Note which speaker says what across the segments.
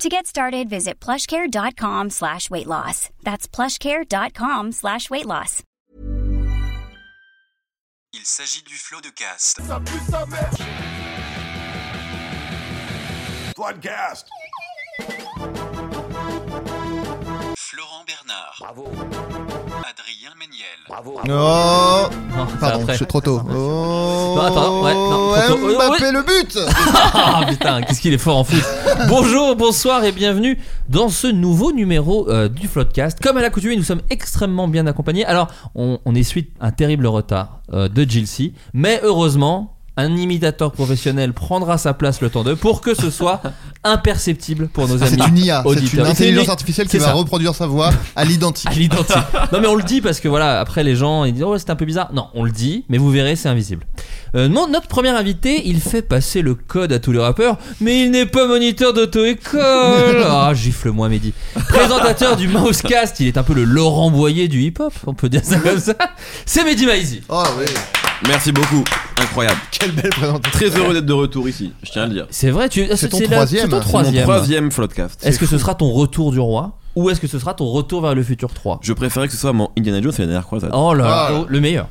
Speaker 1: To get started, visit plushcare.com slash weight loss. That's plushcare.com slash weight loss.
Speaker 2: Il s'agit du flot de cast.
Speaker 3: Floodcast.
Speaker 2: Florent Bernard. Bravo. Adrien Méniel.
Speaker 4: Oh Pardon,
Speaker 5: après.
Speaker 4: je suis trop tôt. Oh
Speaker 5: Non, attends, ouais, non, trop tôt. Euh,
Speaker 4: Mbappé le but
Speaker 5: Ah putain, qu'est-ce qu'il est fort en foot. Bonjour, bonsoir et bienvenue dans ce nouveau numéro euh, du Floodcast. Comme à l'accoutumée, nous sommes extrêmement bien accompagnés. Alors, on, on essuie un terrible retard euh, de Gilsey, mais heureusement, un imitateur professionnel prendra sa place le temps d'eux pour que ce soit imperceptible pour nos amis
Speaker 4: Ah, C'est une IA, c'est une
Speaker 5: auditeurs.
Speaker 4: intelligence artificielle qui
Speaker 5: c'est
Speaker 4: va
Speaker 5: ça.
Speaker 4: reproduire sa voix à
Speaker 5: à
Speaker 4: l'identique.
Speaker 5: l'identique. Non mais on le dit parce que voilà, après les gens ils disent oh c'est un peu bizarre. Non, on le dit, mais vous verrez c'est invisible. Euh, mon- notre premier invité, il fait passer le code à tous les rappeurs, mais il n'est pas moniteur d'auto-école. Ah, gifle-moi Mehdi. Présentateur du Mousecast, il est un peu le Laurent Boyer du hip-hop, on peut dire ça comme ça. C'est Mehdi Maizi.
Speaker 4: Oh oui,
Speaker 6: Merci beaucoup, incroyable.
Speaker 4: quelle belle présentation.
Speaker 6: Très heureux d'être de retour ici, je tiens à le dire.
Speaker 5: C'est vrai, tu
Speaker 4: C'est ton
Speaker 5: la-
Speaker 4: troisième.
Speaker 5: c'est ton
Speaker 4: C'est mon
Speaker 5: troisième.
Speaker 6: Troisième floodcast.
Speaker 5: Est-ce que ce sera ton retour du roi ou est-ce que ce sera ton retour vers le futur 3
Speaker 6: Je préférais que ce soit mon Indiana Jones et la dernière croisade.
Speaker 5: Oh là là,
Speaker 4: Ah.
Speaker 5: le meilleur.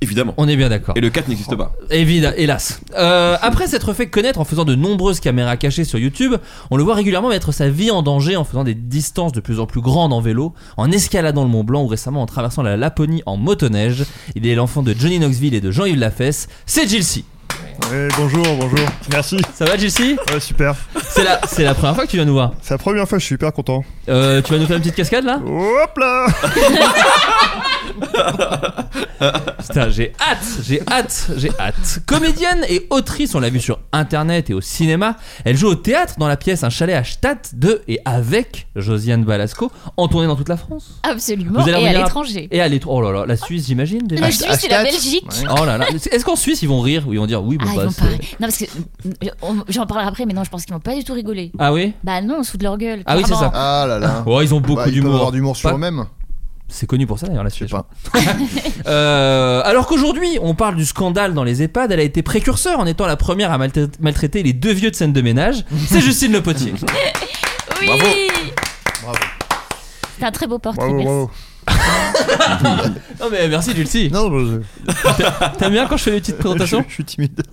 Speaker 6: Évidemment.
Speaker 5: On est bien d'accord.
Speaker 6: Et le 4 n'existe pas.
Speaker 5: Évidemment, hélas. Euh, après s'être fait connaître en faisant de nombreuses caméras cachées sur YouTube, on le voit régulièrement mettre sa vie en danger en faisant des distances de plus en plus grandes en vélo, en escaladant le Mont Blanc ou récemment en traversant la Laponie en motoneige. Il est l'enfant de Johnny Knoxville et de Jean-Yves Lafesse. C'est Gilsey.
Speaker 7: Eh, bonjour, bonjour. Merci.
Speaker 5: Ça va Gilsey
Speaker 7: Ouais, super.
Speaker 5: C'est la, c'est la première fois que tu viens nous voir.
Speaker 7: C'est la première fois, je suis hyper content.
Speaker 5: Euh, tu vas nous faire une petite cascade là
Speaker 7: Hop là
Speaker 5: Putain, j'ai hâte, j'ai hâte, j'ai hâte. Comédienne et autrice, on l'a vu sur internet et au cinéma. Elle joue au théâtre dans la pièce Un chalet à Stadt de et avec Josiane Balasco, en tournée dans toute la France.
Speaker 8: Absolument,
Speaker 5: Vous allez
Speaker 8: et à
Speaker 5: revenir à-
Speaker 8: l'étranger.
Speaker 5: Et elle est. Oh là là, la Suisse, j'imagine déjà.
Speaker 8: La Suisse et la Belgique.
Speaker 5: Oh là là. Est-ce qu'en Suisse ils vont rire ou ils vont dire oui, bon
Speaker 8: Ah, ils
Speaker 5: bah,
Speaker 8: vont
Speaker 5: c'est-
Speaker 8: pas. Non, parce que on- j'en parlerai après, mais non, je pense qu'ils vont pas du tout rigoler.
Speaker 5: Ah oui
Speaker 8: Bah non, on se fout de leur gueule.
Speaker 5: Ah oui, c'est
Speaker 8: clairement.
Speaker 4: Ah là là.
Speaker 5: Oh, ils ont beaucoup
Speaker 4: Bah, ils peuvent
Speaker 5: d'humour.
Speaker 4: avoir d'humour sur
Speaker 5: Pas-
Speaker 4: eux-mêmes.
Speaker 5: C'est connu pour ça d'ailleurs la
Speaker 4: Je
Speaker 5: Suisse.
Speaker 4: sais pas.
Speaker 5: Euh, alors qu'aujourd'hui, on parle du scandale dans les EHPAD, elle a été précurseur en étant la première à maltra- maltraiter les deux vieux de scène de ménage. C'est Justine Le Potier.
Speaker 8: Oui
Speaker 6: Bravo.
Speaker 4: Bravo.
Speaker 8: C'est un très beau portrait,
Speaker 7: Bravo,
Speaker 8: merci.
Speaker 7: bravo.
Speaker 5: Non mais merci Dulcie.
Speaker 4: Non, bah, je-
Speaker 5: T'aimes bien quand je fais les petites
Speaker 7: je,
Speaker 5: présentations
Speaker 7: je suis timide.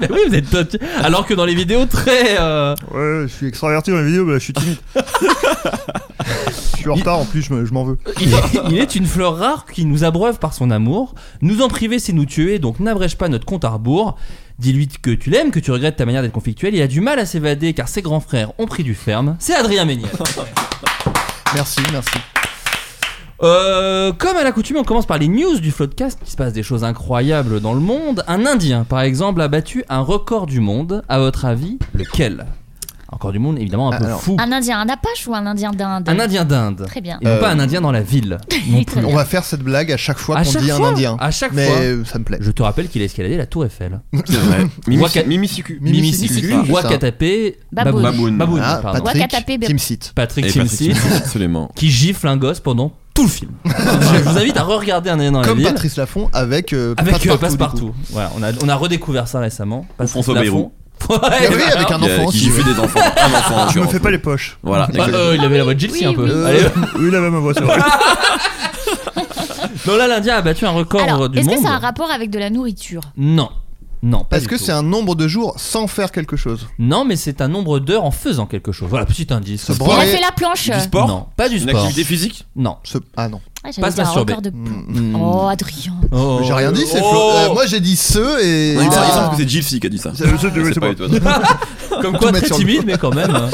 Speaker 5: Mais oui, vous êtes top. Alors que dans les vidéos très euh,
Speaker 7: Ouais, je suis extraverti dans les vidéos, mais là, je suis timide. je suis en retard en plus, je me- je m'en veux.
Speaker 5: il, est, il est une fleur rare qui nous abreuve par son amour. Nous en priver, c'est nous tuer, donc n'abrège pas notre compte à rebours. Dis-lui que tu l'aimes, que tu regrettes ta manière d'être conflictuel. Il a du mal à s'évader car ses grands frères ont pris du ferme. C'est Adrien Méniel.
Speaker 4: Merci, merci.
Speaker 5: Euh, comme à l'accoutumée, on commence par les news du Floodcast. Il se passe des choses incroyables dans le monde. Un Indien, par exemple, a battu un record du monde. À votre avis, lequel Un record du monde, évidemment, un
Speaker 4: Ah,
Speaker 5: peu
Speaker 4: alors,
Speaker 5: fou.
Speaker 8: Un indien, un apache ou un indien d'Inde
Speaker 5: Un Indien d'Inde.
Speaker 8: Très bien.
Speaker 5: Et non
Speaker 4: Euh,
Speaker 5: pas un Indien dans la ville. non plus.
Speaker 8: Très bien.
Speaker 4: On va faire cette blague à chaque fois
Speaker 5: À
Speaker 4: qu'on
Speaker 5: chaque
Speaker 4: dit
Speaker 5: fois,
Speaker 4: un indien.
Speaker 5: à chaque
Speaker 4: mais
Speaker 5: fois.
Speaker 4: euh, ça me plaît.
Speaker 5: Je te rappelle qu'il a escaladé la tour Eiffel.
Speaker 6: C'est vrai. Mimi-
Speaker 5: Waka-
Speaker 6: Mimi Siku.
Speaker 4: Mimi
Speaker 5: Mimi
Speaker 4: Siku,
Speaker 5: Siku,
Speaker 4: putain.
Speaker 5: Wakatapé,
Speaker 8: Baboun.
Speaker 5: Baboun. Baboun,
Speaker 4: Ah,
Speaker 5: pardon.
Speaker 4: Patrick,
Speaker 8: Wakatapé, Ber-
Speaker 4: Team Seat.
Speaker 5: Patrick
Speaker 6: Et
Speaker 5: Timsit
Speaker 6: Patrick Timsit, absolument.
Speaker 5: qui gifle un gosse pendant tout le film. je vous invite à re-regarder un Indien dans
Speaker 4: Comme
Speaker 5: la ville.
Speaker 4: Patrice Laffont avec euh,
Speaker 5: Avec euh,
Speaker 4: Passepartout, du coup.
Speaker 5: Passepartout. Voilà, on a, on a redécouvert ça récemment. Patrick
Speaker 6: François
Speaker 5: Lafont. Ouais,
Speaker 4: Ah oui,
Speaker 5: voilà.
Speaker 4: avec un
Speaker 6: Qui, euh,
Speaker 4: enfant
Speaker 6: qui
Speaker 4: aussi.
Speaker 6: gifle des enfants. Un enfant.
Speaker 4: Ah,
Speaker 7: Je me
Speaker 6: en l'occurrence.
Speaker 7: fais pas les poches.
Speaker 6: Voilà.
Speaker 5: Bah, euh, il avait la voix de Gypsy
Speaker 8: Oui,
Speaker 5: un peu.
Speaker 8: oui.
Speaker 4: Euh,
Speaker 5: Allez.
Speaker 7: Oui, la même voix, c'est vrai.
Speaker 5: Non, là, l'Indien a battu un record
Speaker 8: Alors,
Speaker 5: du
Speaker 8: est-ce
Speaker 5: monde. Ah,
Speaker 8: que ça a un rapport avec de la nourriture
Speaker 5: Non. Non, pas
Speaker 4: Est-ce
Speaker 5: du
Speaker 4: que
Speaker 5: tout.
Speaker 4: c'est un nombre de jours sans faire quelque chose
Speaker 5: Non, mais c'est un nombre d'heures en faisant quelque chose. Voilà, petit indice.
Speaker 4: Se
Speaker 8: Il a
Speaker 4: branler-
Speaker 8: fait la planche.
Speaker 6: Du sport
Speaker 5: Non, pas du
Speaker 6: Une
Speaker 5: sport.
Speaker 6: activité physique
Speaker 5: Non.
Speaker 4: se- Ah non.
Speaker 8: Ah,
Speaker 5: Pas
Speaker 8: J'allais
Speaker 5: se
Speaker 8: dire un
Speaker 5: masturber.
Speaker 8: record de.
Speaker 4: Mm.
Speaker 8: Oh, Adrien.
Speaker 5: Oh.
Speaker 4: J'ai rien dit, c'est
Speaker 5: Oh.
Speaker 4: Flo- euh, moi j'ai dit ce et.
Speaker 6: Il me
Speaker 4: il a-
Speaker 6: semble que c'est Gypsy qui a dit ça.
Speaker 7: C'est- c'est-
Speaker 6: Je
Speaker 7: c'est
Speaker 6: sais pas
Speaker 7: moi.
Speaker 6: du tout.
Speaker 5: Comme quoi,
Speaker 4: mettre
Speaker 5: très
Speaker 4: sur le-
Speaker 5: timide, mais quand même. hein.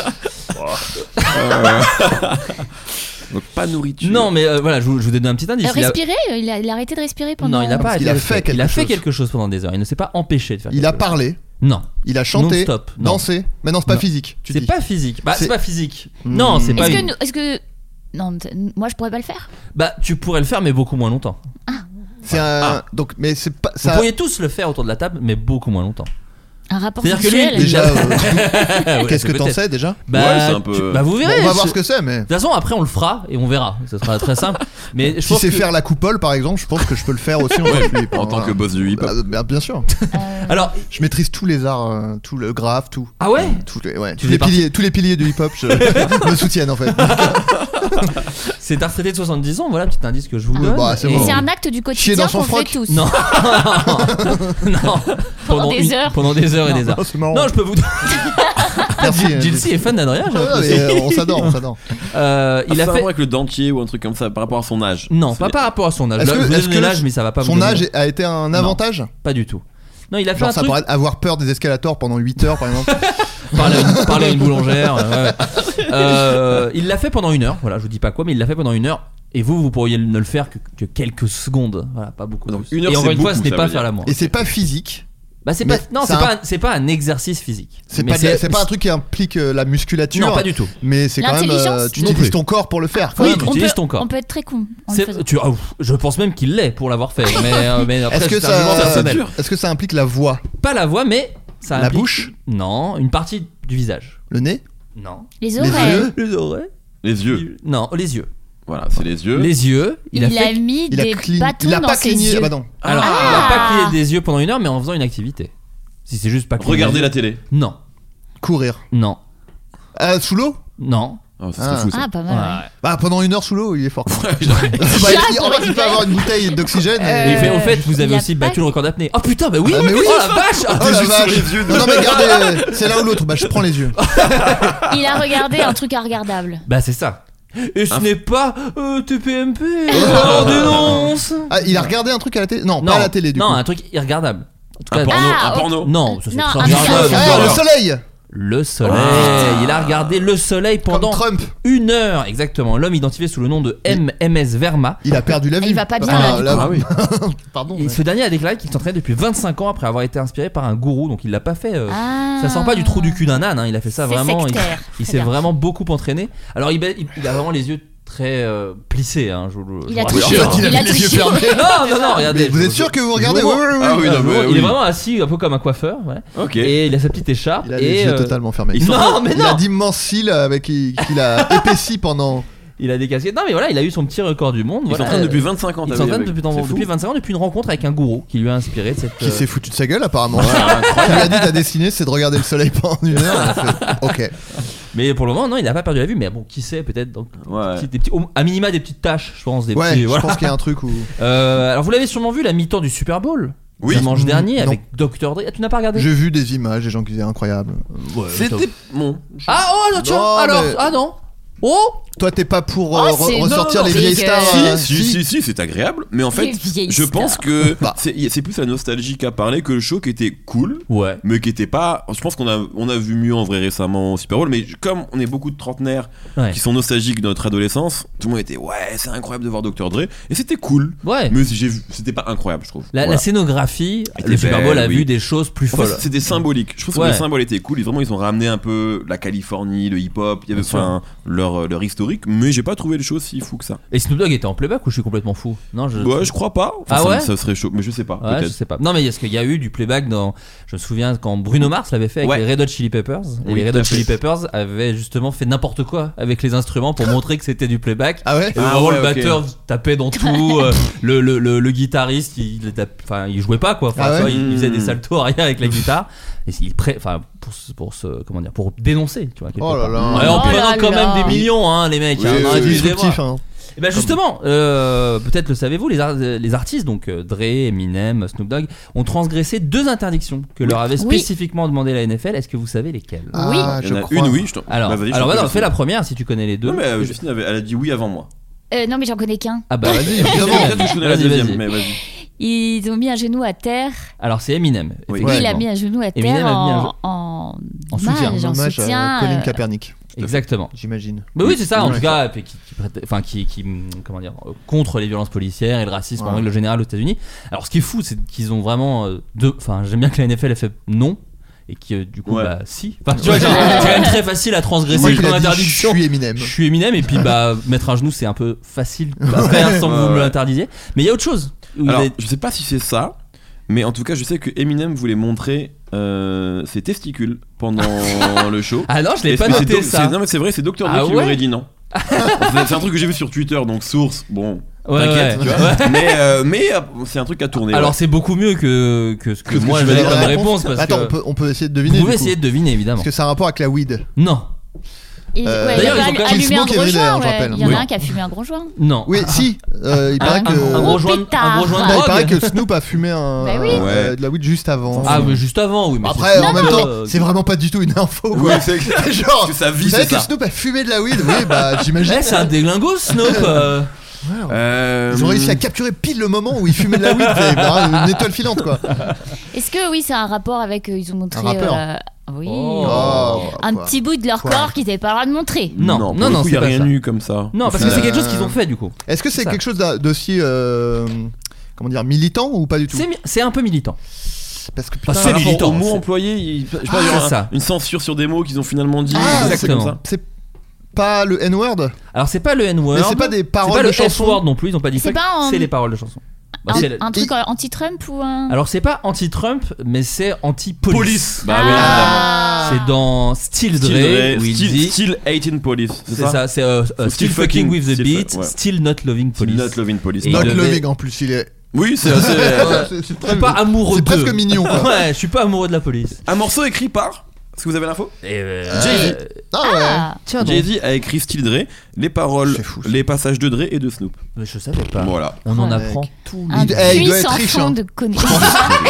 Speaker 6: Donc pas nourriture.
Speaker 5: non, mais euh, voilà, je vous, je vous donne un petit indice.
Speaker 8: Euh,
Speaker 5: Il a-
Speaker 8: respirer euh, il a, il a arrêté de respirer pendant.
Speaker 5: Non, il n'a pas.
Speaker 4: Parce qu'il a
Speaker 5: arrêté de
Speaker 4: fait
Speaker 5: faire.
Speaker 4: quelque
Speaker 5: Il a fait
Speaker 4: chose.
Speaker 5: quelque chose pendant des heures. Il ne s'est pas empêché de faire.
Speaker 4: Il
Speaker 5: quelque
Speaker 4: a
Speaker 5: chose.
Speaker 4: parlé,
Speaker 5: Non,
Speaker 4: il a chanté,
Speaker 5: Non-stop, non.
Speaker 4: dansé. Mais non, c'est pas
Speaker 5: Non.
Speaker 4: physique. Tu
Speaker 5: c'est
Speaker 4: dis.
Speaker 5: pas physique. Bah, c'est
Speaker 4: C'est-
Speaker 5: pas physique.
Speaker 4: Hmm.
Speaker 5: Non, c'est pas.
Speaker 8: Est-ce que,
Speaker 5: une-
Speaker 8: nous- est-ce que. Non, t- moi je pourrais pas le faire.
Speaker 5: Bah, tu pourrais le faire, mais beaucoup moins longtemps.
Speaker 4: Ah.
Speaker 5: Ah.
Speaker 4: C'est un. Donc, mais c'est pas.
Speaker 5: Vous
Speaker 4: Ça...
Speaker 5: pourriez tous le faire autour de la table, mais beaucoup moins longtemps.
Speaker 8: Un rapport
Speaker 5: C'est-à-dire que lui,
Speaker 8: sexuel.
Speaker 4: Déjà, euh,
Speaker 5: Ouais,
Speaker 4: qu'est-ce que t'en
Speaker 5: peut-être.
Speaker 4: sais déjà
Speaker 5: Bah,
Speaker 6: Ouais, c'est un peu-
Speaker 5: tu- bah, vous
Speaker 4: Bon,
Speaker 5: verrez.
Speaker 4: On va voir
Speaker 5: je-
Speaker 4: ce que c'est, mais.
Speaker 5: De toute façon, après, on le fera et on verra. Ce sera très simple. Mais je
Speaker 4: Si
Speaker 5: pense
Speaker 4: c'est
Speaker 5: que-
Speaker 4: faire la coupole par exemple, je pense que je peux le faire aussi en, tant que flip,
Speaker 6: En tant
Speaker 4: hein,
Speaker 6: que
Speaker 4: voilà.
Speaker 6: boss du hip-hop.
Speaker 4: Ah, bah, Bien sûr,
Speaker 8: Euh,
Speaker 5: Alors,
Speaker 4: je maîtrise tous les arts, euh, tout le graphe, Euh, tout.
Speaker 5: ah ouais
Speaker 4: Tous les, ouais,
Speaker 5: Tu
Speaker 4: tous
Speaker 5: fais
Speaker 4: les
Speaker 5: partie-
Speaker 4: piliers, tous les piliers du hip-hop je- me soutiennent en fait.
Speaker 5: C'est un retraité de 70 ans, voilà, petit indice que je vous
Speaker 4: Ouais,
Speaker 5: donne.
Speaker 4: bah, c'est
Speaker 5: Ah, Et-
Speaker 4: bon.
Speaker 8: C'est un acte du
Speaker 4: Chier
Speaker 8: quotidien
Speaker 4: dans son
Speaker 8: qu'on fait
Speaker 4: froc.
Speaker 8: tous.
Speaker 5: Non, non,
Speaker 8: Pendant des
Speaker 5: une-
Speaker 8: heures.
Speaker 5: Pendant des heures et
Speaker 8: Non.
Speaker 5: des heures.
Speaker 7: Oh, c'est marrant.
Speaker 5: Non, je peux vous dire.
Speaker 4: Merci. euh,
Speaker 5: Gilsey est fan d'Adrien, j'ai
Speaker 4: Ah, non,
Speaker 5: l'impression.
Speaker 4: mais, euh, on s'adore, on s'adore.
Speaker 5: Euh, Il a fait.
Speaker 6: avec le dentier ou un truc comme ça par rapport à son âge.
Speaker 5: Non,
Speaker 6: C'est-
Speaker 5: pas par rapport à son âge.
Speaker 4: Est-ce
Speaker 5: Là,
Speaker 4: que-
Speaker 5: je vous ai
Speaker 4: est-ce
Speaker 5: donné
Speaker 4: que
Speaker 5: l'âge, mais ça va pas vous
Speaker 4: Son
Speaker 5: donner-
Speaker 4: âge a été un avantage
Speaker 5: Pas du tout. Non, il a fait
Speaker 4: Genre
Speaker 5: un
Speaker 4: ça
Speaker 5: truc.
Speaker 4: pourrait avoir peur des escalators pendant 8 heures par exemple.
Speaker 5: Parler à une, parler à une boulangère. euh, ouais. Euh, il l'a fait pendant une heure. Voilà, je vous dis pas quoi, mais il l'a fait pendant une heure. Et vous, vous pourriez ne le faire que, que quelques secondes. Voilà, pas beaucoup.
Speaker 6: Donc,
Speaker 5: plus.
Speaker 6: une heure,
Speaker 5: et encore
Speaker 6: c'est
Speaker 5: une fois, ce
Speaker 6: beaucoup,
Speaker 5: n'est
Speaker 6: ça
Speaker 5: pas
Speaker 6: veut
Speaker 5: faire
Speaker 6: dire.
Speaker 5: l'amour.
Speaker 4: Et c'est pas physique,
Speaker 5: Bah, c'est pas,
Speaker 4: Mais
Speaker 5: non,
Speaker 4: c'est
Speaker 5: c'est
Speaker 4: un-
Speaker 5: pas, un- c'est pas un exercice physique.
Speaker 4: c'est
Speaker 5: Mais
Speaker 4: pas, c'est pas un truc qui implique euh, la musculature.
Speaker 5: Non, pas du tout.
Speaker 4: Mais c'est quand même euh,
Speaker 8: L'intelligence
Speaker 4: tu
Speaker 5: Non plus.
Speaker 4: utilises ton corps pour le faire. quand
Speaker 5: Oui,
Speaker 4: même.
Speaker 5: tu
Speaker 8: on
Speaker 5: utilises
Speaker 8: peut,
Speaker 5: ton corps.
Speaker 8: on peut être très con. en le
Speaker 5: C'est-
Speaker 8: faisant.
Speaker 5: tu- ah, ouf, je pense même qu'il l'est pour l'avoir fait. Mais, euh, mais après,
Speaker 4: Est-ce que
Speaker 5: c'est un jugement
Speaker 4: ça,
Speaker 5: personnel.
Speaker 4: est-ce que ça implique la voix,
Speaker 5: Pas la voix, mais ça
Speaker 4: la
Speaker 5: implique-
Speaker 4: bouche,
Speaker 5: Non, une partie du visage.
Speaker 4: le nez,
Speaker 5: Non.
Speaker 8: Les
Speaker 4: les
Speaker 8: oreilles.
Speaker 4: yeux
Speaker 5: Les oreilles
Speaker 6: Les yeux.
Speaker 5: Non, les yeux.
Speaker 6: Voilà, c'est les yeux.
Speaker 5: Les yeux. Il,
Speaker 8: Il,
Speaker 5: a fait.
Speaker 8: a mis
Speaker 4: Il
Speaker 8: des
Speaker 4: a, cligné-
Speaker 8: bâtons
Speaker 4: il a
Speaker 8: dans
Speaker 4: pas
Speaker 8: ses
Speaker 4: cligné.
Speaker 8: yeux.
Speaker 4: Ah bah non.
Speaker 5: Alors,
Speaker 8: Ah.
Speaker 5: il a pas cligné des yeux pendant une heure, mais en faisant une activité. Si c'est juste pas cligner
Speaker 6: Regardez
Speaker 5: des
Speaker 6: la
Speaker 5: yeux.
Speaker 6: télé.
Speaker 5: Non,
Speaker 4: Courir.
Speaker 5: non,
Speaker 4: Ah, sous l'eau
Speaker 5: non.
Speaker 6: Oh, ça
Speaker 4: Ah.
Speaker 6: serait fou ça.
Speaker 8: Ah, pas mal. ouais.
Speaker 4: Bah pendant une heure sous l'eau, il est fort. Bah, il- en fait, il peut avoir une bouteille d'oxygène.
Speaker 5: Ouais. Et
Speaker 4: et-
Speaker 5: fait,
Speaker 6: Euh,
Speaker 5: au fait, vous
Speaker 8: il
Speaker 5: avez
Speaker 8: a
Speaker 5: aussi
Speaker 8: pas-
Speaker 5: battu le record d'apnée. Oh putain, bah oui,
Speaker 4: Ah, mais oui.
Speaker 5: Oh la vache Ah,
Speaker 4: Oh la vache. Non, non, mais regardez, euh, c'est l'un ou l'autre. Bah je prends les yeux.
Speaker 8: Il a regardé un truc regardable.
Speaker 5: Bah c'est ça. Et ce
Speaker 6: Un-
Speaker 5: n'est pas euh, TPMP, on dénonce
Speaker 4: Ah, il a regardé un truc à la télé. Non, pas à la télé du
Speaker 5: euh, non,
Speaker 4: coup.
Speaker 5: un truc irregardable. En tout
Speaker 6: Un
Speaker 5: cas,
Speaker 6: porno.
Speaker 8: Ah,
Speaker 6: un
Speaker 8: ok.
Speaker 6: porno.
Speaker 5: Non, ça c'est
Speaker 8: Non,
Speaker 5: très
Speaker 8: un
Speaker 4: Ah,
Speaker 5: regardable.
Speaker 8: film.
Speaker 4: le soleil.
Speaker 5: Le soleil. il a regardé le soleil
Speaker 4: Ah. Comme
Speaker 5: pendant
Speaker 4: Trump,
Speaker 5: une heure exactement. L'homme identifié sous le nom de MMS Verma.
Speaker 4: il a perdu la vue.
Speaker 8: Il va pas bien, là, du Ah
Speaker 4: là, oui.
Speaker 5: Et ce dernier a déclaré qu'il s'entraînait depuis 25 ans après avoir été inspiré par un gourou, donc il l'a pas fait. euh,
Speaker 8: Ah.
Speaker 5: Ça sort pas du trou du cul d'un âne, hein, il a fait ça
Speaker 8: C'est
Speaker 5: vraiment. Il,
Speaker 8: sectaire. Très
Speaker 5: il s'est
Speaker 8: bien.
Speaker 5: vraiment beaucoup entraîné. Alors il, ba- il- il a vraiment les yeux très euh, plissés. Hein, je, vous- je
Speaker 8: Il
Speaker 5: vous
Speaker 8: a
Speaker 5: rassure.
Speaker 4: en
Speaker 8: triché.
Speaker 4: fait, il
Speaker 8: Il a
Speaker 4: avait les yeux
Speaker 8: triché.
Speaker 4: fermés.
Speaker 5: Non, non, non, regardez.
Speaker 4: Mais vous
Speaker 5: je-
Speaker 4: êtes sûr que vous regardez
Speaker 5: je-
Speaker 4: Oui, oui, oui.
Speaker 6: Ah oui, non,
Speaker 5: je-
Speaker 6: mais
Speaker 5: il
Speaker 6: oui.
Speaker 5: est vraiment assis un peu comme un coiffeur, ouais.
Speaker 6: Ok.
Speaker 5: et il a sa petite écharpe.
Speaker 4: Il
Speaker 5: et,
Speaker 4: a les
Speaker 5: euh,
Speaker 4: yeux totalement fermés.
Speaker 5: il Non, mais
Speaker 4: il
Speaker 5: non.
Speaker 4: a d'immenses cils avec qui- qu'il a épaissi pendant.
Speaker 5: il a des casquettes. Non, mais voilà, il a eu son petit record du monde.
Speaker 6: Ils
Speaker 5: voilà.
Speaker 6: s'entraînent depuis 25 ans.
Speaker 5: Il
Speaker 6: t'as
Speaker 5: s'entraîne
Speaker 6: vu,
Speaker 5: depuis,
Speaker 6: avec- c'est fou.
Speaker 5: depuis 25 ans, depuis une rencontre avec un gourou qui lui a inspiré de cette.
Speaker 4: Qui
Speaker 5: euh,
Speaker 4: s'est foutu de sa gueule apparemment. Il a dit ta destinée c'est de regarder le soleil pendant une heure. Elle a fait, ok.
Speaker 5: Mais pour le moment, non, il n'a pas perdu la vue. Mais bon, qui sait, peut-être dans
Speaker 6: Ouais.
Speaker 5: des petits- au- à minima des petites tâches, je pense. Des
Speaker 4: Ouais,
Speaker 5: petits-
Speaker 4: je
Speaker 5: voilà.
Speaker 4: pense qu'il y a un truc où.
Speaker 5: Euh, alors, vous l'avez sûrement vu la mi-temps du Super Bowl
Speaker 6: Oui.
Speaker 5: dimanche
Speaker 4: Mmh,
Speaker 5: dernier
Speaker 4: non.
Speaker 5: avec Dr. Dre. Ah, tu n'as pas regardé
Speaker 4: J'ai vu des images, des gens qui disaient incroyable.
Speaker 6: C'était bon.
Speaker 5: Ah, oh, tiens,
Speaker 4: Non,
Speaker 5: alors,
Speaker 4: mais-
Speaker 5: ah non. Oh,
Speaker 4: Toi t'es pas pour
Speaker 8: Oh,
Speaker 6: Ah,
Speaker 4: euh, re-
Speaker 8: c'est-
Speaker 4: ressortir
Speaker 8: non,
Speaker 4: les
Speaker 8: non,
Speaker 4: vieilles
Speaker 8: c'est-
Speaker 4: stars. euh,
Speaker 6: Si, si, si, si, c'est agréable. Mais en fait,
Speaker 8: Les vieilles
Speaker 6: je pense que
Speaker 4: Bah.
Speaker 6: c'est y- c'est plus la nostalgie qui a parlé que le show qui était cool.
Speaker 5: Ouais.
Speaker 6: Mais qui était pas. Je pense qu'on a, on a vu mieux en vrai récemment au Super Bowl. Mais comme on est beaucoup de trentenaires
Speaker 5: Ouais.
Speaker 6: qui sont nostalgiques de notre adolescence, tout le monde était ouais, c'est incroyable de voir Dr. Dre. Et c'était cool.
Speaker 5: Ouais.
Speaker 6: Mais j'ai vu- c'était pas incroyable, je trouve.
Speaker 5: La, la
Speaker 6: Voilà.
Speaker 5: scénographie,
Speaker 6: Elle
Speaker 5: le
Speaker 6: était
Speaker 5: Super Bowl
Speaker 6: belle,
Speaker 5: a
Speaker 6: oui.
Speaker 5: vu des choses plus
Speaker 6: En fait,
Speaker 5: folles.
Speaker 6: c'était symbolique. Je trouve que
Speaker 5: Ouais.
Speaker 6: le symbole était cool. Ils, vraiment, ils ont ramené un peu la Californie, le hip-hop, il y avait
Speaker 5: Bien sûr.
Speaker 6: enfin, leur, euh, leur historique, mais j'ai pas trouvé le show si fou que ça.
Speaker 5: Et Snoop Dogg était en playback ou je suis complètement fou Non, je.
Speaker 6: Ouais, je crois pas. Enfin,
Speaker 5: Ah
Speaker 6: ça,
Speaker 5: ouais
Speaker 6: ça serait chaud, mais je sais pas.
Speaker 5: Ouais, je
Speaker 6: peut-être.
Speaker 5: sais pas. Non, mais est-ce qu'il y a eu du playback dans. Je me souviens quand Bruno Mars l'avait fait avec
Speaker 6: Ouais.
Speaker 5: les Red Hot Chili Peppers. Et
Speaker 6: Oui,
Speaker 5: les Red
Speaker 6: tout
Speaker 5: Hot
Speaker 6: à fait.
Speaker 5: Chili Peppers avaient justement fait n'importe quoi avec les instruments pour montrer que c'était du playback.
Speaker 4: Ah ouais
Speaker 5: Et
Speaker 6: Ah
Speaker 5: vraiment,
Speaker 6: ouais,
Speaker 5: le
Speaker 6: ok.
Speaker 5: batteur tapait dans tout. euh, le, le, le, le guitariste, il, il tape- enfin, il jouait pas quoi. Enfin,
Speaker 4: Ah
Speaker 5: tu
Speaker 4: ouais
Speaker 5: vois, il, il faisait des
Speaker 6: Hmm.
Speaker 5: saltos arrière avec la guitare. Et il pré... enfin, pour, se- pour se- comment dire, pour dénoncer, tu vois. quelque
Speaker 4: Oh là
Speaker 5: part.
Speaker 4: là.
Speaker 5: Ouais, en
Speaker 8: Oh
Speaker 5: prenant
Speaker 8: là
Speaker 5: quand
Speaker 8: là.
Speaker 5: même des millions, hein, les mecs.
Speaker 4: Oui,
Speaker 5: hein,
Speaker 4: oui,
Speaker 5: non,
Speaker 4: oui,
Speaker 5: excusez-moi.
Speaker 4: disruptif, hein.
Speaker 5: Et ben justement, euh, peut-être le savez-vous, les, ar- les artistes, donc euh, Dre, Eminem, Snoop Dogg, ont transgressé deux interdictions que leur avait
Speaker 8: Oui.
Speaker 5: spécifiquement demandé la NFL. Est-ce que vous savez lesquelles
Speaker 8: Oui.
Speaker 4: Ah,
Speaker 6: Il y
Speaker 4: je
Speaker 6: en a
Speaker 4: crois.
Speaker 6: une, oui, je t'en-
Speaker 5: Alors,
Speaker 6: Bah, vas-y, je
Speaker 5: alors
Speaker 6: t'en
Speaker 5: bah, non,
Speaker 6: prie,
Speaker 5: fais la première si tu connais les deux.
Speaker 6: Non, mais euh, Justine, avait- elle a dit oui avant moi.
Speaker 8: Euh, non, mais j'en connais qu'un.
Speaker 5: Ah bah vas-y, évidemment.
Speaker 6: Peut-être que je connais la
Speaker 5: Vas-y, vas-y.
Speaker 6: deuxième, mais vas-y.
Speaker 8: Ils ont mis un genou à terre.
Speaker 5: Alors c'est Eminem.
Speaker 6: Oui.
Speaker 8: Lui,
Speaker 5: effectivement.
Speaker 8: il a mis un genou à
Speaker 5: Eminem
Speaker 8: terre
Speaker 5: a mis un
Speaker 8: en,
Speaker 5: genou-
Speaker 8: en,
Speaker 5: En soutien,
Speaker 8: hommage,
Speaker 4: Un
Speaker 8: en
Speaker 4: hommage
Speaker 8: soutien,
Speaker 4: à Colin
Speaker 8: euh,
Speaker 4: Kaepernick,
Speaker 5: Exactement.
Speaker 4: j'imagine.
Speaker 5: Bah oui, c'est ça, en
Speaker 4: Ouais.
Speaker 5: tout cas, puis qui, qui prête- enfin, qui, qui, hum, comment dire, euh, contre les violences policières et le racisme en règle générale aux États-Unis. Alors, ce qui est fou, c'est qu'ils ont vraiment euh, deux. Enfin, j'aime bien que la NFL ait fait non et qui, euh, du coup,
Speaker 6: Ouais.
Speaker 5: bah si. Enfin, tu vois, genre, c'est quand même très facile à transgresser
Speaker 4: C'est
Speaker 5: une
Speaker 4: Je
Speaker 5: interdiction.
Speaker 4: suis Eminem.
Speaker 5: Je suis Eminem et puis bah mettre un genou c'est un peu facile à faire sans que vous
Speaker 6: Ouais,
Speaker 5: me
Speaker 6: ouais.
Speaker 5: l'interdisiez. Mais il y a autre chose. Vous
Speaker 6: Alors,
Speaker 5: avez-
Speaker 6: je sais pas si c'est ça, mais en tout cas, je sais que Eminem voulait montrer euh, ses testicules pendant le show.
Speaker 5: Ah non je l'ai
Speaker 6: Et
Speaker 5: pas
Speaker 6: c'est-
Speaker 5: noté
Speaker 6: c'est-
Speaker 5: ça.
Speaker 6: c'est- Non, mais c'est vrai, c'est Dr. Dre
Speaker 5: Ah
Speaker 6: qui
Speaker 5: ouais
Speaker 6: lui aurait dit non. c'est c'est un truc que j'ai vu sur Twitter, donc source, bon,
Speaker 5: Ouais,
Speaker 6: t'inquiète,
Speaker 5: ouais.
Speaker 6: tu vois. mais euh, mais euh, c'est un truc à tourner.
Speaker 5: Alors
Speaker 6: ouais.
Speaker 5: c'est beaucoup mieux que, que ce que,
Speaker 6: Que ce que
Speaker 5: moi
Speaker 6: tu
Speaker 5: je vais
Speaker 6: vas
Speaker 5: comme
Speaker 6: dire.
Speaker 4: La
Speaker 5: réponse parce
Speaker 4: Bah, Attends,
Speaker 5: que
Speaker 4: on peut, on peut essayer de deviner.
Speaker 5: vous
Speaker 4: du
Speaker 5: pouvez
Speaker 4: coup.
Speaker 5: essayer de deviner évidemment.
Speaker 4: Parce que ça a un rapport avec la weed.
Speaker 5: Non,
Speaker 8: il-
Speaker 4: Euh,
Speaker 8: ouais, il
Speaker 5: d'ailleurs,
Speaker 8: a
Speaker 5: ils
Speaker 8: pas
Speaker 5: ont quand même-
Speaker 8: allumé un
Speaker 4: Smoke et
Speaker 8: gros
Speaker 4: Vedder,
Speaker 8: joint.
Speaker 4: je
Speaker 8: ouais.
Speaker 4: rappelle.
Speaker 8: Il y en a
Speaker 5: Oui.
Speaker 8: un qui a fumé un gros joint. Hein
Speaker 5: non.
Speaker 4: Oui, si. euh, il paraît
Speaker 5: un,
Speaker 4: que.
Speaker 5: un gros joint, un
Speaker 8: pétard.
Speaker 5: gros joint de
Speaker 4: Non, il
Speaker 5: drogue.
Speaker 4: paraît que Snoop a fumé un,
Speaker 8: Bah oui.
Speaker 4: euh, de la weed juste avant.
Speaker 5: Ah, mais juste avant, oui. Mais
Speaker 4: Après,
Speaker 5: c'est-
Speaker 4: en même temps,
Speaker 5: Euh,
Speaker 4: c'est vraiment pas du tout une info.
Speaker 6: Ouais,
Speaker 4: Quoi.
Speaker 6: c'est
Speaker 4: Genre,
Speaker 6: parce que sa vie,
Speaker 4: vous savez
Speaker 6: c'est
Speaker 4: que
Speaker 6: ça.
Speaker 4: Snoop a fumé de la weed Oui, bah j'imagine.
Speaker 5: eh, c'est un déglingo, Snoop. euh.
Speaker 6: Euh,
Speaker 4: Ils ont réussi à capturer pile le moment où il fumait de la weed. C'est bah, une étoile filante, quoi.
Speaker 8: Est-ce que oui, c'est un rapport avec. euh, Ils ont montré.
Speaker 4: Un rappeur.
Speaker 8: euh, oui.
Speaker 5: Oh.
Speaker 8: un
Speaker 4: quoi.
Speaker 8: petit bout de leur
Speaker 4: Quoi.
Speaker 8: corps qu'ils n'avaient pas le droit de montrer.
Speaker 5: Non,
Speaker 6: pour
Speaker 5: non,
Speaker 6: le
Speaker 5: non,
Speaker 6: coup,
Speaker 5: c'est
Speaker 6: y a
Speaker 5: pas
Speaker 6: rien
Speaker 5: ça.
Speaker 6: eu comme ça.
Speaker 5: Non, parce que c'est quelque chose qu'ils ont fait du coup.
Speaker 4: Euh, Est-ce que c'est
Speaker 5: Ça.
Speaker 4: quelque chose d'a- d'aussi. euh, Comment dire, militant ou pas du tout
Speaker 5: C'est mi- C'est un peu militant.
Speaker 4: Parce que putain,
Speaker 5: Parce que
Speaker 6: C'est
Speaker 5: par rapport
Speaker 6: militant.
Speaker 5: au
Speaker 6: Au mot
Speaker 5: c'est-
Speaker 6: employé, il- je pense
Speaker 5: Ah,
Speaker 6: qu'il y aura
Speaker 5: c'est
Speaker 6: un-
Speaker 5: ça.
Speaker 6: une censure sur des mots qu'ils ont finalement dit.
Speaker 4: Ah,
Speaker 6: c'est comme ça.
Speaker 4: c'est pas le N-word
Speaker 5: Alors, c'est pas le N-word.
Speaker 4: Mais c'est pas des paroles
Speaker 5: pas
Speaker 4: de
Speaker 5: le
Speaker 4: chansons.
Speaker 5: S-word non plus, ils ont pas dit
Speaker 8: C'est
Speaker 5: fuck,
Speaker 8: pas en-
Speaker 5: C'est les paroles de chansons. Bah,
Speaker 8: Un,
Speaker 5: c'est la-
Speaker 8: un truc euh, anti-Trump ou un.
Speaker 5: Alors, c'est pas anti-Trump, mais c'est anti-police.
Speaker 6: Bah oui, évidemment.
Speaker 8: Ah.
Speaker 5: C'est dans Still Dre,
Speaker 6: Still,
Speaker 5: où
Speaker 6: Dre,
Speaker 5: il
Speaker 6: still,
Speaker 5: dit.
Speaker 6: still hating police.
Speaker 5: C'est ça, c'est euh, euh,
Speaker 6: Still
Speaker 5: Still fucking
Speaker 6: fucking-
Speaker 5: with the
Speaker 6: still
Speaker 5: beat,
Speaker 6: fuck, ouais.
Speaker 5: Still not loving
Speaker 6: Police.
Speaker 5: police.
Speaker 6: Not loving police.
Speaker 5: Et
Speaker 4: Not
Speaker 5: il devait-
Speaker 4: loving en plus, il est.
Speaker 6: Oui, c'est c'est-
Speaker 4: C'est- c'est
Speaker 5: Je suis
Speaker 4: très-
Speaker 5: pas amoureux
Speaker 4: C'est
Speaker 5: d'eux.
Speaker 4: presque mignon, quoi.
Speaker 5: Ouais, je suis pas amoureux de la police.
Speaker 6: un morceau écrit par. Est-ce que vous avez l'info
Speaker 5: Et euh,
Speaker 6: Jay-Z.
Speaker 5: euh,
Speaker 4: Ah
Speaker 8: Ah.
Speaker 5: Tiens donc.
Speaker 6: Jay-Z a écrit Still Dre, les paroles,
Speaker 4: C'est fou, ça.
Speaker 6: les passages de Dre et de Snoop.
Speaker 5: Mais je savais pas.
Speaker 6: Voilà.
Speaker 5: On en
Speaker 4: Ouais,
Speaker 5: apprend
Speaker 4: mec.
Speaker 5: tout.
Speaker 8: Un
Speaker 4: Il- eh, il doit
Speaker 8: puissant
Speaker 4: être riche,
Speaker 8: fond
Speaker 4: hein.
Speaker 8: de
Speaker 4: ouais.
Speaker 8: connaissances.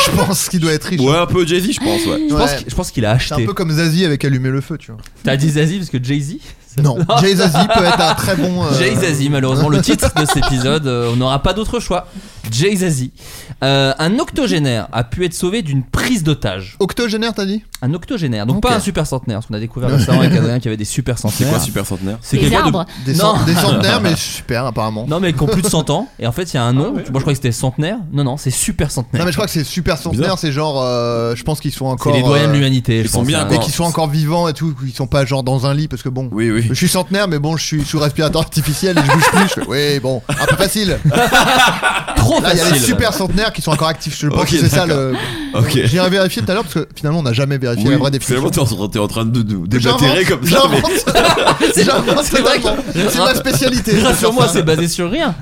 Speaker 4: je pense qu'il doit être riche.
Speaker 6: Ouais, un peu Jay-Z, je pense, ouais.
Speaker 5: Je pense
Speaker 4: Ouais.
Speaker 5: qu'il- je pense qu'il a
Speaker 4: C'est un
Speaker 5: acheté.
Speaker 4: peu comme Zazie avec Allumer le feu, tu vois.
Speaker 5: T'as dit Zazie parce que Jay-Z
Speaker 4: Non, Jay Zazie peut être un très bon. euh,
Speaker 5: Jay Zazie, malheureusement, le titre de cet épisode, euh, on n'aura pas d'autre choix. Jay Zazie. Euh, un octogénaire a pu être sauvé d'une prise d'otage.
Speaker 4: Octogénaire, t'as dit
Speaker 5: Un octogénaire, donc
Speaker 4: Ok.
Speaker 5: pas un super centenaire, parce qu'on a découvert récemment avec Adrien qu'il y avait des super
Speaker 6: C'est
Speaker 5: centenaires.
Speaker 6: quoi Super Centenaire
Speaker 5: C'est
Speaker 8: Des
Speaker 5: quelqu'un de-
Speaker 8: arbres.
Speaker 4: Des,
Speaker 5: Non.
Speaker 4: cent- des centenaires, mais super apparemment. Non.
Speaker 5: Non, mais qui ont plus de 100 ans, et en fait il y a un nom, moi je crois que c'était centenaire, non, non, c'est super centenaire.
Speaker 4: mais je crois que c'est super centenaire,
Speaker 6: Bizarre.
Speaker 4: c'est genre. euh, je pense qu'ils sont
Speaker 5: C'est
Speaker 4: encore.
Speaker 5: les doyens de
Speaker 4: euh,
Speaker 5: l'humanité, je
Speaker 6: ils sont
Speaker 5: pense,
Speaker 6: bien
Speaker 5: hein.
Speaker 4: Et
Speaker 6: encore.
Speaker 4: qu'ils sont encore vivants et tout, qu'ils sont pas genre dans un lit parce que bon.
Speaker 6: Oui, oui.
Speaker 4: Je suis centenaire, mais bon, je suis sous respirateur artificiel et je bouge plus. Je fais, oui, bon, un peu facile.
Speaker 5: Trop
Speaker 4: Là, il y a les
Speaker 5: facile.
Speaker 4: super centenaires qui sont encore actifs. Je pense
Speaker 6: Ok,
Speaker 4: que c'est ça
Speaker 6: d'accord.
Speaker 4: le.
Speaker 6: Ok.
Speaker 4: J'irai vérifier tout à l'heure parce que finalement, on n'a jamais vérifié Ah, la
Speaker 6: Oui,
Speaker 4: vraie
Speaker 6: finalement,
Speaker 4: définition.
Speaker 6: t'es en, t'es en train de nous
Speaker 4: J'invente-
Speaker 6: débattérer comme ça. mais-
Speaker 4: J'invente, j'invente
Speaker 5: c'est vrai que-
Speaker 4: vraiment. C'est ma spécialité.
Speaker 5: Rassure-moi,
Speaker 4: c'est
Speaker 5: c'est basé sur rien.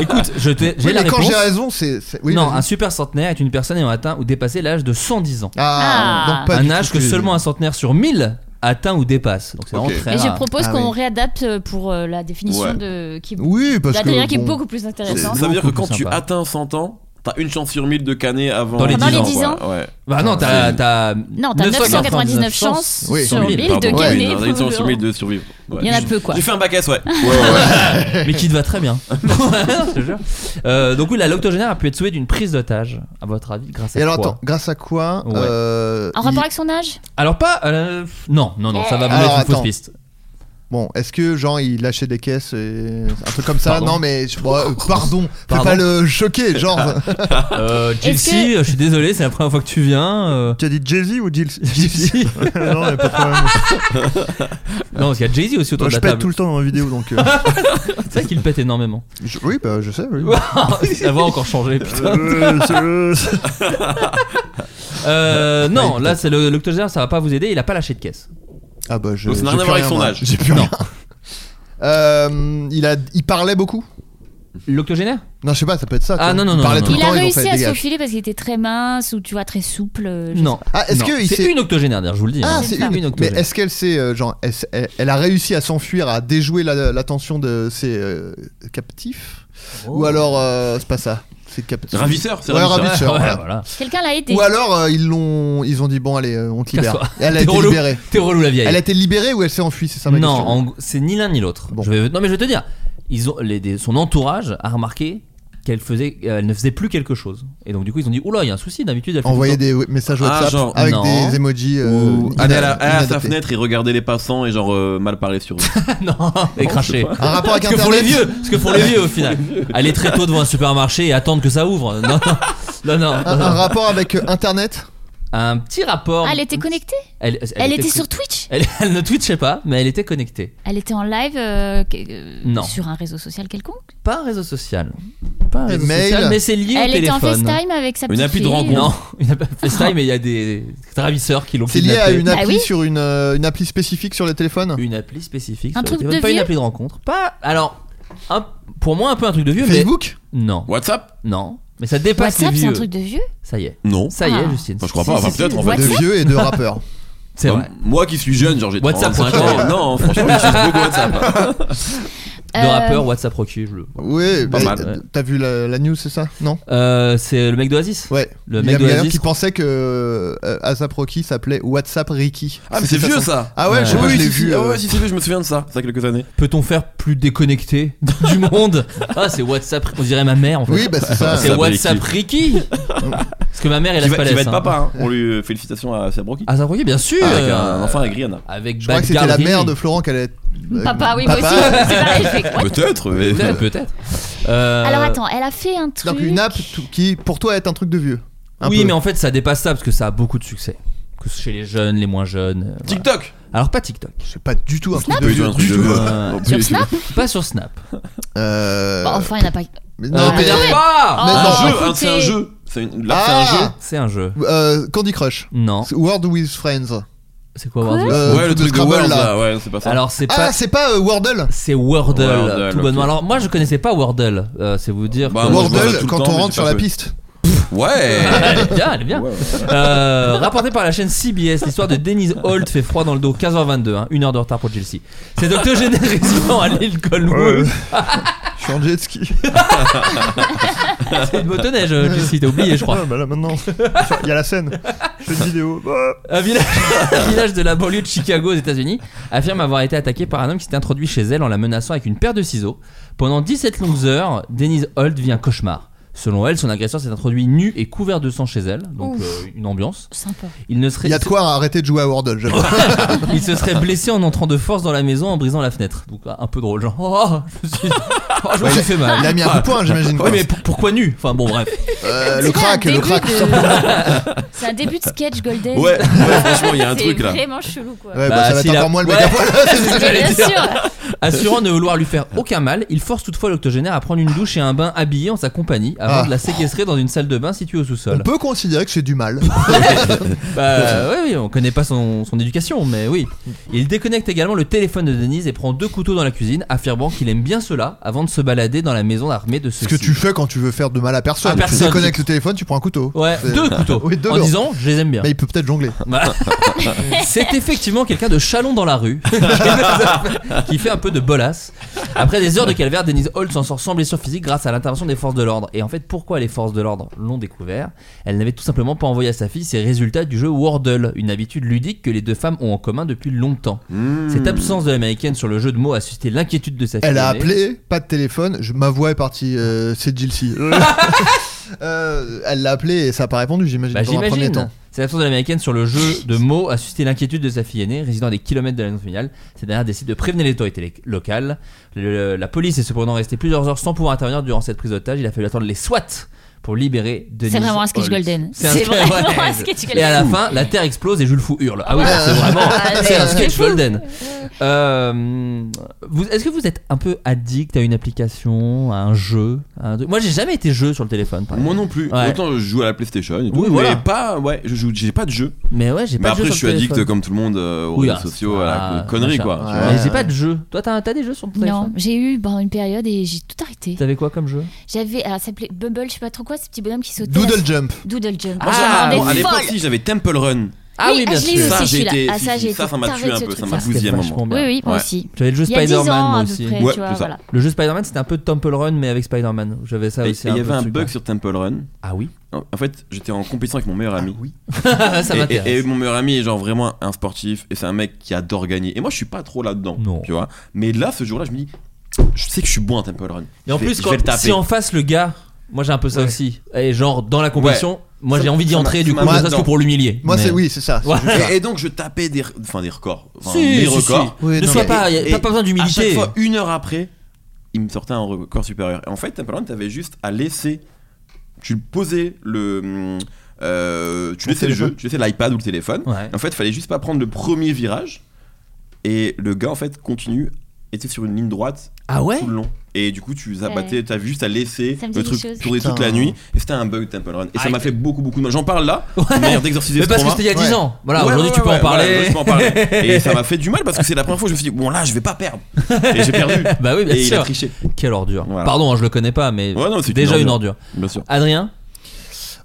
Speaker 5: Écoute, je t'ai- j'ai
Speaker 4: Oui,
Speaker 5: la
Speaker 4: mais quand
Speaker 5: réponse.
Speaker 4: j'ai raison, c'est. c'est- Oui,
Speaker 5: non,
Speaker 4: vas-y.
Speaker 5: un super centenaire est une personne ayant atteint ou dépassé l'âge de 110 ans.
Speaker 4: Ah,
Speaker 8: Ah.
Speaker 4: donc pas
Speaker 5: un
Speaker 4: du
Speaker 5: âge
Speaker 4: tout
Speaker 5: que
Speaker 4: les-
Speaker 5: seulement un centenaire sur 1000 atteint ou dépasse. Donc c'est
Speaker 6: Ok.
Speaker 5: vraiment très
Speaker 8: Mais je
Speaker 5: rare.
Speaker 8: propose
Speaker 4: Ah
Speaker 8: qu'on
Speaker 4: oui.
Speaker 8: réadapte pour euh, la définition
Speaker 6: Ouais.
Speaker 8: de qui est,
Speaker 4: Oui, parce
Speaker 5: Bah,
Speaker 8: la
Speaker 4: que.
Speaker 8: dernière qui est
Speaker 4: bon,
Speaker 8: beaucoup plus
Speaker 6: Ça
Speaker 8: intéressante.
Speaker 6: veut dire que
Speaker 5: Beaucoup
Speaker 6: quand
Speaker 5: plus
Speaker 6: tu
Speaker 5: sympa.
Speaker 6: atteins 100 ans, t'as une chance sur 1000 de canner avant.
Speaker 5: Dans les Pendant 10 les ans,
Speaker 8: 10 ans.
Speaker 6: Ouais, ouais.
Speaker 5: Bah non, t'as. t'as
Speaker 8: Non, t'as 999 chances
Speaker 4: Oui,
Speaker 8: sur
Speaker 4: sur
Speaker 8: 1000 de
Speaker 6: Pardon, oui,
Speaker 8: gagner.
Speaker 6: t'as une chance sur 1000
Speaker 8: pour-
Speaker 6: de survivre. Ouais.
Speaker 8: Il y en a peu quoi.
Speaker 6: J'ai fait un bac S, ouais. Ouais, ouais, ouais.
Speaker 5: mais qui te va très bien. Ouais, non, je te jure. Euh, donc oui, la l'octogénaire a pu être sauvée d'une prise d'otage, à votre avis, grâce à
Speaker 4: Et alors,
Speaker 5: quoi
Speaker 4: attends, grâce à quoi
Speaker 5: Ouais.
Speaker 4: euh,
Speaker 8: En
Speaker 4: il-
Speaker 8: rapport avec son âge
Speaker 5: Alors pas. euh, non, non, non, ça va vous
Speaker 4: Eh, Alors,
Speaker 5: mettre une fausse
Speaker 4: attends.
Speaker 5: piste.
Speaker 4: Bon, est-ce que genre il lâchait des caisses et un truc comme ça
Speaker 5: Pardon.
Speaker 4: Non, mais je- bon, euh, pardon,
Speaker 5: Pardon.
Speaker 4: fais pas le choquer, genre.
Speaker 5: Euh,
Speaker 8: Est-ce
Speaker 5: JC, je suis désolé, c'est la première fois que tu viens. euh,
Speaker 7: Tu as dit Jay-Z ou Jill
Speaker 5: JC.
Speaker 7: Non, y a pas de problème.
Speaker 5: Non, parce qu'il y a Jay-Z aussi autour
Speaker 7: Moi,
Speaker 5: de
Speaker 7: je
Speaker 5: la
Speaker 7: pète
Speaker 5: table.
Speaker 7: tout le temps dans ma vidéo donc. euh,
Speaker 5: C'est vrai qu'il pète énormément.
Speaker 4: Je- oui, bah je sais. Oui.
Speaker 5: Ça va encore changer, putain.
Speaker 7: euh, c'est- euh, c'est-
Speaker 5: Euh, non, là, c'est le- l'octogénaire, ça va pas vous aider. Il a pas lâché de caisse.
Speaker 4: Ah bah je.
Speaker 6: Donc, ça n'a
Speaker 4: j'ai
Speaker 6: rien à
Speaker 4: plus
Speaker 6: voir avec son
Speaker 4: moi.
Speaker 6: âge.
Speaker 4: J'ai plus
Speaker 5: Non.
Speaker 4: rien. Euh, il a, il parlait beaucoup.
Speaker 5: L'octogénaire
Speaker 4: Non, je sais pas, ça peut être ça.
Speaker 5: Ah,
Speaker 4: quoi.
Speaker 5: non, non,
Speaker 4: Il
Speaker 5: non,
Speaker 4: parlait
Speaker 5: non,
Speaker 4: tout
Speaker 5: non.
Speaker 4: le
Speaker 8: Il a
Speaker 4: temps, ils ont
Speaker 8: réussi
Speaker 4: fait
Speaker 8: à se
Speaker 4: dégage.
Speaker 8: faufiler parce qu'il était très mince ou tu vois très souple. euh, je
Speaker 5: Non.
Speaker 4: Ah, est-ce
Speaker 5: Non.
Speaker 4: que il
Speaker 5: c'est
Speaker 4: s'est-
Speaker 5: une octogénaire d'ailleurs, je vous le dis.
Speaker 4: Ah,
Speaker 5: hein.
Speaker 4: c'est
Speaker 8: ça.
Speaker 4: une.
Speaker 5: Une
Speaker 4: Mais
Speaker 5: octogénaire.
Speaker 4: est-ce qu'elle s'est. euh, genre, elle, s- elle- elle a réussi à s'enfuir, à déjouer la, la tension de ses euh, captifs
Speaker 5: Oh.
Speaker 4: Ou alors, euh, c'est pas ça C'est captif.
Speaker 6: Ravisseur, c'est
Speaker 4: Ouais,
Speaker 6: ravisseur.
Speaker 4: ravisseur.
Speaker 5: Ouais,
Speaker 4: voilà.
Speaker 5: voilà.
Speaker 8: sais. Quelqu'un l'a aidé.
Speaker 4: Ou alors, euh, ils l'ont. Ils ont dit, bon, allez, euh, on te libère.
Speaker 5: Casse-toi.
Speaker 4: Et elle a
Speaker 5: T'es
Speaker 4: été
Speaker 5: relou.
Speaker 4: libérée.
Speaker 5: T'es relou la vieille.
Speaker 4: Elle a été libérée ou elle s'est enfuie C'est ça ma
Speaker 5: Non,
Speaker 4: question.
Speaker 5: en gros, c'est ni l'un ni l'autre.
Speaker 4: Bon.
Speaker 5: Je vais- Non, mais je vais te dire, ils ont, les, des- son entourage a remarqué qu'elle faisait, euh, elle ne faisait plus quelque chose. Et donc du coup, ils ont dit, oula, il y a un souci. D'habitude, elle fait
Speaker 4: Envoyer
Speaker 5: tout
Speaker 4: des messages
Speaker 6: Ah,
Speaker 4: WhatsApp
Speaker 6: genre,
Speaker 4: avec
Speaker 5: non.
Speaker 4: des emojis. euh,
Speaker 6: Ou
Speaker 4: ina-
Speaker 6: aller à, la- aller à sa
Speaker 4: inadaptés.
Speaker 6: fenêtre et regarder les passants et genre euh, mal parler sur eux.
Speaker 5: le temps. non, et cracher.
Speaker 4: Un rapport avec
Speaker 5: Ce que font les
Speaker 4: Internet
Speaker 5: vieux, ce que font les vieux au final. Aller très tôt devant un supermarché et attendre que ça ouvre. Non, non, non. non,
Speaker 4: Un,
Speaker 5: non.
Speaker 4: un rapport avec euh, Internet
Speaker 5: Un petit rapport.
Speaker 8: Ah, elle était connectée
Speaker 5: Elle,
Speaker 8: Elle, était,
Speaker 5: co-
Speaker 8: sur Twitch
Speaker 5: Elle, elle ne twitchait pas, mais elle était connectée.
Speaker 8: Elle était en live euh, que- euh,
Speaker 5: Non.
Speaker 8: sur un réseau social quelconque
Speaker 5: Pas un réseau social. Pas un
Speaker 4: Des
Speaker 5: réseau
Speaker 4: mails.
Speaker 5: social, mais Ah, c'est lié au
Speaker 8: Elle était en
Speaker 5: téléphone.
Speaker 8: FaceTime avec sa
Speaker 6: Une
Speaker 8: petite
Speaker 6: appli de
Speaker 8: fille.
Speaker 6: rencontre.
Speaker 5: Non, il n'y a pas FaceTime, mais il y a des ravisseurs qui l'ont
Speaker 4: C'est lié à
Speaker 5: kidnappé.
Speaker 4: une
Speaker 8: Bah
Speaker 4: appli
Speaker 8: oui.
Speaker 4: sur une, euh, une appli spécifique sur le téléphone
Speaker 5: Une appli spécifique.
Speaker 8: Un
Speaker 5: sur le
Speaker 8: truc
Speaker 5: téléphone.
Speaker 8: de
Speaker 5: Pas une
Speaker 8: vieux
Speaker 5: appli de rencontre. Pas. Alors, un- pour moi, un peu un truc de vieux,
Speaker 4: Facebook
Speaker 5: mais. Non,
Speaker 6: WhatsApp
Speaker 5: non. Mais ça dépasse
Speaker 8: WhatsApp,
Speaker 5: les
Speaker 8: c'est
Speaker 5: vieux.
Speaker 8: un truc de vieux
Speaker 5: Ça y est.
Speaker 6: Non.
Speaker 5: Ça y
Speaker 8: Ah.
Speaker 5: est, Justine.
Speaker 6: Enfin, je crois pas, enfin peut-être en
Speaker 4: De
Speaker 6: fait.
Speaker 8: WhatsApp
Speaker 4: vieux et de rappeurs.
Speaker 5: C'est
Speaker 6: Comme
Speaker 5: vrai.
Speaker 6: Moi qui suis jeune, genre j'ai
Speaker 5: WhatsApp,
Speaker 6: 35
Speaker 5: c'est vrai.
Speaker 6: ans. Non, hein, franchement, j'utilise beaucoup WhatsApp.
Speaker 5: De
Speaker 8: Euh,
Speaker 5: rappeur, WhatsApp Rocky, je le.
Speaker 4: Oui,
Speaker 6: Pas
Speaker 4: mais
Speaker 6: mal,
Speaker 4: t-
Speaker 5: ouais.
Speaker 4: t'as vu la, la news, c'est ça Non
Speaker 5: Euh, c'est le mec d'Oasis
Speaker 4: Ouais.
Speaker 5: Le
Speaker 4: Il y a
Speaker 5: mec
Speaker 4: d'ailleurs qui
Speaker 5: d'Oasis.
Speaker 4: pensait que euh, ASAP Rocky s'appelait WhatsApp Ricky.
Speaker 6: Ah, mais c'est
Speaker 4: C'était
Speaker 6: vieux
Speaker 4: son-
Speaker 6: ça
Speaker 4: Ah ouais, je,
Speaker 5: Ouais.
Speaker 4: moi,
Speaker 6: oui,
Speaker 4: je l'ai
Speaker 6: si,
Speaker 4: vu.
Speaker 6: si, ah
Speaker 4: euh,
Speaker 6: ouais, si, c'est vieux, je me souviens de ça, ça a quelques années.
Speaker 5: Peut-on faire plus déconnecté du monde Ah, c'est WhatsApp. On dirait ma mère en fait.
Speaker 4: Oui, bah c'est ça.
Speaker 5: c'est
Speaker 6: WhatsApp
Speaker 5: WhatsApp Ricky. Parce que ma mère, elle a
Speaker 6: Qui va,
Speaker 5: pas
Speaker 6: qui va être papa, hein. on lui euh, félicitations à Sabroki.
Speaker 5: Ah, ça Rocky, bien sûr.
Speaker 6: avec un, un enfant aigri, Anna.
Speaker 5: Avec
Speaker 4: Je crois que c'était
Speaker 5: Bad
Speaker 4: la
Speaker 5: Girl
Speaker 4: mère
Speaker 5: Gaming.
Speaker 4: de Florent qu'elle est.
Speaker 8: Papa, oui,
Speaker 4: euh, Papa.
Speaker 8: moi aussi. C'est pareil, je fais quoi
Speaker 6: Peut-être, mais.
Speaker 5: Peut-être, peut-être. Euh,
Speaker 8: Alors attends, elle a fait un truc.
Speaker 4: Donc une app tout- qui, pour toi, est un truc de vieux. Un
Speaker 5: oui,
Speaker 4: peu.
Speaker 5: mais en fait, ça dépasse ça parce que ça a beaucoup de succès. Que chez les jeunes, les moins jeunes. euh, voilà.
Speaker 6: TikTok
Speaker 5: Alors, pas TikTok.
Speaker 4: C'est pas du tout un truc de
Speaker 6: Pas du tout
Speaker 4: vieux.
Speaker 6: un truc
Speaker 4: du
Speaker 6: de
Speaker 4: tout.
Speaker 6: vieux. Ah,
Speaker 5: Euh,
Speaker 6: Non
Speaker 8: Sur
Speaker 6: plus.
Speaker 8: Snap
Speaker 5: Pas sur Snap.
Speaker 4: Euh,
Speaker 8: Bah, Enfin, il n'a pas.
Speaker 4: mais
Speaker 5: Euh,
Speaker 4: Non, mais.
Speaker 5: regarde pas Ah,
Speaker 4: Mais
Speaker 6: Un
Speaker 4: non.
Speaker 6: jeu, un- c'est un
Speaker 8: écoutez.
Speaker 6: jeu. C'est une- Là, c'est un jeu.
Speaker 5: C'est un jeu.
Speaker 4: Euh, Candy Crush.
Speaker 5: Non.
Speaker 4: Word with Friends.
Speaker 5: C'est quoi Wordle
Speaker 4: Euh,
Speaker 6: ouais, le truc de
Speaker 4: Scrabble,
Speaker 6: World, là, ouais, c'est pas ça.
Speaker 5: Alors, c'est pas.
Speaker 4: Ah, c'est pas euh, Wordle
Speaker 5: C'est Wordle,
Speaker 6: Wordle,
Speaker 5: tout
Speaker 6: ok.
Speaker 5: bonnement. Alors, moi, je connaissais pas Wordle. euh, c'est vous dire.
Speaker 6: Bah,
Speaker 5: que-
Speaker 6: moi, je vois ça tout
Speaker 4: Wordle,
Speaker 6: le
Speaker 4: quand
Speaker 6: temps,
Speaker 4: on
Speaker 6: mais
Speaker 4: rentre
Speaker 6: j'ai
Speaker 4: sur
Speaker 6: pas
Speaker 4: la
Speaker 6: joué.
Speaker 4: piste.
Speaker 6: Ouais
Speaker 5: elle est bien, elle est bien. Euh, rapporté par la chaîne CBS, l'histoire de Denise Holt fait froid dans le dos 15h22, hein, une heure de retard pour Chelsea. Cet octogénaire résident à l'île Colwood.
Speaker 4: Je suis en jet ski.
Speaker 5: C'est une motoneige, euh, Chelsea, t'as oublié, je crois.
Speaker 7: Ah, bah là maintenant, il y a la scène. Je fais une vidéo.
Speaker 4: Oh.
Speaker 7: Bah,
Speaker 5: Un village, un village de la banlieue de Chicago aux États-Unis affirme avoir été attaqué par un homme qui s'est introduit chez elle en la menaçant avec une paire de ciseaux. Pendant 17 longues heures, Denise Holt vit un cauchemar. Selon elle, son agresseur s'est introduit nu et couvert de sang chez elle, donc
Speaker 8: Ouf.
Speaker 5: euh, une ambiance.
Speaker 8: Sympa.
Speaker 5: Il ne serait
Speaker 4: Il y a de quoi arrêter de jouer à Wordle, j'avoue.
Speaker 5: Il se serait blessé en entrant de force dans la maison en brisant la fenêtre. Donc un peu drôle, genre oh, je me suis, oh, je me
Speaker 4: Ouais,
Speaker 5: suis fait mal.
Speaker 4: Il a mis un coup de poing, j'imagine.
Speaker 5: Ouais,
Speaker 4: quoi.
Speaker 5: mais pour- pourquoi nu Enfin bon, bref.
Speaker 4: Euh, le
Speaker 8: C'est
Speaker 4: crack,
Speaker 8: un
Speaker 4: le
Speaker 8: début
Speaker 4: crack.
Speaker 8: de- C'est un début de sketch Golden.
Speaker 6: Ouais, ouais, franchement, il y a un
Speaker 8: C'est
Speaker 6: truc là.
Speaker 8: vraiment chelou quoi.
Speaker 4: Ouais, bah,
Speaker 5: Bah,
Speaker 4: ça va être
Speaker 5: s'il a-
Speaker 4: encore moins le hein,
Speaker 5: Ouais.
Speaker 4: mec à poil.
Speaker 5: C'est ce que j'allais
Speaker 8: Bien
Speaker 5: dire.
Speaker 8: sûr.
Speaker 5: Assurant ne vouloir lui faire aucun mal, il force toutefois l'octogénaire à prendre une douche et un bain habillé en sa compagnie avant
Speaker 4: Ah.
Speaker 5: de la séquestrer dans une salle de bain située au
Speaker 4: On
Speaker 5: sous-sol.
Speaker 4: peut considérer que c'est du mal.
Speaker 5: Bah oui, oui, on connaît pas son, son éducation, mais oui. Il déconnecte également le téléphone de Denise et prend deux couteaux dans la cuisine, affirmant qu'il aime bien cela avant de se balader dans la maison armée de
Speaker 4: Ce
Speaker 5: ceux
Speaker 4: que tu fais quand tu veux faire de mal à personne.
Speaker 5: À
Speaker 4: tu
Speaker 5: personne.
Speaker 4: déconnectes le téléphone, tu prends un couteau.
Speaker 5: Ouais,
Speaker 4: C'est-
Speaker 5: deux couteaux.
Speaker 4: Oui, deux.
Speaker 5: en disant, je les aime bien.
Speaker 4: Mais il peut peut-être jongler.
Speaker 5: Bah, c'est effectivement quelqu'un de Chalon dans la rue qui fait un peu de bolasse. Après des heures de calvaire, Denise Holt s'en sort sans blessure physique grâce à l'intervention des forces de l'ordre. Et en fait, pourquoi les forces de l'ordre l'ont découvert Elle n'avait tout simplement pas envoyé à sa fille ses résultats du jeu Wordle, une habitude ludique que les deux femmes ont en commun depuis longtemps. Cette absence de l'américaine sur le jeu de mots a suscité l'inquiétude de sa fille.
Speaker 4: Hmm. Elle a
Speaker 5: aînée.
Speaker 4: appelé, pas de téléphone. Je, ma voix est partie, euh, c'est Jilcy. Euh, elle l'a appelé et ça n'a pas répondu, j'imagine,
Speaker 5: Bah,
Speaker 4: dans un premier
Speaker 5: j'imagine.
Speaker 4: temps.
Speaker 5: C'est l'absence de l'américaine sur le jeu de mots a suscité l'inquiétude de sa fille aînée, résidant à des kilomètres de la maison familiale. Cette dernière décide de prévenir les autorités lé- locales. Le- la police est cependant restée plusieurs heures sans pouvoir intervenir durant cette prise d'otage. Il a fallu attendre les SWAT pour libérer Denise.
Speaker 8: C'est vraiment un sketch
Speaker 5: Holmes.
Speaker 8: golden.
Speaker 5: C'est un
Speaker 8: C'est
Speaker 5: sketch-
Speaker 8: vraiment
Speaker 5: ouais.
Speaker 8: un sketch golden.
Speaker 5: Et à la fin, la Terre explose et Jules Fou hurle. Ah oui, c'est vraiment. C'est un sketch golden. Euh, vous- Est-ce que vous êtes un peu addict à une application, à un jeu à un truc Moi, j'ai jamais été jeu sur le téléphone, par
Speaker 6: Moi
Speaker 5: exemple.
Speaker 6: non plus.
Speaker 5: Ouais.
Speaker 6: Autant je joue à la PlayStation et tout,
Speaker 5: Oui,
Speaker 6: mais
Speaker 5: voilà.
Speaker 6: pas. Ouais, je joue. J'ai pas de jeu.
Speaker 5: Mais ouais, Ah, j'ai
Speaker 6: Mais
Speaker 5: pas de
Speaker 6: après, je
Speaker 5: jeu sur
Speaker 6: suis
Speaker 5: le
Speaker 6: addict
Speaker 5: téléphone.
Speaker 6: comme tout le monde euh, aux
Speaker 5: Oui,
Speaker 6: réseaux
Speaker 5: ah,
Speaker 6: sociaux, à la
Speaker 5: ah,
Speaker 6: connerie
Speaker 5: machin.
Speaker 6: quoi.
Speaker 4: Ouais.
Speaker 6: tu vois.
Speaker 5: Mais j'ai pas de jeu. Toi, t'as t'as des jeux sur
Speaker 8: Non,
Speaker 5: ton téléphone
Speaker 8: j'ai eu pendant une période et j'ai tout arrêté.
Speaker 5: T'avais quoi comme jeu
Speaker 8: J'avais, alors ça s'appelait Bubble, je sais pas trop quoi, ce petit bonhomme qui sautait. à-
Speaker 4: Doodle Jump.
Speaker 8: Doodle Jump.
Speaker 5: Ah,
Speaker 8: Ah,
Speaker 6: bon, à
Speaker 8: j'en ai
Speaker 6: l'époque,
Speaker 8: folle.
Speaker 6: si j'avais Temple Run.
Speaker 5: Ah oui,
Speaker 8: ah,
Speaker 5: bien
Speaker 8: je l'ai eu
Speaker 5: sûr.
Speaker 6: Ça,
Speaker 8: aussi,
Speaker 6: j'ai
Speaker 8: celui-là.
Speaker 6: été.
Speaker 8: Ah, ça, j'ai
Speaker 6: ça, ça
Speaker 8: été
Speaker 6: m'a
Speaker 8: tarée
Speaker 6: tué
Speaker 8: de
Speaker 6: un
Speaker 8: ce
Speaker 6: peu. Ça
Speaker 8: truc-là.
Speaker 6: m'a bousillé à un moment.
Speaker 8: Oui, oui, moi
Speaker 6: Ouais.
Speaker 8: aussi.
Speaker 5: J'avais le jeu
Speaker 8: Il y a 10 ans,
Speaker 5: Spider-Man moi
Speaker 8: à peu
Speaker 5: aussi.
Speaker 8: près,
Speaker 6: Ouais,
Speaker 8: tu vois,
Speaker 6: c'est ça.
Speaker 8: voilà.
Speaker 5: Le jeu Spider-Man, c'était un peu Temple Run, mais avec Spider-Man. J'avais ça
Speaker 6: Et-
Speaker 5: aussi.
Speaker 6: et Il y
Speaker 5: peu
Speaker 6: avait un
Speaker 5: ce truc-là.
Speaker 6: bug sur Temple Run.
Speaker 5: Ah oui Ah
Speaker 6: En en fait, j'étais en compétition avec mon meilleur ami.
Speaker 5: Ça
Speaker 6: Et- et, et
Speaker 5: m'intéresse.
Speaker 6: mon meilleur ami est genre vraiment un sportif et c'est un mec qui adore gagner. Et moi, je suis pas trop là-dedans,
Speaker 5: Non.
Speaker 6: tu vois. Mais là, ce jour-là, je me dis, je sais que je suis bon à Temple Run.
Speaker 5: Et en
Speaker 6: Je vais-
Speaker 5: plus,
Speaker 6: je
Speaker 5: quand-
Speaker 6: vais le taper.
Speaker 5: si en face le gars, moi j'ai un peu ça
Speaker 4: Ouais.
Speaker 5: aussi. Et genre dans la compétition, moi
Speaker 6: Ça-
Speaker 5: j'ai envie d'y
Speaker 6: ça m'a-
Speaker 5: entrer
Speaker 6: ça
Speaker 5: du coup,
Speaker 6: m'a-
Speaker 5: ne
Speaker 4: Moi,
Speaker 5: serait-ce que
Speaker 6: non.
Speaker 5: pour l'humilier.
Speaker 4: Moi,
Speaker 5: Mais-
Speaker 4: c'est oui, c'est ça. c'est
Speaker 5: Ouais.
Speaker 4: juste ça.
Speaker 6: Et, et donc, je tapais des, enfin, des records, enfin,
Speaker 5: Si,
Speaker 6: mes
Speaker 5: si,
Speaker 6: records.
Speaker 5: si.
Speaker 4: Oui,
Speaker 5: Ne
Speaker 4: non,
Speaker 5: sois
Speaker 4: mais-
Speaker 5: pas, y a-
Speaker 6: et-
Speaker 5: t'as pas
Speaker 6: À
Speaker 5: besoin
Speaker 6: chaque
Speaker 5: d'humilité.
Speaker 6: fois, une heure après, il me sortait un record supérieur. Et en fait, Temple Run, t'avais juste à laisser. Tu le posais le. hum, euh, tu
Speaker 4: Le
Speaker 6: laissais le
Speaker 4: téléphone.
Speaker 6: jeu, tu laissais l'iPad ou le téléphone.
Speaker 5: Ouais.
Speaker 6: En fait, fallait juste pas prendre le premier virage. Et le gars, en fait, continue, était sur une ligne droite
Speaker 5: Ah ouais
Speaker 6: tout le long. Et du coup, tu zabattais,
Speaker 8: Ouais.
Speaker 6: t'as vu juste à laisser
Speaker 8: Ça me dit
Speaker 6: le
Speaker 8: des
Speaker 6: truc
Speaker 8: choses.
Speaker 6: tourner toute
Speaker 4: Putain.
Speaker 6: la nuit. Et c'était un bug Temple Run. Et ça
Speaker 5: Ah,
Speaker 6: m'a fait beaucoup, beaucoup de mal. J'en parle là,
Speaker 5: Ouais.
Speaker 6: manière d'exorciser
Speaker 5: Mais
Speaker 6: ce
Speaker 5: parce que
Speaker 6: trauma.
Speaker 5: c'était il y a 10
Speaker 4: Ouais.
Speaker 5: ans. Voilà,
Speaker 6: Ouais,
Speaker 5: aujourd'hui
Speaker 6: ouais,
Speaker 5: tu peux
Speaker 6: ouais,
Speaker 5: en parler.
Speaker 6: voilà, je peux en parler. et ça m'a fait du mal parce que c'est la première fois où je me suis dit, bon là, je vais pas perdre. Et j'ai perdu.
Speaker 5: bah oui, bien
Speaker 6: Et il a
Speaker 5: sûr.
Speaker 6: triché.
Speaker 5: Quelle ordure.
Speaker 6: Voilà.
Speaker 5: Pardon, hein, je le connais pas, mais
Speaker 6: Ouais, non, c'est
Speaker 5: déjà une ordure.
Speaker 6: Bien sûr.
Speaker 5: Adrien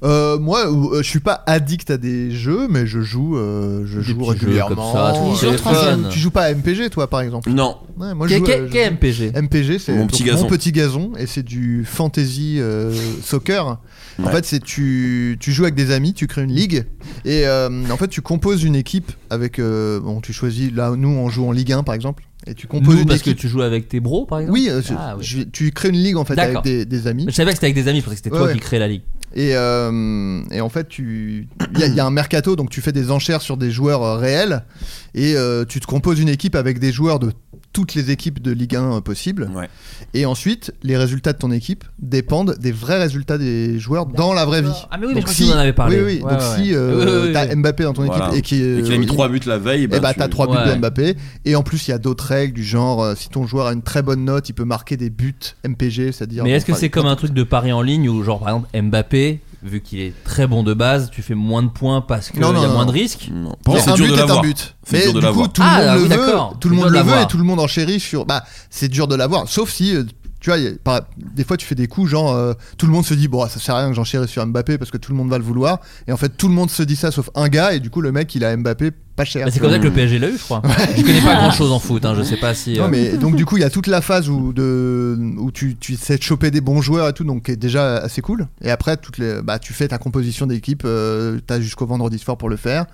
Speaker 4: Euh, moi, euh, je suis pas addict à des jeux, mais je joue, euh, je
Speaker 5: Des
Speaker 4: joue
Speaker 5: petits jeux
Speaker 4: régulièrement.
Speaker 5: comme ça, sur
Speaker 8: le
Speaker 4: tu,
Speaker 5: téléphone.
Speaker 4: joues, tu joues pas à MPG, toi, par exemple
Speaker 6: Non.
Speaker 4: Ouais, moi, je
Speaker 5: Qu'est
Speaker 4: joue à-
Speaker 5: qu'est-
Speaker 4: je-
Speaker 5: qu'est MPG
Speaker 4: MPG, c'est
Speaker 6: Mon
Speaker 4: donc
Speaker 6: petit gazon.
Speaker 4: mon petit gazon, et c'est du fantasy euh, soccer. En
Speaker 6: Ouais.
Speaker 4: fait, c'est tu, tu joues avec des amis, tu crées une ligue, et euh, en fait, tu composes une équipe avec. euh, bon, tu choisis. Là, nous, on joue en Ligue 1, par exemple, et tu composes
Speaker 5: Nous,
Speaker 4: une
Speaker 5: parce que
Speaker 4: équipe.
Speaker 5: tu joues avec tes bros par exemple
Speaker 4: Oui, euh, je-
Speaker 5: Ah, oui.
Speaker 4: je- tu crées une ligue en fait
Speaker 5: D'accord.
Speaker 4: avec des, des amis.
Speaker 5: Je savais que c'était avec des amis, je pensais que c'était
Speaker 4: Ouais,
Speaker 5: toi
Speaker 4: ouais.
Speaker 5: qui crée la ligue.
Speaker 4: Et, euh, et en fait, tu il y, a- il y a un mercato, donc tu fais des enchères sur des joueurs euh, réels et euh, tu te composes une équipe avec des joueurs de toutes les équipes de Ligue 1 euh, possibles.
Speaker 6: Ouais.
Speaker 4: Et ensuite, les résultats de ton équipe dépendent des vrais résultats des joueurs dans la vraie vie.
Speaker 5: Ah, mais oui, mais je crois que vous en avez parlé.
Speaker 4: Oui, oui,
Speaker 5: Ouais,
Speaker 4: donc
Speaker 5: ouais,
Speaker 4: si
Speaker 5: ouais.
Speaker 4: euh,
Speaker 5: Oui, oui, oui,
Speaker 4: t'as
Speaker 5: oui.
Speaker 4: Mbappé dans ton équipe
Speaker 6: Voilà.
Speaker 4: et qui
Speaker 6: Et qu'il a mis 3 buts la veille, bah,
Speaker 4: et bah
Speaker 6: tu-
Speaker 4: t'as 3 buts
Speaker 5: Ouais.
Speaker 4: de Mbappé et en plus il y a d'autres règles du genre euh, si ton joueur a une très bonne note il peut marquer des buts MPG c'est-à-dire
Speaker 5: Mais est-ce que
Speaker 4: enfin,
Speaker 5: c'est comme un truc de pari en ligne où, genre, par exemple, Mbappé, vu qu'il est très bon de base, tu fais moins de points parce qu'il y a
Speaker 4: Non, non, non.
Speaker 5: moins de risques
Speaker 6: Non.
Speaker 4: Non,
Speaker 6: C'est
Speaker 4: un
Speaker 6: dur
Speaker 4: but
Speaker 6: de
Speaker 4: est un
Speaker 6: l'avoir.
Speaker 4: but.
Speaker 6: C'est
Speaker 4: Mais
Speaker 6: dur de
Speaker 4: du coup,
Speaker 6: l'avoir.
Speaker 4: tout le
Speaker 5: Ah,
Speaker 4: monde
Speaker 5: oui,
Speaker 4: le veut,
Speaker 5: d'accord.
Speaker 4: tout
Speaker 5: C'est
Speaker 4: le
Speaker 5: dur
Speaker 4: monde
Speaker 5: de
Speaker 4: le veut
Speaker 5: l'avoir.
Speaker 4: et tout le monde en chérit sur. Bah, c'est dur de l'avoir. Sauf si, euh, tu vois, y a- par- des fois tu fais des coups genre euh, tout le monde se dit bon, ça sert à rien que j'en chéris sur Mbappé parce que tout le monde va le vouloir. Et en fait, tout le monde se dit ça sauf un gars et du coup le mec il a Mbappé pas cher. Mmh.
Speaker 5: Bah, c'est comme ça que le
Speaker 6: Mm.
Speaker 5: PSG l'a eu, je crois. Je connais pas grand chose en foot, hein, je sais pas si. euh,
Speaker 4: Non, mais donc du coup il y a toute la phase où, de, où tu, tu essaies de choper des bons joueurs et tout donc qui est déjà assez cool et après toutes les, bah, tu fais ta composition d'équipe euh, t'as jusqu'au vendredi soir pour le faire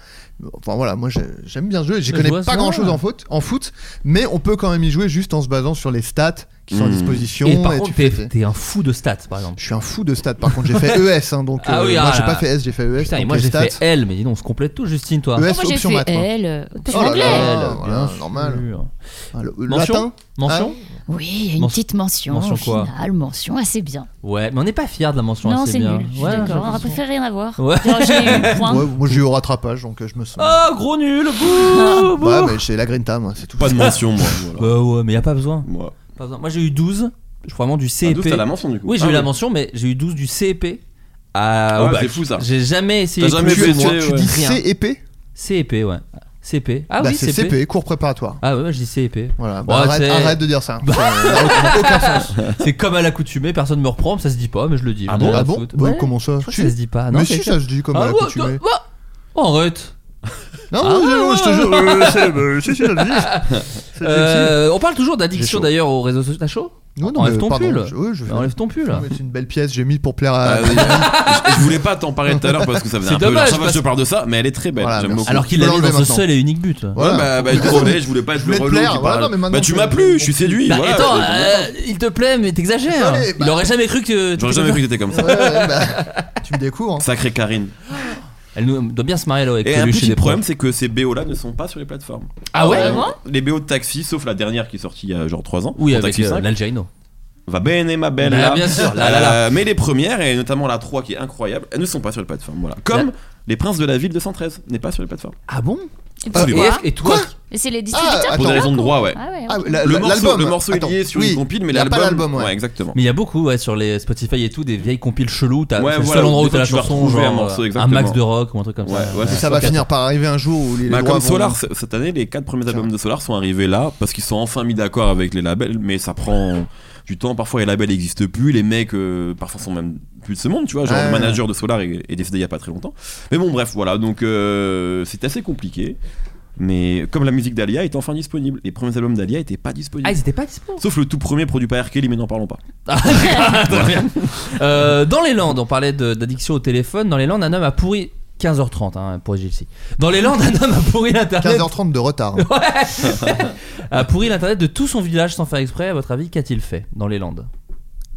Speaker 4: enfin voilà moi j'ai- j'aime bien ce jeu j'y
Speaker 5: Je
Speaker 4: connais
Speaker 5: vois
Speaker 4: pas
Speaker 5: ça.
Speaker 4: grand chose en foot, en foot mais on peut quand même y jouer juste en se basant sur les stats qui sont à
Speaker 6: Mmh.
Speaker 4: disposition
Speaker 5: Hmm. Et par
Speaker 4: et
Speaker 5: contre,
Speaker 4: tu
Speaker 5: t'es
Speaker 4: fais-
Speaker 5: t'es un fou de stats, par exemple.
Speaker 4: je suis un fou de stats par contre j'ai fait ES hein, donc
Speaker 5: Ah
Speaker 4: euh,
Speaker 5: oui,
Speaker 4: moi
Speaker 5: ah
Speaker 4: j'ai
Speaker 5: là
Speaker 4: pas
Speaker 5: là.
Speaker 4: fait S j'ai fait ES
Speaker 5: Putain, et
Speaker 4: donc
Speaker 5: moi
Speaker 4: les
Speaker 5: j'ai
Speaker 4: stats
Speaker 5: fait L, mais dis donc, on se complète tout, Justine, toi.
Speaker 4: ES
Speaker 8: Ah, Moi, j'ai
Speaker 4: option
Speaker 8: fait
Speaker 4: maths, moi.
Speaker 8: elle. euh, option
Speaker 4: Oh là
Speaker 5: L,
Speaker 8: anglais.
Speaker 4: là.
Speaker 5: bien
Speaker 4: voilà, normal.
Speaker 5: sûr.
Speaker 4: Ah, le- le
Speaker 5: Mention
Speaker 4: latin hein.
Speaker 5: Mention
Speaker 8: Oui, il y a une
Speaker 5: Mention-
Speaker 8: petite mention.
Speaker 5: mention
Speaker 8: Mention
Speaker 5: quoi
Speaker 8: finale, mention assez bien.
Speaker 5: Ouais, mais on n'est pas fiers de la mention
Speaker 8: Non,
Speaker 5: assez
Speaker 8: c'est
Speaker 5: bien.
Speaker 8: nul. Je suis
Speaker 5: Ouais, j'ai
Speaker 8: d'accord. On aurait
Speaker 5: l'impression.
Speaker 8: préféré rien avoir.
Speaker 5: Ouais.
Speaker 8: Genre, j'ai eu point.
Speaker 4: Ouais, moi j'ai eu au rattrapage donc euh, je me sens
Speaker 5: Ah, gros nul bouh, bouh.
Speaker 4: ouais mais j'ai la green time c'est tout
Speaker 6: Pas de mention, moi. voilà.
Speaker 5: Oh, Bah ouais, mais y a pas besoin.
Speaker 6: Moi.
Speaker 5: Pas besoin. Moi j'ai eu 12, je crois vraiment du
Speaker 6: Ah,
Speaker 5: CEP.
Speaker 6: d'où t'as la mention du coup.
Speaker 5: Oui, j'ai
Speaker 6: Ah
Speaker 5: eu la mention, mais j'ai eu 12 du CEP à
Speaker 6: Ah
Speaker 5: au
Speaker 6: ouais,
Speaker 5: bac.
Speaker 6: c'est fou, ça.
Speaker 5: J'ai jamais essayé.
Speaker 6: T'as jamais
Speaker 5: plus
Speaker 6: fait
Speaker 5: loin.
Speaker 6: tuer,
Speaker 4: tu
Speaker 6: ouais.
Speaker 4: dis
Speaker 5: Rien.
Speaker 4: CEP
Speaker 5: CEP, ouais. CP. Ah
Speaker 4: Bah,
Speaker 5: oui,
Speaker 4: c'est
Speaker 5: CP.
Speaker 4: CP cours préparatoire
Speaker 5: Ah ouais, moi, je dis CEP.
Speaker 4: Voilà,
Speaker 5: Ouais,
Speaker 4: bah,
Speaker 5: c'est- Bah,
Speaker 4: arrête, arrête de dire ça. Ça n'a aucun sens.
Speaker 5: C'est comme à l'accoutumée, personne me reprend, ça se dit pas, mais je le dis.
Speaker 4: Ah
Speaker 5: J'en ai
Speaker 4: bon,
Speaker 5: rien
Speaker 4: ah
Speaker 5: à
Speaker 4: bon
Speaker 5: foutre.
Speaker 4: Bah,
Speaker 5: Ouais.
Speaker 4: Comment ça
Speaker 5: Je crois que
Speaker 4: Si.
Speaker 5: ça se dit pas. Non,
Speaker 4: Mais
Speaker 5: c'est
Speaker 4: si, ça se dit comme
Speaker 5: Ah,
Speaker 4: à
Speaker 5: ouais,
Speaker 4: l'accoutumée.
Speaker 5: toi- ouais. Oh, arrête.
Speaker 4: Non,
Speaker 5: Ah,
Speaker 4: non, non, je te jure.
Speaker 7: Euh, c'est- euh, si, si, ça le dit. C'est le
Speaker 5: Euh, on parle toujours d'addiction
Speaker 6: chaud.
Speaker 5: d'ailleurs aux réseaux sociaux. T'as chaud
Speaker 4: Non, non,
Speaker 5: Enlève
Speaker 4: mais
Speaker 5: ton
Speaker 4: pardon,
Speaker 5: pull. Bah,
Speaker 4: je- oui, je-
Speaker 5: Enlève ton pull.
Speaker 4: Non, mais C'est une belle pièce, j'ai mis pour plaire
Speaker 6: Ah,
Speaker 4: à.
Speaker 6: oui, je, je voulais pas t'en parler tout à l'heure parce que ça faisait
Speaker 5: C'est
Speaker 6: un peu
Speaker 5: dommage,
Speaker 6: genre, ça va,
Speaker 5: parce-
Speaker 6: je te parle de ça, mais elle est très belle.
Speaker 4: Voilà,
Speaker 6: J'aime
Speaker 4: merci.
Speaker 6: beaucoup.
Speaker 5: Alors qu'il
Speaker 4: Je
Speaker 5: l'a
Speaker 4: peux
Speaker 5: mis dans
Speaker 4: l'enlever
Speaker 5: ce seul et unique but.
Speaker 6: Ouais,
Speaker 4: Voilà.
Speaker 6: bah, bah, désolé, je voulais pas être
Speaker 4: voulais
Speaker 6: le
Speaker 4: te
Speaker 6: relou
Speaker 4: plaire,
Speaker 6: qui
Speaker 4: voilà,
Speaker 6: parle.
Speaker 4: non, mais maintenant
Speaker 6: bah, tu
Speaker 4: que-
Speaker 6: m'as plu, je suis séduit.
Speaker 5: Bah,
Speaker 6: voilà,
Speaker 5: attends,
Speaker 6: je-
Speaker 5: euh, il te plaît, mais t'exagères.
Speaker 4: Allez, bah-
Speaker 5: Il aurait jamais cru que.
Speaker 6: J'aurais jamais cru que t'étais comme ça.
Speaker 4: Ouais, ouais, bah, tu me découvres. hein.
Speaker 6: Sacré Karine.
Speaker 5: Elle nous- doit bien se marier là avec
Speaker 6: Et un
Speaker 5: Coluche et
Speaker 6: petit
Speaker 5: des
Speaker 6: problème, c'est que ces BO là ne sont pas sur les plateformes.
Speaker 5: Ah ouais
Speaker 6: Euh, Les BO de taxi, sauf la dernière qui est sortie il y a genre 3 ans.
Speaker 5: Oui,
Speaker 6: en
Speaker 5: avec
Speaker 6: taxi
Speaker 5: euh,
Speaker 6: 5.
Speaker 5: l'Algerino.
Speaker 6: Va bene ma belle. Euh,
Speaker 5: Bah, bien sûr, là, là, là.
Speaker 6: mais les premières, et notamment la 3 qui est incroyable, elles ne sont pas sur les plateformes. Voilà. Comme les princes de la ville de 113 n'est pas sur les plateformes.
Speaker 5: Ah bon
Speaker 8: Et
Speaker 6: Ah,
Speaker 8: pourquoi
Speaker 5: Et, et toi
Speaker 8: Mais c'est les distributeurs
Speaker 4: Ah,
Speaker 8: qui
Speaker 4: pour des
Speaker 8: l'ont,
Speaker 6: raisons de
Speaker 8: quoi.
Speaker 6: droit, ouais.
Speaker 8: Ah ouais.
Speaker 4: Ah, la-
Speaker 6: le,
Speaker 4: la-
Speaker 6: morceau,
Speaker 4: l'album.
Speaker 6: le morceau est
Speaker 4: Attends,
Speaker 6: lié sur
Speaker 4: oui,
Speaker 6: une compile, mais
Speaker 4: y a
Speaker 6: l'album.
Speaker 4: pas l'album, ouais.
Speaker 6: exactement.
Speaker 5: Mais il y a beaucoup ouais, sur les Spotify et tout des vieilles compiles cheloues. T'as
Speaker 6: Ouais,
Speaker 5: c'est le
Speaker 6: voilà,
Speaker 5: seul endroit où
Speaker 6: des
Speaker 5: t'as la
Speaker 6: fois, tu vas
Speaker 5: chanson,
Speaker 6: retrouver
Speaker 5: genre
Speaker 6: un morceau,
Speaker 5: euh, un
Speaker 6: exactement.
Speaker 5: max de rock ou un truc comme ça.
Speaker 6: Ouais, ouais,
Speaker 4: Et ça va finir par arriver un jour où les, les
Speaker 6: Bah,
Speaker 4: droits
Speaker 6: comme
Speaker 4: vont-
Speaker 6: Solar, c- cette année, les quatre premiers albums de Solar sont arrivés là parce qu'ils sont enfin mis d'accord avec les labels, mais ça prend du temps. Parfois, les labels n'existent plus, les mecs, euh, parfois, sont même plus de ce monde, tu vois. Genre,
Speaker 4: Ouais.
Speaker 6: le manager de Solar est, est décédé il n'y a pas très longtemps. Mais bon, bref, voilà. Donc, euh, c'est assez compliqué. Mais comme la musique d'Alia est enfin disponible, les premiers albums d'Alia n'étaient pas disponibles.
Speaker 5: Ah, ils étaient pas Ah, dispo.
Speaker 6: Sauf le tout premier produit par R. Kelly, mais n'en parlons pas.
Speaker 5: Très bien. Euh, dans les Landes, on parlait de- d'addiction au téléphone. Dans les Landes, un homme a pourri 15h30 hein, pour JLC. Dans les Landes, un homme a pourri l'internet.
Speaker 4: 15h30 de retard.
Speaker 5: a pourri l'internet de tout son village sans faire exprès. À votre avis, qu'a-t-il fait dans les Landes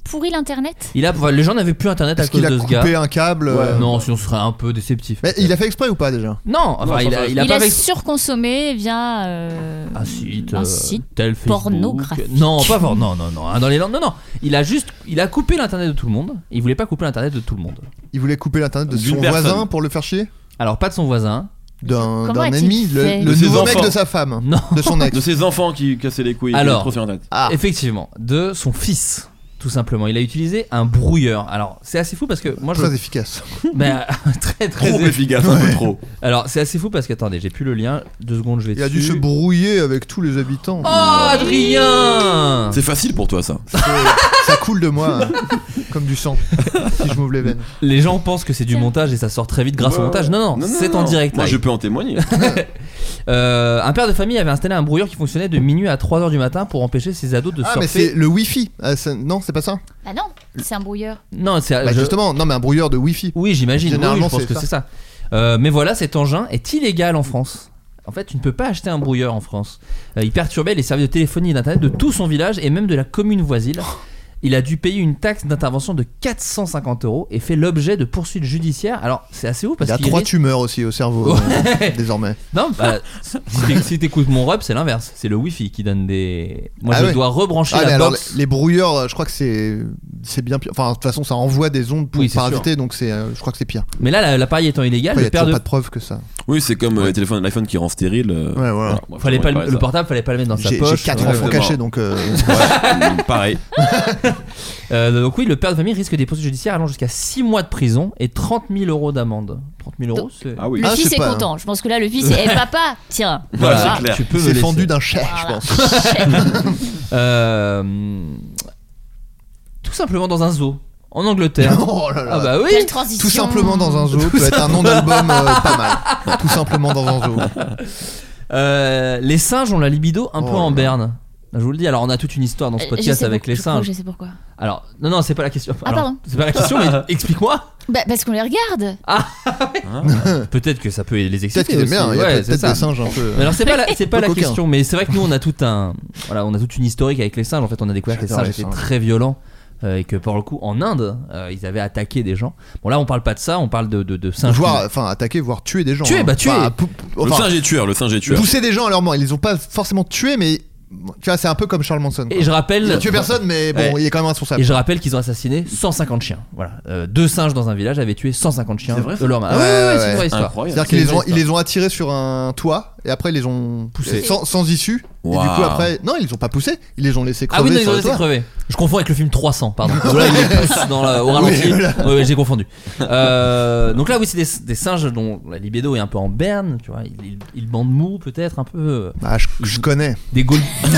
Speaker 8: Pourri l'internet
Speaker 5: Il a, enfin, les gens n'avaient plus internet à
Speaker 4: Est-ce
Speaker 5: cause
Speaker 4: qu'il a
Speaker 5: de ce gars.
Speaker 4: coupé un câble euh,
Speaker 5: Non, sinon on serait un peu déceptif.
Speaker 4: Mais il a fait exprès ou pas déjà
Speaker 5: Non, enfin,
Speaker 6: Non,
Speaker 5: il a,
Speaker 6: enfin,
Speaker 5: il
Speaker 8: Il
Speaker 5: a
Speaker 8: a,
Speaker 5: pas fait
Speaker 8: surconsommé via euh,
Speaker 5: un site,
Speaker 8: un
Speaker 5: euh,
Speaker 8: site.
Speaker 5: tel Facebook.
Speaker 8: pornographique.
Speaker 5: Non, pas porno, non, non, non. hein, Dans les Landes, non, non. Il a juste, il a coupé l'internet de tout le monde. Il voulait pas couper l'internet de tout le monde.
Speaker 4: Il voulait couper l'internet Hein, de
Speaker 6: D'une
Speaker 4: son
Speaker 6: personne.
Speaker 4: voisin pour le faire chier
Speaker 5: Alors pas de son voisin.
Speaker 4: D'un
Speaker 8: Comment
Speaker 4: d'un
Speaker 8: a-t-il
Speaker 4: ennemi
Speaker 8: fait
Speaker 4: Le,
Speaker 8: De
Speaker 4: le
Speaker 6: ses
Speaker 4: nouveau mec
Speaker 6: enfants.
Speaker 4: de sa femme
Speaker 5: Non.
Speaker 4: De son ex
Speaker 6: De ses enfants qui cassaient les couilles,
Speaker 5: Alors.
Speaker 6: et trop sur internet.
Speaker 4: Ah,
Speaker 5: Effectivement, de son fils. Tout simplement, il a utilisé un brouilleur. Alors, c'est assez fou parce que moi je.
Speaker 4: très efficace.
Speaker 5: Ben, très, très.
Speaker 6: Trop efficace, un peu trop.
Speaker 5: Alors, c'est assez fou parce que, attendez, j'ai plus le lien. Deux secondes, je vais
Speaker 4: Il a dû
Speaker 5: dessus.
Speaker 4: se brouiller avec tous les habitants.
Speaker 5: Oh, Adrien
Speaker 6: C'est facile pour toi, ça.
Speaker 4: Ça coule de moi hein, comme du sang si je m'ouvre les veines.
Speaker 5: Les gens pensent que c'est du montage et ça sort très vite grâce au montage. Non, non, c'est en direct.
Speaker 6: Moi,
Speaker 5: live.
Speaker 6: je peux en témoigner.
Speaker 5: Euh, un père de famille avait installé un brouilleur qui fonctionnait de minuit à 3h du matin pour empêcher ses ados de
Speaker 4: Ah, mais c'est
Speaker 5: surfer.
Speaker 4: le wifi Ah, ça- Non, c'est pas ça
Speaker 8: Bah non, c'est un brouilleur.
Speaker 5: Non, c'est.
Speaker 4: Bah,
Speaker 5: je-
Speaker 4: Justement, non, mais un brouilleur de wifi.
Speaker 5: Oui, j'imagine. Oui,
Speaker 4: Généralement,
Speaker 5: je pense
Speaker 4: c'est
Speaker 5: que
Speaker 4: ça.
Speaker 5: c'est ça. Euh, mais voilà, cet engin est illégal en France. En fait, tu ne peux pas acheter un brouilleur en France. Euh, il perturbait les services de téléphonie et d'internet de tout son village et même de la commune voisine. Il a dû payer une taxe d'intervention de 450 euros et fait l'objet de poursuites judiciaires. Alors, c'est assez ouf
Speaker 4: Il
Speaker 5: parce
Speaker 4: a
Speaker 5: qu'il
Speaker 4: trois
Speaker 5: risque-
Speaker 4: tumeurs aussi au cerveau euh, désormais. Ah
Speaker 5: Non, bah, si t'éc- si t'écoutes mon rep, c'est l'inverse. C'est le wifi qui donne des. Moi,
Speaker 4: Ah
Speaker 5: je
Speaker 4: ouais.
Speaker 5: dois rebrancher
Speaker 4: Ah, mais
Speaker 5: la
Speaker 4: alors,
Speaker 5: box.
Speaker 4: les- les brouilleurs, euh, je crois que c'est c'est bien pire. Enfin, de toute façon, ça envoie des ondes pour
Speaker 5: Oui, c'est
Speaker 4: parasiter, donc c'est, euh, je crois que c'est pire.
Speaker 5: Mais là, la- l'appareil étant illégal,
Speaker 4: Après, Il n'y
Speaker 5: le
Speaker 4: a
Speaker 5: père
Speaker 4: toujours
Speaker 5: de.
Speaker 4: pas de preuve que ça.
Speaker 6: Oui, c'est comme euh, le téléphone, l'iPhone qui rend stérile. euh,
Speaker 4: Ouais, voilà.
Speaker 6: moi,
Speaker 5: Fallait
Speaker 6: je
Speaker 5: pas
Speaker 6: comprends
Speaker 5: le, le portable, fallait pas le mettre dans sa
Speaker 4: J'ai
Speaker 5: poche. mm,
Speaker 4: 4
Speaker 6: ouais,
Speaker 4: enfants
Speaker 6: exactement.
Speaker 4: cachés, donc euh,
Speaker 6: ça. Ouais, pareil.
Speaker 5: Euh, donc oui, le père de famille risque des poursuites judiciaires allant jusqu'à 6 mois de prison et 30 000 euros d'amende. 30 000 euros,
Speaker 8: Donc,
Speaker 5: c'est...
Speaker 6: Ah oui.
Speaker 8: Le
Speaker 4: Ah, je
Speaker 8: fils
Speaker 4: sais
Speaker 8: est
Speaker 4: pas.
Speaker 8: content. Je pense que là, le fils est Eh, papa, tiens.
Speaker 6: Voilà, c'est clair.
Speaker 5: Ah, tu peux
Speaker 4: il
Speaker 5: me
Speaker 4: s'est
Speaker 5: laisser.
Speaker 4: fendu d'un chèque, je
Speaker 8: Voilà.
Speaker 4: pense.
Speaker 5: Euh, Tout simplement dans un zoo, en Angleterre.
Speaker 4: Oh là là.
Speaker 5: ah bah oui
Speaker 8: Quelle transition.
Speaker 4: Tout simplement dans un zoo peut être un nom d'album euh, pas mal. Tout simplement dans un zoo.
Speaker 5: Euh, Les singes ont la libido un peu
Speaker 4: Oh
Speaker 5: en
Speaker 4: là.
Speaker 5: berne. Je vous le dis, alors on a toute une histoire dans ce
Speaker 8: Euh, je
Speaker 5: podcast
Speaker 8: sais
Speaker 5: avec
Speaker 8: pourquoi-
Speaker 5: les
Speaker 8: je crois que
Speaker 5: singes.
Speaker 8: Je sais pourquoi.
Speaker 5: Alors, non, non, c'est pas la question.
Speaker 8: Ah,
Speaker 5: Alors,
Speaker 8: pardon.
Speaker 5: C'est pas Bah, la question, mais explique-moi.
Speaker 8: Bah, parce qu'on les regarde.
Speaker 5: Ah. Hein Peut-être que ça peut les exciter.
Speaker 4: Peut-être qu'il est
Speaker 5: aussi.
Speaker 4: bien, il y a
Speaker 5: Ouais,
Speaker 4: peut-être
Speaker 5: c'est ça.
Speaker 4: des singes un peu.
Speaker 5: Mais alors c'est pas la, c'est pas
Speaker 4: Peu
Speaker 5: la
Speaker 4: coquin.
Speaker 5: question, mais c'est vrai que nous on a tout un, voilà, on a toute une historique avec les singes. En fait, on a découvert que les
Speaker 4: J'adore
Speaker 5: singes
Speaker 4: les
Speaker 5: étaient
Speaker 4: singes.
Speaker 5: très violents euh, et que pour le coup en Inde euh, ils avaient attaqué des gens. Bon là on parle pas de ça, on parle de de, de singes.
Speaker 4: Voir, enfin, attaquer, voire tuer des gens.
Speaker 5: Tuer,
Speaker 4: hein.
Speaker 5: bah, tuer.
Speaker 4: Enfin, pou-
Speaker 6: Le
Speaker 4: enfin,
Speaker 6: singe est tueur, le singe est tueur.
Speaker 4: pousser des gens à leur mort. Ils les ont pas forcément tués, mais tu vois, c'est un peu comme Charles Manson.
Speaker 5: qui-
Speaker 4: quoi.
Speaker 5: Et je
Speaker 4: Il
Speaker 5: rappelle.
Speaker 4: a tué personne, mais bon,
Speaker 5: Ouais.
Speaker 4: il est quand même responsable.
Speaker 5: Et je rappelle qu'ils ont assassiné 150 chiens. Voilà, Euh, deux singes dans un village avaient tué 150 chiens.
Speaker 6: C'est vrai,
Speaker 5: de leur main.
Speaker 4: ça
Speaker 5: Ah ouais, ouais, ouais, c'est
Speaker 4: Ouais,
Speaker 5: une vraie histoire.
Speaker 6: Incroyable.
Speaker 4: C'est-à-dire qu'ils
Speaker 5: C'est
Speaker 4: les
Speaker 5: une
Speaker 4: ont,
Speaker 5: vraie
Speaker 4: ils les ont attirés sur un toit et après ils les ont poussés sans, sans issue. Et du
Speaker 6: Waouh.
Speaker 4: coup après, non, ils les ont pas poussés, ils les ont laissés
Speaker 5: Ah
Speaker 4: crever
Speaker 5: oui, non, ils
Speaker 4: sur
Speaker 5: ont
Speaker 4: le
Speaker 5: laissé
Speaker 4: toit.
Speaker 5: crever. Je confonds avec le film 300, pardon. Voilà, il les pousse dans la- au ralenti.
Speaker 4: Oui, voilà.
Speaker 5: Ouais, ouais, j'ai confondu. Euh, donc là, oui, c'est des, des singes dont la libido est un peu en berne, tu vois. Ils, ils, ils bandent mou, peut-être, un peu.
Speaker 4: Bah, je, je connais.
Speaker 5: Des gaules.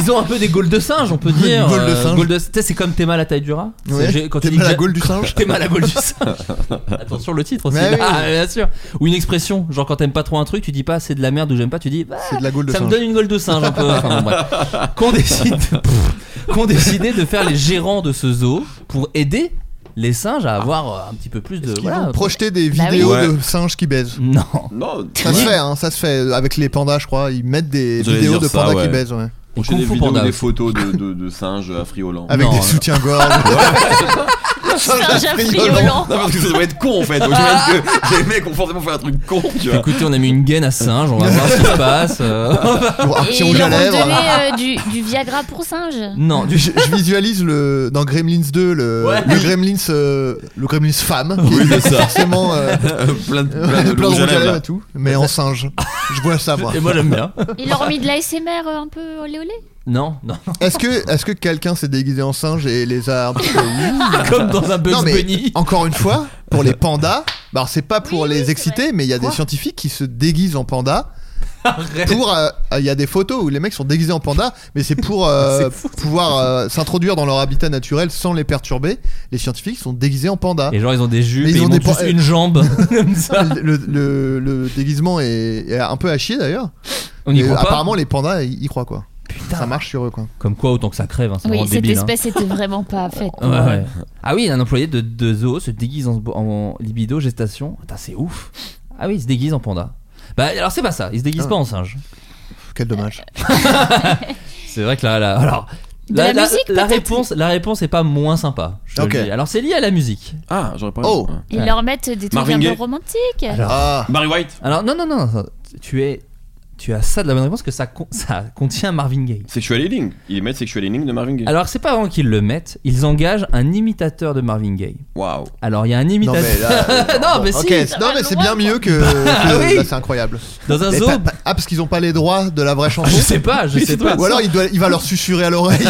Speaker 5: Ils ont un peu des gaules de singe, on peut dire.
Speaker 4: Une gaule de
Speaker 5: Euh,
Speaker 4: singe.
Speaker 5: gaule de- Tu sais, c'est comme Théma la taille du rat. C'est-
Speaker 4: Ouais.
Speaker 5: j'ai- Quand tu
Speaker 4: T'aimes
Speaker 5: dis
Speaker 4: la
Speaker 5: ja-
Speaker 4: gaule du singe
Speaker 5: Théma la gaule du singe. Attention, le titre aussi.
Speaker 4: Mais oui.
Speaker 5: Ah, bien sûr. Ou une expression, genre quand t'aimes pas trop un truc, tu dis pas c'est de la merde ou j'aime pas, tu dis bah,
Speaker 4: C'est de la gaule de
Speaker 5: ça me
Speaker 4: singe.
Speaker 5: donne une gueule de singe un peu. Enfin, bon, bref. Qu'on décide, pff, qu'on décidait de faire les gérants de ce zoo pour aider les singes à avoir euh, un petit peu plus de.
Speaker 4: Ils
Speaker 5: voilà.
Speaker 4: vont projeter des
Speaker 8: Bah oui.
Speaker 4: vidéos
Speaker 6: Ouais.
Speaker 4: de singes qui baisent.
Speaker 5: Non.
Speaker 6: Non,
Speaker 4: Ça se fait, hein, ça se fait avec les pandas, je crois. Ils mettent des
Speaker 6: J'allais
Speaker 4: vidéos
Speaker 6: dire
Speaker 4: de
Speaker 6: ça,
Speaker 4: pandas
Speaker 6: ouais.
Speaker 4: qui baisent, ouais.
Speaker 5: Et
Speaker 6: j'ai
Speaker 5: Kung
Speaker 6: des
Speaker 5: Fu
Speaker 6: vidéos,
Speaker 5: Panda.
Speaker 6: des photos de, de, de singes affriolants.
Speaker 4: Avec
Speaker 5: Non,
Speaker 4: des
Speaker 5: non.
Speaker 4: soutiens-gorge.
Speaker 8: Serge
Speaker 6: Non,
Speaker 8: Affriolant.
Speaker 6: parce que ça doit être con en fait. Donc
Speaker 8: Ah.
Speaker 6: j'imagine que les mecs ont forcément fait un truc con, tu vois.
Speaker 5: Écoutez, on a mis une gaine à singe, on va voir ce qui se passe. euh.
Speaker 4: Un
Speaker 8: Et
Speaker 4: petit
Speaker 8: ils
Speaker 4: rouge
Speaker 8: leur
Speaker 4: à
Speaker 8: ont
Speaker 4: lèvres.
Speaker 8: donné euh, du, du Viagra pour singe.
Speaker 5: Non,
Speaker 4: Je,
Speaker 5: du
Speaker 4: je visualise le dans Gremlins 2 le,
Speaker 6: Ouais.
Speaker 4: le Gremlins euh, le Gremlins femme qui
Speaker 6: Oui,
Speaker 4: est
Speaker 6: c'est ça.
Speaker 4: forcément euh,
Speaker 6: plein de,
Speaker 4: plein de
Speaker 6: rouge à
Speaker 4: rouge à lèvres
Speaker 6: lèvres.
Speaker 4: et tout mais en singe je vois ça moi
Speaker 5: Et moi j'aime bien.
Speaker 8: Ils leur ont mis de l'ASMR euh, un peu olé olé.
Speaker 5: Non, non.
Speaker 4: est-ce que est-ce que quelqu'un s'est déguisé en singe et les a un petit peu-
Speaker 5: Comme dans un Bugs
Speaker 4: non mais
Speaker 5: Bunny.
Speaker 4: encore une fois pour les pandas bah, alors c'est pas pour
Speaker 8: Oui, oui,
Speaker 4: les
Speaker 8: c'est
Speaker 4: exciter mais il y a des scientifiques qui se déguisent en panda
Speaker 5: Arrête.
Speaker 4: pour euh, il y a des photos où les mecs sont déguisés en panda mais c'est pour euh,
Speaker 5: C'est fou.
Speaker 4: pouvoir euh, s'introduire dans leur habitat naturel sans les perturber les scientifiques sont déguisés en panda
Speaker 5: Et genre ils ont des jupes
Speaker 4: Mais
Speaker 5: et
Speaker 4: ils
Speaker 5: ils
Speaker 4: ont
Speaker 5: ont
Speaker 4: des eh,
Speaker 5: tous
Speaker 4: pan-
Speaker 5: une jambe. Comme ça.
Speaker 4: le, le- le déguisement est, est un peu à chier d'ailleurs.
Speaker 5: On y
Speaker 4: Et
Speaker 5: croit pas.
Speaker 4: apparemment, les pandas y, y croient quoi. Ça
Speaker 5: Putain.
Speaker 4: marche sur eux quoi.
Speaker 5: Comme quoi autant que ça crève, hein, ça
Speaker 8: Oui,
Speaker 5: rend
Speaker 8: cette
Speaker 5: débile. hein.
Speaker 8: espèce était vraiment pas faite. pour,
Speaker 5: Ouais,
Speaker 8: euh,
Speaker 5: ouais. Ah oui, un employé de, de zoo se déguise en, en libido, gestation. Putain, c'est ouf. Ah oui, il se déguise en panda. Bah alors c'est pas ça, il se déguise
Speaker 4: Ah.
Speaker 5: pas en singe.
Speaker 4: Pff, Quel dommage.
Speaker 5: C'est vrai que là, là alors.
Speaker 8: De la musique,
Speaker 5: la
Speaker 8: peut-être
Speaker 5: réponse, la réponse est pas moins sympa. je te le
Speaker 4: Ok.
Speaker 5: dis. Alors c'est lié à la musique.
Speaker 6: Ah, j'aurais pas.
Speaker 4: Oh.
Speaker 8: Ils
Speaker 5: Ouais.
Speaker 8: leur mettent des trucs
Speaker 6: Marvin
Speaker 8: un peu
Speaker 6: Gaye.
Speaker 8: romantiques.
Speaker 5: Alors,
Speaker 4: Ah,
Speaker 6: Barry White,
Speaker 5: alors, non non non, non, tu es, tu as ça de la bonne réponse que ça, con- ça contient Marvin Gaye.
Speaker 6: Sexual Healing. Ils mettent Sexual Healing de Marvin Gaye.
Speaker 5: Alors c'est pas avant qu'ils le mettent, ils engagent un imitateur de Marvin Gaye.
Speaker 6: Waouh.
Speaker 5: Alors il y a un
Speaker 4: non
Speaker 5: imitateur.
Speaker 4: mais là. euh,
Speaker 5: Non,
Speaker 4: bon,
Speaker 5: mais
Speaker 4: ok,
Speaker 5: si.
Speaker 4: c'est- non mais c'est bien mieux que.
Speaker 5: Ah,
Speaker 4: que-
Speaker 5: oui.
Speaker 4: là, c'est incroyable.
Speaker 5: dans un
Speaker 4: Mais
Speaker 5: zoo. Ah,
Speaker 4: pas- pas- ah parce qu'ils ont pas les droits de la vraie chanson.
Speaker 5: Je sais pas, je sais pas.
Speaker 4: Ou alors il, doit, il va leur susurrer à l'oreille.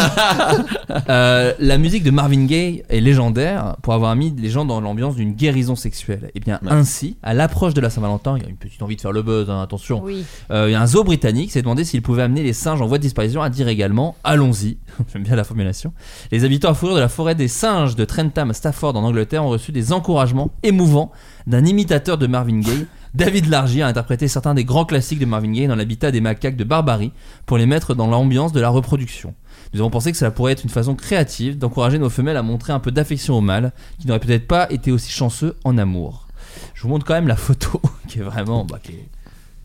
Speaker 5: Euh, la musique de Marvin Gaye est légendaire pour avoir mis les gens dans l'ambiance d'une guérison sexuelle. Et bien
Speaker 6: Ouais.
Speaker 5: ainsi, à l'approche de la Saint-Valentin, il y a une petite envie de faire le buzz, hein, attention.
Speaker 8: Oui.
Speaker 5: Euh, il y a un zoo britannique s'est demandé s'il pouvait amener les singes en voie de disparition à dire également Allons-y. J'aime bien la formulation. Les habitants à fourrure de la forêt des singes de Trentham, Stafford en Angleterre ont reçu des encouragements émouvants d'un imitateur de Marvin Gaye. David Largy a interprété certains des grands classiques de Marvin Gaye dans l'habitat des macaques de Barbarie pour les mettre dans l'ambiance de la reproduction. Nous avons pensé que cela pourrait être une façon créative d'encourager nos femelles à montrer un peu d'affection au mâle, qui n'aurait peut-être pas été aussi chanceux en amour. Je vous montre quand même la photo, qui est vraiment, bah, qui, est,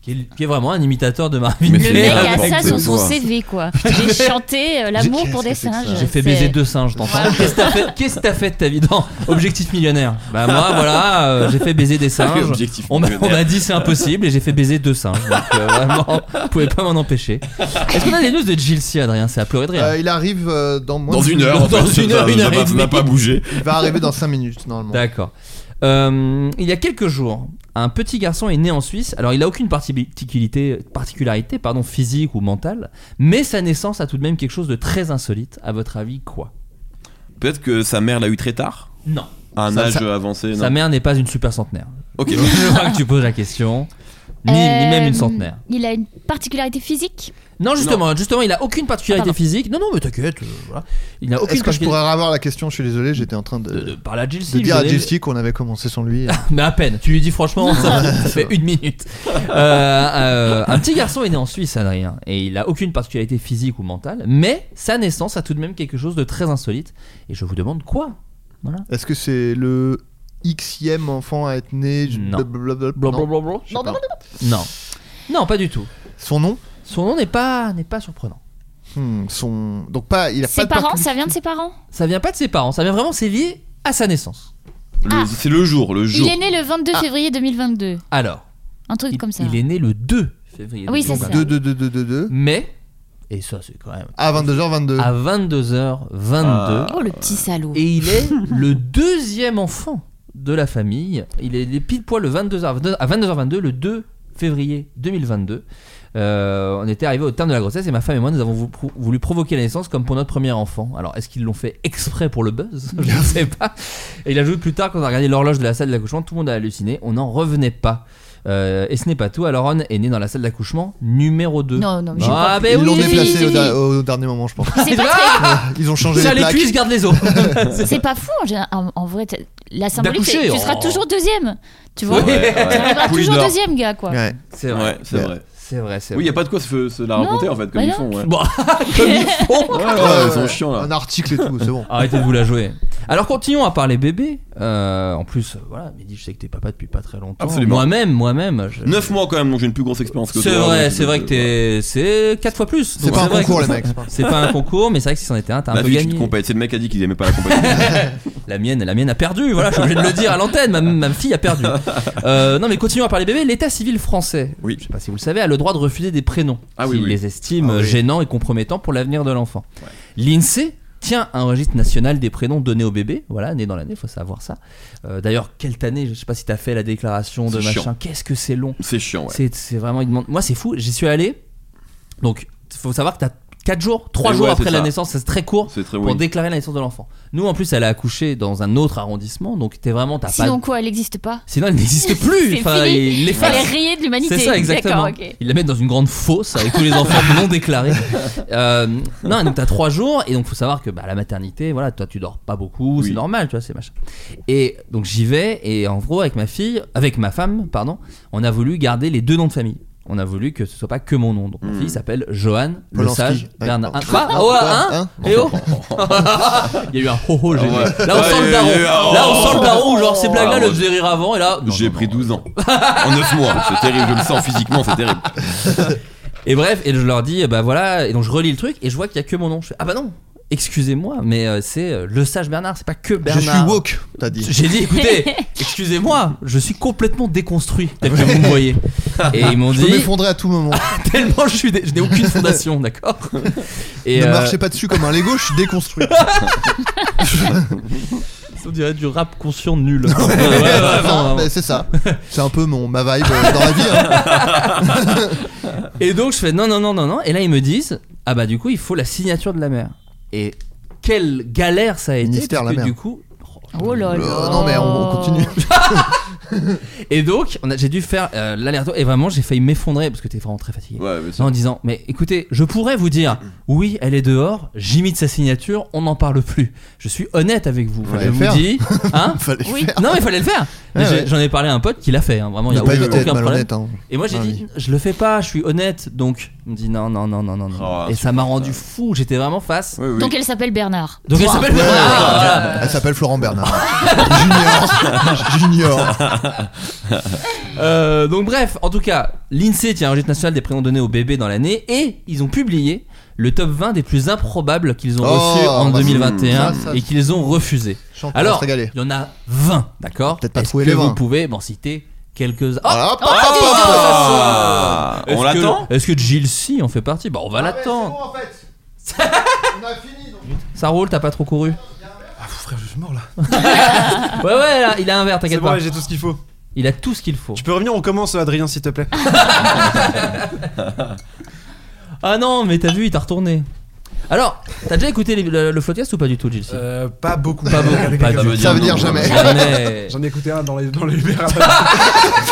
Speaker 5: qui est- qui est vraiment un imitateur de Marvin
Speaker 6: Mais
Speaker 8: Le
Speaker 6: c'est
Speaker 8: mec a
Speaker 6: n'importe
Speaker 8: ça sur son
Speaker 6: quoi.
Speaker 8: CV, quoi. J'ai chanté euh, l'amour pour des singes.
Speaker 5: J'ai
Speaker 8: C'est-
Speaker 5: fait baiser deux singes, t'entends Qu'est-ce que t'as fait- qu'est-ce que t'as fait de ta vie dans Objectif millionnaire Bah moi, voilà, euh, j'ai fait baiser des singes.
Speaker 6: Objectif
Speaker 5: On m'a on
Speaker 6: millionnaire.
Speaker 5: m'a dit c'est impossible et j'ai fait baiser deux singes. Donc euh, vraiment, vous pouvez pas m'en empêcher. Est-ce qu'on a des news de Gilles Adrien C'est à pleurer de rire.
Speaker 4: Euh, il arrive euh, dans moins
Speaker 6: Dans
Speaker 4: de-
Speaker 6: une heure, en
Speaker 5: Dans
Speaker 6: fait,
Speaker 5: une
Speaker 6: ça-
Speaker 5: heure, une
Speaker 6: ça
Speaker 5: heure et
Speaker 6: n'a pas- ça n'a
Speaker 5: demie.
Speaker 6: pas bougé.
Speaker 4: Il va arriver dans 5 minutes normalement.
Speaker 5: D'accord. Euh, il y a quelques jours, un petit garçon est né en Suisse. Alors, il n'a aucune particularité, particularité pardon, physique ou mentale, mais sa naissance a tout de même quelque chose de très insolite. À votre avis, quoi
Speaker 6: Peut-être que sa mère l'a eu très tard,
Speaker 5: Non.
Speaker 6: à un
Speaker 5: Ça-
Speaker 6: âge
Speaker 5: ça-
Speaker 6: avancé.
Speaker 5: Sa
Speaker 6: non
Speaker 5: mère n'est pas une super centenaire.
Speaker 6: Ok.
Speaker 5: Je vois que tu poses la question. Ni, ni
Speaker 8: Euh,
Speaker 5: même une centenaire.
Speaker 8: Il a une particularité physique.
Speaker 5: Non, justement, justement, il n'a aucune particularité
Speaker 8: Ah, pardon.
Speaker 5: physique. Non, non, mais t'inquiète. euh, voilà. Il n'a aucune
Speaker 4: Est-ce que je
Speaker 5: particularité.
Speaker 4: pourrais avoir la question Je suis désolé, j'étais en train de,
Speaker 5: De, de parler à Jill
Speaker 4: de dire à Jessie qu'on avait commencé sans lui.
Speaker 5: Mais à peine, tu lui dis franchement, ça, ça fait une minute. Euh, euh, un petit garçon est né en Suisse, Adrien, et il a aucune particularité physique ou mentale, mais sa naissance a tout de même quelque chose de très insolite. Et je vous demande quoi
Speaker 4: Est-ce que c'est le xème enfant à être né je-
Speaker 5: Non.
Speaker 4: blablabla- non,
Speaker 5: Blablabla.
Speaker 4: je sais pas.
Speaker 5: Non, non, pas du tout.
Speaker 4: Son nom
Speaker 5: Son nom n'est pas, n'est pas surprenant.
Speaker 4: Hmm, son... Donc pas, il a pas
Speaker 8: Ses
Speaker 4: de
Speaker 8: parents,
Speaker 4: particu-
Speaker 8: ça vient de ses parents.
Speaker 5: Ça vient pas de ses parents, ça vient vraiment, c'est lié à sa naissance.
Speaker 6: Le-
Speaker 8: Ah.
Speaker 6: C'est le jour, le jour.
Speaker 8: Il est né le 22 février 2022.
Speaker 5: Alors,
Speaker 8: Un truc
Speaker 5: Ah. il,
Speaker 8: comme ça.
Speaker 5: il est né le 2 février.
Speaker 8: Ah oui, c'est
Speaker 4: Donc
Speaker 8: ça.
Speaker 4: 2, 2, 2, 2, 2, 2.
Speaker 5: Mais, et ça c'est quand même,
Speaker 4: À 22h22.
Speaker 5: à 22h22,
Speaker 6: Ah.
Speaker 8: Oh, le petit salaud.
Speaker 5: Et il est le deuxième enfant de la famille. Il est, il est pile poil le 22 à 22h22, le 2 février 2022. Euh, on était arrivé au terme de la grossesse et ma femme et moi nous avons vou- prou- voulu provoquer la naissance comme pour notre premier enfant. Alors est-ce qu'ils l'ont fait exprès pour le buzz Je ne sais pas. Et il ajoute plus tard quand on a regardé l'horloge de la salle d'accouchement, tout le monde a halluciné, on n'en revenait pas. Euh, et ce n'est pas tout, Aaron est né dans la salle d'accouchement numéro 2.
Speaker 8: Non, non, mais j'ai
Speaker 5: ah,
Speaker 8: pas-
Speaker 5: ben
Speaker 4: Ils l'ont
Speaker 5: oui,
Speaker 4: déplacé
Speaker 8: oui,
Speaker 4: au,
Speaker 8: oui.
Speaker 4: da- au dernier moment, je pense.
Speaker 8: C'est pas très-
Speaker 5: Ah
Speaker 4: Ils ont changé
Speaker 5: Tiens,
Speaker 4: les
Speaker 5: les
Speaker 4: plaques.
Speaker 5: cuisses, garde les os.
Speaker 8: C'est pas fou en, général. en, en vrai. t'as- La symbolique,
Speaker 5: D'accoucher,
Speaker 8: c'est- tu
Speaker 5: oh.
Speaker 8: seras toujours deuxième. Tu vois
Speaker 5: Ouais,
Speaker 8: Tu arriveras
Speaker 6: Poulidor.
Speaker 8: toujours deuxième, gars, quoi.
Speaker 4: Ouais.
Speaker 5: C'est vrai.
Speaker 6: Ouais, c'est vrai.
Speaker 5: C'est vrai, c'est
Speaker 6: Oui,
Speaker 5: vrai.
Speaker 6: y a pas de quoi se, se la raconter en fait,
Speaker 8: bah
Speaker 6: comme ils
Speaker 8: non.
Speaker 6: font. Ouais.
Speaker 5: Bon, comme ils font.
Speaker 6: Ouais, ouais,
Speaker 4: Ouais,
Speaker 6: ils sont
Speaker 4: ouais.
Speaker 6: chiants là.
Speaker 4: Un article et tout, c'est bon.
Speaker 5: Arrêtez de vous la jouer. Alors continuons à parler bébé. Euh, en plus, euh, voilà, Mehdi, je sais que t'es papa depuis pas très longtemps.
Speaker 6: Oh, Absolument.
Speaker 5: Moi-même, moi-même. je-
Speaker 6: 9 mois quand même, donc j'ai une plus grosse expérience que toi.
Speaker 5: C'est vrai,
Speaker 6: donc,
Speaker 5: c'est vrai que
Speaker 6: euh,
Speaker 5: t'es. C'est 4 fois plus.
Speaker 4: C'est
Speaker 5: Donc,
Speaker 4: pas un
Speaker 5: vrai
Speaker 4: concours,
Speaker 5: que-
Speaker 4: les mecs.
Speaker 5: C'est pas un concours, mais c'est vrai que si c'en était un, t'as un
Speaker 6: La
Speaker 5: peu
Speaker 6: vie, tu te
Speaker 5: gagné.
Speaker 6: compètes. C'est le mec qui a dit qu'il aimait pas la compétition.
Speaker 5: La mienne, la mienne a perdu. Voilà, je suis obligé de le dire à l'antenne. Ma, ma fille a perdu. Euh, non, mais continuons à parler bébé. L'état civil français,
Speaker 6: Oui.
Speaker 5: je sais pas si vous le savez, a le droit de refuser des prénoms
Speaker 6: Ah
Speaker 5: s'il
Speaker 6: oui, oui.
Speaker 5: les estime
Speaker 4: Ah oui.
Speaker 5: gênants et compromettants pour l'avenir de l'enfant. L'INSEE tient un registre national des prénoms donnés au bébé. Voilà, né dans l'année, faut savoir ça. Euh, D'ailleurs, quelle année Je sais pas si t'as fait la déclaration de
Speaker 6: C'est
Speaker 5: machin.
Speaker 6: chiant.
Speaker 5: Qu'est-ce que c'est long
Speaker 6: C'est chiant, ouais.
Speaker 5: c'est c'est vraiment une demande. Moi, c'est fou. J'y suis allé. Donc, faut savoir que t'as 4 jours, 3
Speaker 6: Et
Speaker 5: jours
Speaker 6: ouais,
Speaker 5: après
Speaker 6: c'est
Speaker 5: la
Speaker 6: ça.
Speaker 5: naissance, c'est très court
Speaker 6: C'est très
Speaker 5: pour
Speaker 6: oui.
Speaker 5: déclarer la naissance de l'enfant. Nous, en plus, elle a accouché dans un autre arrondissement, donc t'es vraiment t'as
Speaker 8: Sinon
Speaker 5: pas.
Speaker 8: quoi, elle n'existe pas.
Speaker 5: Sinon, elle n'existe plus.
Speaker 8: C'est
Speaker 5: enfin,
Speaker 8: fini.
Speaker 5: il les
Speaker 8: Elle est
Speaker 5: fasse.
Speaker 8: rayée de l'humanité.
Speaker 5: C'est ça exactement.
Speaker 8: D'accord, ok.
Speaker 5: Ils la mettent dans une grande fosse avec tous les enfants non déclarés. Euh, non, donc t'as trois jours et donc faut savoir que bah, à la maternité, voilà, toi tu dors pas beaucoup, c'est
Speaker 6: Oui.
Speaker 5: normal, tu vois, c'est machin. Et donc j'y vais et en gros avec ma fille, avec ma femme, pardon, on a voulu garder les deux noms de famille. On a voulu que ce soit pas que mon nom. Donc ma
Speaker 6: Mm.
Speaker 5: fille s'appelle Johan Le
Speaker 4: Hmm. Polanski.
Speaker 5: Sage
Speaker 4: Ouais.
Speaker 5: Bernard.
Speaker 4: Non.
Speaker 5: Ah, quoi Ah, ouais, hein
Speaker 4: Hein Ah
Speaker 5: Eh oh Il y a eu un ho ho génial.
Speaker 6: ouais.
Speaker 5: Là on sent
Speaker 6: Ouais,
Speaker 5: le
Speaker 6: il y a eu
Speaker 5: daron.
Speaker 6: un
Speaker 5: Là on
Speaker 6: oh.
Speaker 5: sent le daron où genre ces blagues là
Speaker 6: Ah,
Speaker 5: le
Speaker 6: moi,
Speaker 5: faisait rire avant et là. non,
Speaker 6: J'ai
Speaker 5: non,
Speaker 6: pris
Speaker 5: non.
Speaker 6: 12 ans. En 9 mois. C'est terrible, je le sens physiquement, c'est terrible.
Speaker 5: Et bref, et je leur dis, eh bah voilà, et donc je relis le truc et je vois qu'il y a que mon nom. Je fais, ah bah non, excusez-moi, mais euh, c'est euh, le sage Bernard, c'est pas que
Speaker 4: Je
Speaker 5: Bernard.
Speaker 4: suis woke, t'as dit.
Speaker 5: J'ai dit, écoutez, excusez-moi, je suis complètement déconstruit, tel que vous me voyez. Et ils m'ont
Speaker 4: Je peux
Speaker 5: dit,
Speaker 4: m'effondrer à tout moment.
Speaker 5: tellement je suis, dé- je n'ai aucune fondation, d'accord Et
Speaker 4: ne
Speaker 5: euh,
Speaker 4: marchez pas dessus comme un Lego, je suis déconstruit.
Speaker 8: Ah
Speaker 5: on dirait du rap conscient nul. Ouais,
Speaker 4: Ouais,
Speaker 5: ouais, ouais,
Speaker 4: ouais,
Speaker 5: vraiment,
Speaker 4: non, mais c'est ça. C'est un peu mon, ma vibe euh, dans la hein. vie. hein.
Speaker 5: Et donc je fais non, non, non, non, non. Et là ils me disent ah bah du coup il faut la signature de la mère. Et quelle galère ça a été
Speaker 4: Ministère,
Speaker 5: parce
Speaker 4: la
Speaker 5: que
Speaker 4: mère.
Speaker 5: du coup.
Speaker 8: Oh là là.
Speaker 4: Euh, non, mais on, on continue.
Speaker 5: Et donc on a- j'ai dû faire euh, l'aller-retour et vraiment j'ai failli m'effondrer parce que t'es vraiment très fatigué.
Speaker 6: Ouais, mais c'est-
Speaker 5: En disant mais écoutez je pourrais vous dire oui elle est dehors j'imite sa signature on n'en parle plus. Je suis honnête avec vous.
Speaker 4: Fallait
Speaker 5: je
Speaker 4: le
Speaker 5: vous
Speaker 4: faire.
Speaker 5: dis hein.
Speaker 4: Fallait
Speaker 8: Oui.
Speaker 4: faire.
Speaker 5: Non mais il fallait le faire. Mais
Speaker 4: Ouais,
Speaker 5: j'ai-
Speaker 4: ouais.
Speaker 5: J'en ai parlé à un pote qui l'a fait. hein. Vraiment il
Speaker 4: Il
Speaker 5: n'y a
Speaker 4: pas évité
Speaker 5: aucun
Speaker 4: d'être
Speaker 5: problème.
Speaker 4: malhonnête. hein.
Speaker 5: Et moi j'ai
Speaker 4: Ah
Speaker 5: dit, je le fais pas, je suis honnête. Donc, il me dit non, non, non, non, non. non.
Speaker 6: Oh,
Speaker 5: et
Speaker 6: c'est
Speaker 5: ça m'a rendu fou, j'étais vraiment face.
Speaker 6: Oui, oui.
Speaker 8: Donc elle s'appelle Bernard.
Speaker 5: Donc elle s'appelle
Speaker 4: Ouais, ouais,
Speaker 5: Bernard.
Speaker 4: ouais. Elle s'appelle Florent Bernard. Junior. Junior.
Speaker 5: Euh, donc, bref, en tout cas, l'INSEE tient un registre national des prénoms donnés aux bébés dans l'année et ils ont publié le top 20 des plus improbables qu'ils ont
Speaker 4: Oh,
Speaker 5: reçus en
Speaker 4: bah,
Speaker 5: 2021
Speaker 4: ça, ça.
Speaker 5: et qu'ils ont refusé.
Speaker 4: Je sens qu'on va se
Speaker 5: Alors,
Speaker 4: régaler.
Speaker 5: il y en a 20, d'accord
Speaker 4: Peut-être pas
Speaker 5: Est-ce
Speaker 4: trouver
Speaker 5: que
Speaker 4: les 20.
Speaker 5: Vous pouvez m'en citer quelques-uns. Oh,
Speaker 4: Voilà, hop,
Speaker 5: oh,
Speaker 4: hop,
Speaker 5: dis donc,
Speaker 4: hop,
Speaker 5: ça sonne.
Speaker 6: On
Speaker 5: Est-ce que-
Speaker 6: l'attend
Speaker 5: Est-ce que Jill C en fait partie Bah, on
Speaker 4: Ah,
Speaker 5: va l'attendre. Ça roule, t'as pas trop couru
Speaker 3: Ah, Frère, je suis mort là.
Speaker 5: Ah, Ouais, ouais, là, il a un verre,
Speaker 3: C'est
Speaker 5: t'inquiète
Speaker 3: bon,
Speaker 5: pas.
Speaker 3: ouais, j'ai tout ce qu'il faut.
Speaker 5: Il a tout ce qu'il faut.
Speaker 3: Tu peux revenir, on commence, Adrien, s'il te plaît.
Speaker 5: Ah non, mais t'as vu, il t'a retourné. Alors, t'as déjà écouté les- le, le podcast ou pas du tout, Gilles
Speaker 3: Euh, pas beaucoup.
Speaker 5: Pas beaucoup, pas du
Speaker 4: Ça veut dire jamais.
Speaker 5: Jamais.
Speaker 3: J'en ai écouté un dans les, dans les Libéras.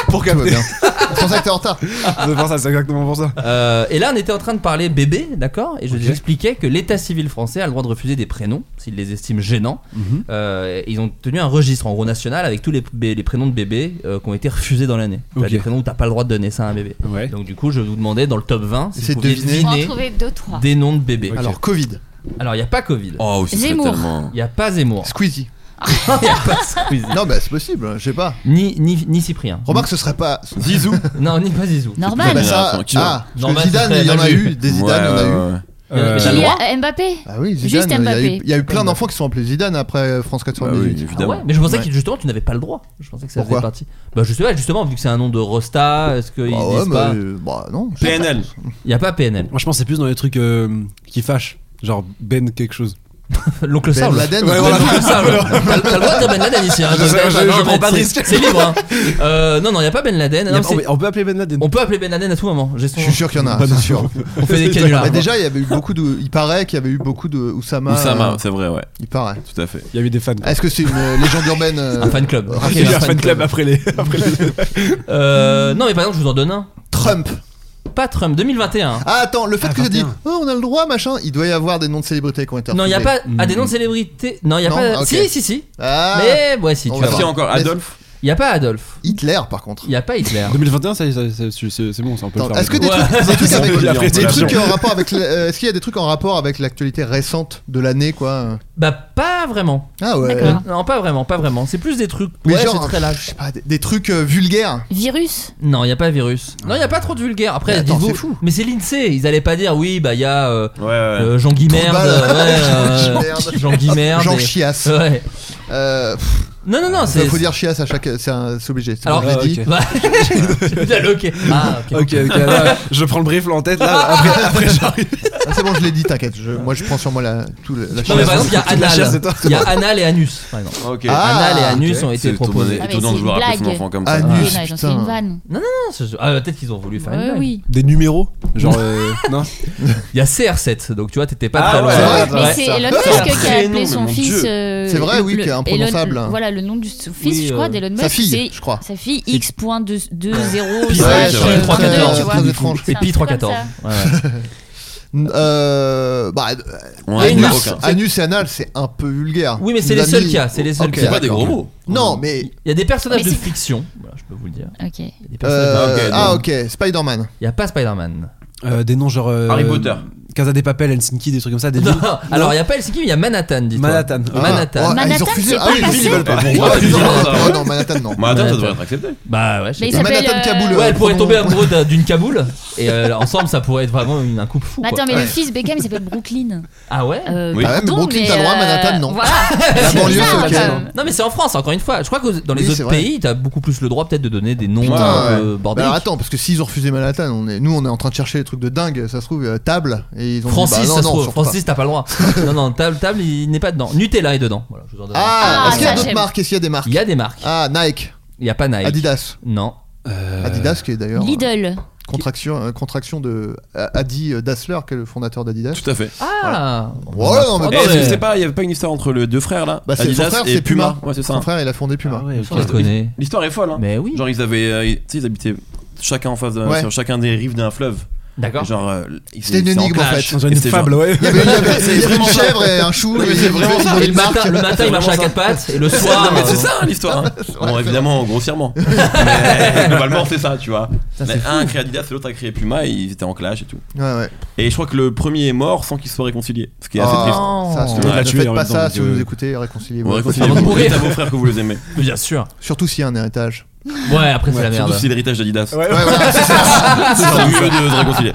Speaker 4: Pour capter. C'est pour ça que t'es en retard.
Speaker 3: c'est pour ça, c'est exactement pour ça.
Speaker 5: Euh, et là, on était en train de parler bébé, d'accord Et je
Speaker 3: Ok.
Speaker 5: vous expliquais que l'état civil français a le droit de refuser des prénoms s'il les estime gênants. Euh, ils ont tenu un registre en gros national avec tous les, bé- les prénoms de bébés euh, qui ont été refusés dans l'année. T'as
Speaker 3: Ok.
Speaker 5: Des prénoms où t'as pas le droit de donner ça à un bébé.
Speaker 3: Ouais.
Speaker 5: Donc, du coup, je vous demandais dans le top 20 si
Speaker 4: Essayez
Speaker 5: vous
Speaker 4: de
Speaker 5: pouviez
Speaker 8: On
Speaker 4: deviner.
Speaker 8: va en
Speaker 5: deviner
Speaker 8: trouver deux, trois.
Speaker 5: des noms de bébés.
Speaker 4: Alors, Covid.
Speaker 5: Alors, il n'y a pas Covid.
Speaker 6: Oh, aussi, c'est
Speaker 8: Zemmour.
Speaker 6: tellement.
Speaker 5: Il n'y a pas Zemmour.
Speaker 4: Squeezie.
Speaker 5: Il n'y a pas Squeezie.
Speaker 4: Non, bah c'est possible, je sais pas.
Speaker 5: Ni, ni, ni Cyprien.
Speaker 4: Remarque, ce serait pas.
Speaker 6: Zizou.
Speaker 5: Non, ni pas Zizou.
Speaker 4: Ah, bah,
Speaker 8: Normal.
Speaker 4: ça,
Speaker 6: Qui va
Speaker 4: ah, parce que
Speaker 5: Normal, ce
Speaker 4: Zidane,
Speaker 5: serait
Speaker 4: il y en a
Speaker 5: mal vu.
Speaker 4: eu. Des Zidane, on a eu.
Speaker 5: Euh,
Speaker 8: Qui
Speaker 5: t'as le droit
Speaker 8: a- Mbappé.
Speaker 4: Ah oui,
Speaker 8: Juste
Speaker 4: Zidane, il y a eu-
Speaker 8: Mbappé.
Speaker 4: il y, a eu plein d'enfants qui sont appelés Zidane après euh, France
Speaker 6: Bah oui,
Speaker 4: 98.
Speaker 5: Ah
Speaker 6: évidemment.
Speaker 5: ouais, mais je pensais
Speaker 4: Ouais.
Speaker 5: que justement tu n'avais pas le droit. Je pensais que ça
Speaker 4: ah, Pourquoi
Speaker 5: faisait partie. Bah je sais pas, justement, vu que c'est un nom de Rosta, est-ce qu'ils
Speaker 4: Bah
Speaker 5: se
Speaker 4: ouais,
Speaker 5: disent
Speaker 4: mais,
Speaker 5: pas
Speaker 4: euh, bah non. je sais pas.
Speaker 6: PNL.
Speaker 5: Il n'y a pas PNL.
Speaker 3: Moi, je pense que c'est plus dans les trucs euh, qui fâchent. Genre Ben quelque chose.
Speaker 5: L'oncle
Speaker 4: Ben
Speaker 5: Sable.
Speaker 4: Laden,
Speaker 3: Ouais,
Speaker 4: Ben
Speaker 3: voilà.
Speaker 4: Laden.
Speaker 5: L'oncle Sable. T'as t'as le droit de dire Ben Laden ici. hein.
Speaker 3: Je sais,
Speaker 5: Ben-
Speaker 3: je-
Speaker 5: Ben-
Speaker 3: je
Speaker 5: non,
Speaker 3: prends
Speaker 5: mais
Speaker 3: pas de
Speaker 5: c'est-
Speaker 3: risque.
Speaker 5: C'est libre. hein. Euh, non, non, il n'y a pas Ben Laden.
Speaker 3: Il y a-
Speaker 5: Non, c'est-
Speaker 3: on peut appeler Ben Laden.
Speaker 5: on peut appeler Ben Laden à tout moment. J'ai son-
Speaker 4: Je suis sûr qu'il y en a, c'est sûr.
Speaker 5: On fait des canulars.
Speaker 4: Bah déjà, il y avait eu beaucoup de. Il paraît qu'il y avait eu beaucoup de Oussama.
Speaker 6: Oussama,
Speaker 4: euh,
Speaker 6: c'est vrai, ouais,
Speaker 4: il paraît.
Speaker 6: tout à fait.
Speaker 3: Il y a eu des fans. quoi.
Speaker 4: Est-ce que c'est une euh, légende urbaine euh,
Speaker 5: Un fan club.
Speaker 4: Ah,
Speaker 5: Ok,
Speaker 3: Il y a eu un fan club
Speaker 5: club.
Speaker 3: après les. Après les...
Speaker 5: Euh, Non, mais par exemple, je vous en donne un.
Speaker 4: Trump.
Speaker 5: Pas Trump, 2021.
Speaker 4: Ah, attends, le fait
Speaker 3: Ah,
Speaker 4: que j'ai dit
Speaker 3: 21.
Speaker 4: oh, on a le droit, machin, il doit y avoir des noms de célébrités qui ont été
Speaker 5: Non, il n'y a
Speaker 6: Hmm.
Speaker 4: refusés.
Speaker 5: Hmm. pas. Ah, des noms de célébrités. Non, il n'y a
Speaker 4: Non,
Speaker 5: pas.
Speaker 4: ok.
Speaker 5: Si, si, si.
Speaker 4: Ah,
Speaker 5: Mais ouais, si, tu
Speaker 4: On
Speaker 5: vas
Speaker 4: va
Speaker 5: voir.
Speaker 6: Merci encore,
Speaker 4: Mais-
Speaker 6: Adolphe.
Speaker 5: Il n'y a pas Adolphe.
Speaker 4: Hitler, par contre.
Speaker 5: Il n'y a pas Hitler.
Speaker 3: 2021, ça y est, ça- ça- c'est c'est- c'est bon, ça on peut
Speaker 4: Attends,
Speaker 3: le faire.
Speaker 4: Est-ce que des
Speaker 5: Ouais.
Speaker 4: trucs, des trucs
Speaker 6: Ça, on
Speaker 4: avec-
Speaker 6: peut le dire,
Speaker 4: des
Speaker 6: on peut le
Speaker 4: trucs
Speaker 6: dire.
Speaker 4: en rapport avec, le- euh, est-ce qu'il y a des trucs en rapport avec l'actualité récente de l'année, quoi
Speaker 5: Bah, pas vraiment. Euh,
Speaker 4: Ah ouais.
Speaker 8: D'accord.
Speaker 5: Non, pas vraiment, pas vraiment. C'est plus des trucs.
Speaker 4: Mais
Speaker 5: ouais,
Speaker 4: genre,
Speaker 5: c'est très
Speaker 4: Je
Speaker 5: lâche.
Speaker 4: sais pas, des, des trucs euh, vulgaires.
Speaker 8: Virus
Speaker 5: Non, il n'y a pas virus. Non, il n'y a pas trop de vulgaire.
Speaker 4: Mais
Speaker 5: Après,
Speaker 4: attends,
Speaker 5: dites-vous-
Speaker 4: c'est fou.
Speaker 5: Mais c'est l'INSEE. Ils allaient pas dire, oui, bah, il y a euh,
Speaker 6: Ouais, ouais.
Speaker 5: euh, Jean Guimard.
Speaker 4: Trop de balles. Jean
Speaker 5: euh,
Speaker 4: Guimard.
Speaker 5: Jean Guimard.
Speaker 4: Jean
Speaker 5: et-
Speaker 4: Chiasse.
Speaker 5: Ouais.
Speaker 4: Euh, pff,
Speaker 5: Non, non, non, c'est.
Speaker 4: faut dire Chiasse à chaque. C'est un- c'est obligé. c'est
Speaker 5: Alors,
Speaker 4: bon, je l'ai
Speaker 3: euh,
Speaker 4: dit.
Speaker 3: ok.
Speaker 5: Bah, je- je- ok. Ah, ok.
Speaker 3: Ok, ok, là, je prends le brief là, en tête, là, après, après j'arrive.
Speaker 4: Ah, c'est bon, je l'ai dit, t'inquiète. je- Moi, je prends sur moi la, tout le- la
Speaker 5: Non, mais
Speaker 4: Chiasse.
Speaker 5: par exemple, il y a
Speaker 3: chair,
Speaker 5: anal.
Speaker 3: c'est toi.
Speaker 5: Il y a anal et anus, par exemple.
Speaker 6: Ok.
Speaker 4: Ah,
Speaker 5: anal et anus
Speaker 6: ok.
Speaker 5: ont été
Speaker 6: C'est
Speaker 5: proposés.
Speaker 6: étonnant-
Speaker 8: Ah, mais
Speaker 6: Étonnant
Speaker 8: c'est
Speaker 6: de
Speaker 8: une
Speaker 6: vouloir appeler son
Speaker 8: blague.
Speaker 6: enfant comme ça.
Speaker 4: Ah,
Speaker 8: Ah,
Speaker 4: Anus,
Speaker 8: oui, non, ils ont fait
Speaker 4: putain.
Speaker 8: une vanne.
Speaker 5: Non, c'est- ah, peut-être qu'ils ont voulu faire une
Speaker 8: Ouais,
Speaker 5: blague.
Speaker 8: oui.
Speaker 3: Des numéros Genre, euh, non
Speaker 5: Il y a CR7, donc tu vois, t'étais pas
Speaker 6: Ah
Speaker 5: très
Speaker 6: ouais,
Speaker 5: loin.
Speaker 4: c'est vrai.
Speaker 8: Mais c'est Elon
Speaker 4: Ah,
Speaker 5: Ça.
Speaker 8: Musk qui a appelé
Speaker 6: Prénom,
Speaker 8: son
Speaker 6: mais mon
Speaker 8: fils.
Speaker 6: Dieu.
Speaker 8: euh,
Speaker 4: C'est vrai, oui,
Speaker 8: le-
Speaker 4: qui est imprononçable.
Speaker 8: Elon- Voilà, le nom de son fils,
Speaker 5: Oui,
Speaker 8: je crois,
Speaker 5: euh,
Speaker 8: d'Elon Musk.
Speaker 4: Sa
Speaker 8: c'est-
Speaker 4: fille, je crois.
Speaker 8: Sa fille X.220.
Speaker 5: Pi-
Speaker 4: Ouais,
Speaker 8: slash,
Speaker 4: c'est
Speaker 5: vrai.
Speaker 8: euh,
Speaker 5: 3,
Speaker 8: 22,
Speaker 5: 14,
Speaker 8: tu vois.
Speaker 4: très
Speaker 8: C'est
Speaker 4: étrange.
Speaker 5: Et
Speaker 8: un
Speaker 5: pi
Speaker 8: truc comme
Speaker 5: 314.
Speaker 8: ça.
Speaker 5: Ouais, ouais.
Speaker 4: Euh, bah,
Speaker 6: On a
Speaker 5: Anus.
Speaker 6: aucun.
Speaker 4: anus et anal, c'est un peu vulgaire.
Speaker 5: Oui, mais c'est les
Speaker 4: L'ami-
Speaker 5: seuls cas. C'est les seuls
Speaker 4: Ok,
Speaker 6: C'est
Speaker 5: cas.
Speaker 6: pas des gros mots.
Speaker 4: Non, mais.
Speaker 5: Il y a des personnages
Speaker 8: Mais
Speaker 5: de
Speaker 8: c'est-
Speaker 5: fiction. Voilà, je peux vous le dire.
Speaker 8: Ok.
Speaker 5: Il y a des personnages-
Speaker 4: euh,
Speaker 6: ok,
Speaker 4: ah,
Speaker 6: donc.
Speaker 4: ok, Spider-Man.
Speaker 5: Il y a pas Spider-Man.
Speaker 3: Euh, Des noms genre. euh,
Speaker 6: Harry Potter.
Speaker 3: Casa des Papel, Helsinki, des trucs comme ça, des
Speaker 5: Non,
Speaker 3: villes.
Speaker 5: alors il y a pas Helsinki, mais il y a Manhattan, dis-toi.
Speaker 3: Manhattan.
Speaker 4: Ah,
Speaker 5: Manhattan.
Speaker 4: oh, ah, ils
Speaker 8: Manhattan,
Speaker 4: ont refusé.
Speaker 8: c'est
Speaker 4: Ah
Speaker 8: pas
Speaker 4: oui,
Speaker 8: passé.
Speaker 4: ils veulent pas.
Speaker 6: Eh, pourquoi
Speaker 4: Ah, ils ont-
Speaker 6: Manhattan,
Speaker 4: ah, non, Manhattan,
Speaker 6: Bah
Speaker 4: non.
Speaker 6: attends, ça
Speaker 5: Manhattan.
Speaker 6: devrait être accepté.
Speaker 5: Bah ouais, je sais
Speaker 8: Mais il
Speaker 5: pas.
Speaker 8: s'appelle.
Speaker 4: Manhattan, Kaboul,
Speaker 8: euh,
Speaker 5: Ouais, elle pourrait
Speaker 4: Prenons-
Speaker 5: tomber amoureux d'un- d'une Kaboul et euh, ensemble ça pourrait être vraiment une- un couple fou.
Speaker 8: mais
Speaker 5: quoi.
Speaker 8: Attends, mais
Speaker 4: Ouais.
Speaker 8: le fils Beckham, il s'appelle Brooklyn.
Speaker 5: Ah ouais
Speaker 8: Euh,
Speaker 6: Oui.
Speaker 4: Ah ouais, mais
Speaker 8: pardon,
Speaker 4: Brooklyn, t'as le droit,
Speaker 8: euh,
Speaker 4: Manhattan, non.
Speaker 8: Voilà.
Speaker 4: La
Speaker 8: C'est
Speaker 4: banlieue,
Speaker 8: bizarre,
Speaker 4: c'est ok.
Speaker 8: quand
Speaker 4: non.
Speaker 8: même.
Speaker 5: Non mais c'est en France encore une fois. Je crois que dans les
Speaker 4: Oui, c'est
Speaker 5: autres
Speaker 4: vrai.
Speaker 5: pays, t'as beaucoup plus le droit peut-être de donner des noms
Speaker 4: Putain,
Speaker 5: euh,
Speaker 4: Bah
Speaker 5: bordéliques.
Speaker 4: alors attends, parce que s'ils ont refusé Manhattan, on est, nous on est en train de chercher les trucs de dingue, ça se trouve, euh, table, et ils ont dit,
Speaker 5: Francis,
Speaker 4: bah, non,
Speaker 5: ça se
Speaker 4: non,
Speaker 5: trouve.
Speaker 4: surtout pas.
Speaker 5: Francis, t'as pas le droit. non non, table table, il n'est pas dedans. Nutella est dedans. Voilà, je vous en donne.
Speaker 4: Ah,
Speaker 8: Ah,
Speaker 4: est-ce qu'il y a
Speaker 8: ça,
Speaker 4: d'autres
Speaker 8: j'aime.
Speaker 4: marques Est-ce qu'il y a des marques
Speaker 5: Il y a des marques.
Speaker 4: Ah, Nike,
Speaker 5: Il y a pas Nike.
Speaker 4: Adidas. Euh,
Speaker 5: Non.
Speaker 4: Adidas qui est d'ailleurs euh,
Speaker 8: Lidl.
Speaker 4: contraction, euh, contraction de euh, Adi euh, Dassler, qui est le fondateur d'Adidas.
Speaker 6: Tout à fait.
Speaker 5: Ah.
Speaker 4: Voilà, non, mais
Speaker 5: Oh,
Speaker 6: Eh,
Speaker 4: non,
Speaker 6: Est-ce
Speaker 5: mais-
Speaker 6: que c'est pas, il y avait pas une histoire entre les deux frères là
Speaker 4: Bah, c'est- son
Speaker 6: Adidas
Speaker 4: frère,
Speaker 6: et
Speaker 4: c'est
Speaker 6: Puma.
Speaker 4: Puma.
Speaker 6: Ouais, c'est
Speaker 4: Son
Speaker 6: ça.
Speaker 4: frère, il a fondé Puma.
Speaker 3: Ah ouais,
Speaker 5: Je les connais.
Speaker 6: L'histoire est folle. Hein.
Speaker 5: Mais oui.
Speaker 6: Genre ils avaient, euh, ils- tu sais, ils habitaient chacun en face, d'un-
Speaker 4: Ouais.
Speaker 6: sur chacun des rives d'un fleuve.
Speaker 5: D'accord.
Speaker 6: Et Genre, euh, ils-
Speaker 4: C'était une
Speaker 6: c'est en
Speaker 4: énigme, en
Speaker 6: clash.
Speaker 4: fait.
Speaker 3: Dans
Speaker 6: Et
Speaker 3: une
Speaker 6: c'était genre-
Speaker 3: fable, ouais.
Speaker 4: Il y avait, il y avait- il y avait une chèvre et un chou,
Speaker 6: mais
Speaker 4: et
Speaker 6: c'est vraiment
Speaker 4: ils
Speaker 6: ça.
Speaker 4: ont
Speaker 5: Et
Speaker 4: une
Speaker 5: le
Speaker 4: marque.
Speaker 5: matin, le matin, il marchait à quatre pattes et le
Speaker 6: Ah,
Speaker 5: soir.
Speaker 6: mais c'est
Speaker 5: euh,
Speaker 6: ça hein, l'histoire. hein. bon,
Speaker 4: vrai.
Speaker 6: évidemment, grossièrement. mais globalement, c'est ça, tu vois.
Speaker 5: c'est
Speaker 6: Mais un a créé Adidas et l'autre a créé Puma et ils étaient en clash et tout.
Speaker 4: Ouais, ouais.
Speaker 6: Et je crois que le premier est mort sans qu'ils se soient réconciliés. Ce qui est assez
Speaker 4: Ah,
Speaker 6: triste.
Speaker 4: Ça,
Speaker 3: On
Speaker 4: c'est-
Speaker 3: l'a
Speaker 4: ne
Speaker 3: tué en
Speaker 4: faites pas
Speaker 3: même temps,
Speaker 4: ça
Speaker 3: donc,
Speaker 4: si vous nous
Speaker 3: euh,
Speaker 4: écoutez,
Speaker 6: Vous
Speaker 4: réconciliez-vous.
Speaker 6: réconciliez-vous.
Speaker 5: Avant de mourir.
Speaker 6: Dites à vos frères que vous les aimez.
Speaker 5: Bien sûr.
Speaker 4: Surtout s'il y a un héritage.
Speaker 5: Ouais, après c'est la
Speaker 6: Surtout
Speaker 5: merde.
Speaker 6: si c'est l'héritage d'Adidas.
Speaker 4: Ouais, voilà, c'est ça.
Speaker 6: C'est le mieux de se réconcilier.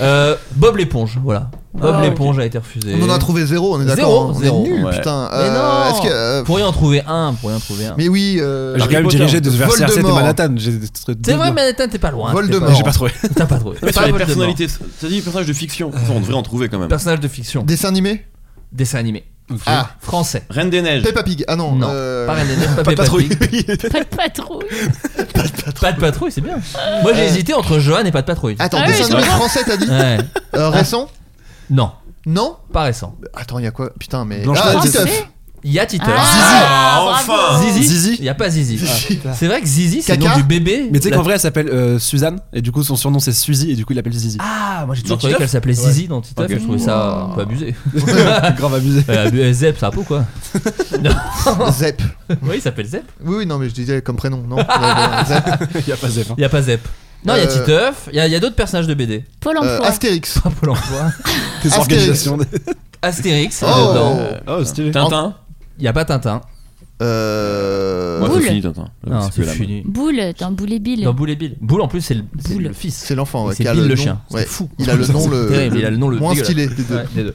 Speaker 5: Euh, Bob l'éponge, voilà. Bob
Speaker 6: Ah,
Speaker 5: l'éponge a été refusé.
Speaker 4: On en a trouvé zéro, on est
Speaker 5: Zéro,
Speaker 4: d'accord. hein. On est
Speaker 5: zéro.
Speaker 4: nuls,
Speaker 6: Ouais.
Speaker 4: putain.
Speaker 5: Mais
Speaker 4: Euh,
Speaker 5: non.
Speaker 4: Est-ce que. euh,
Speaker 5: Vous pourriez en trouver un, vous pourriez en trouver un.
Speaker 4: Mais oui, euh,
Speaker 3: J'ai quand même
Speaker 6: Potter.
Speaker 3: dirigé de vers CR7 et
Speaker 4: Voldemort.
Speaker 3: Manhattan. j'ai des trucs de-
Speaker 5: C'est vrai, Manhattan, t'es pas loin.
Speaker 4: Voldemort.
Speaker 3: Mais J'ai pas trouvé.
Speaker 5: T'es pas- T'as pas trouvé. Euh,
Speaker 6: Mais sur
Speaker 5: Pas
Speaker 6: les
Speaker 5: Voldemort.
Speaker 6: personnalités, ça dit personnage de fiction. Ça, on devrait en trouver quand même.
Speaker 5: Personnage de fiction,
Speaker 4: dessin animé
Speaker 5: dessin animé,
Speaker 4: Ah,
Speaker 5: français.
Speaker 6: Reine des Neiges.
Speaker 4: Peppa Pig. Ah non.
Speaker 5: Non,
Speaker 4: euh,
Speaker 5: pas Reine des Neiges, pas Peppa
Speaker 4: patrouille.
Speaker 5: Pig.
Speaker 8: Pas de patrouille.
Speaker 5: Pas de patrouille, c'est bien. Moi j'ai hésité entre Johan et pas de patrouille.
Speaker 4: Euh. Attends,
Speaker 8: Ah oui,
Speaker 4: dessin
Speaker 8: c'est
Speaker 4: animé
Speaker 8: vrai.
Speaker 4: français, t'as dit
Speaker 5: Ouais. Ah.
Speaker 4: Euh, Récent
Speaker 5: Non,
Speaker 4: Non
Speaker 5: pas récent.
Speaker 4: Attends, il y a quoi Putain, mais.
Speaker 3: Blanche
Speaker 4: ah,
Speaker 3: Neige.
Speaker 4: Titeuf
Speaker 5: Il y a Titeuf.
Speaker 8: Ah,
Speaker 6: enfin.
Speaker 8: bravo.
Speaker 5: Zizi.
Speaker 3: Zizi.
Speaker 5: Il y a pas Zizi. Ah. C'est vrai que Zizi, c'est le nom
Speaker 4: Caca
Speaker 5: du bébé.
Speaker 3: Mais tu sais
Speaker 5: La-
Speaker 3: qu'en vrai, elle s'appelle euh, Suzanne, et du coup, son surnom c'est Suzy, et du coup, il l'appelle Zizi.
Speaker 5: Ah, moi j'ai toujours
Speaker 6: Dans
Speaker 5: trouvé
Speaker 6: Titeuf
Speaker 5: qu'elle s'appelait Zizi dans Titeuf.
Speaker 6: Ok.
Speaker 5: Je trouvais ça
Speaker 6: Ah.
Speaker 5: un peu abusé.
Speaker 3: Grave abusé.
Speaker 5: Euh, abusé, Zep, ça ou quoi
Speaker 4: Zep.
Speaker 5: Oui, il s'appelle Zep.
Speaker 4: Oui, oui, non, mais je disais comme prénom, non Ouais, voilà, Zep.
Speaker 3: Il y a pas Zef. hein.
Speaker 5: Il y a pas Zep. Non, il y a
Speaker 4: Euh,
Speaker 5: Titeuf, il y a, il y a d'autres personnages de BD.
Speaker 8: Pôle
Speaker 4: Euh,
Speaker 8: emploi.
Speaker 4: Astérix.
Speaker 5: Pas Pôle emploi.
Speaker 3: Des organisations. des-
Speaker 5: Astérix, il y a
Speaker 4: Oh,
Speaker 5: dedans.
Speaker 3: Oh, stylé.
Speaker 6: Tintin.
Speaker 5: Il y a pas Tintin.
Speaker 4: Euh,
Speaker 6: Moi,
Speaker 8: Boule.
Speaker 6: c'est fini, Tintin.
Speaker 5: Non,
Speaker 6: plus
Speaker 5: c'est
Speaker 6: la
Speaker 5: fini.
Speaker 8: Boule, dans Boule et Bill.
Speaker 5: Dans Boule et Bill. Boule en plus, c'est le, c'est
Speaker 8: Boule.
Speaker 5: le fils.
Speaker 4: C'est l'enfant, ouais,
Speaker 5: C'est
Speaker 4: qui a
Speaker 5: Bill le,
Speaker 4: nom.
Speaker 5: chien.
Speaker 4: Ouais.
Speaker 5: C'est fou.
Speaker 4: Il a le nom le.
Speaker 5: Terrible, il a le nom le
Speaker 4: Moins
Speaker 5: dégueulasse.
Speaker 4: stylé des deux.
Speaker 5: Ouais, des deux.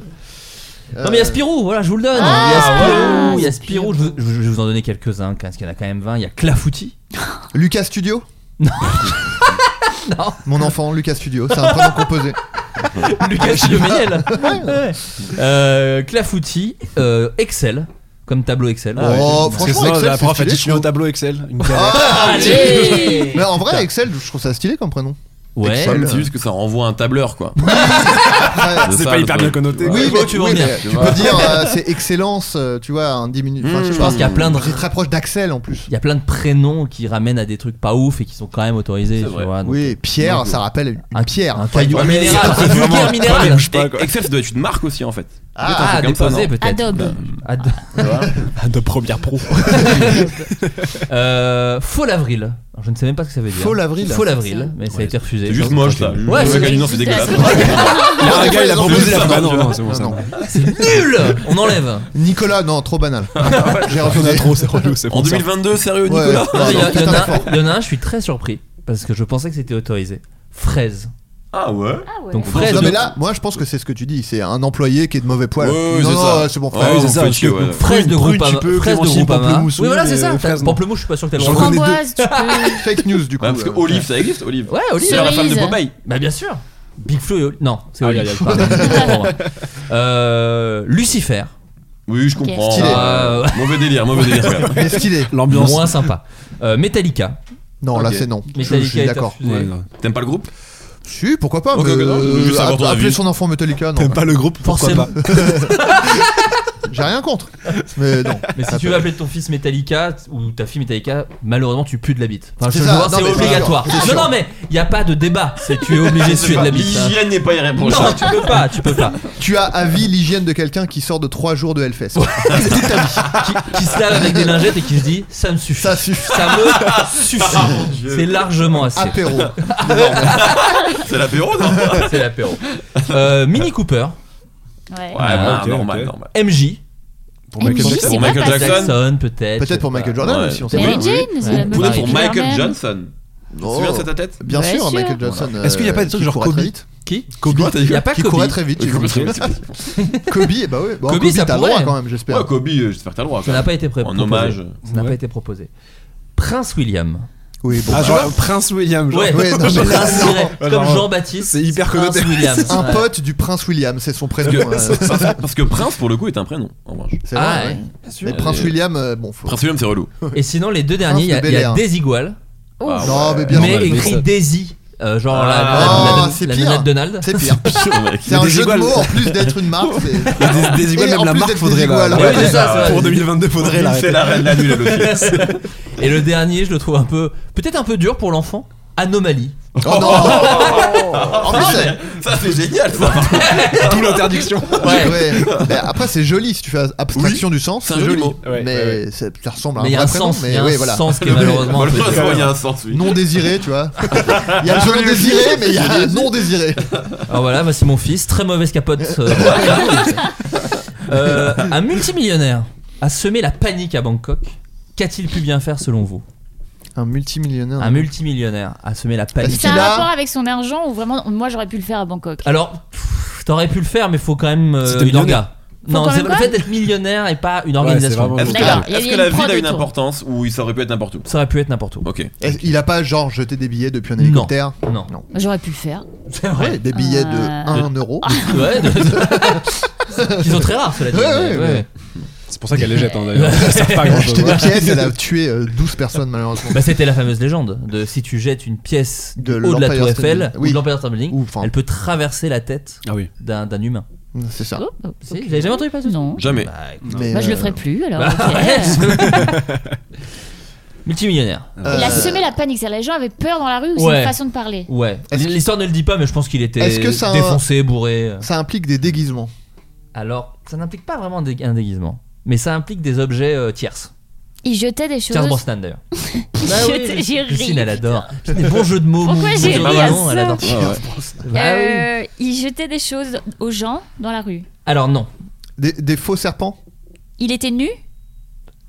Speaker 4: Euh,
Speaker 5: Non mais il y a Spirou, voilà, je vous le donne. Il y a
Speaker 8: Ah,
Speaker 5: Spirou, il y a Spirou,
Speaker 8: Spirou.
Speaker 5: je, vous- je- je vais vous en donner quelques-uns, hein, parce qu'il y en a quand même 20. Il y a Clafouti.
Speaker 4: Lucas Studio
Speaker 5: Non.
Speaker 4: Mon enfant, Lucas Studio, c'est un prénom composé.
Speaker 5: Lucas Chemeniel. Ouais. Euh, Clafouti, euh, Excel, comme tableau Excel.
Speaker 4: Ah ouais. Oh,
Speaker 3: Parce que
Speaker 4: franchement,
Speaker 3: sinon,
Speaker 4: Excel,
Speaker 3: la
Speaker 4: c'est
Speaker 3: prof a
Speaker 4: stylé,
Speaker 3: dit
Speaker 4: je
Speaker 3: je suis au tableau Excel. Une carrière.
Speaker 5: Allez
Speaker 4: Mais en vrai, Ah, Excel, je trouve ça stylé comme prénom.
Speaker 5: Ouais.
Speaker 4: Excel.
Speaker 6: C'est juste que ça renvoie un tableur, quoi.
Speaker 4: Après,
Speaker 3: C'est
Speaker 6: ça,
Speaker 3: pas
Speaker 6: le
Speaker 3: hyper bien
Speaker 6: truc.
Speaker 3: connoté.
Speaker 4: Oui,
Speaker 5: Ouais,
Speaker 4: mais,
Speaker 5: bon, tu vois
Speaker 4: oui,
Speaker 5: bien,
Speaker 4: mais
Speaker 6: tu
Speaker 4: tu
Speaker 6: vois.
Speaker 4: peux dire euh, c'est excellence, euh, tu vois, un diminutif. Enfin, je sais
Speaker 6: Mmh.
Speaker 5: Je
Speaker 4: pas.
Speaker 5: pense qu'il y a plein de
Speaker 4: C'est très proche d'Axel en plus.
Speaker 5: il y a plein de prénoms qui ramènent à des trucs pas ouf et qui sont quand même autorisés.
Speaker 6: C'est
Speaker 5: tu
Speaker 6: vrai.
Speaker 5: vois, donc- euh,
Speaker 4: Oui, Pierre, ça rappelle une
Speaker 5: Un-
Speaker 4: pierre.
Speaker 5: un caillou,
Speaker 4: Ouais,
Speaker 5: un
Speaker 4: mais-
Speaker 5: minéral, c'est vulgaire minéral.
Speaker 6: Et- Excel, ça doit être une marque aussi, en fait.
Speaker 5: Ah,
Speaker 6: truc comme ça,
Speaker 5: déposé
Speaker 6: non
Speaker 5: peut-être.
Speaker 8: Adobe.
Speaker 5: Ad-
Speaker 6: Tu vois
Speaker 3: de première pro.
Speaker 5: Euh, faux l'avril. Alors, Je ne sais même pas ce que ça veut dire.
Speaker 4: Faux l'avril
Speaker 5: Faux l'avril, mais ça a
Speaker 3: Ouais.
Speaker 5: été refusé.
Speaker 6: C'est juste moche ça.
Speaker 5: Ouais, c'est-
Speaker 6: c'est non, c'est dégueulasse.
Speaker 3: Il y a un gars, il a proposé la Bah non, non, c'est bon,
Speaker 4: Ah
Speaker 3: ça.
Speaker 4: non.
Speaker 5: Nul On enlève.
Speaker 4: Nicolas, non, trop banal. J'ai
Speaker 3: On a
Speaker 4: refusé.
Speaker 3: trop, c'est relou, c'est
Speaker 6: En
Speaker 3: pour ça.
Speaker 6: 2022, sérieux,
Speaker 4: Ouais,
Speaker 6: Nicolas
Speaker 5: Il y,
Speaker 4: ouais, non,
Speaker 5: a- il y en
Speaker 4: putain,
Speaker 5: a-
Speaker 4: fort.
Speaker 5: il y en a un, je suis très surpris. Parce que je pensais que c'était autorisé. Fraise.
Speaker 6: Ah ouais
Speaker 8: Ah ouais.
Speaker 5: Donc fraise.
Speaker 4: Non
Speaker 5: de-
Speaker 4: mais là, moi je pense que c'est ce que tu dis, c'est un employé qui est de mauvais poil.
Speaker 6: Ouais, ouais,
Speaker 4: non,
Speaker 6: c'est
Speaker 4: non,
Speaker 6: ça.
Speaker 4: ouais, c'est bon.
Speaker 6: Ah,
Speaker 4: frère.
Speaker 6: ouais,
Speaker 3: c'est
Speaker 6: vous
Speaker 3: ça,
Speaker 6: faites
Speaker 3: je
Speaker 6: chier,
Speaker 3: peux-
Speaker 6: ouais.
Speaker 5: fraise de
Speaker 3: Prune, prune,
Speaker 5: Groupama.
Speaker 3: tu peux,
Speaker 5: Fraise de
Speaker 3: clémentine,
Speaker 5: Groupama.
Speaker 3: pamplemousse,
Speaker 5: Oui,
Speaker 3: oui,
Speaker 5: voilà, c'est
Speaker 3: mais
Speaker 5: ça.
Speaker 3: fraise, non.
Speaker 5: Pamplemousse, je suis pas sûr que t'as le
Speaker 4: euh, J'en
Speaker 5: droit.
Speaker 4: connais
Speaker 8: Framboise, tu peux.
Speaker 4: Fake news du coup.
Speaker 6: Ouais, parce que
Speaker 4: euh,
Speaker 6: Olive, ça existe, Olive
Speaker 5: Ouais, Olive.
Speaker 6: C'est la
Speaker 8: Cerise.
Speaker 6: femme de Popeye.
Speaker 5: Bah bien sûr. Big Flo et Oli- Non, c'est
Speaker 3: Aïe,
Speaker 5: Oli.
Speaker 3: aïe, aïe.
Speaker 5: Pardon. Pour moi. Euh, Lucifer.
Speaker 6: Oui, je comprends.
Speaker 4: Stylé.
Speaker 6: Ah,
Speaker 5: Ouais.
Speaker 6: Mauvais délire, mauvais délire. frère.
Speaker 4: Mais stylé.
Speaker 3: L'ambiance.
Speaker 5: Moins sympa. Euh, Metallica.
Speaker 4: Non, là
Speaker 6: Ok.
Speaker 4: c'est non. Je-
Speaker 5: Metallica
Speaker 4: je suis
Speaker 5: est
Speaker 4: d'accord.
Speaker 5: refusé.
Speaker 3: Ouais, non.
Speaker 6: T'aimes pas le groupe
Speaker 4: Si, pourquoi pas
Speaker 6: Ok,
Speaker 4: mais,
Speaker 6: ok, non,
Speaker 4: euh,
Speaker 6: juste savoir
Speaker 4: app-
Speaker 6: ton avis.
Speaker 4: Appeler son enfant Metallica, non.
Speaker 3: T'aimes pas le groupe Pourquoi
Speaker 5: Forcément.
Speaker 3: pas
Speaker 4: J'ai rien contre. Mais non.
Speaker 5: Mais si tu veux appeler ton fils Metallica ou ta fille Metallica, malheureusement tu pues de la bite. Enfin, je
Speaker 4: C'est
Speaker 5: veux
Speaker 4: ça,
Speaker 5: voir,
Speaker 4: non,
Speaker 5: c'est
Speaker 4: mais c'est
Speaker 5: obligatoire.
Speaker 4: sûr, c'est
Speaker 5: Non,
Speaker 4: sûr.
Speaker 5: non, mais il n'y a pas de débat. C'est tu es obligé de suer de la bite. hein.
Speaker 6: L'hygiène n'est pas
Speaker 5: Non,
Speaker 6: irréprochable.
Speaker 5: tu peux pas, tu peux pas.
Speaker 4: Tu as à vie l'hygiène de quelqu'un qui sort de 3 jours de Hellfest.
Speaker 5: Qui, qui se lave avec des lingettes et qui se dit ça me suffit.
Speaker 4: Ça suffit. Ah,
Speaker 5: Ça me
Speaker 6: Ah,
Speaker 5: suffit. C'est largement assez.
Speaker 4: Apéro.
Speaker 6: C'est l'apéro, non
Speaker 5: C'est l'apéro. Euh, Mini Cooper, Ah,
Speaker 8: Ouais.
Speaker 6: Ouais, bah,
Speaker 3: ok,
Speaker 6: normal,
Speaker 3: ok.
Speaker 6: normal.
Speaker 5: MJ,
Speaker 3: Pour
Speaker 8: MJ,
Speaker 3: Michael Jackson.
Speaker 8: c'est
Speaker 6: Pour
Speaker 8: pas
Speaker 6: Michael
Speaker 8: passé.
Speaker 6: Jackson.
Speaker 5: Jackson peut-être. je sais
Speaker 4: Peut-être pour
Speaker 5: pas.
Speaker 4: Michael Jordan
Speaker 6: Ouais.
Speaker 4: aussi, on sait
Speaker 8: Mary
Speaker 4: pas.
Speaker 8: Jane, c'est la
Speaker 5: Ou
Speaker 8: meuf
Speaker 6: Peut-être
Speaker 8: avec
Speaker 6: pour
Speaker 8: le
Speaker 6: Michael
Speaker 8: Superman.
Speaker 6: Johnson. Tu te
Speaker 4: Oh.
Speaker 6: souviens de cette tête
Speaker 4: Bien
Speaker 8: Bien
Speaker 4: sûr,
Speaker 8: sûr.
Speaker 4: Michael Johnson. euh,
Speaker 3: Est-ce qu'il y a pas des trucs
Speaker 4: qui
Speaker 3: genre
Speaker 4: courait
Speaker 3: Kobe
Speaker 4: très vite
Speaker 5: Qui
Speaker 3: Kobe,
Speaker 6: Quoi, t'as dit
Speaker 5: Il
Speaker 6: quoi
Speaker 5: a pas
Speaker 4: Qui
Speaker 5: Kobe.
Speaker 4: courait très vite. j'ai
Speaker 6: Kobe,
Speaker 4: compris.
Speaker 6: c'est-
Speaker 4: Kobe, eh bah ouais. Bon,
Speaker 5: Kobe,
Speaker 4: Kobe,
Speaker 5: ça
Speaker 4: t'as le
Speaker 5: pourrait. hein.
Speaker 4: droit quand même,
Speaker 6: Ouais,
Speaker 4: j'espère.
Speaker 6: Kobe, euh, j'espère que t'as le droit.
Speaker 5: Ça n'a pas été pré-
Speaker 6: En
Speaker 5: proposé.
Speaker 6: hommage.
Speaker 5: Ça n'a pas
Speaker 3: Ouais.
Speaker 5: été proposé. Prince William.
Speaker 4: Oui, bon.
Speaker 3: Ah, genre Prince William, genre.
Speaker 5: Ouais,
Speaker 4: Ouais, non, mais là,
Speaker 5: Prince
Speaker 4: non.
Speaker 5: William.
Speaker 3: Ouais,
Speaker 5: Comme
Speaker 3: genre,
Speaker 5: Jean-Baptiste.
Speaker 3: c'est hyper
Speaker 5: Prince
Speaker 3: connoté.
Speaker 5: William.
Speaker 4: Un
Speaker 5: Ouais.
Speaker 4: pote du prince William, c'est son prénom.
Speaker 6: Parce
Speaker 4: euh,
Speaker 6: que- parce- Parce que Prince, pour le coup, est un prénom, en revanche.
Speaker 4: C'est
Speaker 5: Ah,
Speaker 4: vrai.
Speaker 5: ouais.
Speaker 4: ouais. Mais prince William, euh, bon, faut.
Speaker 6: Prince William, c'est relou.
Speaker 5: Et sinon, les deux derniers, il y a-
Speaker 4: de
Speaker 5: il y a
Speaker 4: Bel-Air.
Speaker 5: Désigual,
Speaker 6: Ah,
Speaker 4: Non,
Speaker 6: ouais.
Speaker 4: mais bien
Speaker 5: mais
Speaker 4: sûr.
Speaker 3: normal, mais
Speaker 5: écrit
Speaker 3: ça-
Speaker 5: Daisy. euh, genre la, la,
Speaker 4: Ah,
Speaker 5: la- la-
Speaker 4: c'est
Speaker 5: la
Speaker 4: pire.
Speaker 5: nanette Donald.
Speaker 4: C'est pire.
Speaker 6: mec.
Speaker 4: C'est un
Speaker 3: Des
Speaker 4: jeu de
Speaker 3: iguales.
Speaker 4: mots en plus d'être une marque. c'est-
Speaker 3: Et des, des iguales,
Speaker 4: Et en
Speaker 3: même la
Speaker 4: plus
Speaker 3: marque,
Speaker 4: d'être
Speaker 3: faudrait
Speaker 4: des
Speaker 3: la.
Speaker 4: iguales,
Speaker 5: ouais, c'est ça, c'est vrai.
Speaker 3: Pour 2022, faudrait
Speaker 6: Bim, C'est la
Speaker 3: l'arrêter.
Speaker 6: reine la nulle, l'autre.
Speaker 5: Et le dernier, je le trouve un peu, peut-être un peu dur pour l'enfant. Anomalie. Ah,
Speaker 4: Oh non En plus, c'est-
Speaker 6: Ça, c'est génial, ça.
Speaker 3: D'où l'interdiction.
Speaker 5: Ouais.
Speaker 4: Ouais. Mais après, c'est joli si tu fais abstraction du sens.
Speaker 6: C'est un joli mot.
Speaker 4: Mais
Speaker 3: Ouais, ouais,
Speaker 4: c'est- ça ressemble à un
Speaker 5: Mais il y a
Speaker 4: vrai
Speaker 5: un
Speaker 4: prénom,
Speaker 5: sens, il y
Speaker 4: mais
Speaker 5: a
Speaker 4: ouais,
Speaker 5: un
Speaker 4: voilà.
Speaker 5: sens qui est malheureusement. un peu dur.
Speaker 6: Malheureusement, il y a un sens, oui. Ah,
Speaker 4: Non désiré, tu vois. Il y a le non désiré, mais il y a un non désiré.
Speaker 5: Alors voilà, voici mon fils, très mauvaise capote. euh, Euh, un multimillionnaire a semé la panique à Bangkok. Qu'a-t-il pu bien faire selon vous
Speaker 4: Un multimillionnaire.
Speaker 5: Un multimillionnaire a semé la panique.
Speaker 4: Est-ce
Speaker 8: C'est un
Speaker 4: qu'il a-
Speaker 8: rapport avec son argent ou vraiment, moi j'aurais pu le faire à Bangkok.
Speaker 5: Alors, pff, t'aurais pu le faire, mais faut quand même euh,
Speaker 3: C'était
Speaker 5: une
Speaker 3: millionnaire.
Speaker 5: orga. Non,
Speaker 8: quand
Speaker 5: c'est-
Speaker 8: même
Speaker 5: le
Speaker 8: quoi
Speaker 5: fait d'être millionnaire et pas une
Speaker 3: c'est
Speaker 5: organisation.
Speaker 3: vraiment-
Speaker 6: Est-ce que
Speaker 8: D'accord,
Speaker 6: la,
Speaker 8: il y a-
Speaker 6: est-ce
Speaker 8: il y
Speaker 6: que
Speaker 8: a une
Speaker 6: la ville
Speaker 8: prod
Speaker 6: a une
Speaker 8: autour.
Speaker 6: importance ou ça aurait pu être n'importe où
Speaker 5: ça aurait pu être n'importe où.
Speaker 6: Ok.
Speaker 4: Est-ce- Il a pas genre jeté des billets depuis un
Speaker 5: Non.
Speaker 4: hélicoptère
Speaker 5: Non.
Speaker 4: Non.
Speaker 8: J'aurais pu le faire.
Speaker 5: C'est vrai.
Speaker 4: Ouais, des billets de
Speaker 8: Euh.
Speaker 4: 1 euro.
Speaker 5: Ouais, de- Ils sont très rares, cela dit.
Speaker 4: Ouais,
Speaker 5: mais-
Speaker 4: ouais, ouais.
Speaker 3: C'est pour ça qu'elle les jette, hein, d'ailleurs. Ça sert pas à grand chose.
Speaker 4: Acheter des pièces, elle a tué euh, 12 personnes malheureusement.
Speaker 5: Bah, c'était la fameuse légende de si tu jettes une pièce
Speaker 4: De
Speaker 5: du haut de la
Speaker 4: l'Empire
Speaker 5: tour
Speaker 4: State
Speaker 5: Eiffel
Speaker 4: Building. Oui. hein.
Speaker 5: ou de l'Empire State Building,
Speaker 4: Ou, enfin-
Speaker 5: elle peut traverser la tête
Speaker 3: Ah oui.
Speaker 5: d'un d'un humain.
Speaker 4: C'est ça.
Speaker 8: Oh, oh,
Speaker 5: Si,
Speaker 8: ok.
Speaker 5: Vous avez jamais entendu parler de ça
Speaker 8: Non.
Speaker 6: Jamais.
Speaker 5: Bah, écoute.
Speaker 4: Mais,
Speaker 8: Moi je le
Speaker 4: euh,
Speaker 8: ferais plus alors.
Speaker 5: Bah,
Speaker 8: ok.
Speaker 5: ouais, je- Multimillionnaire.
Speaker 3: Ah
Speaker 8: Il a
Speaker 4: Euh,
Speaker 8: semé la panique, c'est-à-dire les gens avaient peur dans la rue ou c'est
Speaker 5: Ouais.
Speaker 8: une façon de parler
Speaker 5: Ouais.
Speaker 4: Est-ce que-
Speaker 5: L'histoire ne le dit pas, mais je pense qu'il était
Speaker 4: Est-ce que ça-
Speaker 5: défoncé, bourré. euh.
Speaker 4: Ça implique des déguisements.
Speaker 5: Alors, ça n'implique pas vraiment un dé- un déguisement, mais ça implique des objets euh, tierces.
Speaker 8: Il jetait des
Speaker 5: Charles
Speaker 8: choses.
Speaker 5: Brosnan d'ailleurs.
Speaker 8: Il
Speaker 5: Bah oui,
Speaker 8: jetait-
Speaker 5: mais
Speaker 8: j'ai ri,
Speaker 5: Christine, elle
Speaker 8: putain.
Speaker 5: adore. C'est des bons jeux de mots.
Speaker 8: Pourquoi
Speaker 5: mon-
Speaker 8: j'ai
Speaker 5: mon-
Speaker 8: ri
Speaker 5: mon-
Speaker 8: à
Speaker 5: mon- elle
Speaker 8: ça
Speaker 5: adore. Bah oui.
Speaker 8: Euh, Il jetait des choses aux gens dans la rue.
Speaker 5: Alors non,
Speaker 4: Des, des faux serpents
Speaker 8: Il était nu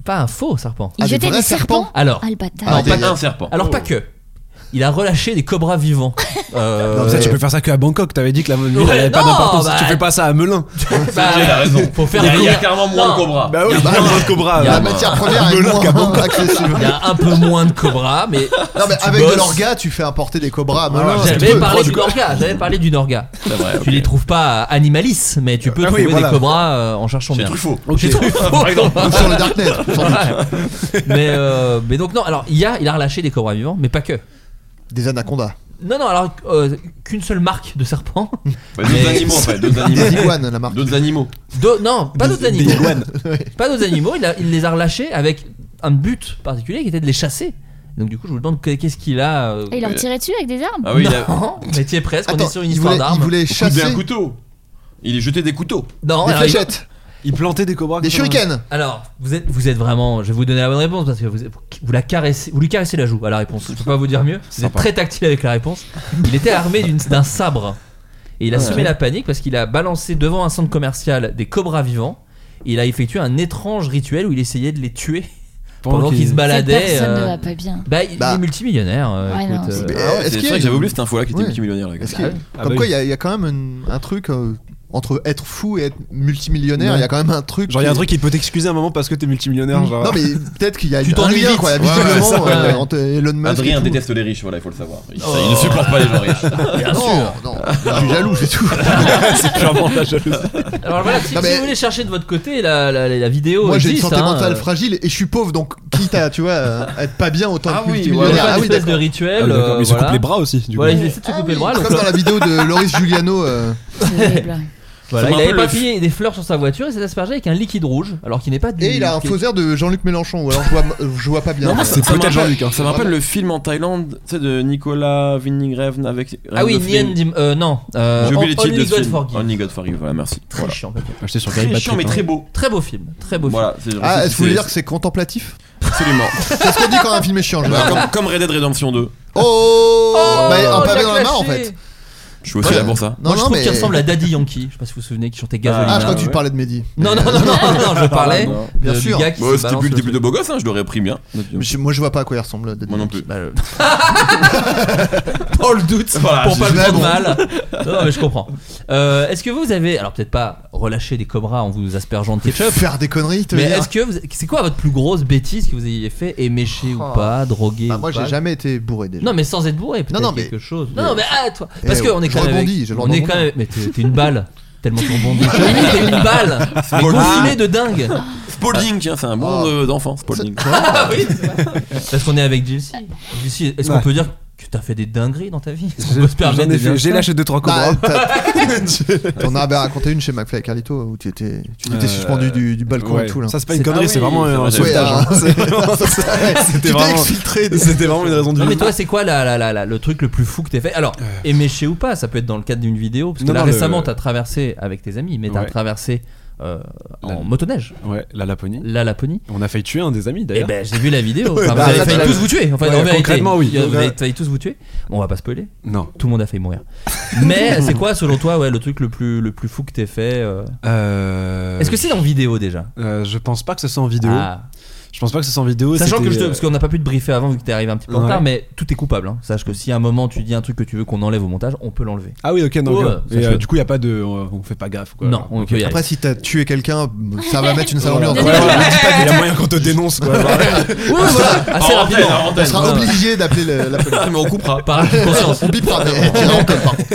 Speaker 5: pas un faux serpent.
Speaker 8: Il
Speaker 4: Ah, des
Speaker 8: jetait
Speaker 4: vrais
Speaker 8: des serpents
Speaker 5: Alors,
Speaker 8: Ah le
Speaker 4: Ah,
Speaker 8: bâtard.
Speaker 6: Non,
Speaker 4: des-
Speaker 6: pas un serpent.
Speaker 5: alors pas que. Il a relâché des cobras vivants. Euh,
Speaker 3: Non, mais ça, tu peux faire ça que à Bangkok. T'avais dit que la ville
Speaker 5: Ouais,
Speaker 3: avait pas
Speaker 5: non,
Speaker 3: d'importance.
Speaker 5: bah-
Speaker 3: Tu fais pas ça à Melun.
Speaker 5: bah,
Speaker 6: Il a raison.
Speaker 5: Faut faire
Speaker 6: Il y a- il y a
Speaker 5: des-
Speaker 6: clairement moins
Speaker 5: Non.
Speaker 6: de cobra.
Speaker 3: oui,
Speaker 4: bah,
Speaker 3: moins de cobra.
Speaker 5: il y a-
Speaker 4: La matière première est moins accessible.
Speaker 5: Il y a un peu moins de cobras, mais
Speaker 4: Non mais
Speaker 5: si tu
Speaker 4: avec
Speaker 5: bosses-
Speaker 4: de l'orga, tu fais importer des cobras
Speaker 3: Ah,
Speaker 4: à Melun. c'est
Speaker 5: J'avais
Speaker 4: tout.
Speaker 3: Oh,
Speaker 5: parlé du orga, j'avais parlé du orga.
Speaker 6: C'est vrai.
Speaker 5: Tu les trouves pas animalis, mais tu peux
Speaker 3: Ah oui,
Speaker 5: trouver
Speaker 3: voilà.
Speaker 5: des cobras euh, en cherchant
Speaker 6: C'est
Speaker 5: bien.
Speaker 6: Truffaut.
Speaker 5: Chez Truffaut.
Speaker 6: Par exemple.
Speaker 4: Ou sur le darknet. sans doute.
Speaker 5: Ouais. mais, euh, mais donc non, alors il, y a, il a relâché des cobras vivants, mais pas que.
Speaker 4: Des anacondas.
Speaker 5: Non, non, alors euh, qu'une seule marque de serpent.
Speaker 6: Bah, D'autres animaux, en fait. D'autres
Speaker 4: Des
Speaker 6: animaux.
Speaker 4: iguanes, la marque.
Speaker 6: D'autres animaux.
Speaker 5: D'au- non, pas d'autres animaux.
Speaker 3: iguanes.
Speaker 5: Pas d'autres animaux, il, a- il les a relâchés avec un but particulier qui était de les chasser. Donc du coup, je vous demande que- qu'est-ce qu'il a. euh,
Speaker 8: Et il leur tirait dessus avec des armes
Speaker 6: Ah oui, il a.
Speaker 5: non, mais tu es presque, on
Speaker 4: Attends,
Speaker 5: est sur une
Speaker 4: il
Speaker 5: histoire
Speaker 4: voulait, il
Speaker 5: d'armes.
Speaker 4: voulait
Speaker 6: Coup d'un
Speaker 4: chasser.
Speaker 6: couteau. Il est jeté des couteaux.
Speaker 5: Non,
Speaker 4: des
Speaker 5: alors, il-
Speaker 4: fléchettes,
Speaker 3: Il plantait des cobras.
Speaker 4: des
Speaker 3: contre-
Speaker 4: shurikens.
Speaker 5: Alors, vous êtes, vous êtes vraiment. Je vais vous donner la bonne réponse parce que vous, vous la caressez, vous lui caressez la joue à la réponse. Je peux pas vous dire mieux. C'est
Speaker 6: Sympa.
Speaker 5: très tactile avec la réponse. Il était armé d'une- d'un sabre et il a semé la panique parce qu'il a balancé devant un centre commercial des cobras vivants. Et il a effectué un étrange rituel où il essayait de les tuer pendant qu'ils se
Speaker 8: Cette
Speaker 5: baladaient.
Speaker 8: personne ne
Speaker 5: euh,
Speaker 8: va pas bien.
Speaker 5: Bah, il
Speaker 4: Bah.
Speaker 5: est multimillionnaire. euh,
Speaker 8: Ouais,
Speaker 5: écoute,
Speaker 8: non, c'est-
Speaker 5: euh,
Speaker 4: Mais, euh, est-ce
Speaker 6: Ah C'est
Speaker 4: qu'il y a-
Speaker 6: vrai que j'avais oublié cette info-là qui était
Speaker 4: Ouais.
Speaker 6: multimillionnaire. le gars.
Speaker 4: Est-ce qu'il y a-
Speaker 3: Ah
Speaker 4: Comme
Speaker 3: bah
Speaker 4: quoi,
Speaker 3: oui.
Speaker 4: il y, a- il y a quand même un, un truc euh, entre être fou et être multimillionnaire. Il
Speaker 3: Ouais.
Speaker 4: y a quand même un truc.
Speaker 3: Genre, il y a un
Speaker 4: qui- Mmh.
Speaker 3: truc qui peut t'excuser un moment parce que t'es multimillionnaire. Genre...
Speaker 4: Non, mais peut-être qu'il y a
Speaker 5: Tu
Speaker 4: un
Speaker 5: t'ennuies
Speaker 4: lien,
Speaker 5: vite.
Speaker 4: quoi.
Speaker 5: Ouais,
Speaker 4: Visiblement,
Speaker 5: ouais, ouais.
Speaker 4: euh, entre Elon Musk.
Speaker 6: Adrien
Speaker 4: et tout.
Speaker 6: déteste les riches, voilà, il faut le savoir. Il,
Speaker 5: Oh.
Speaker 6: il ne supporte pas les gens riches.
Speaker 4: Bien sûr. Non, non, je suis jaloux, c'est tout.
Speaker 3: c'est clairement de la jalousie.
Speaker 5: Alors voilà, si,
Speaker 4: Non,
Speaker 5: si
Speaker 4: mais-
Speaker 5: vous voulez chercher de votre côté, la, la, la vidéo.
Speaker 4: Moi, j'ai une
Speaker 5: existe,
Speaker 4: santé
Speaker 5: hein,
Speaker 4: mentale
Speaker 5: euh,
Speaker 4: fragile et je suis pauvre, donc quitte à, tu vois, à être pas bien autant
Speaker 6: Ah
Speaker 4: que
Speaker 6: oui,
Speaker 5: Il y
Speaker 4: multimillionnaire.
Speaker 5: a
Speaker 4: Ah
Speaker 5: une
Speaker 4: oui,
Speaker 5: espèce de
Speaker 4: d'accord.
Speaker 3: Ah,
Speaker 5: rituel.
Speaker 3: d'accord,
Speaker 5: euh,
Speaker 3: mais il se coupe
Speaker 5: voilà.
Speaker 3: les bras aussi, du coup.
Speaker 5: Voilà, il essaie de se
Speaker 4: Ah
Speaker 5: couper
Speaker 4: oui,
Speaker 5: le bras. donc,
Speaker 4: Comme dans la vidéo de Loris Giuliano. euh,
Speaker 8: C'est horrible.
Speaker 5: Voilà,
Speaker 6: Ça
Speaker 5: il
Speaker 6: m'a un
Speaker 5: avait
Speaker 6: peu
Speaker 5: pas
Speaker 6: le-
Speaker 5: pillé des fleurs sur sa voiture et s'est aspergé avec un liquide rouge, alors qu'il n'est pas du.
Speaker 4: Et il a un faux air de Jean-Luc Mélenchon, ou alors je vois, je vois pas bien.
Speaker 6: Non, moi,
Speaker 3: c'est
Speaker 6: ça me
Speaker 3: peut-être
Speaker 6: rappelle-
Speaker 3: Jean-Luc, hein.
Speaker 6: Ça me
Speaker 5: Ah,
Speaker 6: rappelle le film en Thaïlande, tu sais, de Nicolas Winning Refn avec.
Speaker 5: Ah oui,
Speaker 6: Refn.
Speaker 5: Nien Dim. Euh, non. Euh,
Speaker 6: J'ai oublié le
Speaker 5: On-
Speaker 6: titre
Speaker 5: Only
Speaker 6: de ce
Speaker 5: God
Speaker 6: film.
Speaker 5: Forgive.
Speaker 6: Only God Forgive, voilà, merci.
Speaker 5: Très
Speaker 6: Voilà.
Speaker 5: chiant, papier.
Speaker 3: Acheté sur Gary
Speaker 6: Très chiant, mais très beau.
Speaker 5: Très beau film. Très beau
Speaker 6: Voilà, c'est
Speaker 4: Ah,
Speaker 6: c'est-
Speaker 4: est-ce que vous voulez
Speaker 6: c'est-
Speaker 4: dire que c'est contemplatif
Speaker 6: Absolument.
Speaker 4: C'est ce qu'on dit quand un film est chiant. je
Speaker 6: Bah,
Speaker 4: vois.
Speaker 6: comme, comme Red Dead Redemption 2.
Speaker 4: Oh,
Speaker 5: film.
Speaker 4: Bah, Un
Speaker 5: Oh,
Speaker 4: pavé
Speaker 5: Jack
Speaker 4: dans la mare, en
Speaker 5: Lachey.
Speaker 4: fait.
Speaker 6: Je suis aussi
Speaker 4: Ouais.
Speaker 6: là pour ça.
Speaker 4: Non,
Speaker 5: Moi, je
Speaker 4: non,
Speaker 5: trouve
Speaker 4: mais.
Speaker 5: qu'il ressemble à Daddy Yankee. Je sais pas si vous vous souvenez, qui chantait Gasolina.
Speaker 4: Ah, je crois que tu
Speaker 6: Ouais.
Speaker 4: parlais de Mehdi.
Speaker 5: Non, non, non, non, non, je parlais.
Speaker 6: non.
Speaker 5: de-
Speaker 4: Bien
Speaker 5: du
Speaker 4: sûr.
Speaker 5: gars qui
Speaker 6: Bah,
Speaker 5: se
Speaker 6: c'était
Speaker 5: balance
Speaker 6: plus le
Speaker 5: le
Speaker 6: début de
Speaker 5: truc.
Speaker 6: beau gosse, hein, je l'aurais pris bien.
Speaker 4: Mais je- Moi, je vois pas à quoi il ressemble. Daddy
Speaker 6: Moi non
Speaker 4: Yankee.
Speaker 6: plus.
Speaker 5: Bah, euh, Dans le doute,
Speaker 6: Voilà,
Speaker 5: pour pas
Speaker 4: je-
Speaker 5: le prendre
Speaker 4: bon.
Speaker 5: mal. Non, non, mais je comprends. Euh, Est-ce que vous avez, alors peut-être pas relâché des cobras en vous aspergeant de ketchup,
Speaker 4: Faire des conneries, tu veux
Speaker 5: Mais
Speaker 4: dire
Speaker 5: est-ce que vous- c'est quoi votre plus grosse bêtise que vous ayez fait éméché
Speaker 4: Oh.
Speaker 5: ou pas, drogué
Speaker 4: Bah,
Speaker 5: ou
Speaker 4: moi,
Speaker 5: pas
Speaker 4: j'ai jamais été bourré déjà.
Speaker 5: Non mais sans être bourré, peut-être
Speaker 4: non, mais- euh,
Speaker 5: quelque chose. Non, non mais ah toi, parce
Speaker 4: Eh,
Speaker 5: qu'on est
Speaker 4: je
Speaker 5: quand même,
Speaker 4: rebondis,
Speaker 5: avec-
Speaker 4: j'ai le droit
Speaker 5: on
Speaker 4: de
Speaker 5: est quand même, mais t'es t'es une balle. Tellement tu rebondis. Oui, T'es une balle. Mais
Speaker 6: Voilà.
Speaker 5: gonflée de dingue.
Speaker 6: Spalding, tiens, c'est un bon
Speaker 4: Ah.
Speaker 6: euh, d'enfant, Spalding.
Speaker 5: Ah oui. Parce qu'on est avec Jilcy. Jilcy, est-ce qu'on
Speaker 3: Ouais.
Speaker 5: peut dire que t'as fait des dingueries dans ta vie Est-ce qu'on peut se permettre
Speaker 3: J'en
Speaker 5: de
Speaker 3: ai
Speaker 5: dire
Speaker 3: fait- J'ai
Speaker 5: ça
Speaker 3: lâché 2-3
Speaker 4: Bah,
Speaker 3: cobras.
Speaker 4: t'as- T'en as bien raconté une chez McFly et Carlito où tu étais, tu étais
Speaker 3: Euh,
Speaker 4: suspendu du, du balcon
Speaker 3: Ouais.
Speaker 4: et tout là.
Speaker 3: Ça, c'est pas une
Speaker 5: C'est-
Speaker 3: connerie,
Speaker 6: ah
Speaker 3: c'est
Speaker 6: oui,
Speaker 3: vraiment
Speaker 6: c'est
Speaker 3: un
Speaker 6: vrai,
Speaker 4: Ouais,
Speaker 3: sauvetage.
Speaker 4: hein.
Speaker 3: hein. C'est vraiment-
Speaker 4: Tu t'es
Speaker 3: C'était vraiment.
Speaker 4: exfiltré. de-
Speaker 3: C'était vraiment une raison de
Speaker 5: Non mais
Speaker 3: vivre. Euh.
Speaker 5: toi c'est quoi la, la, la, la- le truc le plus fou que t'aies fait Alors éméché ou pas, ça peut être dans le cadre d'une vidéo parce que
Speaker 3: Non,
Speaker 5: là
Speaker 3: non, le-
Speaker 5: récemment t'as traversé avec tes amis, mais t'as
Speaker 3: Ouais.
Speaker 5: traversé euh, en
Speaker 3: La-
Speaker 5: motoneige
Speaker 3: Ouais, la Laponie.
Speaker 5: la Laponie.
Speaker 3: On a failli tuer un des amis
Speaker 5: Eh
Speaker 3: d'ailleurs.
Speaker 5: ben j'ai vu la vidéo.
Speaker 3: Ouais,
Speaker 5: Enfin, vous
Speaker 3: bah,
Speaker 5: avez
Speaker 3: là,
Speaker 5: failli
Speaker 3: t'as-
Speaker 5: tous vous tuer. Enfin,
Speaker 3: Ouais,
Speaker 5: en vérité.
Speaker 3: concrètement, oui.
Speaker 5: Vous avez
Speaker 3: Ouais.
Speaker 5: failli tous vous tuer. Bon, on va pas spoiler.
Speaker 3: Non.
Speaker 5: Tout le monde a failli mourir. Mais c'est quoi selon toi ouais, le truc le plus, le plus fou que t'aies fait euh
Speaker 3: Euh,
Speaker 5: Est-ce que c'est en vidéo déjà
Speaker 3: euh, je pense pas que ce soit en vidéo.
Speaker 5: Ah.
Speaker 3: Je pense pas que ce soit en vidéo.
Speaker 5: Sachant
Speaker 3: c'était,
Speaker 5: que je te,
Speaker 3: euh,
Speaker 5: parce qu'on n'a pas pu te briefer avant vu que t'es arrivé un petit peu en
Speaker 3: Ouais.
Speaker 5: retard, mais tout est coupable. hein. Sache que si à un moment tu dis un truc que tu veux qu'on enlève au montage, on peut l'enlever.
Speaker 3: Ah oui, ok, non.
Speaker 5: Ouais,
Speaker 3: ok.
Speaker 5: ça,
Speaker 3: Et,
Speaker 5: je
Speaker 3: euh,
Speaker 5: peux.
Speaker 3: du coup, il y a pas de. On on fait pas gaffe, quoi.
Speaker 5: non, on peut y aller.
Speaker 4: Après, si t'as tué quelqu'un, ça va mettre une sale ambiance.
Speaker 3: Ouais, voilà, me dis pas qu'il y a moyen qu'on te dénonce, quoi.
Speaker 5: Ouais, voilà, assez
Speaker 6: En antenne,
Speaker 5: rapidement.
Speaker 6: en
Speaker 4: On
Speaker 6: antenne.
Speaker 4: sera obligé d'appeler le- la police.
Speaker 5: mais on coupera. Par acte de conscience.
Speaker 4: On bipera, mais t'es en comme par contre.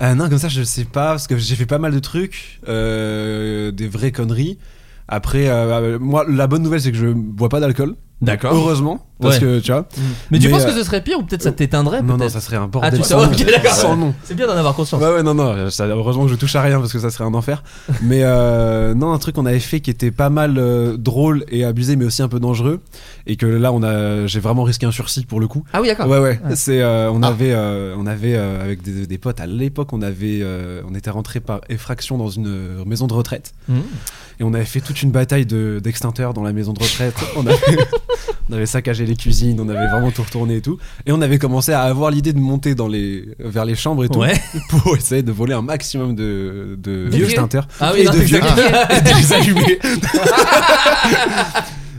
Speaker 3: Euh, non, comme ça, je sais pas, parce que j'ai fait pas mal de trucs, euh, des vraies conneries. Après, euh, euh, moi, la bonne nouvelle, c'est que je bois pas d'alcool.
Speaker 5: D'accord.
Speaker 3: Heureusement, parce
Speaker 5: Ouais.
Speaker 3: que tu vois.
Speaker 5: Mais tu
Speaker 3: Mais,
Speaker 5: penses
Speaker 3: euh,
Speaker 5: que ce serait pire ou peut-être ça t'éteindrait
Speaker 3: Non, non,
Speaker 5: peut-être
Speaker 3: ça serait un
Speaker 5: Ah,
Speaker 3: bordel
Speaker 5: tu sais,
Speaker 3: sans,
Speaker 5: ok, d'accord.
Speaker 3: sans nom.
Speaker 5: C'est bien d'en avoir conscience.
Speaker 3: Ouais, ouais, non, non, ça- heureusement que je touche à rien parce que ça serait un enfer. Mais euh, non, un truc qu'on avait fait qui était pas mal euh, drôle et abusé, mais aussi un peu dangereux. Et que là, on a, j'ai vraiment risqué un sursis pour le coup.
Speaker 5: Ah oui, d'accord.
Speaker 3: Ouais, ouais.
Speaker 5: Ouais.
Speaker 3: C'est, euh,
Speaker 5: Ah.
Speaker 3: on avait, euh, on avait euh, avec des, des potes à l'époque, on avait, euh, on était rentré par effraction dans une euh, maison de retraite
Speaker 5: Mhm.
Speaker 3: et on avait fait toute une bataille de, d'extincteurs dans la maison de retraite. on, avait, on avait saccagé les cuisines, on avait vraiment tout retourné et tout. Et on avait commencé à avoir l'idée de monter dans les, vers les chambres et tout
Speaker 5: Ouais.
Speaker 3: pour essayer de voler un maximum de, de
Speaker 5: Vieux.
Speaker 3: extincteurs
Speaker 5: Ah
Speaker 3: et
Speaker 5: oui, non,
Speaker 3: de vieux et de les allumer.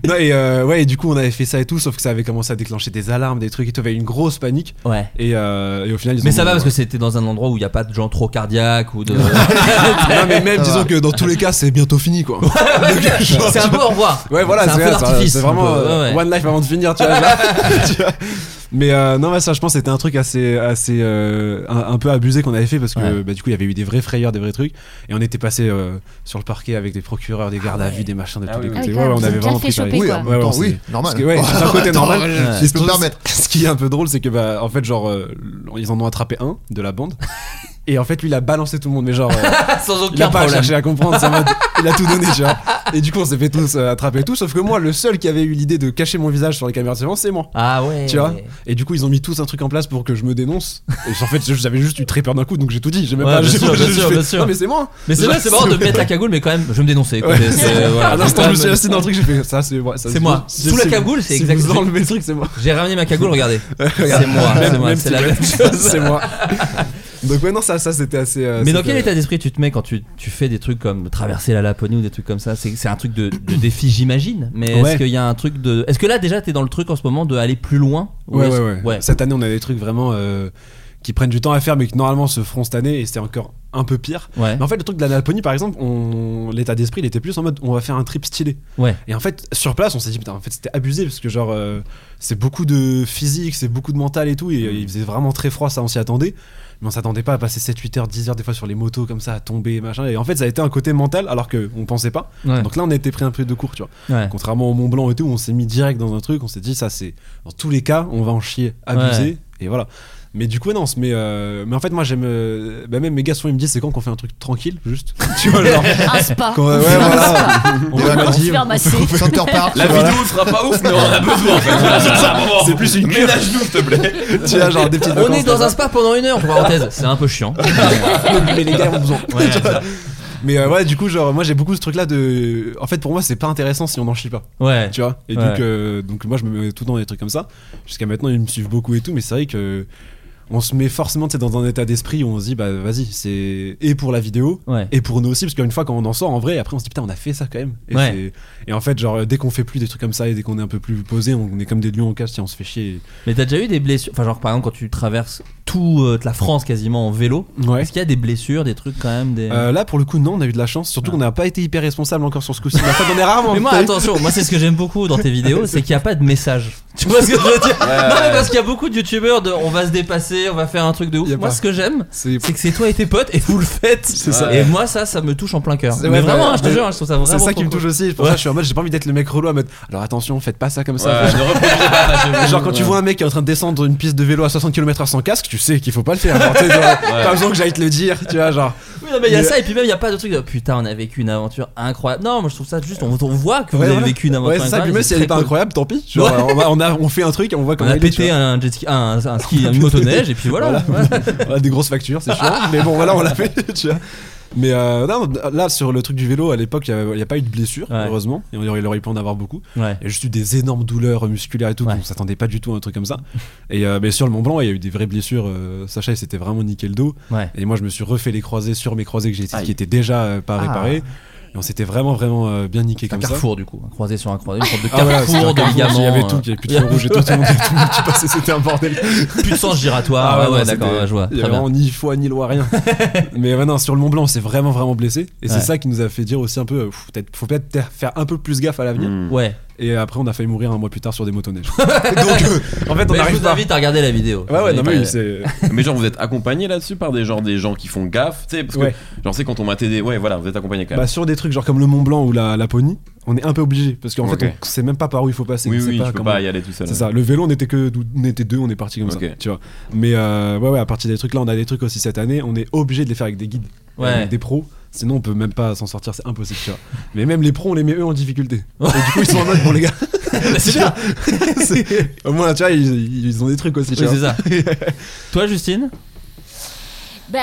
Speaker 3: Non, et euh, ouais, et du coup, on avait fait ça et tout, sauf que ça avait commencé à déclencher des alarmes, des trucs et tout. Il y avait une grosse panique.
Speaker 5: Ouais.
Speaker 3: Et, euh, et au final, ils
Speaker 5: Mais
Speaker 3: ont-
Speaker 5: ça va parce que c'était dans un endroit où il n'y a pas de gens trop cardiaques ou de.
Speaker 3: Non, mais même,
Speaker 4: Ça va.
Speaker 3: disons que dans tous les cas, c'est bientôt fini, quoi.
Speaker 5: c'est un peu au revoir.
Speaker 3: Ouais, voilà,
Speaker 5: c'est un
Speaker 3: c'est
Speaker 5: feu
Speaker 3: ça,
Speaker 5: d'artifice.
Speaker 3: C'est vraiment
Speaker 5: un peu,
Speaker 3: euh,
Speaker 5: ouais, Ah, ouais.
Speaker 3: one life avant de finir, tu vois. genre. Tu vois. mais euh, non, mais ça, je pense, que c'était un truc assez, assez, euh, un, un peu abusé qu'on avait fait parce que
Speaker 5: Ouais.
Speaker 3: bah, du coup, il y avait eu des vraies frayeurs, des vrais trucs, et on était passé euh, sur le parquet avec des procureurs, des gardes à vue, des machins, des
Speaker 6: Ah
Speaker 3: trucs.
Speaker 6: oui,
Speaker 3: des
Speaker 6: oui.
Speaker 8: Ah oui, quand même,
Speaker 3: côtés. Ouais, on
Speaker 8: ils ont
Speaker 3: avait
Speaker 8: bien
Speaker 3: vraiment
Speaker 8: fait
Speaker 3: pris ça.
Speaker 8: choper,
Speaker 4: Oui,
Speaker 8: quoi.
Speaker 4: en
Speaker 3: Ouais,
Speaker 4: même
Speaker 3: on
Speaker 4: temps,
Speaker 3: s'est-
Speaker 4: oui, normal.
Speaker 3: Parce que, ouais, c'est un côté
Speaker 4: Attends,
Speaker 3: normal.
Speaker 4: ouais,
Speaker 3: Ouais.
Speaker 4: Je peux me permettre.
Speaker 3: Ce qui est un peu drôle, c'est que bah, en fait, genre, euh, ils en ont attrapé un de la bande. Et en fait, lui, il a balancé tout le monde, mais genre, euh,
Speaker 5: Sans
Speaker 3: il a
Speaker 5: aucun
Speaker 3: pas
Speaker 5: problème.
Speaker 3: cherché à comprendre, c'est en mode, il a tout donné, tu vois. Et du coup, on s'est fait tous euh, attraper et tout, sauf que moi, le seul qui avait eu l'idée de cacher mon visage sur les caméras de surveillance, c'est moi.
Speaker 5: Ah ouais.
Speaker 3: Tu vois Et du coup, ils ont mis tous un truc en place pour que je me dénonce. Et en fait, je- j'avais juste eu très peur d'un coup, donc j'ai tout dit. J'ai même
Speaker 5: Ouais,
Speaker 3: pas.
Speaker 5: bien
Speaker 3: j'ai-
Speaker 5: sûr, bien
Speaker 3: j'ai
Speaker 5: sûr,
Speaker 3: fait,
Speaker 5: bien sûr.
Speaker 3: Non, mais c'est moi.
Speaker 5: Mais c'est vrai, c'est marrant de mettre la cagoule, mais quand même, je vais me dénoncer. écoutez, c'est- euh, voilà,
Speaker 3: à
Speaker 5: c'est
Speaker 3: l'instant,
Speaker 5: quand
Speaker 3: je me suis
Speaker 5: même-
Speaker 3: assis dans un truc, j'ai fait ça, c'est moi. ça,
Speaker 5: C'est moi.
Speaker 3: si-
Speaker 5: Sous la
Speaker 3: si-
Speaker 5: cagoule, c'est
Speaker 3: si
Speaker 5: exactement-
Speaker 3: Vous enlevez le truc, c'est moi.
Speaker 5: J'ai ramené ma cagoule, regardez.
Speaker 3: Regarde.
Speaker 5: C'est moi,
Speaker 3: Même-
Speaker 5: c'est moi,
Speaker 3: même
Speaker 5: c'est
Speaker 3: si
Speaker 5: la
Speaker 3: tu-
Speaker 5: même chose.
Speaker 3: c'est moi. Donc, ouais, non, ça, ça c'était assez. euh,
Speaker 5: Mais dans
Speaker 3: c'était-
Speaker 5: quel état d'esprit tu te mets quand tu, tu fais des trucs comme traverser la Laponie ou des trucs comme ça C'est c'est un truc de, de défi, j'imagine. Mais est-ce
Speaker 3: Ouais.
Speaker 5: qu'il y a un truc de. Est-ce que là, déjà, t'es dans le truc en ce moment de aller plus loin Ou
Speaker 3: Ouais,
Speaker 5: est-ce-
Speaker 3: ouais, ouais, Cette année, on a des trucs vraiment euh, qui prennent du temps à faire, mais qui normalement se feront cette année, et c'était encore un peu pire.
Speaker 5: Ouais.
Speaker 3: Mais en fait, le truc de la Laponie, par exemple, on... l'état d'esprit, il était plus en mode on va faire un trip stylé.
Speaker 5: Ouais.
Speaker 3: Et en fait, sur place, on s'est dit putain, en fait, c'était abusé parce que genre, euh, c'est beaucoup de physique, c'est beaucoup de mental et tout. Et euh, il faisait vraiment très froid, ça, on s'y attendait. Mais on s'attendait pas à passer 7, 8 heures, 10 heures des fois sur les motos comme ça, à tomber, machin. Et en fait, ça a été un côté mental alors qu'on pensait pas.
Speaker 5: Ouais.
Speaker 3: Donc là, on a été pris un peu de court, tu vois.
Speaker 5: Ouais.
Speaker 3: Contrairement au Mont Blanc et tout, on s'est mis direct dans un truc, on s'est dit ça c'est dans tous les cas, on va en chier, abuser
Speaker 5: Ouais.
Speaker 3: et voilà. Mais du coup non, on se met, euh, mais en fait moi j'aime euh, bah, même mes gars souvent ils me disent c'est quand qu'on fait un truc tranquille juste, tu vois genre
Speaker 8: Un spa.
Speaker 3: qu'on- ouais, voilà. on va
Speaker 8: On
Speaker 3: me
Speaker 8: se
Speaker 3: dire,
Speaker 8: fait ramasser.
Speaker 4: Center Park.
Speaker 6: La vidéo sera pas ouf, mais on en a besoin. en fait. Voilà, c'est ça, bon, bon.
Speaker 3: c'est plus une cure,
Speaker 6: Ménage-nous, s'il te plaît.
Speaker 3: tu vois genre des petites
Speaker 5: On est
Speaker 3: vacances,
Speaker 5: dans un spa pendant une heure, entre parenthèses. C'est un peu chiant.
Speaker 3: mais les gars ont besoin.
Speaker 5: Ouais,
Speaker 3: Tu vois. mais euh, ouais du coup genre moi j'ai beaucoup ce truc là de, en fait pour moi c'est pas intéressant si on en chie pas.
Speaker 5: Ouais.
Speaker 3: tu vois et
Speaker 5: Ouais.
Speaker 3: donc euh, donc moi je me mets tout le temps dans des trucs comme ça jusqu'à maintenant ils me suivent beaucoup et tout mais c'est vrai que on se met forcément tu sais, dans un état d'esprit où on se dit bah vas-y c'est et pour la vidéo
Speaker 5: Ouais.
Speaker 3: et pour nous aussi parce qu'une fois quand on en sort en vrai après on se dit putain on a fait ça quand même et,
Speaker 5: Ouais.
Speaker 3: c'est- et en fait genre dès qu'on fait plus des trucs comme ça et dès qu'on est un peu plus posé on est comme des lions en cage tiens on se fait chier
Speaker 5: Mais t'as déjà eu des blessures Enfin, genre par exemple, quand tu traverses euh, toute la France quasiment en vélo,
Speaker 3: ouais
Speaker 5: est-ce qu'il y a des blessures, des trucs quand même des...
Speaker 3: Euh, là pour le coup non on a eu de la chance surtout qu'on n'a pas été hyper responsable encore sur ce coup-ci mais en fait on est rarement
Speaker 5: Ah. Mais moi, attention, moi, c'est ce que j'aime beaucoup dans tes vidéos, c'est qu'il n'y a pas de message. Tu vois ce que je veux dire Non, mais parce qu'il y a beaucoup de youtubeurs de on va se dépasser, on va faire un truc de ouf.
Speaker 3: Y a
Speaker 5: Moi,
Speaker 3: pas.
Speaker 5: ce que j'aime,
Speaker 3: c'est
Speaker 5: c'est que c'est toi et tes potes et vous le faites.
Speaker 3: ça.
Speaker 5: Et moi, ça, ça me touche en plein cœur.
Speaker 3: C'est-
Speaker 5: Mais
Speaker 3: ouais,
Speaker 5: vraiment,
Speaker 3: ouais,
Speaker 5: hein, je te
Speaker 3: mais
Speaker 5: jure, je trouve ça vraiment.
Speaker 3: c'est ça qui
Speaker 5: trop
Speaker 3: me touche
Speaker 5: cool.
Speaker 3: aussi je, pour ça, je suis en mode j'ai pas envie d'être le mec relou en mode alors attention faites pas ça comme ça
Speaker 6: Ouais, ne reproduis pas, parce que-
Speaker 3: Genre quand tu
Speaker 6: Ouais.
Speaker 3: vois un mec qui est en train de descendre une piste de vélo à 60 km/h sans casque, tu sais qu'il faut pas le faire. genre, tu sais, genre, Pas besoin que j'aille te le dire, tu vois, genre.
Speaker 5: Oui, non, mais il y a
Speaker 3: Mais-
Speaker 5: ça, et puis même, il n'y a pas de truc de putain, on a vécu une aventure incroyable. Non, moi, je trouve ça juste, on, on voit que vous
Speaker 3: Ouais,
Speaker 5: avez
Speaker 3: voilà.
Speaker 5: vécu une aventure
Speaker 3: Ouais, c'est ça.
Speaker 5: incroyable.
Speaker 3: Puis
Speaker 5: et
Speaker 3: même
Speaker 5: c'est
Speaker 3: si elle est
Speaker 5: très
Speaker 3: pas
Speaker 5: cool.
Speaker 3: incroyable, tant pis. Genre, euh,
Speaker 5: Ouais.
Speaker 3: on, va- on a, on fait un truc et on voit
Speaker 5: On
Speaker 3: comment il
Speaker 5: a
Speaker 3: est, tu
Speaker 5: pété
Speaker 3: vois.
Speaker 5: un jet ski, un, un ski, une motoneige, et puis voilà.
Speaker 3: On a des grosses factures, c'est chiant. mais bon, voilà, on l'a fait, tu vois. Mais euh, non, là, sur le truc du vélo, à l'époque, il n'y a, pas eu de blessure,
Speaker 5: Ouais.
Speaker 3: heureusement. Et on aurait- il aurait pu en avoir beaucoup.
Speaker 5: Ouais.
Speaker 3: Et juste eu des énormes douleurs musculaires et tout,
Speaker 5: Ouais.
Speaker 3: on s'attendait pas du tout à un truc comme ça. Et euh, mais sur le Mont Blanc, il y a eu des vraies blessures. euh, Sacha, il s'était vraiment niqué le dos.
Speaker 5: Ouais.
Speaker 3: Et moi, je me suis refait les croisés sur mes croisés que j'ai
Speaker 6: Aïe.
Speaker 3: qui étaient déjà euh, pas
Speaker 5: Ah.
Speaker 3: réparés. Et on s'était vraiment, vraiment euh, bien niqué
Speaker 5: Un
Speaker 3: comme ça.
Speaker 5: carrefour du coup, un croisé sur un croisé, une sorte de
Speaker 3: Ah ouais,
Speaker 5: carrefour
Speaker 3: c'était un
Speaker 5: de
Speaker 3: carrefour,
Speaker 5: ligaments.
Speaker 3: Il y avait
Speaker 5: euh,
Speaker 3: tout, il y avait plus de feu rouge et tout, tout le monde, tout le monde qui passait, c'était un bordel. Ah
Speaker 5: plus de sens giratoire. ouais,
Speaker 3: non,
Speaker 5: ouais,
Speaker 3: c'était-
Speaker 5: d'accord, ouais, je vois.
Speaker 3: Il y
Speaker 5: Très
Speaker 3: avait
Speaker 5: bien.
Speaker 3: vraiment ni foi ni loi, rien. Mais ouais, non, sur le Mont Blanc, on s'est vraiment, vraiment blessé. Et
Speaker 5: Ouais.
Speaker 3: c'est ça qui nous a fait dire aussi un peu, euh, pff, peut-être- faut peut-être faire un peu plus gaffe à l'avenir.
Speaker 6: Mm.
Speaker 5: Ouais.
Speaker 3: Et après, on a failli mourir un mois plus tard sur des motoneiges. Donc, euh, en fait, on
Speaker 5: Mais je
Speaker 3: arrive
Speaker 5: vous
Speaker 3: pas.
Speaker 5: invite à regarder la vidéo.
Speaker 3: Ouais, ouais,
Speaker 5: Je vous
Speaker 3: non,
Speaker 5: invite
Speaker 3: mais
Speaker 5: à
Speaker 3: oui,
Speaker 5: regarder.
Speaker 3: c'est.
Speaker 6: Mais genre vous êtes accompagné là-dessus par des genre des gens qui font gaffe, tu sais parce que
Speaker 3: Ouais.
Speaker 6: genre c'est quand on m'a TD, ouais voilà, vous êtes accompagné quand même.
Speaker 3: Bah, sur des trucs genre comme le Mont Blanc ou la Laponie, on est un peu obligé. Parce qu'en
Speaker 6: Ok.
Speaker 3: fait, on sait même pas par où il faut passer.
Speaker 6: oui
Speaker 3: on sait
Speaker 6: oui,
Speaker 3: pas
Speaker 6: tu peux
Speaker 3: comment-
Speaker 6: pas y aller tout seul.
Speaker 3: C'est ça. Le vélo, on était que dou- on était deux, on est parti comme ça,
Speaker 6: Ok.
Speaker 3: tu vois. Mais euh, ouais, ouais, à partir des trucs là, on a des trucs aussi cette année, on est obligé de les faire avec des guides,
Speaker 5: Ouais.
Speaker 3: avec des pros. Sinon, on peut même pas s'en sortir, c'est impossible, tu vois. Mais même les pros, on les met eux en difficulté. Et du coup, ils sont en mode, bon, les gars,
Speaker 5: Bah, c'est bien.
Speaker 3: c'est- au moins, tu vois, ils, ils ont des trucs aussi, tu
Speaker 5: Oui,
Speaker 3: vois.
Speaker 5: c'est ça. Toi, Justine
Speaker 8: Bah,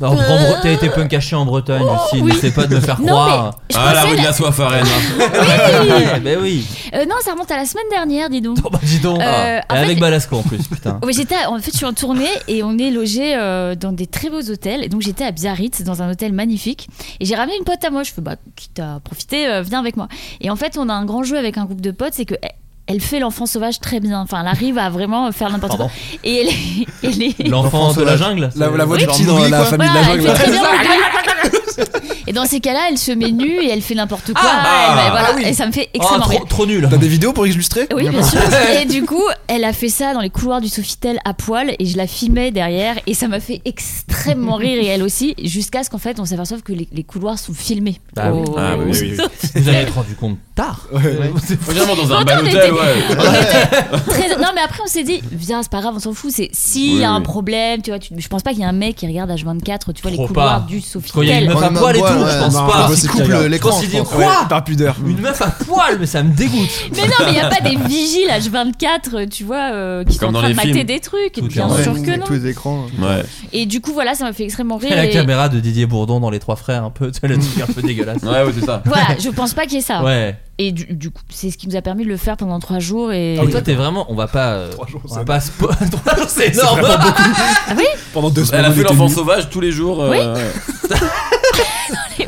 Speaker 5: Non, en Bre- T'as été punk caché en Bretagne,
Speaker 8: Oh,
Speaker 5: Justine.
Speaker 8: oui.
Speaker 5: N'essaie pas de me faire
Speaker 8: Non,
Speaker 5: croire.
Speaker 8: je
Speaker 6: Ah la
Speaker 8: pensais
Speaker 6: rue de
Speaker 8: la-
Speaker 6: la hein. soif à Rennes.
Speaker 5: Ouais, bah oui.
Speaker 8: Euh, non, ça remonte à la semaine dernière, dis donc.
Speaker 5: Oh, bah dis donc.
Speaker 8: Euh, en
Speaker 5: Ah. Et
Speaker 8: fait,
Speaker 5: avec
Speaker 8: j'ai-
Speaker 5: Balasco en plus, putain.
Speaker 8: Oui, j'étais. En fait, je suis en tournée et on est logé euh, dans des très beaux hôtels. Et donc, j'étais à Biarritz dans un hôtel magnifique. Et j'ai ramené une pote à moi. Je fais bah quitte à profiter, euh, viens avec moi. Et en fait, on a un grand jeu avec un groupe de potes, c'est que elle- elle fait l'enfant sauvage très bien. Enfin, elle arrive à vraiment faire n'importe
Speaker 5: Pardon.
Speaker 8: quoi. Et elle est, elle est-
Speaker 5: L'enfant
Speaker 3: L'enfant
Speaker 5: de la
Speaker 3: sauvage.
Speaker 5: jungle
Speaker 3: La,
Speaker 5: c'est-
Speaker 3: la voix
Speaker 8: Oui.
Speaker 3: du petit dans
Speaker 4: Genre,
Speaker 3: la
Speaker 4: quoi.
Speaker 3: famille
Speaker 8: Voilà,
Speaker 3: de la
Speaker 8: elle
Speaker 3: jungle.
Speaker 8: fait très bien le Et dans ces cas-là, elle se met nue et elle fait n'importe quoi.
Speaker 5: Ah,
Speaker 8: elle-
Speaker 5: ah,
Speaker 8: voilà.
Speaker 5: ah oui.
Speaker 8: Et ça me fait
Speaker 5: Oh,
Speaker 8: extrêmement rire.
Speaker 5: trop, trop nul.
Speaker 3: T'as des vidéos pour illustrer
Speaker 8: Oui, bien sûr. Et du coup, elle a fait ça dans les couloirs du Sofitel à poil et je la filmais derrière et ça m'a fait extrêmement rire et elle aussi, jusqu'à ce qu'en fait on s'aperçoive que les, les couloirs sont filmés.
Speaker 5: Bah oui.
Speaker 6: Ah oui, oui,
Speaker 5: Vous en êtes rendu compte tard.
Speaker 6: Finalement, dans un
Speaker 8: Attends,
Speaker 6: bal
Speaker 8: mais
Speaker 6: hôtel,
Speaker 8: t'es-
Speaker 6: ouais.
Speaker 8: Très- Non, mais après on s'est dit, viens, c'est pas grave, on s'en fout. C'est s'il y a
Speaker 6: Oui,
Speaker 8: un
Speaker 6: oui.
Speaker 8: problème, tu vois, tu- je pense pas qu'il y a un mec qui regarde H24, tu vois, les
Speaker 5: Trop
Speaker 8: couloirs
Speaker 5: pas.
Speaker 8: du
Speaker 5: Quand il y a
Speaker 8: Sofitel.
Speaker 5: une meuf à
Speaker 4: Ouais,
Speaker 5: poil et tout,
Speaker 4: ouais,
Speaker 5: je pense
Speaker 3: non,
Speaker 5: pas.
Speaker 3: bah,
Speaker 4: Ils
Speaker 3: c'est
Speaker 4: coupent
Speaker 3: qu'il y a-
Speaker 4: le-
Speaker 5: Je pense
Speaker 4: l'écran.
Speaker 5: qu'il
Speaker 4: je
Speaker 5: dit
Speaker 4: pense.
Speaker 5: quoi
Speaker 3: Par pudeur.
Speaker 5: Une meuf à poil, mais ça me dégoûte.
Speaker 8: Mais non, mais il y a pas des vigiles H24, tu vois, euh, qui
Speaker 6: Comme
Speaker 8: sont
Speaker 6: dans
Speaker 8: en train
Speaker 6: les
Speaker 8: de mater
Speaker 6: films.
Speaker 8: des trucs.
Speaker 5: Tout est
Speaker 8: Bien
Speaker 5: en
Speaker 8: sûr
Speaker 4: Ouais,
Speaker 8: que
Speaker 4: avec tous
Speaker 8: non.
Speaker 4: les écrans.
Speaker 6: Ouais.
Speaker 8: Et du coup, voilà, ça m'a fait extrêmement rire.
Speaker 5: Et la
Speaker 8: et-
Speaker 5: caméra de Didier Bourdon dans Les Trois Frères, un peu, tu sais, le truc un peu dégueulasse.
Speaker 6: Ouais, ouais, c'est ça.
Speaker 8: Voilà, je pense pas qu'il y ait ça.
Speaker 5: Ouais.
Speaker 8: Et du, du coup, c'est ce qui nous a permis de le faire pendant trois jours. Et
Speaker 5: Et Ah toi, t'es vraiment. On va pas. euh,
Speaker 3: Trois jours,
Speaker 5: on
Speaker 3: ça
Speaker 5: va pas spo- Trois jours, c'est énorme.
Speaker 8: Ah
Speaker 3: Pendant deux semaines.
Speaker 6: Elle a fait
Speaker 3: on était
Speaker 6: l'enfant
Speaker 3: nus.
Speaker 6: sauvage tous les jours. euh,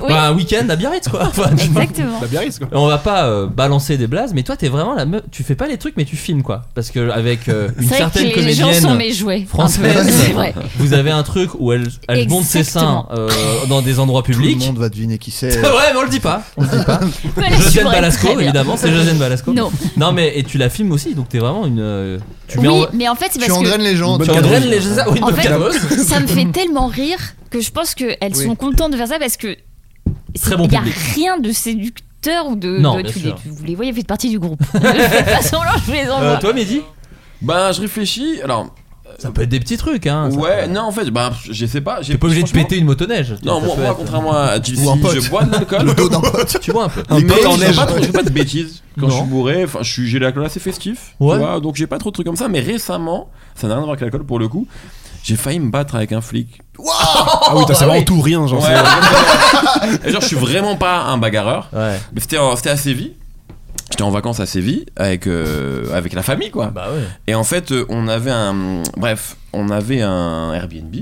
Speaker 8: Oui,
Speaker 5: Bah, un week-end à Biarritz, quoi. Enfin, tu vois.
Speaker 8: exactement.
Speaker 3: La Biarritz, quoi.
Speaker 5: Et On va pas euh, balancer des blases, mais toi, t'es vraiment la meuf. Tu fais pas les trucs, mais tu filmes, quoi. Parce que avec euh, une
Speaker 8: C'est vrai que
Speaker 5: certaine
Speaker 8: les gens
Speaker 5: comédienne.
Speaker 8: sont mes jouets. un peu.
Speaker 5: française.
Speaker 8: C'est vrai.
Speaker 5: Vous avez un truc où elle, elle monte ses seins euh, dans des endroits
Speaker 4: Tout le
Speaker 5: publics.
Speaker 4: monde va deviner qui c'est.
Speaker 5: ouais, mais on le dit pas. On le dit pas.
Speaker 8: Voilà, je
Speaker 5: Josiane
Speaker 8: pourrais
Speaker 5: Balasco,
Speaker 8: très bien.
Speaker 5: évidemment, c'est Josiane Balasco.
Speaker 8: Non.
Speaker 5: Non, mais et tu la filmes aussi, donc t'es vraiment une. euh, Tu mets
Speaker 8: Oui,
Speaker 5: en.
Speaker 8: mais en fait, c'est
Speaker 4: Tu
Speaker 8: parce que
Speaker 4: engraines les gens.
Speaker 3: Une
Speaker 5: Tu
Speaker 4: tu
Speaker 3: bonne
Speaker 5: engraines
Speaker 4: engraines-
Speaker 5: les gens. Oui,
Speaker 8: En
Speaker 5: donc
Speaker 8: fait-
Speaker 5: Cadavos.
Speaker 8: ça me fait tellement rire que je pense qu'elles
Speaker 4: Oui.
Speaker 8: sont contentes de faire ça parce que
Speaker 5: Très bon
Speaker 8: il y a
Speaker 5: public.
Speaker 8: rien de séducteur ou de.
Speaker 5: Non,
Speaker 8: de-
Speaker 5: bien
Speaker 8: tu,
Speaker 5: sûr.
Speaker 8: les- vous les voyez, vous faites partie du groupe. de toute façon, là, je les envoie.
Speaker 5: Euh, toi, Mehdi
Speaker 6: Bah, je réfléchis. Alors, euh,
Speaker 5: Ça peut être des petits trucs, hein. ça
Speaker 6: ouais,
Speaker 5: peut-
Speaker 6: non, en fait, bah, je sais pas. j'ai-
Speaker 5: T'es pas obligé de
Speaker 6: franchement-
Speaker 5: péter une motoneige. tu
Speaker 6: Non,
Speaker 5: vois,
Speaker 6: moi,
Speaker 5: ça
Speaker 6: moi,
Speaker 5: peut être-
Speaker 6: contrairement à Jesse,
Speaker 4: Ou un pote.
Speaker 6: je bois de l'alcool.
Speaker 4: dos d'un pote.
Speaker 5: Tu vois un peu.
Speaker 6: Mais
Speaker 4: pote en
Speaker 6: je fais
Speaker 4: neige.
Speaker 6: pas trop- je fais pas de bêtises quand
Speaker 5: Non.
Speaker 6: je suis bourré. Enfin, je suis- j'ai l'alcool assez festif. tu
Speaker 5: Ouais.
Speaker 6: vois, donc j'ai pas trop de trucs comme ça. Mais récemment, ça n'a rien à voir avec l'alcool pour le coup. J'ai failli me battre avec un flic.
Speaker 3: Ah oui, t'as c'est vraiment tout rien, genre.
Speaker 6: Ouais,
Speaker 3: c'est-
Speaker 6: Et genre, je suis vraiment pas un bagarreur.
Speaker 5: Ouais.
Speaker 6: Mais c'était en- c'était à Séville. J'étais en vacances à Séville avec, euh, avec la famille, quoi.
Speaker 5: Bah ouais.
Speaker 6: Et en fait, euh, on avait un. Bref, on avait un Airbnb.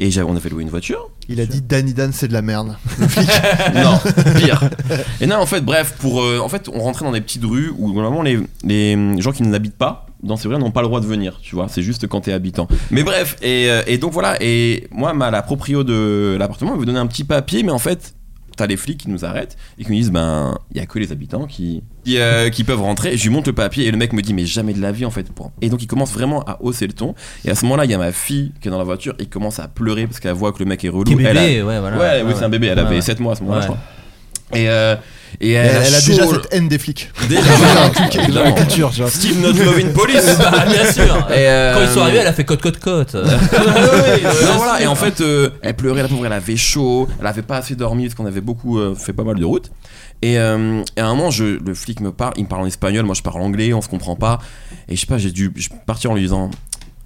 Speaker 6: Et j'avais, on avait loué une voiture.
Speaker 4: Il a dit Danny Dan, c'est de la merde.
Speaker 6: Non, pire. Et non, en fait, bref, pour. euh, en fait, on rentrait dans des petites rues où normalement les, les gens qui ne l'habitent pas. Dans ces rues n'ont pas le droit de venir, tu vois. C'est juste quand t'es habitant. Mais bref, et, euh, et donc voilà. Et moi, ma, la proprio de l'appartement elle veut donner un petit papier, mais en fait, t'as les flics qui nous arrêtent et qui nous disent ben il y a que les habitants qui qui, euh, qui peuvent rentrer je lui montre le papier et le mec me dit mais jamais de la vie en fait Bon. et donc il commence vraiment à hausser le ton et à ce moment là il y a ma fille qui est dans la voiture et commence à pleurer parce qu'elle voit que le mec est relou
Speaker 5: Qui est
Speaker 6: elle a-
Speaker 5: bébé, ouais, voilà.
Speaker 6: ouais, oui c'est un bébé elle
Speaker 5: Ouais,
Speaker 6: avait
Speaker 5: ouais.
Speaker 6: 7 mois à ce moment là
Speaker 5: Ouais.
Speaker 6: je crois et, euh, et
Speaker 4: Elle,
Speaker 6: elle,
Speaker 4: elle a
Speaker 6: chaud-
Speaker 4: déjà cette haine des flics.
Speaker 6: déjà
Speaker 3: Dans la culture, tu vois.
Speaker 6: Steve not loving police
Speaker 5: Bah, bien sûr.
Speaker 6: Et, euh,
Speaker 5: Quand ils sont arrivés, elle a fait cote cote cote.
Speaker 6: Non, voilà, et en fait, euh, elle pleurait, la pauvre, elle avait chaud, elle avait pas assez dormi parce qu'on avait beaucoup euh, fait pas mal de route. Et, euh, et à un moment, je, le flic me parle, il me parle en espagnol, moi je parle anglais, on se comprend pas. Et je sais pas, j'ai dû je suis parti en lui disant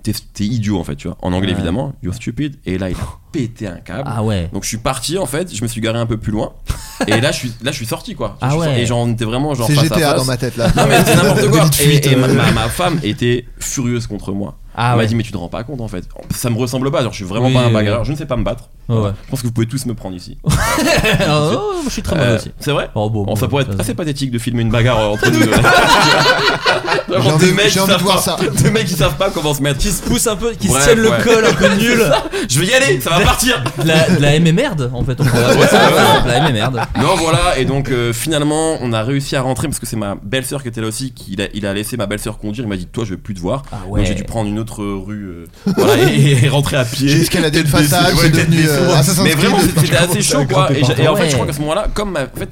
Speaker 6: T'es t'es idiot en fait, tu vois. En anglais
Speaker 5: Ouais.
Speaker 6: évidemment, you're stupid. Et là, il a pété un câble.
Speaker 5: Ah ouais.
Speaker 6: Donc je suis parti en fait, je me suis garé un peu plus loin. Et là, je suis, là, je suis sorti quoi.
Speaker 5: Ah
Speaker 6: Je suis sorti-
Speaker 5: ouais.
Speaker 6: Et genre, on était vraiment genre
Speaker 4: C'est
Speaker 6: face à
Speaker 4: GTA
Speaker 6: face.
Speaker 4: dans ma tête là.
Speaker 6: Non, mais c'est n'importe quoi.
Speaker 4: Petite
Speaker 6: Et,
Speaker 4: fuite,
Speaker 6: et ma-
Speaker 4: euh,
Speaker 6: ma- ma femme était furieuse contre moi.
Speaker 5: Ah
Speaker 6: Elle m'a
Speaker 5: ouais.
Speaker 6: dit mais tu te rends pas compte en fait. Ça me ressemble pas, genre je suis vraiment
Speaker 5: Oui,
Speaker 6: pas un
Speaker 5: oui,
Speaker 6: bagarreur,
Speaker 5: oui.
Speaker 6: je ne sais pas me battre.
Speaker 5: Ouais, ouais.
Speaker 6: Je pense que vous pouvez tous me prendre ici.
Speaker 5: Oh, je suis très mal
Speaker 6: Euh,
Speaker 5: aussi.
Speaker 6: c'est vrai
Speaker 5: Oh, bon,
Speaker 6: Bon, ça
Speaker 5: bon,
Speaker 6: pourrait être
Speaker 5: ça-
Speaker 6: assez pathétique de filmer une bagarre euh, entre nous.
Speaker 4: J'ai
Speaker 6: Vraiment,
Speaker 4: envie-
Speaker 6: deux mecs
Speaker 4: j'ai
Speaker 6: qui
Speaker 4: envie de
Speaker 6: savent
Speaker 4: voir
Speaker 6: pas-
Speaker 4: ça.
Speaker 6: deux mecs qui savent pas comment se mettre. Qui se
Speaker 5: pousse un peu, qui
Speaker 6: Bref,
Speaker 5: se tiennent
Speaker 6: ouais.
Speaker 5: le col un peu nul.
Speaker 6: Je vais y aller, ça va partir.
Speaker 5: De la, de la MMRD en fait. On pourrait appeler ça de la MMRD.
Speaker 6: Non voilà et donc euh, finalement on a réussi à rentrer parce que c'est ma belle-sœur qui était là aussi qui il a, il a laissé ma belle-sœur conduire il m'a dit toi je veux plus te voir
Speaker 5: Ah
Speaker 6: donc j'ai dû prendre une autre euh, rue euh, voilà, et, et rentrer à pied
Speaker 4: J'ai escaladé une
Speaker 6: Tête baissée,
Speaker 4: façade,
Speaker 6: ouais,
Speaker 4: c'est
Speaker 6: tête
Speaker 4: devenu,
Speaker 6: baissée,
Speaker 4: euh,
Speaker 6: ouais.
Speaker 4: Assassin's
Speaker 6: mais vraiment
Speaker 4: Creed.
Speaker 6: c'était- c'était assez chaud quoi et, j'ai- et en
Speaker 5: Ouais.
Speaker 6: fait je crois qu'à ce moment là comme ma, en fait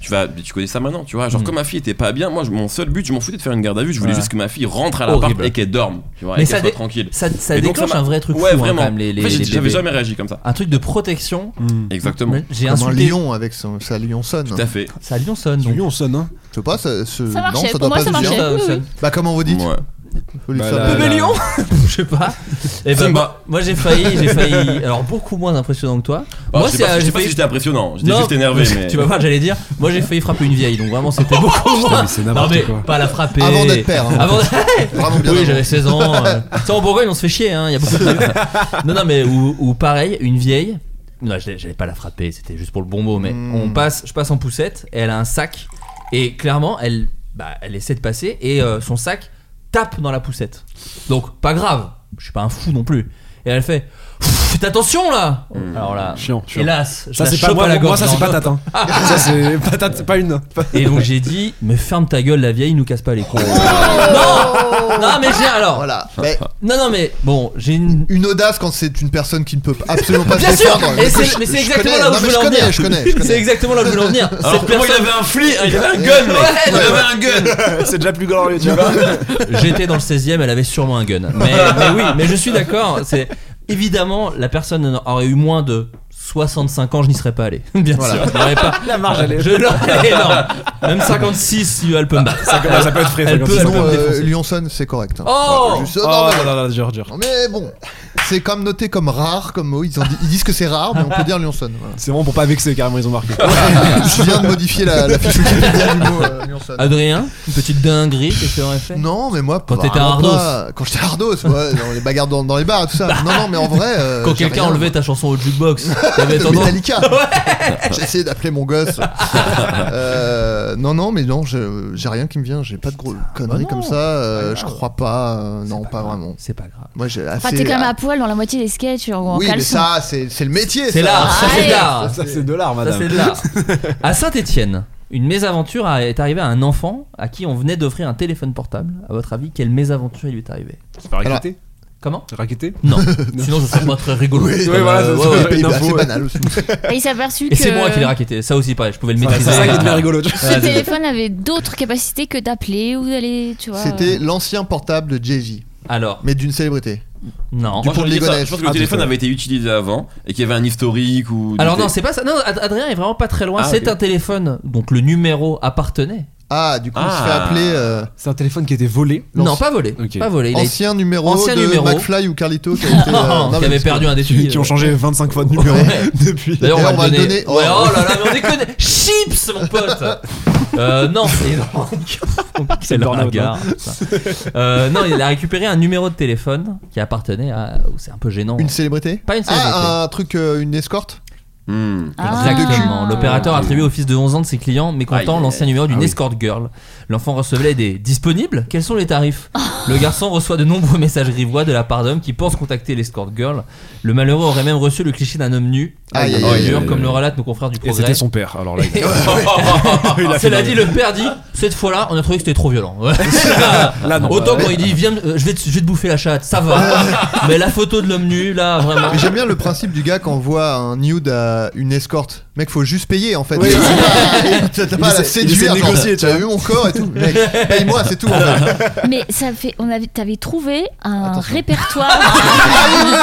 Speaker 6: tu vas tu connais ça maintenant tu vois genre
Speaker 5: Mm.
Speaker 6: comme ma fille était pas bien moi je- mon seul but je m'en foutais de faire une garde à vue je voulais
Speaker 5: Ouais.
Speaker 6: juste que ma fille rentre à l'appart
Speaker 5: Horrible.
Speaker 6: et qu'elle dorme tu vois
Speaker 5: Mais
Speaker 6: et
Speaker 5: ça
Speaker 6: qu'elle soit
Speaker 5: dé-
Speaker 6: tranquille
Speaker 5: Ça, ça
Speaker 6: Et donc,
Speaker 5: déclenche
Speaker 6: ça m'a-
Speaker 5: un vrai truc
Speaker 6: ouais
Speaker 5: fou, hein,
Speaker 6: vraiment
Speaker 5: quand même, les, les,
Speaker 6: En fait, j'ai-
Speaker 5: les
Speaker 6: j'avais
Speaker 5: bébés.
Speaker 6: jamais réagi comme ça
Speaker 5: Un truc de protection.
Speaker 4: Mm.
Speaker 6: exactement
Speaker 5: J'ai
Speaker 4: Comme un
Speaker 5: insulté.
Speaker 4: lion avec son, sa lionçonne.
Speaker 6: tout à fait
Speaker 5: Ça lion sonne.
Speaker 3: Lui, on sonne, hein.
Speaker 4: Je sais pas, ça, ce-
Speaker 8: Ça marchait,
Speaker 4: non, ça
Speaker 8: pour
Speaker 4: doit
Speaker 8: moi
Speaker 4: pas
Speaker 8: ça
Speaker 4: se
Speaker 8: marchait.
Speaker 4: dire.
Speaker 5: Ça,
Speaker 8: Oui,
Speaker 5: ça-
Speaker 8: oui.
Speaker 4: Bah, comment vous dites
Speaker 6: Ouais.
Speaker 4: Faut lui
Speaker 3: Bah,
Speaker 4: faire-
Speaker 3: là, là.
Speaker 5: Bébé lion Je sais pas. Et ben,
Speaker 6: Simba.
Speaker 5: moi, moi, j'ai failli, j'ai failli. Alors beaucoup moins impressionnant que toi.
Speaker 6: Bah,
Speaker 5: moi
Speaker 6: je sais pas
Speaker 5: euh,
Speaker 6: si- je sais pas si
Speaker 5: failli-
Speaker 6: j'étais impressionnant j'étais
Speaker 5: Non,
Speaker 6: juste énervé mais
Speaker 5: Tu vas voir, j'allais dire. Moi j'ai failli frapper une vieille, donc vraiment c'était beaucoup
Speaker 3: Putain,
Speaker 5: moins.
Speaker 3: mais c'est
Speaker 5: Non
Speaker 3: n'importe
Speaker 5: mais
Speaker 3: quoi.
Speaker 5: pas la frapper.
Speaker 4: Avant d'être père, hein.
Speaker 5: Avant-
Speaker 4: Vraiment bien.
Speaker 5: oui,
Speaker 4: avant.
Speaker 5: j'avais 16 ans. euh. Tu sais, en Bourgogne, on se fait chier, hein. Il y a beaucoup de trucs. Non, non, mais ou, ou pareil, une vieille. Non, je l'ai- j'allais pas la frapper, c'était juste pour le bon mot, mais
Speaker 3: Hmm.
Speaker 4: Mm.
Speaker 5: on passe, je passe en poussette et elle a un sac et clairement elle, bah, elle essaie de passer et euh, son sac tape dans la poussette. Donc pas grave, je suis pas un fou non plus. Et elle fait, Pff, Faites attention là Alors là,
Speaker 3: Chiant, chiant.
Speaker 5: hélas, je
Speaker 3: ça
Speaker 5: la
Speaker 3: c'est pas
Speaker 5: chope à
Speaker 3: moi,
Speaker 5: la
Speaker 3: moi,
Speaker 5: gorge
Speaker 3: ça
Speaker 5: dans
Speaker 3: c'est
Speaker 5: le-
Speaker 3: patate. hein. ça c'est patate, c'est pas une.
Speaker 5: Et donc j'ai dit, mais ferme ta gueule la vieille, nous casse pas les couilles.
Speaker 3: Oh.
Speaker 5: non Non mais j'ai alors,
Speaker 4: Voilà. Mais
Speaker 5: non non mais bon, j'ai une...
Speaker 4: une audace quand c'est une personne qui ne peut absolument pas se
Speaker 5: Bien sûr
Speaker 4: défendre.
Speaker 5: Et
Speaker 4: Je-
Speaker 5: c'est- Mais c'est
Speaker 4: je
Speaker 5: exactement
Speaker 4: connais,
Speaker 5: là où
Speaker 4: non,
Speaker 5: je
Speaker 4: mais
Speaker 5: voulais
Speaker 4: je
Speaker 5: en
Speaker 4: connais,
Speaker 5: venir.
Speaker 4: je connais, je connais.
Speaker 5: C'est exactement là où je voulais en venir.
Speaker 6: Alors
Speaker 5: Cette
Speaker 6: comment il
Speaker 5: personne-
Speaker 6: avait un fli Il avait un gun, mec.
Speaker 5: Ouais,
Speaker 6: Il avait un gun.
Speaker 3: c'est déjà plus glorieux, tu vois.
Speaker 5: J'étais dans le 16 e elle avait sûrement un gun. Mais, mais oui, mais je suis d'accord. C'est Évidemment, la personne aurait eu moins de 65 ans, je n'y serais pas allé. Bien sûr. je n'aurais pas-
Speaker 3: La marge elle est.
Speaker 5: Je l'aurais énorme. Même 56, si elle peut me battre.
Speaker 3: Ça, commence- Ah, ça peut être frais.
Speaker 5: Elle
Speaker 3: ça,
Speaker 5: peut-
Speaker 3: comme ça.
Speaker 4: Sinon,
Speaker 5: me
Speaker 4: euh,
Speaker 5: défoncer.
Speaker 4: Lionson, c'est correct. hein.
Speaker 5: Oh
Speaker 4: Juste-
Speaker 3: Oh
Speaker 4: non, mais-
Speaker 3: là là, dur, dur.
Speaker 4: Non, mais bon, c'est quand même noté comme rare comme mot. Ils, ont dit- ils disent que c'est rare, mais on peut dire Lionson. Voilà.
Speaker 3: C'est vraiment pour pas vexer carrément, ils ont marqué.
Speaker 4: Je viens de modifier la, la fiche Wikipédia du mot euh, Lionson.
Speaker 5: Adrien, une petite dinguerie, qu'est-ce que t'aurais fait
Speaker 4: Non, mais moi,
Speaker 5: Quand
Speaker 4: vraiment
Speaker 5: t'étais à Ardos.
Speaker 4: pas- Quand j'étais à Ardos, ouais, dans les bagarres dans, dans les bars et tout ça. Non, non, mais en vrai. euh,
Speaker 5: Quand
Speaker 4: j'ai
Speaker 5: quelqu'un
Speaker 4: rien.
Speaker 5: enlevait ta chanson au jukebox, t'avais
Speaker 4: De
Speaker 5: tendance.
Speaker 4: Metallica. J'ai essayé d'appeler mon gosse. Euh, non, non, mais non, je- j'ai rien qui me vient. J'ai pas de gros conneries
Speaker 5: bah non,
Speaker 4: comme ça. euh,
Speaker 5: pas grave.
Speaker 4: je crois pas. euh, non, pas,
Speaker 5: grave,
Speaker 4: vraiment.
Speaker 5: C'est pas grave.
Speaker 4: Moi, j'ai
Speaker 8: Enfin,
Speaker 4: assez. euh,
Speaker 8: t'es quand même à poil dans la moitié des sketchs ou en
Speaker 4: oui, mais
Speaker 8: caleçon.
Speaker 4: ça, Ah, c'est c'est le métier.
Speaker 5: C'est
Speaker 4: ça.
Speaker 5: l'art, ça c'est de
Speaker 8: Allez.
Speaker 5: l'art.
Speaker 3: Ça c'est de l'art,
Speaker 5: Ça, c'est
Speaker 3: madame.
Speaker 5: de l'art. À Saint-Étienne, une mésaventure a- est arrivée à un enfant à qui on venait d'offrir un téléphone portable. À votre avis, quelle mésaventure il lui est arrivée
Speaker 3: C'est pas
Speaker 4: Alors-
Speaker 3: raqueté
Speaker 5: Comment
Speaker 3: Raqueté
Speaker 5: Non. Sinon, je serais pas très rigolo.
Speaker 4: Oui,
Speaker 3: Ouais, voilà,
Speaker 4: euh,
Speaker 3: ça,
Speaker 4: ouais,
Speaker 3: c'est
Speaker 4: ouais,
Speaker 3: une
Speaker 4: bah,
Speaker 3: info,
Speaker 4: c'est
Speaker 3: ouais.
Speaker 4: banal aussi.
Speaker 8: Et il s'est aperçu
Speaker 5: Et
Speaker 8: que
Speaker 5: c'est moi qui l'ai raqueté. Ça aussi, pareil, je pouvais le
Speaker 3: C'est
Speaker 5: maîtriser. Euh,
Speaker 3: ça qui devient rigolo. tu vois.
Speaker 8: ce téléphone avait d'autres capacités que d'appeler ou d'aller, tu vois.
Speaker 4: C'était l'ancien portable de Jay-Z,
Speaker 5: Alors,
Speaker 4: mais d'une célébrité.
Speaker 5: non.
Speaker 6: Moi,
Speaker 4: Du
Speaker 6: je
Speaker 4: pont de
Speaker 6: voulais dire ça.
Speaker 4: Ligonnès.
Speaker 6: Je pense que le
Speaker 4: Ah,
Speaker 6: téléphone
Speaker 4: d'accord.
Speaker 6: avait été utilisé avant et qu'il y avait un historique ou.
Speaker 5: Alors non, c'est pas ça. Non, Ad- Adrien est vraiment pas très loin.
Speaker 6: Ah,
Speaker 5: c'est
Speaker 6: ok.
Speaker 5: un téléphone, donc le numéro appartenait.
Speaker 4: Ah, du coup, il se fait
Speaker 6: Ah.
Speaker 4: appeler euh,
Speaker 3: C'est un téléphone qui était volé.
Speaker 5: Non, pas volé.
Speaker 3: Ok.
Speaker 5: Pas volé. Il a été-
Speaker 4: ancien numéro
Speaker 5: Ancien
Speaker 4: de
Speaker 5: numéro.
Speaker 4: McFly ou Carlito qui, a été, euh, non,
Speaker 5: qui
Speaker 4: mais
Speaker 5: avait
Speaker 4: parce que-
Speaker 5: perdu un des
Speaker 3: Qui, qui ont changé 25 fois de numéro depuis.
Speaker 5: D'ailleurs, on,
Speaker 4: D'ailleurs,
Speaker 5: va le donner.
Speaker 4: donner.
Speaker 5: Ouais, oh
Speaker 4: Oh.
Speaker 5: là là, mais on déconne. Chips, mon pote. Euh, non, c'est
Speaker 3: C'est le burn-out, hein.
Speaker 5: regard, ça. Euh, non, il a récupéré un numéro de téléphone qui appartenait à. oh, C'est un peu gênant.
Speaker 4: Une célébrité
Speaker 5: Pas une célébrité.
Speaker 4: Ah, un truc, euh, une escorte
Speaker 6: Hmm.
Speaker 8: Ah.
Speaker 5: Exactement.
Speaker 3: Ah,
Speaker 5: L'opérateur attribuait au fils de 11 ans de ses clients mécontent
Speaker 6: Aïe.
Speaker 5: l'ancien numéro d'une
Speaker 6: Ah oui.
Speaker 5: escort girl. L'enfant recevait des disponibles. Quels sont les tarifs Le garçon reçoit de nombreux messages rivois de la part d'hommes qui pensent contacter l'escort girl. Le malheureux aurait même reçu le cliché d'un homme nu,
Speaker 4: Aïe, aïe,
Speaker 5: Oh,
Speaker 4: aïe,
Speaker 5: dur,
Speaker 6: aïe,
Speaker 5: comme
Speaker 6: aïe.
Speaker 5: le relatent nos confrères du
Speaker 3: Et
Speaker 5: progrès.
Speaker 3: c'était son père. Alors là,
Speaker 5: Cela dit, le père dit cette fois-là, on a trouvé que c'était trop violent. Ouais.
Speaker 3: Là, non.
Speaker 5: Autant quand il dit viens, euh, je, vais te, je vais te bouffer la chatte, ça va. Mais la photo de l'homme nu, là, vraiment.
Speaker 4: Mais j'aime bien le principe du gars quand on voit un nude à une escorte. Mec, faut juste payer en fait.
Speaker 3: Oui.
Speaker 4: C'est pas- T'as t'as
Speaker 3: Il
Speaker 4: pas à la
Speaker 3: essaie- il essaie
Speaker 4: séduire.
Speaker 3: de
Speaker 4: genre,
Speaker 3: négocier, tu
Speaker 4: T'as
Speaker 3: vois.
Speaker 4: vu mon corps et tout. Mec, paye-moi, c'est tout. en fait.
Speaker 8: Mais ça fait, on avait, t'avais trouvé un
Speaker 4: Attention.
Speaker 8: répertoire.
Speaker 4: ah oui, oui,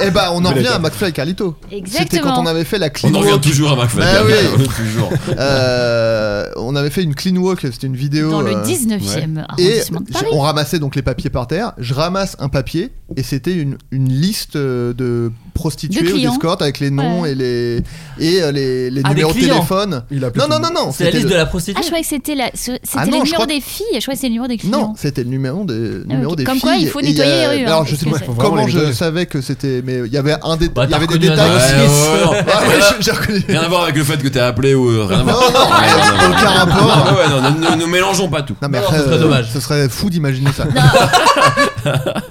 Speaker 4: oui. Et bah, on en
Speaker 3: Mais
Speaker 4: revient
Speaker 3: d'accord.
Speaker 4: à McFly et Carlito. C'était
Speaker 8: Exactement. Ah,
Speaker 4: quand on avait fait la clean
Speaker 6: On en revient
Speaker 4: walk.
Speaker 6: toujours à McFly.
Speaker 4: Bah oui.
Speaker 6: On revient toujours.
Speaker 4: Euh, on avait fait une clean walk, c'était une vidéo.
Speaker 8: dans le
Speaker 4: euh,
Speaker 8: 19e
Speaker 4: Et
Speaker 8: arrondissement de
Speaker 4: j-
Speaker 8: Paris.
Speaker 4: on ramassait donc les papiers par terre. Je ramasse un papier et c'était une, une liste euh, de
Speaker 8: De
Speaker 4: prostituées ou
Speaker 8: clients.
Speaker 4: d'escortes avec les noms
Speaker 8: Ouais.
Speaker 4: et les, et euh, les, les
Speaker 5: Ah, des
Speaker 4: numéros de
Speaker 5: clients.
Speaker 4: téléphone.
Speaker 3: Il a plus
Speaker 4: Non,
Speaker 3: tout
Speaker 4: non,
Speaker 3: le
Speaker 4: non, non.
Speaker 5: C'est la
Speaker 4: c'était
Speaker 5: liste
Speaker 4: le-
Speaker 5: de la
Speaker 8: Ah, je
Speaker 5: prostitution.
Speaker 8: croyais que c'était la, ce- c'était
Speaker 4: Ah
Speaker 8: le
Speaker 4: non, je
Speaker 8: numéro
Speaker 4: crois-
Speaker 8: des filles. Je croyais que c'était le numéro des clients.
Speaker 4: Non, c'était le numéro des, numéro
Speaker 8: ok.
Speaker 4: des
Speaker 8: Comme
Speaker 4: filles.
Speaker 8: quoi, il faut
Speaker 4: et
Speaker 8: nettoyer
Speaker 4: y a-
Speaker 8: les rues, hein,
Speaker 4: Alors, je
Speaker 8: parce
Speaker 4: sais
Speaker 8: que
Speaker 4: pas
Speaker 8: c'est-
Speaker 3: Faut vraiment
Speaker 4: comment
Speaker 3: les
Speaker 4: je
Speaker 3: nettoyer.
Speaker 4: savais que c'était. Mais il y avait un dé-
Speaker 5: Bah,
Speaker 4: il y
Speaker 5: t'as
Speaker 4: avait des
Speaker 5: reconnu un
Speaker 4: détails.
Speaker 5: indice.
Speaker 6: Ouais, ouais, ouais,
Speaker 4: Ah,
Speaker 6: ouais.
Speaker 4: ouais, j'ai- j'ai reconnu.
Speaker 6: Rien à voir avec le fait que t'es appelé ou euh, rien à
Speaker 4: Non,
Speaker 6: voir.
Speaker 4: non, aucun rapport.
Speaker 6: Ouais, ouais, non, ne- ne- ne mélangeons pas tout.
Speaker 4: Non, mais
Speaker 5: Non,
Speaker 4: après,
Speaker 5: ce serait
Speaker 4: euh,
Speaker 5: dommage.
Speaker 4: ce serait fou d'imaginer ça.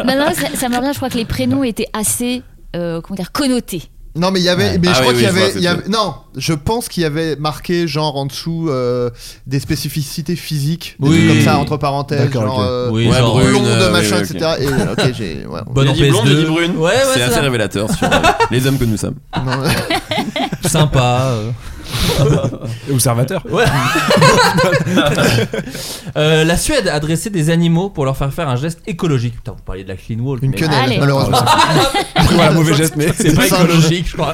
Speaker 8: Non, non, ça, ça me revient. Je crois que les prénoms étaient assez, euh, comment dire, connotés.
Speaker 4: Non, mais il y avait. Mais
Speaker 6: Ah
Speaker 4: je
Speaker 6: oui,
Speaker 4: crois
Speaker 6: oui,
Speaker 4: qu'il y
Speaker 6: je vois,
Speaker 4: avait.
Speaker 6: c'est
Speaker 4: il y avait-
Speaker 6: tout.
Speaker 4: Non, je pense qu'il y avait marqué, genre, en dessous, euh, des spécificités physiques. des
Speaker 5: Oui.
Speaker 4: trucs Comme ça, entre parenthèses.
Speaker 3: D'accord,
Speaker 4: Genre,
Speaker 3: ok.
Speaker 4: euh,
Speaker 5: Oui,
Speaker 6: Ouais,
Speaker 5: genre.
Speaker 6: brune,
Speaker 4: blonde,
Speaker 6: euh, oui,
Speaker 4: machin,
Speaker 6: oui, ok.
Speaker 4: etc. Et, euh, ok, j'ai. Ouais,
Speaker 5: Bonne en
Speaker 6: J'ai dit blonde, j'ai dit
Speaker 5: PS2.
Speaker 6: brune.
Speaker 5: Ouais, ouais,
Speaker 6: c'est
Speaker 5: c'est
Speaker 6: assez
Speaker 5: ça.
Speaker 6: révélateur sur euh, les hommes que nous sommes.
Speaker 4: non,
Speaker 5: Sympa. euh.
Speaker 3: Observateur.
Speaker 5: Ouais. Euh, la Suède a dressé des animaux pour leur faire faire un geste écologique. Putain, vous parliez de la clean wall.
Speaker 4: une
Speaker 5: mais-
Speaker 4: quenelle,
Speaker 8: Allez.
Speaker 4: malheureusement.
Speaker 3: Voilà, mauvais geste, mais
Speaker 5: C'est pas
Speaker 4: C'est ça.
Speaker 5: écologique, je crois.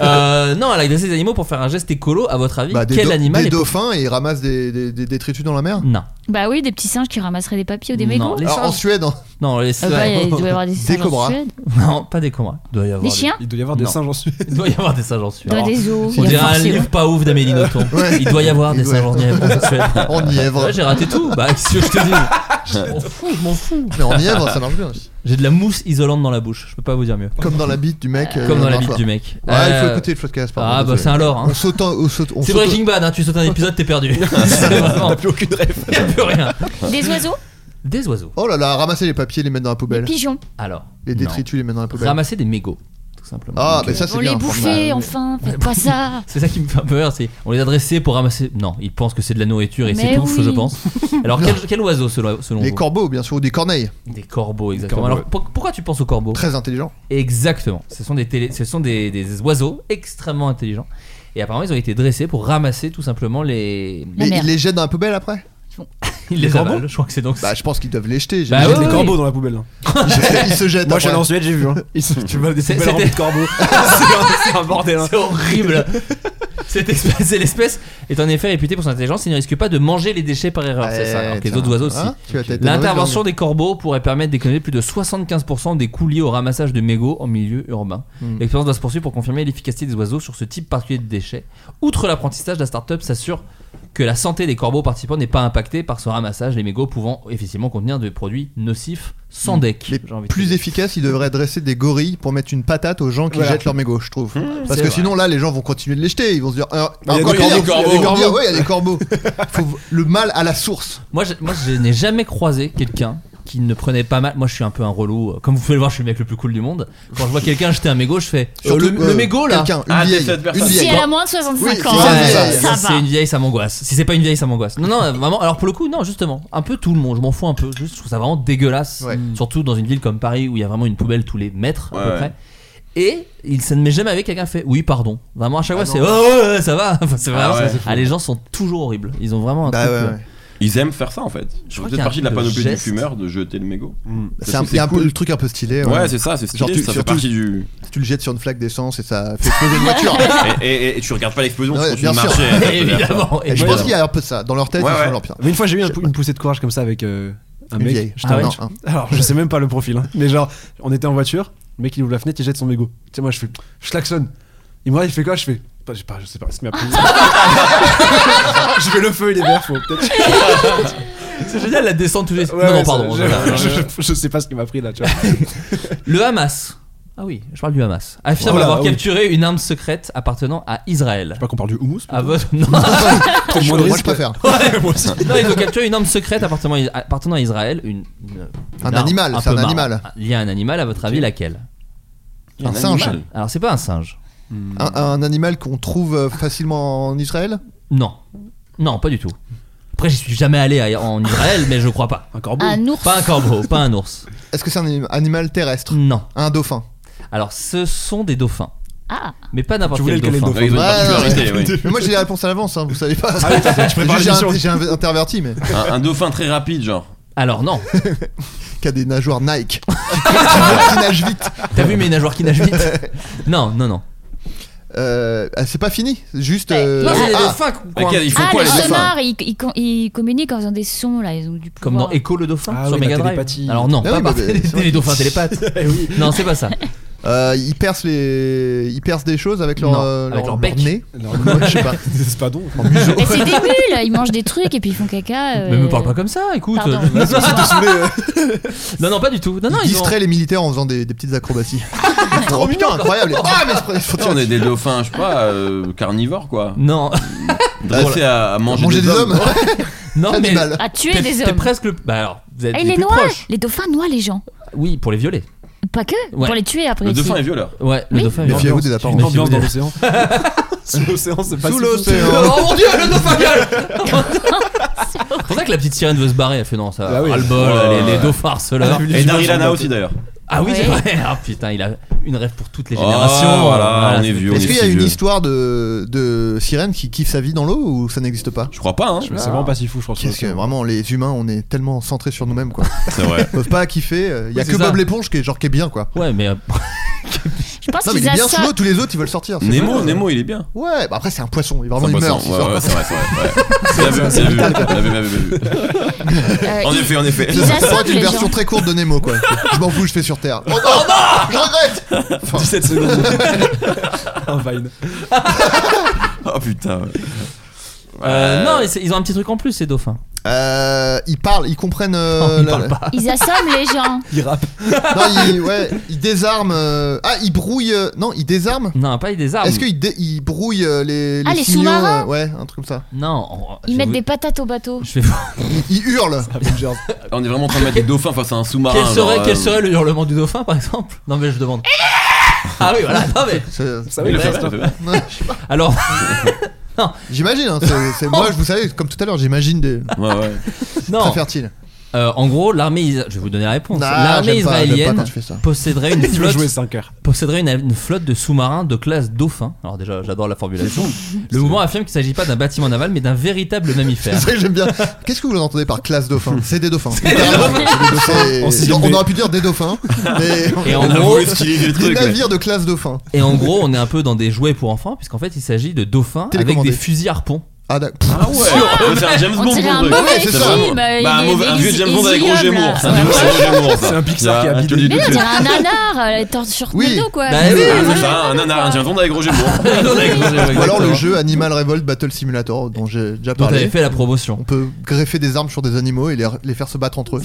Speaker 5: Euh, non, elle a dressé des animaux pour faire un geste écolo. À votre avis,
Speaker 4: Bah, des
Speaker 5: quel
Speaker 4: do-
Speaker 5: animal
Speaker 4: Des
Speaker 5: est-
Speaker 4: dauphins et ils ramassent des, des- des détritus dans la mer
Speaker 5: Non.
Speaker 8: Bah oui, des petits singes qui ramasseraient des papiers ou des
Speaker 5: non,
Speaker 8: mégots.
Speaker 5: les
Speaker 4: Alors, en
Speaker 5: singes.
Speaker 4: Suède, hein.
Speaker 5: Non, les
Speaker 8: Ah
Speaker 5: singes.
Speaker 8: bah, il doit y avoir des
Speaker 4: Des
Speaker 8: singes en
Speaker 4: cobras. Ah,
Speaker 8: Suède,
Speaker 5: Non, pas des communs. Il doit y avoir
Speaker 8: des chiens,
Speaker 3: Il doit y avoir des
Speaker 5: Non.
Speaker 3: singes en Suède.
Speaker 5: Il doit y avoir des singes en Suède.
Speaker 8: dans des zoos. il y
Speaker 5: On
Speaker 8: a
Speaker 5: dirait un
Speaker 8: forcément-
Speaker 5: livre pas ouf d'Amélie Nothomb.
Speaker 4: Euh, Ouais.
Speaker 5: Il doit y avoir
Speaker 4: Il
Speaker 5: des
Speaker 4: doit y
Speaker 5: singes en Suède.
Speaker 4: en Nièvre.
Speaker 5: Ouais, j'ai raté tout. Bah, qu'est-ce que je te dis Je m'en fous, je m'en fous.
Speaker 4: Mais en Nièvre, ça marche bien aussi.
Speaker 5: J'ai de la mousse isolante dans la bouche. Je peux pas vous dire mieux.
Speaker 4: Comme dans la bite du mec. euh,
Speaker 5: Comme dans la
Speaker 4: d'un
Speaker 5: bite
Speaker 4: soir.
Speaker 5: du mec.
Speaker 4: Ouais, il
Speaker 5: Euh,
Speaker 4: faut écouter le podcast. pardon,
Speaker 5: Ah, bah,
Speaker 4: désolé.
Speaker 5: c'est un lore. hein.
Speaker 4: On saute, en- on saute, on
Speaker 5: C'est
Speaker 4: saute-
Speaker 5: Breaking Bad, hein, tu sautes un épisode, t'es perdu. C'est vraiment-
Speaker 3: plus aucune rêve.
Speaker 5: y a plus rien.
Speaker 8: Des oiseaux,
Speaker 5: Des oiseaux.
Speaker 4: Oh là là, ramasser les papiers, les mettre dans la
Speaker 8: des
Speaker 4: poubelle.
Speaker 8: pigeons.
Speaker 5: Alors.
Speaker 4: Les
Speaker 5: non.
Speaker 4: détritus, les mettre dans la poubelle.
Speaker 5: Ramasser des mégots. tout simplement.
Speaker 4: Ah,
Speaker 5: Donc,
Speaker 4: mais
Speaker 5: euh,
Speaker 4: ça, c'est
Speaker 8: On
Speaker 4: bien.
Speaker 8: les bouffer,
Speaker 5: Bah,
Speaker 8: enfin, faites pas ça.
Speaker 5: c'est ça qui me fait peur, c'est on les adressait pour ramasser. Non, ils pensent que c'est de la nourriture et c'est
Speaker 8: Mais
Speaker 5: tout,
Speaker 8: oui.
Speaker 5: je pense. Alors quel, quel oiseau selon, selon
Speaker 4: Les
Speaker 5: vous
Speaker 4: corbeaux, bien sûr, ou des corneilles.
Speaker 5: Des corbeaux, exactement.
Speaker 3: corbeaux,
Speaker 5: Alors pour- pourquoi tu penses aux corbeaux
Speaker 4: Très intelligents.
Speaker 5: Exactement. Ce sont, des, télé- ce sont des, des oiseaux extrêmement intelligents. Et apparemment, ils ont été dressés pour ramasser tout simplement les.
Speaker 8: La
Speaker 4: Mais
Speaker 8: merde.
Speaker 4: ils les jettent dans la poubelle après
Speaker 5: Ils
Speaker 3: Les
Speaker 5: les
Speaker 3: corbeaux
Speaker 5: avalent. Je crois que c'est donc.
Speaker 4: Bah, je pense qu'ils doivent les jeter.
Speaker 5: Bah
Speaker 3: Ils
Speaker 4: j'imagine.
Speaker 3: jettent
Speaker 5: oui,
Speaker 3: les
Speaker 5: oui.
Speaker 3: corbeaux dans la poubelle. hein.
Speaker 4: Ils jettent- ils se jettent
Speaker 3: Moi, je suis allé en
Speaker 4: après.
Speaker 3: Suède, j'ai vu. hein. Ils sont- tu vois des
Speaker 5: C'est-
Speaker 3: poubelles remplies de
Speaker 5: c'était-
Speaker 3: corbeaux. C'est un- c'est un bordel. hein.
Speaker 5: C'est horrible. Cette espèce, c'est l'espèce est en effet réputée pour son intelligence. Il ne risque pas de manger les déchets par erreur. c'est ça. Alors
Speaker 4: Eh,
Speaker 5: que les
Speaker 4: tiens,
Speaker 5: autres oiseaux aussi.
Speaker 4: hein, tu as peut-être
Speaker 5: L'intervention
Speaker 4: des
Speaker 5: des corbeaux pourrait permettre d'économiser plus de 75% des coûts liés au ramassage de mégots en milieu urbain.
Speaker 4: Hmm.
Speaker 5: L'expérience doit se poursuivre pour confirmer l'efficacité des oiseaux sur ce type particulier de déchets. Outre l'apprentissage, la start-up s'assure que la santé des corbeaux participants n'est pas impactée par ce ramassage, les mégots pouvant effectivement contenir des produits nocifs sans deck.
Speaker 4: Les
Speaker 5: J'ai envie de
Speaker 4: Hmm. plus
Speaker 5: te dire.
Speaker 4: efficaces, ils devraient dresser des gorilles pour mettre une patate aux gens qui
Speaker 3: Voilà.
Speaker 4: jettent leurs mégots, je trouve. Parce
Speaker 5: c'est
Speaker 4: que
Speaker 5: vrai.
Speaker 4: sinon, là, les gens vont continuer de les jeter. Ils vont se dire, ah,
Speaker 3: Il y a
Speaker 4: encore
Speaker 3: des
Speaker 4: des
Speaker 3: corbeaux,
Speaker 4: corbeaux.
Speaker 3: il y a des
Speaker 4: Ils vont dire,
Speaker 3: corbeaux.
Speaker 4: ouais, il y a des corbeaux. Faut v- le mal à la source.
Speaker 5: Moi, je, moi, je n'ai jamais croisé quelqu'un qui ne prenait pas mal. Moi, je suis un peu un relou. Comme vous pouvez le voir, je suis le mec le plus cool du monde. Quand je vois quelqu'un jeter un mégot, je fais euh,
Speaker 4: Surtout,
Speaker 5: le,
Speaker 4: euh,
Speaker 5: le mégot là.
Speaker 4: Quelqu'un, une
Speaker 6: Ah,
Speaker 4: vieille,
Speaker 6: t'es cette personne.
Speaker 4: une
Speaker 8: Si
Speaker 4: vieille.
Speaker 8: elle a moins de 65
Speaker 4: Oui,
Speaker 8: ans,
Speaker 4: si
Speaker 5: Ouais,
Speaker 4: c'est
Speaker 8: ça,
Speaker 4: une vieille.
Speaker 5: ça,
Speaker 8: va.
Speaker 5: c'est une vieille, ça m'angoisse. Si c'est pas une vieille, ça m'angoisse. Non, non, euh, vraiment. Alors pour le coup, non, justement, un peu tout le monde. Je m'en fous un peu. Juste, je trouve ça vraiment dégueulasse. Mm.
Speaker 4: Ouais.
Speaker 5: Surtout dans une ville comme Paris où il y a vraiment une poubelle tous les mètres à
Speaker 6: Ouais,
Speaker 5: peu
Speaker 6: ouais.
Speaker 5: près. Et il, ça ne m'est jamais avec quelqu'un fait oui pardon. Vraiment à chaque
Speaker 3: Ah
Speaker 5: fois
Speaker 4: non.
Speaker 5: c'est oh ouais, ouais, ça va. Enfin, c'est vraiment-
Speaker 6: Ah ouais.
Speaker 5: ah, les gens sont toujours horribles. Ils ont vraiment un
Speaker 4: Bah
Speaker 5: truc.
Speaker 4: ouais,
Speaker 5: euh,
Speaker 4: ouais.
Speaker 6: Ils aiment faire ça en fait.
Speaker 5: Je
Speaker 6: Je
Speaker 5: crois
Speaker 6: crois
Speaker 5: qu'il y a
Speaker 6: partie de la
Speaker 5: un
Speaker 6: panoplie
Speaker 5: geste.
Speaker 6: du fumeur de jeter le mégot.
Speaker 4: Hmm. C'est un,
Speaker 6: Parce que
Speaker 4: il y a un peu
Speaker 6: cool.
Speaker 4: le truc un peu stylé.
Speaker 6: Ouais, c'est ça, c'est
Speaker 4: Genre, tu-
Speaker 6: stylé, ça fait
Speaker 4: surtout-
Speaker 6: partie du.
Speaker 4: tu le jettes sur une flaque d'essence et ça fait exploser une voiture.
Speaker 6: Et, et- et tu regardes pas l'explosion,
Speaker 4: Ouais,
Speaker 6: tu continues
Speaker 4: bien
Speaker 6: de
Speaker 4: sûr.
Speaker 6: marcher.
Speaker 5: Évidemment.
Speaker 4: Et je
Speaker 5: évidemment.
Speaker 4: pense qu'il y a un peu de ça. Dans leur tête,
Speaker 6: Ouais,
Speaker 4: ils
Speaker 6: ouais.
Speaker 4: font l'empire.
Speaker 3: Mais une fois, j'ai eu un pou- une poussée de courage comme ça avec euh, un
Speaker 4: Une
Speaker 3: mec.
Speaker 4: vieille.
Speaker 3: J'étais un
Speaker 5: Ah ouais.
Speaker 3: mec.
Speaker 4: Non, un-
Speaker 3: Alors, je sais même pas le profil, hein. mais genre, on était en voiture, le mec il ouvre la fenêtre, il jette son mégot. Tu sais, moi je fais, je klaxonne. Il me regarde, il fait quoi Je fais, pas, je sais pas, je sais pas, c'est ma prise. je fais le feu, il est vert, faut peut-être.
Speaker 5: C'est génial la descente tous les.
Speaker 3: Ouais,
Speaker 5: non, non,
Speaker 3: ouais,
Speaker 5: pardon.
Speaker 3: ça-
Speaker 5: Voilà.
Speaker 3: Je, je- je sais pas ce qui m'a pris là, tu vois.
Speaker 5: Le Hamas. Ah oui, je parle du Hamas. Affirme
Speaker 3: Voilà,
Speaker 4: ah
Speaker 5: avoir
Speaker 3: oui.
Speaker 5: capturé une arme secrète appartenant à Israël.
Speaker 3: Pas qu'on parle du houmous
Speaker 5: À votre. Non.
Speaker 3: Trop de
Speaker 4: Je-
Speaker 3: moins de
Speaker 4: Moi, je
Speaker 3: risques.
Speaker 4: préfère.
Speaker 3: Ouais, moi aussi.
Speaker 5: Non, ils ont capturé une arme secrète appartenant, appartenant à Israël. Une, une- une
Speaker 4: Un
Speaker 5: arme
Speaker 4: animal, c'est
Speaker 5: peu
Speaker 4: un
Speaker 5: marrante.
Speaker 4: animal.
Speaker 5: Il y a un animal, à votre avis, laquelle
Speaker 4: Un singe.
Speaker 6: animal.
Speaker 5: Alors, c'est pas un singe.
Speaker 3: Hmm.
Speaker 4: Un, un animal qu'on trouve euh, facilement en Israël
Speaker 5: Non. Non, pas du tout. Après, j'y suis jamais allé à- en Israël, mais je crois pas.
Speaker 3: Un corbeau.
Speaker 8: Un ours.
Speaker 5: Pas un corbeau, pas un ours.
Speaker 4: Est-ce que c'est un anim- animal terrestre
Speaker 5: Non.
Speaker 4: Un dauphin
Speaker 5: Alors, ce sont des dauphins.
Speaker 8: Ah,
Speaker 5: Mais pas n'importe
Speaker 3: Tu voulais
Speaker 5: quel
Speaker 3: lequel est le
Speaker 5: dauphin.
Speaker 3: dauphin
Speaker 6: Ouais, ils ont une particularité,
Speaker 4: Ah, ouais.
Speaker 6: oui.
Speaker 4: Mais moi j'ai les réponses à l'avance, hein, vous savez pas.
Speaker 3: Ah oui, t'as fait, tu prépares
Speaker 4: J'ai
Speaker 3: l'émission.
Speaker 4: un- j'ai un- interverti, mais
Speaker 6: Un, un dauphin très rapide, genre.
Speaker 5: Alors, non.
Speaker 4: qui a des nageoires Nike. qui, qui nage vite.
Speaker 5: Ah, T'as vu mes nageoires qui nagent vite Non, non, non.
Speaker 4: Euh, ah, c'est pas fini, juste. euh,
Speaker 5: Non, c'est des
Speaker 4: ah,
Speaker 5: dauphins qu'on- qu'on-
Speaker 6: Laquelle- Ils font
Speaker 8: ah
Speaker 6: quoi
Speaker 8: le
Speaker 6: les dauphins
Speaker 8: sonar, ils, ils, con- ils communiquent en faisant des sons là, ils ont du pouvoir.
Speaker 5: Comme dans Echo le dauphin
Speaker 3: Ah
Speaker 5: sur
Speaker 3: oui, la
Speaker 5: Mega Drive.
Speaker 3: télépathie.
Speaker 5: Alors non,
Speaker 4: Ah
Speaker 5: pas
Speaker 4: oui,
Speaker 5: par
Speaker 4: bah,
Speaker 5: télé-
Speaker 4: c'est Eh vrai.
Speaker 5: les dauphins télépathes. Non, c'est pas ça.
Speaker 4: euh, ils percent les, ils percent des choses avec leur,
Speaker 5: Non,
Speaker 4: euh,
Speaker 5: avec leur bec.
Speaker 4: nez.
Speaker 3: Alors,
Speaker 4: Ouais, je sais pas.
Speaker 3: C'est pas donc.
Speaker 8: Mais c'est des mules, ils mangent des trucs et puis ils font caca. euh,
Speaker 5: Mais me parle pas comme ça, écoute. euh,
Speaker 8: Pardon.
Speaker 5: non, non, pas du tout. Non, non,
Speaker 4: ils
Speaker 5: ils ont-
Speaker 4: distraient les militaires en faisant des, des petites acrobaties. oh putain, incroyable. Ah mais c'est- faut
Speaker 6: Putain, on est des dauphins, je sais pas, euh, carnivores quoi.
Speaker 5: Non,
Speaker 6: Dressés à, à manger,
Speaker 4: manger des hommes.
Speaker 5: non, mais.
Speaker 4: Animal.
Speaker 8: À tuer
Speaker 5: t'es-
Speaker 8: des
Speaker 5: T'es
Speaker 8: hommes.
Speaker 5: presque le. Bah alors, vous êtes
Speaker 8: Ah,
Speaker 5: les
Speaker 8: il les
Speaker 5: plus
Speaker 8: noie
Speaker 5: proches.
Speaker 8: Les dauphins noient les gens.
Speaker 5: Oui, pour les violer.
Speaker 8: Pas que
Speaker 5: Ouais.
Speaker 8: Pour les tuer après.
Speaker 6: Le
Speaker 8: aussi.
Speaker 6: dauphin est violeur.
Speaker 5: Ouais, le
Speaker 8: Oui.
Speaker 5: dauphin. est violent.
Speaker 4: Méfiez-vous des apparences.
Speaker 3: Une ambiance dans
Speaker 5: Méfiez-vous
Speaker 3: l'océan. Sous l'océan, c'est pas
Speaker 4: Sous
Speaker 3: si
Speaker 4: l'océan.
Speaker 5: Oh mon dieu, le dauphin gueule C'est pour ça que la petite sirène veut se barrer. Elle fait non, ça va.
Speaker 3: Bah oui.
Speaker 5: ras le bol,
Speaker 6: Ouais.
Speaker 5: les, les dauphins harceleurs.
Speaker 3: Alors,
Speaker 6: Et Darilana aussi d'ailleurs.
Speaker 5: Ah oui, c'est
Speaker 8: Ouais.
Speaker 5: vrai. Ah putain, il a une rêve pour toutes les
Speaker 6: Oh,
Speaker 5: générations.
Speaker 6: voilà, Ah, on est
Speaker 5: c'est-
Speaker 6: vieux, on
Speaker 4: Est-ce
Speaker 6: est
Speaker 4: qu'il y a
Speaker 6: si
Speaker 4: une
Speaker 6: vieux.
Speaker 4: histoire de, de sirène qui kiffe sa vie dans l'eau ou ça n'existe pas
Speaker 6: Je crois pas, hein.
Speaker 3: C'est vraiment pas si fou, je pense.
Speaker 4: Qu'est-ce que vraiment les humains on est tellement centrés sur nous-mêmes quoi.
Speaker 6: C'est vrai.
Speaker 4: Ils peuvent pas kiffer. euh, y a
Speaker 5: Oui,
Speaker 4: que
Speaker 5: c'est ça.
Speaker 4: Bob l'éponge qui est genre qui est bien quoi.
Speaker 5: Ouais, mais euh,
Speaker 8: Je pense
Speaker 4: Non mais il
Speaker 8: qu'ils
Speaker 4: est bien
Speaker 8: assoient.
Speaker 4: sous l'eau, tous les autres ils veulent sortir. c'est
Speaker 6: Nemo,
Speaker 4: vrai.
Speaker 6: Nemo, il est bien.
Speaker 4: Ouais, bah après c'est un poisson, il vraiment
Speaker 6: C'est
Speaker 4: il
Speaker 6: un
Speaker 4: meurt.
Speaker 6: poisson,
Speaker 4: s'il
Speaker 6: ouais,
Speaker 4: sort.
Speaker 6: ouais, c'est vrai, c'est vrai. ouais. C'est la vu, c'est la vu, la vu, la vu, la vu.
Speaker 8: euh,
Speaker 6: En
Speaker 8: ils-
Speaker 6: effet, en effet.
Speaker 8: Ils
Speaker 4: Ça pourrait être
Speaker 8: assoient
Speaker 4: une
Speaker 8: les gens.
Speaker 4: version très courte de Nemo quoi. je m'en fous, je fais sur Terre. Oh non, je regrette.
Speaker 3: 17 secondes.
Speaker 4: Oh
Speaker 3: Un vine.
Speaker 6: Oh putain. ouais.
Speaker 5: euh, non, mais c'est- ils ont un petit truc en plus, ces dauphins.
Speaker 4: Euh, ils parlent, ils comprennent. euh,
Speaker 5: Non, ils
Speaker 4: la-
Speaker 5: parlent pas.
Speaker 8: Ils assomment les gens.
Speaker 3: Il rappe.
Speaker 4: Non, ils, ouais, ils désarment. euh, Ah, ils brouillent. euh, Non, ils désarment.
Speaker 5: Non, pas des arbres.
Speaker 4: Est-ce qu'ils dé- ils brouillent euh, les,
Speaker 8: Ah, les
Speaker 4: signaux
Speaker 8: sous-marins
Speaker 4: euh, Ouais, un truc comme ça.
Speaker 5: Non. on-
Speaker 8: Ils
Speaker 5: je vais
Speaker 8: mettent
Speaker 5: vous-
Speaker 8: des patates au bateau.
Speaker 5: Je vais...
Speaker 4: Ils, ils hurlent.
Speaker 6: On est vraiment en train de mettre des dauphins face à un sous-marin.
Speaker 5: quel, serait,
Speaker 6: genre,
Speaker 5: quel
Speaker 6: euh,
Speaker 5: serait le hurlement du dauphin, par exemple Non, mais je demande. Ah oui, voilà. Non, mais-
Speaker 4: C'est-
Speaker 3: savez,
Speaker 6: Il
Speaker 3: le
Speaker 6: le fait
Speaker 3: reste,
Speaker 6: bien, il le fait bien.
Speaker 5: Alors,
Speaker 4: J'imagine, hein, c'est c'est- moi, je vous savez, comme tout à l'heure, j'imagine des.
Speaker 6: Ouais, ouais.
Speaker 5: non.
Speaker 4: Très fertile.
Speaker 5: Euh, en gros, l'armée. is- Je vais vous donner la réponse.
Speaker 4: Nah,
Speaker 5: l'armée
Speaker 4: j'aime pas- j'aime pas
Speaker 5: israélienne
Speaker 4: quand tu fais ça.
Speaker 5: posséderait une
Speaker 3: Il veut
Speaker 5: flotte
Speaker 3: jouer 5 heures.
Speaker 5: posséderait une, une flotte de sous-marins de classe dauphin. Alors déjà, j'adore la formulation. Le mouvement affirme qu'il ne s'agit pas d'un bâtiment naval, mais d'un véritable
Speaker 4: C'est
Speaker 5: mammifère.
Speaker 4: ça que j'aime bien. Qu'est-ce que vous entendez par classe dauphin C'est des dauphins.
Speaker 5: des
Speaker 4: Littéralement, c'est des dauphins.
Speaker 3: On s'est dit,
Speaker 4: on,
Speaker 3: mais-
Speaker 4: aurait pu dire des dauphins, mais
Speaker 5: Et en
Speaker 6: On a
Speaker 5: gros,
Speaker 6: voulu styliser le
Speaker 4: des
Speaker 6: truc. ouais.
Speaker 4: navires de classe dauphin.
Speaker 5: et en gros, on est un peu dans des jouets pour enfants, puisqu'en fait, il s'agit de dauphins avec
Speaker 4: Télécommandés.
Speaker 5: des fusils harpons.
Speaker 4: Ah d'accord. Ah
Speaker 6: Ouais, c'est un James
Speaker 8: On
Speaker 6: Bond,
Speaker 8: dirait
Speaker 6: mon
Speaker 8: un
Speaker 6: truc.
Speaker 8: mauvais
Speaker 4: c'est
Speaker 8: film.
Speaker 4: ça.
Speaker 8: euh, il
Speaker 6: Bah, un
Speaker 8: est-
Speaker 6: mauvais-
Speaker 8: il
Speaker 6: un
Speaker 8: est-
Speaker 6: vieux James Bond avec
Speaker 8: il est
Speaker 6: Roger
Speaker 8: ignoble,
Speaker 6: Moore.
Speaker 8: là.
Speaker 6: C'est un Roger Moore, ça.
Speaker 3: C'est un Pixar qui
Speaker 6: Ah,
Speaker 3: a
Speaker 6: je te le dis
Speaker 3: habillé.
Speaker 6: tout
Speaker 8: Mais
Speaker 6: de
Speaker 8: non, on
Speaker 6: suite.
Speaker 8: dirait un nanar, euh, les tortures
Speaker 4: Oui.
Speaker 8: Tornado, quoi.
Speaker 5: Bah,
Speaker 8: C'est un
Speaker 5: oui, oui,
Speaker 6: C'est
Speaker 8: nanar,
Speaker 6: ça, un nanar, un James Bond avec Roger Moore.
Speaker 4: Ou alors le jeu Animal Revolt Battle Simulator dont j'ai déjà
Speaker 5: dont
Speaker 4: parlé.
Speaker 5: avait fait la
Speaker 4: On
Speaker 5: promotion.
Speaker 4: peut greffer des armes sur des animaux et les, les faire se battre entre eux.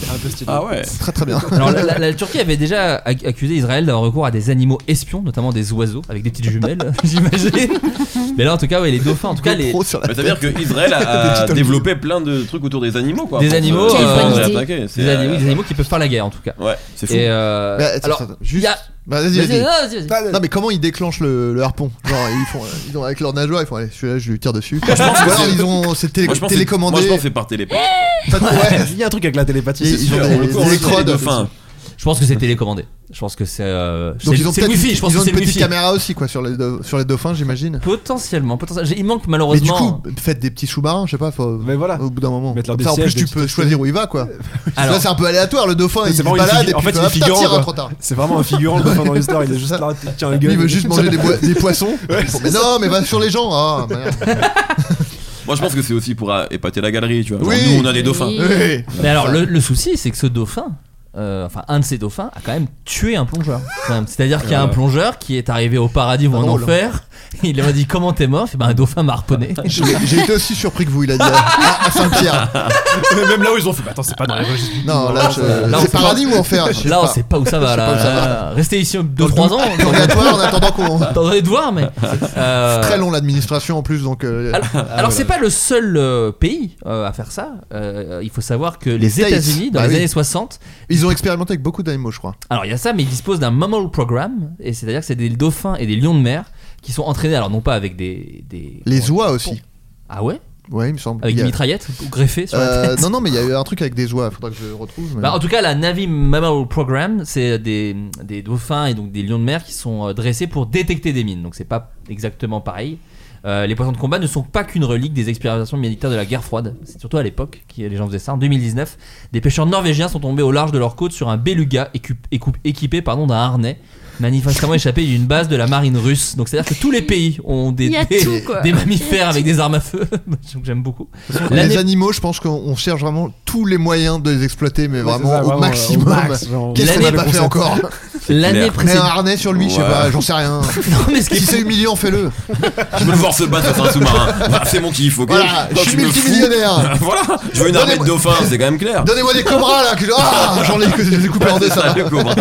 Speaker 6: Ah ouais.
Speaker 4: C'est Très très bien.
Speaker 5: Alors, la, la- la Turquie avait déjà ac- accusé Israël d'avoir recours à des animaux espions, notamment des oiseaux, avec des petites jumelles, j'imagine. Mais là, en tout cas, ouais, les dauphins, en tout cas, les,
Speaker 4: Pro sur la
Speaker 6: Mais ça veut dire
Speaker 4: tête.
Speaker 6: que Israël a a développé plein de trucs autour des animaux, quoi.
Speaker 5: Des
Speaker 6: Pour,
Speaker 5: animaux,
Speaker 6: euh,
Speaker 8: Quelle bonne
Speaker 6: les
Speaker 8: idée.
Speaker 6: attaquer. C'est,
Speaker 5: des, ani-
Speaker 6: euh,
Speaker 5: des animaux qui peuvent faire la guerre, en tout cas.
Speaker 6: Ouais, c'est fou.
Speaker 5: Et euh,
Speaker 4: Mais attends,
Speaker 5: alors,
Speaker 4: attends,
Speaker 5: il
Speaker 4: juste-
Speaker 5: y a-
Speaker 4: Bah, vas-y,
Speaker 5: Vas-y,
Speaker 4: vas-y.
Speaker 5: vas-y, vas-y.
Speaker 4: Non mais comment ils déclenchent le, le harpon Genre ils font, euh, ils ont avec leur nageoire ils font allez celui-là je lui tire dessus. Ou alors ils ont c'est télé-
Speaker 6: Moi, je pense que- Moi,
Speaker 4: télécommandé.
Speaker 6: je pense que c'est par télépathie.
Speaker 4: Pas de- ouais.
Speaker 3: Il y a un truc avec la télépathie.
Speaker 4: Et
Speaker 3: c'est
Speaker 4: ils
Speaker 3: sûr.
Speaker 6: Pour
Speaker 4: ont
Speaker 6: le
Speaker 4: des
Speaker 6: coup, on le sait, les
Speaker 4: électrodes.
Speaker 6: dauphins.
Speaker 5: Je pense que c'est télécommandé. Je pense que c'est. Euh,
Speaker 4: Donc
Speaker 5: c'est-
Speaker 4: ils ont
Speaker 5: c'est
Speaker 4: peut-être
Speaker 5: Wi-Fi.
Speaker 4: une-
Speaker 5: Je pense
Speaker 4: ils
Speaker 5: que
Speaker 4: ont
Speaker 5: c'est
Speaker 4: une petite
Speaker 5: Wi-Fi.
Speaker 4: caméra aussi quoi sur les do- sur les dauphins j'imagine.
Speaker 5: Potentiellement, potentiellement. Il manque
Speaker 4: Mais du
Speaker 5: malheureusement.
Speaker 4: coup faites des petits sous-marins je sais pas faut
Speaker 3: Mais voilà.
Speaker 4: au bout d'un moment.
Speaker 3: Mettre leur des
Speaker 4: Comme ça, en
Speaker 3: sièges,
Speaker 4: plus tu
Speaker 3: des
Speaker 4: peux
Speaker 3: petites
Speaker 4: choisir où il va quoi.
Speaker 5: Alors-
Speaker 4: Là c'est un peu aléatoire le dauphin il
Speaker 3: C'est
Speaker 4: se
Speaker 3: vraiment une
Speaker 4: balade
Speaker 3: figu-
Speaker 4: et
Speaker 3: en
Speaker 4: puis
Speaker 3: fait,
Speaker 4: il
Speaker 3: il
Speaker 4: fait,
Speaker 3: est
Speaker 4: hop,
Speaker 3: figurant,
Speaker 4: tire,
Speaker 3: quoi.
Speaker 4: trop tard.
Speaker 3: C'est vraiment un figurant le dauphin dans l'histoire. Il est juste là, il tient la gueule.
Speaker 4: Lui il veut juste manger des, boi- des poissons. Ils font, mais non mais va sur les gens ah merde.
Speaker 6: Moi, je pense que c'est aussi pour euh, épater la galerie, tu vois. Genre,
Speaker 4: Oui.
Speaker 6: Nous, on a des dauphins.
Speaker 8: Oui.
Speaker 4: Ouais.
Speaker 5: Mais alors, le, le souci, c'est que ce dauphin. euh, enfin, un de ces dauphins a quand même tué un plongeur. quand même. C'est-à-dire qu'il y a un plongeur qui est arrivé au paradis ou en
Speaker 4: drôle, hein.
Speaker 5: enfer. Il lui a dit comment t'es mort. Il fait, bah, un dauphin m'a harponné.
Speaker 4: J'ai j'ai été aussi surpris que vous il a dit à, à Saint-Pierre.
Speaker 3: Même là où ils ont fait, bah, attends, c'est pas dans les registres.
Speaker 4: Non là je-
Speaker 5: Là, on sait
Speaker 4: c'est paradis ou enfer. je sais
Speaker 5: Là, on
Speaker 4: pas.
Speaker 5: sait pas où ça va.
Speaker 4: Je sais pas
Speaker 5: là.
Speaker 4: où ça
Speaker 5: Restez ici 2-3 ans.
Speaker 4: purgatoire en attendant qu'on.
Speaker 5: T'en les devoirs, mais. euh,
Speaker 4: Très long l'administration en plus donc. euh,
Speaker 5: Alors, alors, c'est pas le seul euh, pays euh, à faire ça. Euh, il faut savoir que les
Speaker 4: States.
Speaker 5: États-Unis, dans
Speaker 4: Bah
Speaker 5: les
Speaker 4: oui.
Speaker 5: années 60,
Speaker 4: Ils ont expérimenté avec beaucoup d'animaux, je crois.
Speaker 5: alors il y a ça, mais ils disposent d'un mammal program, et c'est-à-dire que c'est des dauphins et des lions de mer qui sont entraînés, alors non pas avec des. des-
Speaker 4: Les
Speaker 5: comment-
Speaker 4: oies aussi.
Speaker 5: Ah ouais
Speaker 4: Ouais, il me semble.
Speaker 5: Avec
Speaker 4: Il
Speaker 5: des
Speaker 4: y a-
Speaker 5: mitraillettes ou greffées sur la
Speaker 4: Euh,
Speaker 5: tête
Speaker 4: non, non, mais il y a eu un truc avec des oies, faudra que je retrouve. mais-
Speaker 5: Bah, en tout cas, la Navy Mammal Program, c'est euh, des, des dauphins et donc des lions de mer qui sont euh, dressés pour détecter des mines. Donc c'est pas exactement pareil. Euh, les poissons de combat ne sont pas qu'une relique des expérimentations militaires de la guerre froide. C'est surtout à l'époque que les gens faisaient ça. En 2019, des pêcheurs norvégiens sont tombés au large de leur côte sur un beluga écu- écu- équipé pardon, d'un harnais, manifestement échappé d'une base de la marine russe. Donc c'est-à-dire que tous les pays ont des,
Speaker 8: Il y a
Speaker 5: des,
Speaker 8: tout, quoi.
Speaker 5: des mammifères avec des armes à feu. Donc, J'aime beaucoup.
Speaker 4: les
Speaker 5: L'année-
Speaker 4: animaux, je pense qu'on on cherche vraiment tous les moyens de les exploiter, mais vraiment
Speaker 3: C'est ça,
Speaker 4: au
Speaker 3: euh,
Speaker 4: maximum.
Speaker 3: max, genre,
Speaker 4: Qu'est-ce qu'on
Speaker 5: L'année
Speaker 4: n'a pas fait
Speaker 3: concept.
Speaker 4: encore
Speaker 5: L'année
Speaker 4: Mais un
Speaker 5: précédente.
Speaker 4: harnais sur lui, je sais
Speaker 6: Ouais.
Speaker 4: pas, j'en sais rien.
Speaker 5: Non, mais ce qui est
Speaker 4: Si c'est humiliant, fais-le.
Speaker 6: Je veux le voir se battre dans un sous-marin. Voilà, c'est mon kiff, ok
Speaker 4: Voilà, je
Speaker 6: Toi,
Speaker 4: suis
Speaker 6: tu me fous.
Speaker 4: multimillionnaire.
Speaker 6: Voilà, je veux une armée de
Speaker 4: Donnez-moi-
Speaker 6: dauphins, c'est quand même clair.
Speaker 4: Donnez-moi des cobras là, que ah, j'en ai que je les ai coupés en deux, ça. va.
Speaker 6: Le cobra.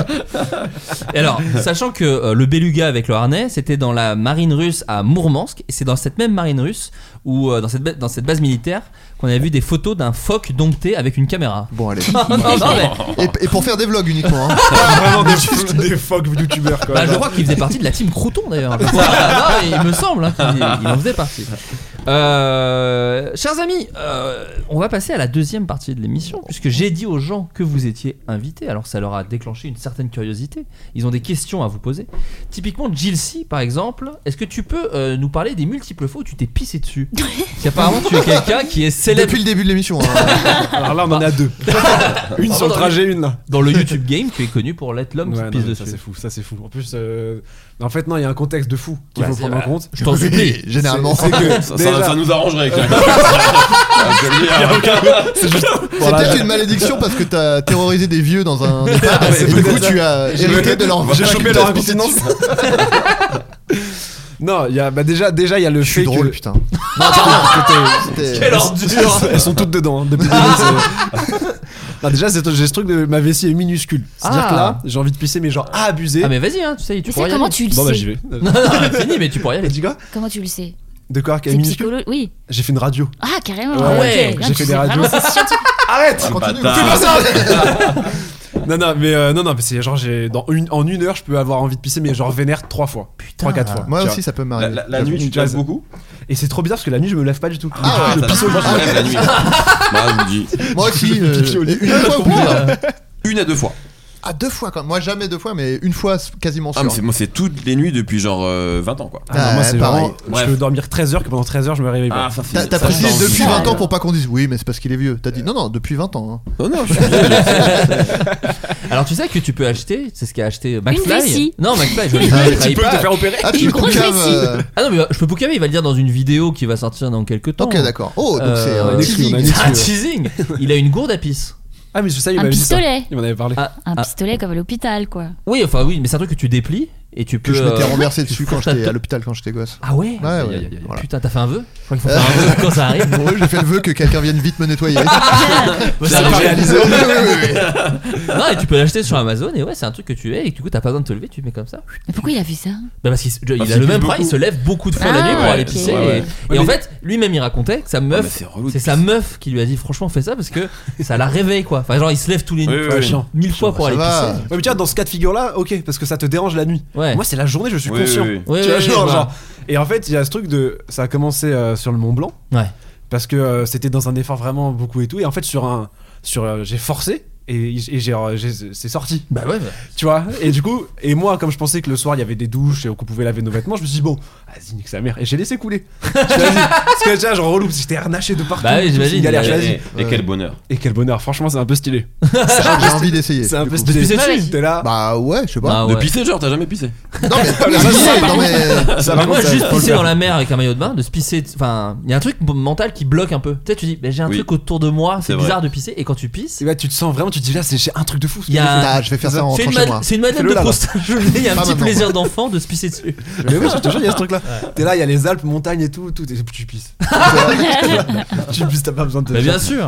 Speaker 5: Et alors, sachant que euh, le beluga avec le harnais, c'était dans la marine russe à Mourmansk, et c'est dans cette même marine russe, ou euh, dans, cette ba- dans cette base militaire, qu'on a vu des photos d'un phoque dompté avec une caméra.
Speaker 4: Bon, allez.
Speaker 5: Non, non, non, mais-
Speaker 4: Et, et pour faire des vlogs uniquement. hein.
Speaker 3: Vraiment des, juste des fuck youtubeurs quoi.
Speaker 5: bah, je crois qu'il faisait partie de la team Crouton d'ailleurs. Je crois. Non, mais il me semble hein, qu'il il en faisait partie. Euh, chers amis, euh, on va passer à la deuxième partie de l'émission, puisque j'ai dit aux gens que vous étiez invités, alors ça leur a déclenché une certaine curiosité. Ils ont des questions à vous poser. Typiquement, Jilcy, par exemple, est-ce que tu peux euh, nous parler des multiples fois où tu t'es pissé dessus Parce qu'apparemment, tu es quelqu'un qui est célèbre
Speaker 4: Depuis le début de l'émission. hein.
Speaker 3: Alors là, on en a deux. une sur le trajet, une là.
Speaker 5: dans le YouTube game, tu es connu pour l'être l'homme qui
Speaker 3: Ouais,
Speaker 5: se
Speaker 3: non,
Speaker 5: pisse
Speaker 3: mais ça
Speaker 5: dessus.
Speaker 3: c'est fou, ça c'est fou. En plus, euh, en fait, non, il y a un contexte de fou qu'il
Speaker 5: Ouais,
Speaker 3: faut
Speaker 5: c'est-
Speaker 3: prendre en
Speaker 5: bah,
Speaker 3: compte.
Speaker 5: Je t'en
Speaker 4: Oui,
Speaker 5: supplie.
Speaker 4: Généralement.
Speaker 3: C'est que
Speaker 6: Ça, ça-
Speaker 3: déjà,
Speaker 6: ça nous arrangerait. quand même. Je te le dis, hein.
Speaker 4: C'est peut-être une malédiction parce que t'as terrorisé des vieux dans un EHPAD,
Speaker 3: Ah ouais,
Speaker 4: et du coup
Speaker 3: peut-être ça.
Speaker 4: tu as hérité de leur
Speaker 3: J'ai chopé leur
Speaker 4: faculté de
Speaker 3: incontinence.
Speaker 4: pisse dessus.
Speaker 3: non, il y a bah déjà déjà il y a le
Speaker 4: Je suis
Speaker 3: fait
Speaker 4: drôle
Speaker 3: que
Speaker 4: putain.
Speaker 5: Quelle ordure
Speaker 3: elles sont toutes dedans. hein, depuis le début, c'est- Non, déjà, c'est- j'ai ce truc de ma vessie est minuscule. C'est-à-dire
Speaker 5: Ah.
Speaker 3: que là, j'ai envie de pisser, mais genre abusé.
Speaker 5: Ah mais vas-y hein, tu sais, tu
Speaker 8: Mais
Speaker 5: pourras
Speaker 8: ça,
Speaker 5: y
Speaker 8: comment
Speaker 5: aller.
Speaker 8: tu le
Speaker 3: Bon, bah
Speaker 8: sais
Speaker 3: j'y vais.
Speaker 5: Non, non, fini, mais tu pourras y
Speaker 3: T'as
Speaker 5: aller.
Speaker 3: dit quoi
Speaker 8: Comment tu le sais
Speaker 3: De quoi qu'elle est
Speaker 8: C'est
Speaker 3: minuscule
Speaker 8: psychologique Oui.
Speaker 3: J'ai fait une radio.
Speaker 8: Ah, carrément. ok.
Speaker 3: Ouais, j'ai
Speaker 8: Non,
Speaker 3: fait
Speaker 8: tu
Speaker 3: des
Speaker 8: sais
Speaker 3: radios.
Speaker 8: vraiment, c'est scientifique.
Speaker 3: Arrête
Speaker 6: Ah,
Speaker 4: Continue.
Speaker 6: bâtard.
Speaker 3: Non, non, mais euh, non, non, mais c'est genre, j'ai, dans une, en une heure, je peux avoir envie de pisser, mais genre vénère trois fois. Trois, quatre fois.
Speaker 4: Moi
Speaker 3: Tu vois.
Speaker 4: aussi, ça peut
Speaker 6: La,
Speaker 4: m'arriver.
Speaker 6: la- la nuit, tu te lèves beaucoup
Speaker 3: Et c'est trop bizarre parce que la nuit, je me lève pas du tout.
Speaker 4: Ah
Speaker 3: je
Speaker 6: Ça,
Speaker 3: pisse au
Speaker 6: Moi,
Speaker 3: lit.
Speaker 6: je me lève la nuit. Bah, je vous dis
Speaker 4: Moi aussi, euh, une fois ou plusieurs.
Speaker 6: une à deux fois.
Speaker 4: Ah, deux fois quand même. Moi, jamais deux fois, mais une fois c'est quasiment
Speaker 6: Ah,
Speaker 4: sûr.
Speaker 6: mais c'est- moi, c'est toutes les nuits depuis genre euh, 20 ans, quoi.
Speaker 3: Ah, non, moi,
Speaker 4: Ah,
Speaker 3: c'est
Speaker 4: pareil.
Speaker 3: vraiment.
Speaker 6: Bref.
Speaker 3: Je peux dormir 13 heures que pendant 13 heures, je me réveille pas.
Speaker 6: ça, Ah, c'est-
Speaker 4: T'as
Speaker 6: ça,
Speaker 4: t'as
Speaker 6: je
Speaker 4: précisé
Speaker 6: t'en
Speaker 4: depuis
Speaker 6: dis.
Speaker 4: 20 ans pour pas qu'on dise oui, mais c'est parce qu'il est vieux. T'as dit non, non, depuis 20 ans. hein.
Speaker 6: Non, non, je suis désolé.
Speaker 5: Alors tu sais que tu peux acheter, c'est ce qu'a acheté McFly.
Speaker 8: vessie.
Speaker 5: Non, McFly, je je- je- je-
Speaker 3: Tu peux
Speaker 5: pas.
Speaker 3: te faire opérer
Speaker 4: Ah, tu
Speaker 8: Une
Speaker 4: le
Speaker 8: grosse
Speaker 4: concaves,
Speaker 8: vessie.
Speaker 4: euh,
Speaker 5: Ah non, mais je peux boucaver, il va le dire dans une vidéo qui va sortir dans quelques temps.
Speaker 4: Ok, d'accord. Oh, donc
Speaker 5: Euh,
Speaker 4: c'est
Speaker 5: on a
Speaker 4: un
Speaker 5: des
Speaker 4: teasing.
Speaker 3: clous, on a des
Speaker 5: C'est un teasing. Il a une gourde à pisse.
Speaker 3: Ah, mais je sais, il
Speaker 8: Un
Speaker 3: m'avait dit ça.
Speaker 8: pistolet.
Speaker 3: Il m'en avait parlé.
Speaker 5: Ah.
Speaker 8: Un
Speaker 5: Ah.
Speaker 8: pistolet comme à l'hôpital, quoi.
Speaker 5: Oui, enfin oui, mais c'est un truc que tu déplies et tu peux.
Speaker 4: Que je m'étais
Speaker 5: euh,
Speaker 4: renversé
Speaker 5: tu
Speaker 4: dessus
Speaker 5: fous
Speaker 4: quand
Speaker 5: ta
Speaker 4: j'étais
Speaker 5: to-
Speaker 4: à l'hôpital quand j'étais gosse.
Speaker 5: Ah ouais.
Speaker 4: Ouais,
Speaker 3: aïe, aïe,
Speaker 4: ouais.
Speaker 3: aïe, aïe.
Speaker 4: voilà.
Speaker 5: Putain, t'as fait un vœu Je crois qu'il
Speaker 4: Euh,
Speaker 5: faut faire un vœu quand ça arrive.
Speaker 4: Bon, j'ai fait le vœu que quelqu'un vienne vite me nettoyer.
Speaker 5: Bah,
Speaker 6: Ça
Speaker 5: c'est
Speaker 6: a
Speaker 5: pas-
Speaker 6: réalisé.
Speaker 4: Oui, oui, oui.
Speaker 5: Non, et tu peux l'acheter sur Amazon et ouais, c'est un truc que tu es et que, du coup t'as pas besoin de te lever, tu le mets comme ça.
Speaker 8: Mais pourquoi il a fait ça
Speaker 5: Bah parce qu'il se- il
Speaker 6: Parce
Speaker 5: a
Speaker 6: qu'il
Speaker 5: le
Speaker 6: pisse
Speaker 5: même bras, il
Speaker 6: beaucoup.
Speaker 5: se lève beaucoup de fois la
Speaker 8: Ah,
Speaker 5: nuit pour aller
Speaker 8: ok.
Speaker 5: pisser.
Speaker 6: Ouais, ouais.
Speaker 5: Et, et
Speaker 3: Ouais,
Speaker 5: en
Speaker 3: mais-
Speaker 5: fait, lui-même il racontait que sa
Speaker 6: Ah, mais
Speaker 5: meuf,
Speaker 6: c'est relou.
Speaker 5: c'est sa meuf qui lui a dit franchement fais ça parce que ça la réveille quoi. Enfin genre il se lève tous les
Speaker 6: Oui, oui, oui.
Speaker 5: chiant. mille fois pour
Speaker 4: Ça
Speaker 5: aller
Speaker 4: va.
Speaker 5: pisser.
Speaker 3: Ouais, mais tu vois, dans ce cas de figure-là, ok, parce que ça te dérange la nuit.
Speaker 5: Ouais.
Speaker 3: Moi, c'est la journée, je suis
Speaker 6: Oui,
Speaker 3: conscient.
Speaker 6: oui, oui.
Speaker 3: Tu vois,
Speaker 5: Oui, oui,
Speaker 3: genre,
Speaker 5: oui, je
Speaker 3: genre- Et en fait, il y a ce truc de. Ça a commencé euh, sur le Mont Blanc.
Speaker 5: Ouais.
Speaker 3: Parce que euh, c'était dans un effort vraiment beaucoup et tout. Et en fait, sur un. Sur, euh, j'ai forcé et, j- et j'ai, euh, j'ai- c'est sorti.
Speaker 5: Bah ouais. bah.
Speaker 3: Tu vois Et du coup, et moi, comme je pensais que le soir, il y avait des douches et qu'on pouvait laver nos vêtements, je me suis dit, bon, vas-y, nique sa mère. Et j'ai laissé couler. Je te l'ai dit. Parce que déjà, je relou, parce que j'étais harnaché de partout.
Speaker 5: Bah oui,
Speaker 3: et tout,
Speaker 5: j'imagine,
Speaker 3: c'est une galère,
Speaker 5: il y a-
Speaker 3: je l'ai dit.
Speaker 6: Et et quel bonheur.
Speaker 3: Et quel bonheur, franchement, c'est un peu stylé.
Speaker 4: J'ai envie d'essayer.
Speaker 3: C'est un
Speaker 4: du
Speaker 3: peu
Speaker 4: coup.
Speaker 3: stylé.
Speaker 5: Tu pisses dessus
Speaker 3: T'es là.
Speaker 4: Bah ouais, je sais pas.
Speaker 5: Ah ouais.
Speaker 6: De pisser, genre, t'as jamais pissé
Speaker 4: Non mais,
Speaker 3: ça,
Speaker 4: mais-
Speaker 3: ça,
Speaker 4: non, mais-
Speaker 3: Ça,
Speaker 5: Mais
Speaker 3: par
Speaker 5: Bah, moi,
Speaker 3: contre, ça,
Speaker 5: juste
Speaker 3: faut le
Speaker 5: pisser
Speaker 3: faire.
Speaker 5: dans la mer avec un maillot de bain, de se pisser. Enfin, il y a un truc mental qui bloque un peu. Tu sais, tu dis, bah, j'ai un
Speaker 6: Oui.
Speaker 5: truc autour de moi, c'est
Speaker 6: C'est vrai.
Speaker 5: bizarre de pisser. Et quand tu pisses,
Speaker 3: Et là, tu te sens vraiment, tu te dis là, c'est j'ai un truc de fou. ce
Speaker 5: il y
Speaker 3: que
Speaker 5: a.
Speaker 4: Ah,
Speaker 5: un-
Speaker 4: je vais faire ça en
Speaker 5: C'est une,
Speaker 4: rentrant chez moi.
Speaker 5: mad- c'est une madeleine de
Speaker 3: Fais-le là, là.
Speaker 5: Proust. Je vous le dis, il y a un
Speaker 4: Pas
Speaker 5: petit
Speaker 4: maintenant.
Speaker 5: plaisir d'enfant de se pisser dessus.
Speaker 3: Mais oui, je te jure, il y a ce truc-là. T'es là, il y a les Alpes, montagnes et tout, tout et tu pisses. tu pisses, t'as pas besoin de te
Speaker 5: Mais bien
Speaker 3: faire.
Speaker 5: sûr.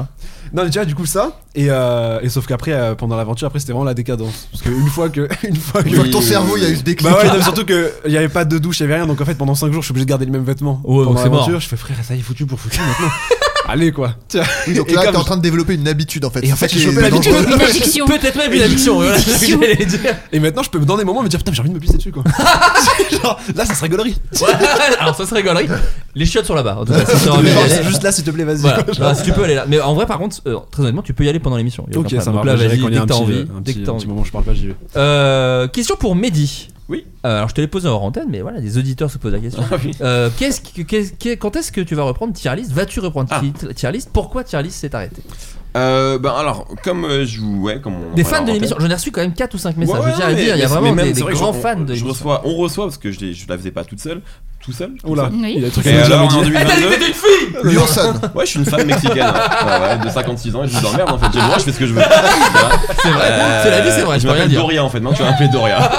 Speaker 3: Non, mais tu vois, du coup, ça, et, euh, et sauf qu'après, euh, pendant l'aventure, après, c'était vraiment la décadence. Parce qu'une fois que. Une fois que.
Speaker 4: Une fois que ton cerveau, il y a eu ce déclic.
Speaker 3: Bah ouais, non, mais surtout qu'il y avait pas de douche, il y avait rien, donc en fait, pendant 5 jours, je suis obligé de garder les mêmes vêtements.
Speaker 5: Ouais, donc
Speaker 3: pendant
Speaker 5: c'est mort.
Speaker 3: l'aventure, je fais frère, ça y est, foutu pour foutu maintenant. Allez, quoi. Tiens.
Speaker 4: Oui, donc
Speaker 3: Et
Speaker 4: là,
Speaker 3: comme
Speaker 4: t'es en
Speaker 3: je-
Speaker 4: train de développer une habitude en fait.
Speaker 3: Et en
Speaker 4: C'est ça
Speaker 3: fait,
Speaker 4: qui
Speaker 3: j'ai
Speaker 4: est
Speaker 3: chopé l'habitude.
Speaker 4: dangereux.
Speaker 8: Une addiction
Speaker 5: Peut-être même une addiction. voilà, c'est ce que j'allais dire.
Speaker 3: Et maintenant, je peux, dans des moments, me dire putain, j'ai envie de me pisser dessus, quoi. Genre, là, ça serait gaulerie.
Speaker 5: Ouais, Alors, ça serait rigolerie. Les chiottes sont là-bas. Bah, En tout cas, si t'as envie d'y
Speaker 3: Genre,
Speaker 5: aller.
Speaker 3: juste là, s'il te plaît, vas-y.
Speaker 5: Voilà.
Speaker 3: quoi.
Speaker 5: Non, si tu peux aller là. Mais en vrai, par contre, euh, très honnêtement, tu peux y aller pendant l'émission. Il y a
Speaker 3: Ok,
Speaker 5: aucun
Speaker 3: ça
Speaker 5: problème.
Speaker 3: marche.
Speaker 5: Donc
Speaker 3: j'irai
Speaker 5: là, vas-y,
Speaker 3: quand il y
Speaker 5: dès
Speaker 3: a
Speaker 5: que
Speaker 3: un
Speaker 5: t'as
Speaker 3: petit- euh,
Speaker 5: envie.
Speaker 3: un
Speaker 5: Dès que
Speaker 3: petit-
Speaker 5: t'as
Speaker 3: un
Speaker 5: envie.
Speaker 3: petit moment, je parle pas, j'y vais.
Speaker 5: Euh, question pour Mehdi.
Speaker 6: Oui.
Speaker 5: Euh, alors je te l'ai posé en antenne, mais voilà, des auditeurs se posent la
Speaker 3: Ah
Speaker 5: question. Euh, qu'est-ce que- qu'est-ce que- quand est-ce que tu vas reprendre tier list Vas-tu reprendre
Speaker 6: Ah.
Speaker 5: tier tier list Pourquoi tier list s'est arrêté
Speaker 6: Euh, ben alors, comme euh, je vous. Ouais, comme on en
Speaker 3: bah,
Speaker 6: parlait
Speaker 5: Des fans
Speaker 6: en
Speaker 5: de
Speaker 6: antenne.
Speaker 5: l'émission, j'en ai reçu quand même 4 ou 5 messages.
Speaker 6: Ouais,
Speaker 5: je tiens à
Speaker 6: ouais,
Speaker 5: le dire, il y a
Speaker 6: mais-
Speaker 5: vraiment
Speaker 6: mais même,
Speaker 5: des,
Speaker 6: c'est
Speaker 5: des
Speaker 6: vrai que
Speaker 5: grands
Speaker 6: je- on-
Speaker 5: fans de
Speaker 6: je
Speaker 5: l'émission.
Speaker 6: reçois, On reçoit, parce que je, l'ai- je la faisais pas toute seule. Tout seul. tout
Speaker 3: Oula,
Speaker 6: seul.
Speaker 8: Oui.
Speaker 3: il y a des trucs
Speaker 6: Et
Speaker 3: à
Speaker 6: alors,
Speaker 3: dire.
Speaker 6: on est en 2022.
Speaker 5: une fille
Speaker 4: Lurson.
Speaker 6: Ouais, je suis une femme mexicaine. hein. Ouais, ouais, de 56 ans et je vous emmerde en fait. J'ai le droit, je fais ce que je veux. C'est
Speaker 5: vrai. C'est la vie, c'est vrai, je
Speaker 6: Je
Speaker 5: peux rien
Speaker 6: m'appelle
Speaker 5: dire.
Speaker 6: Doria en fait. Maintenant, tu m'appelles Doria.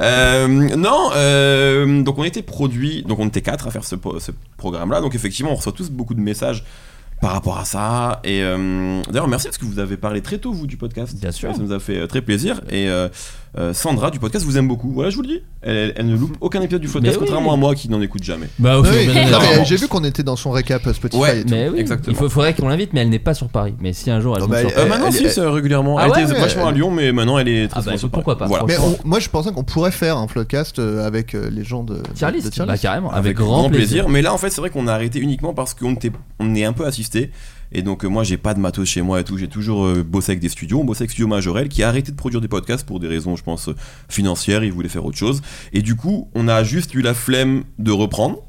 Speaker 6: Euh, non, euh, donc on était produits, donc on était quatre à faire ce, po- ce programme-là. Donc effectivement, on reçoit tous beaucoup de messages par rapport à ça. Et euh, d'ailleurs, merci parce que vous avez parlé très tôt, vous, du podcast.
Speaker 5: Bien sûr.
Speaker 6: Ça nous a fait euh, très plaisir. Et euh, euh, Sandra du podcast vous aime beaucoup. Voilà, je vous le dis. Elle, elle ne loupe aucun épisode du podcast,
Speaker 5: Mais oui.
Speaker 6: contrairement à moi qui n'en écoute jamais.
Speaker 5: Bah
Speaker 4: Ah
Speaker 5: ok,
Speaker 4: oui.
Speaker 5: bien
Speaker 4: Non,
Speaker 5: évidemment.
Speaker 4: mais J'ai vu qu'on était dans son récap euh, Spotify.
Speaker 6: Ouais,
Speaker 4: et tout.
Speaker 5: Mais oui,
Speaker 6: Exactement.
Speaker 5: il faut- faudrait qu'on l'invite, mais elle n'est pas sur Paris. Mais si un jour elle
Speaker 4: Non,
Speaker 5: vient
Speaker 4: mais
Speaker 5: sur
Speaker 4: elle-
Speaker 5: Paris.
Speaker 6: Euh, maintenant, si, c'est, euh, régulièrement.
Speaker 5: Ah
Speaker 6: elle
Speaker 5: ouais,
Speaker 6: était
Speaker 4: ouais,
Speaker 6: vachement
Speaker 4: elle-
Speaker 6: à Lyon, mais maintenant, elle est. très
Speaker 5: Ah bah,
Speaker 6: souvent sur
Speaker 5: pourquoi
Speaker 6: Paris. Voilà.
Speaker 5: pas,
Speaker 4: Mais on- moi je pensais qu'on pourrait faire un podcast euh, avec euh, les gens de
Speaker 5: Tier
Speaker 4: de
Speaker 5: list,
Speaker 4: Tier
Speaker 5: bah
Speaker 4: List.
Speaker 5: carrément, avec, grand plaisir.
Speaker 6: Mais là, en fait, c'est vrai qu'on a arrêté uniquement parce qu'on était, on est un peu assisté. Et donc, euh, moi, j'ai pas de matos chez moi et tout. J'ai toujours euh, bossé avec des studios. On bossait avec Studio Majorel qui a arrêté de produire des podcasts pour des raisons, je pense, euh, financières. Ils voulaient faire autre chose. Et du coup, on a juste eu la flemme de reprendre.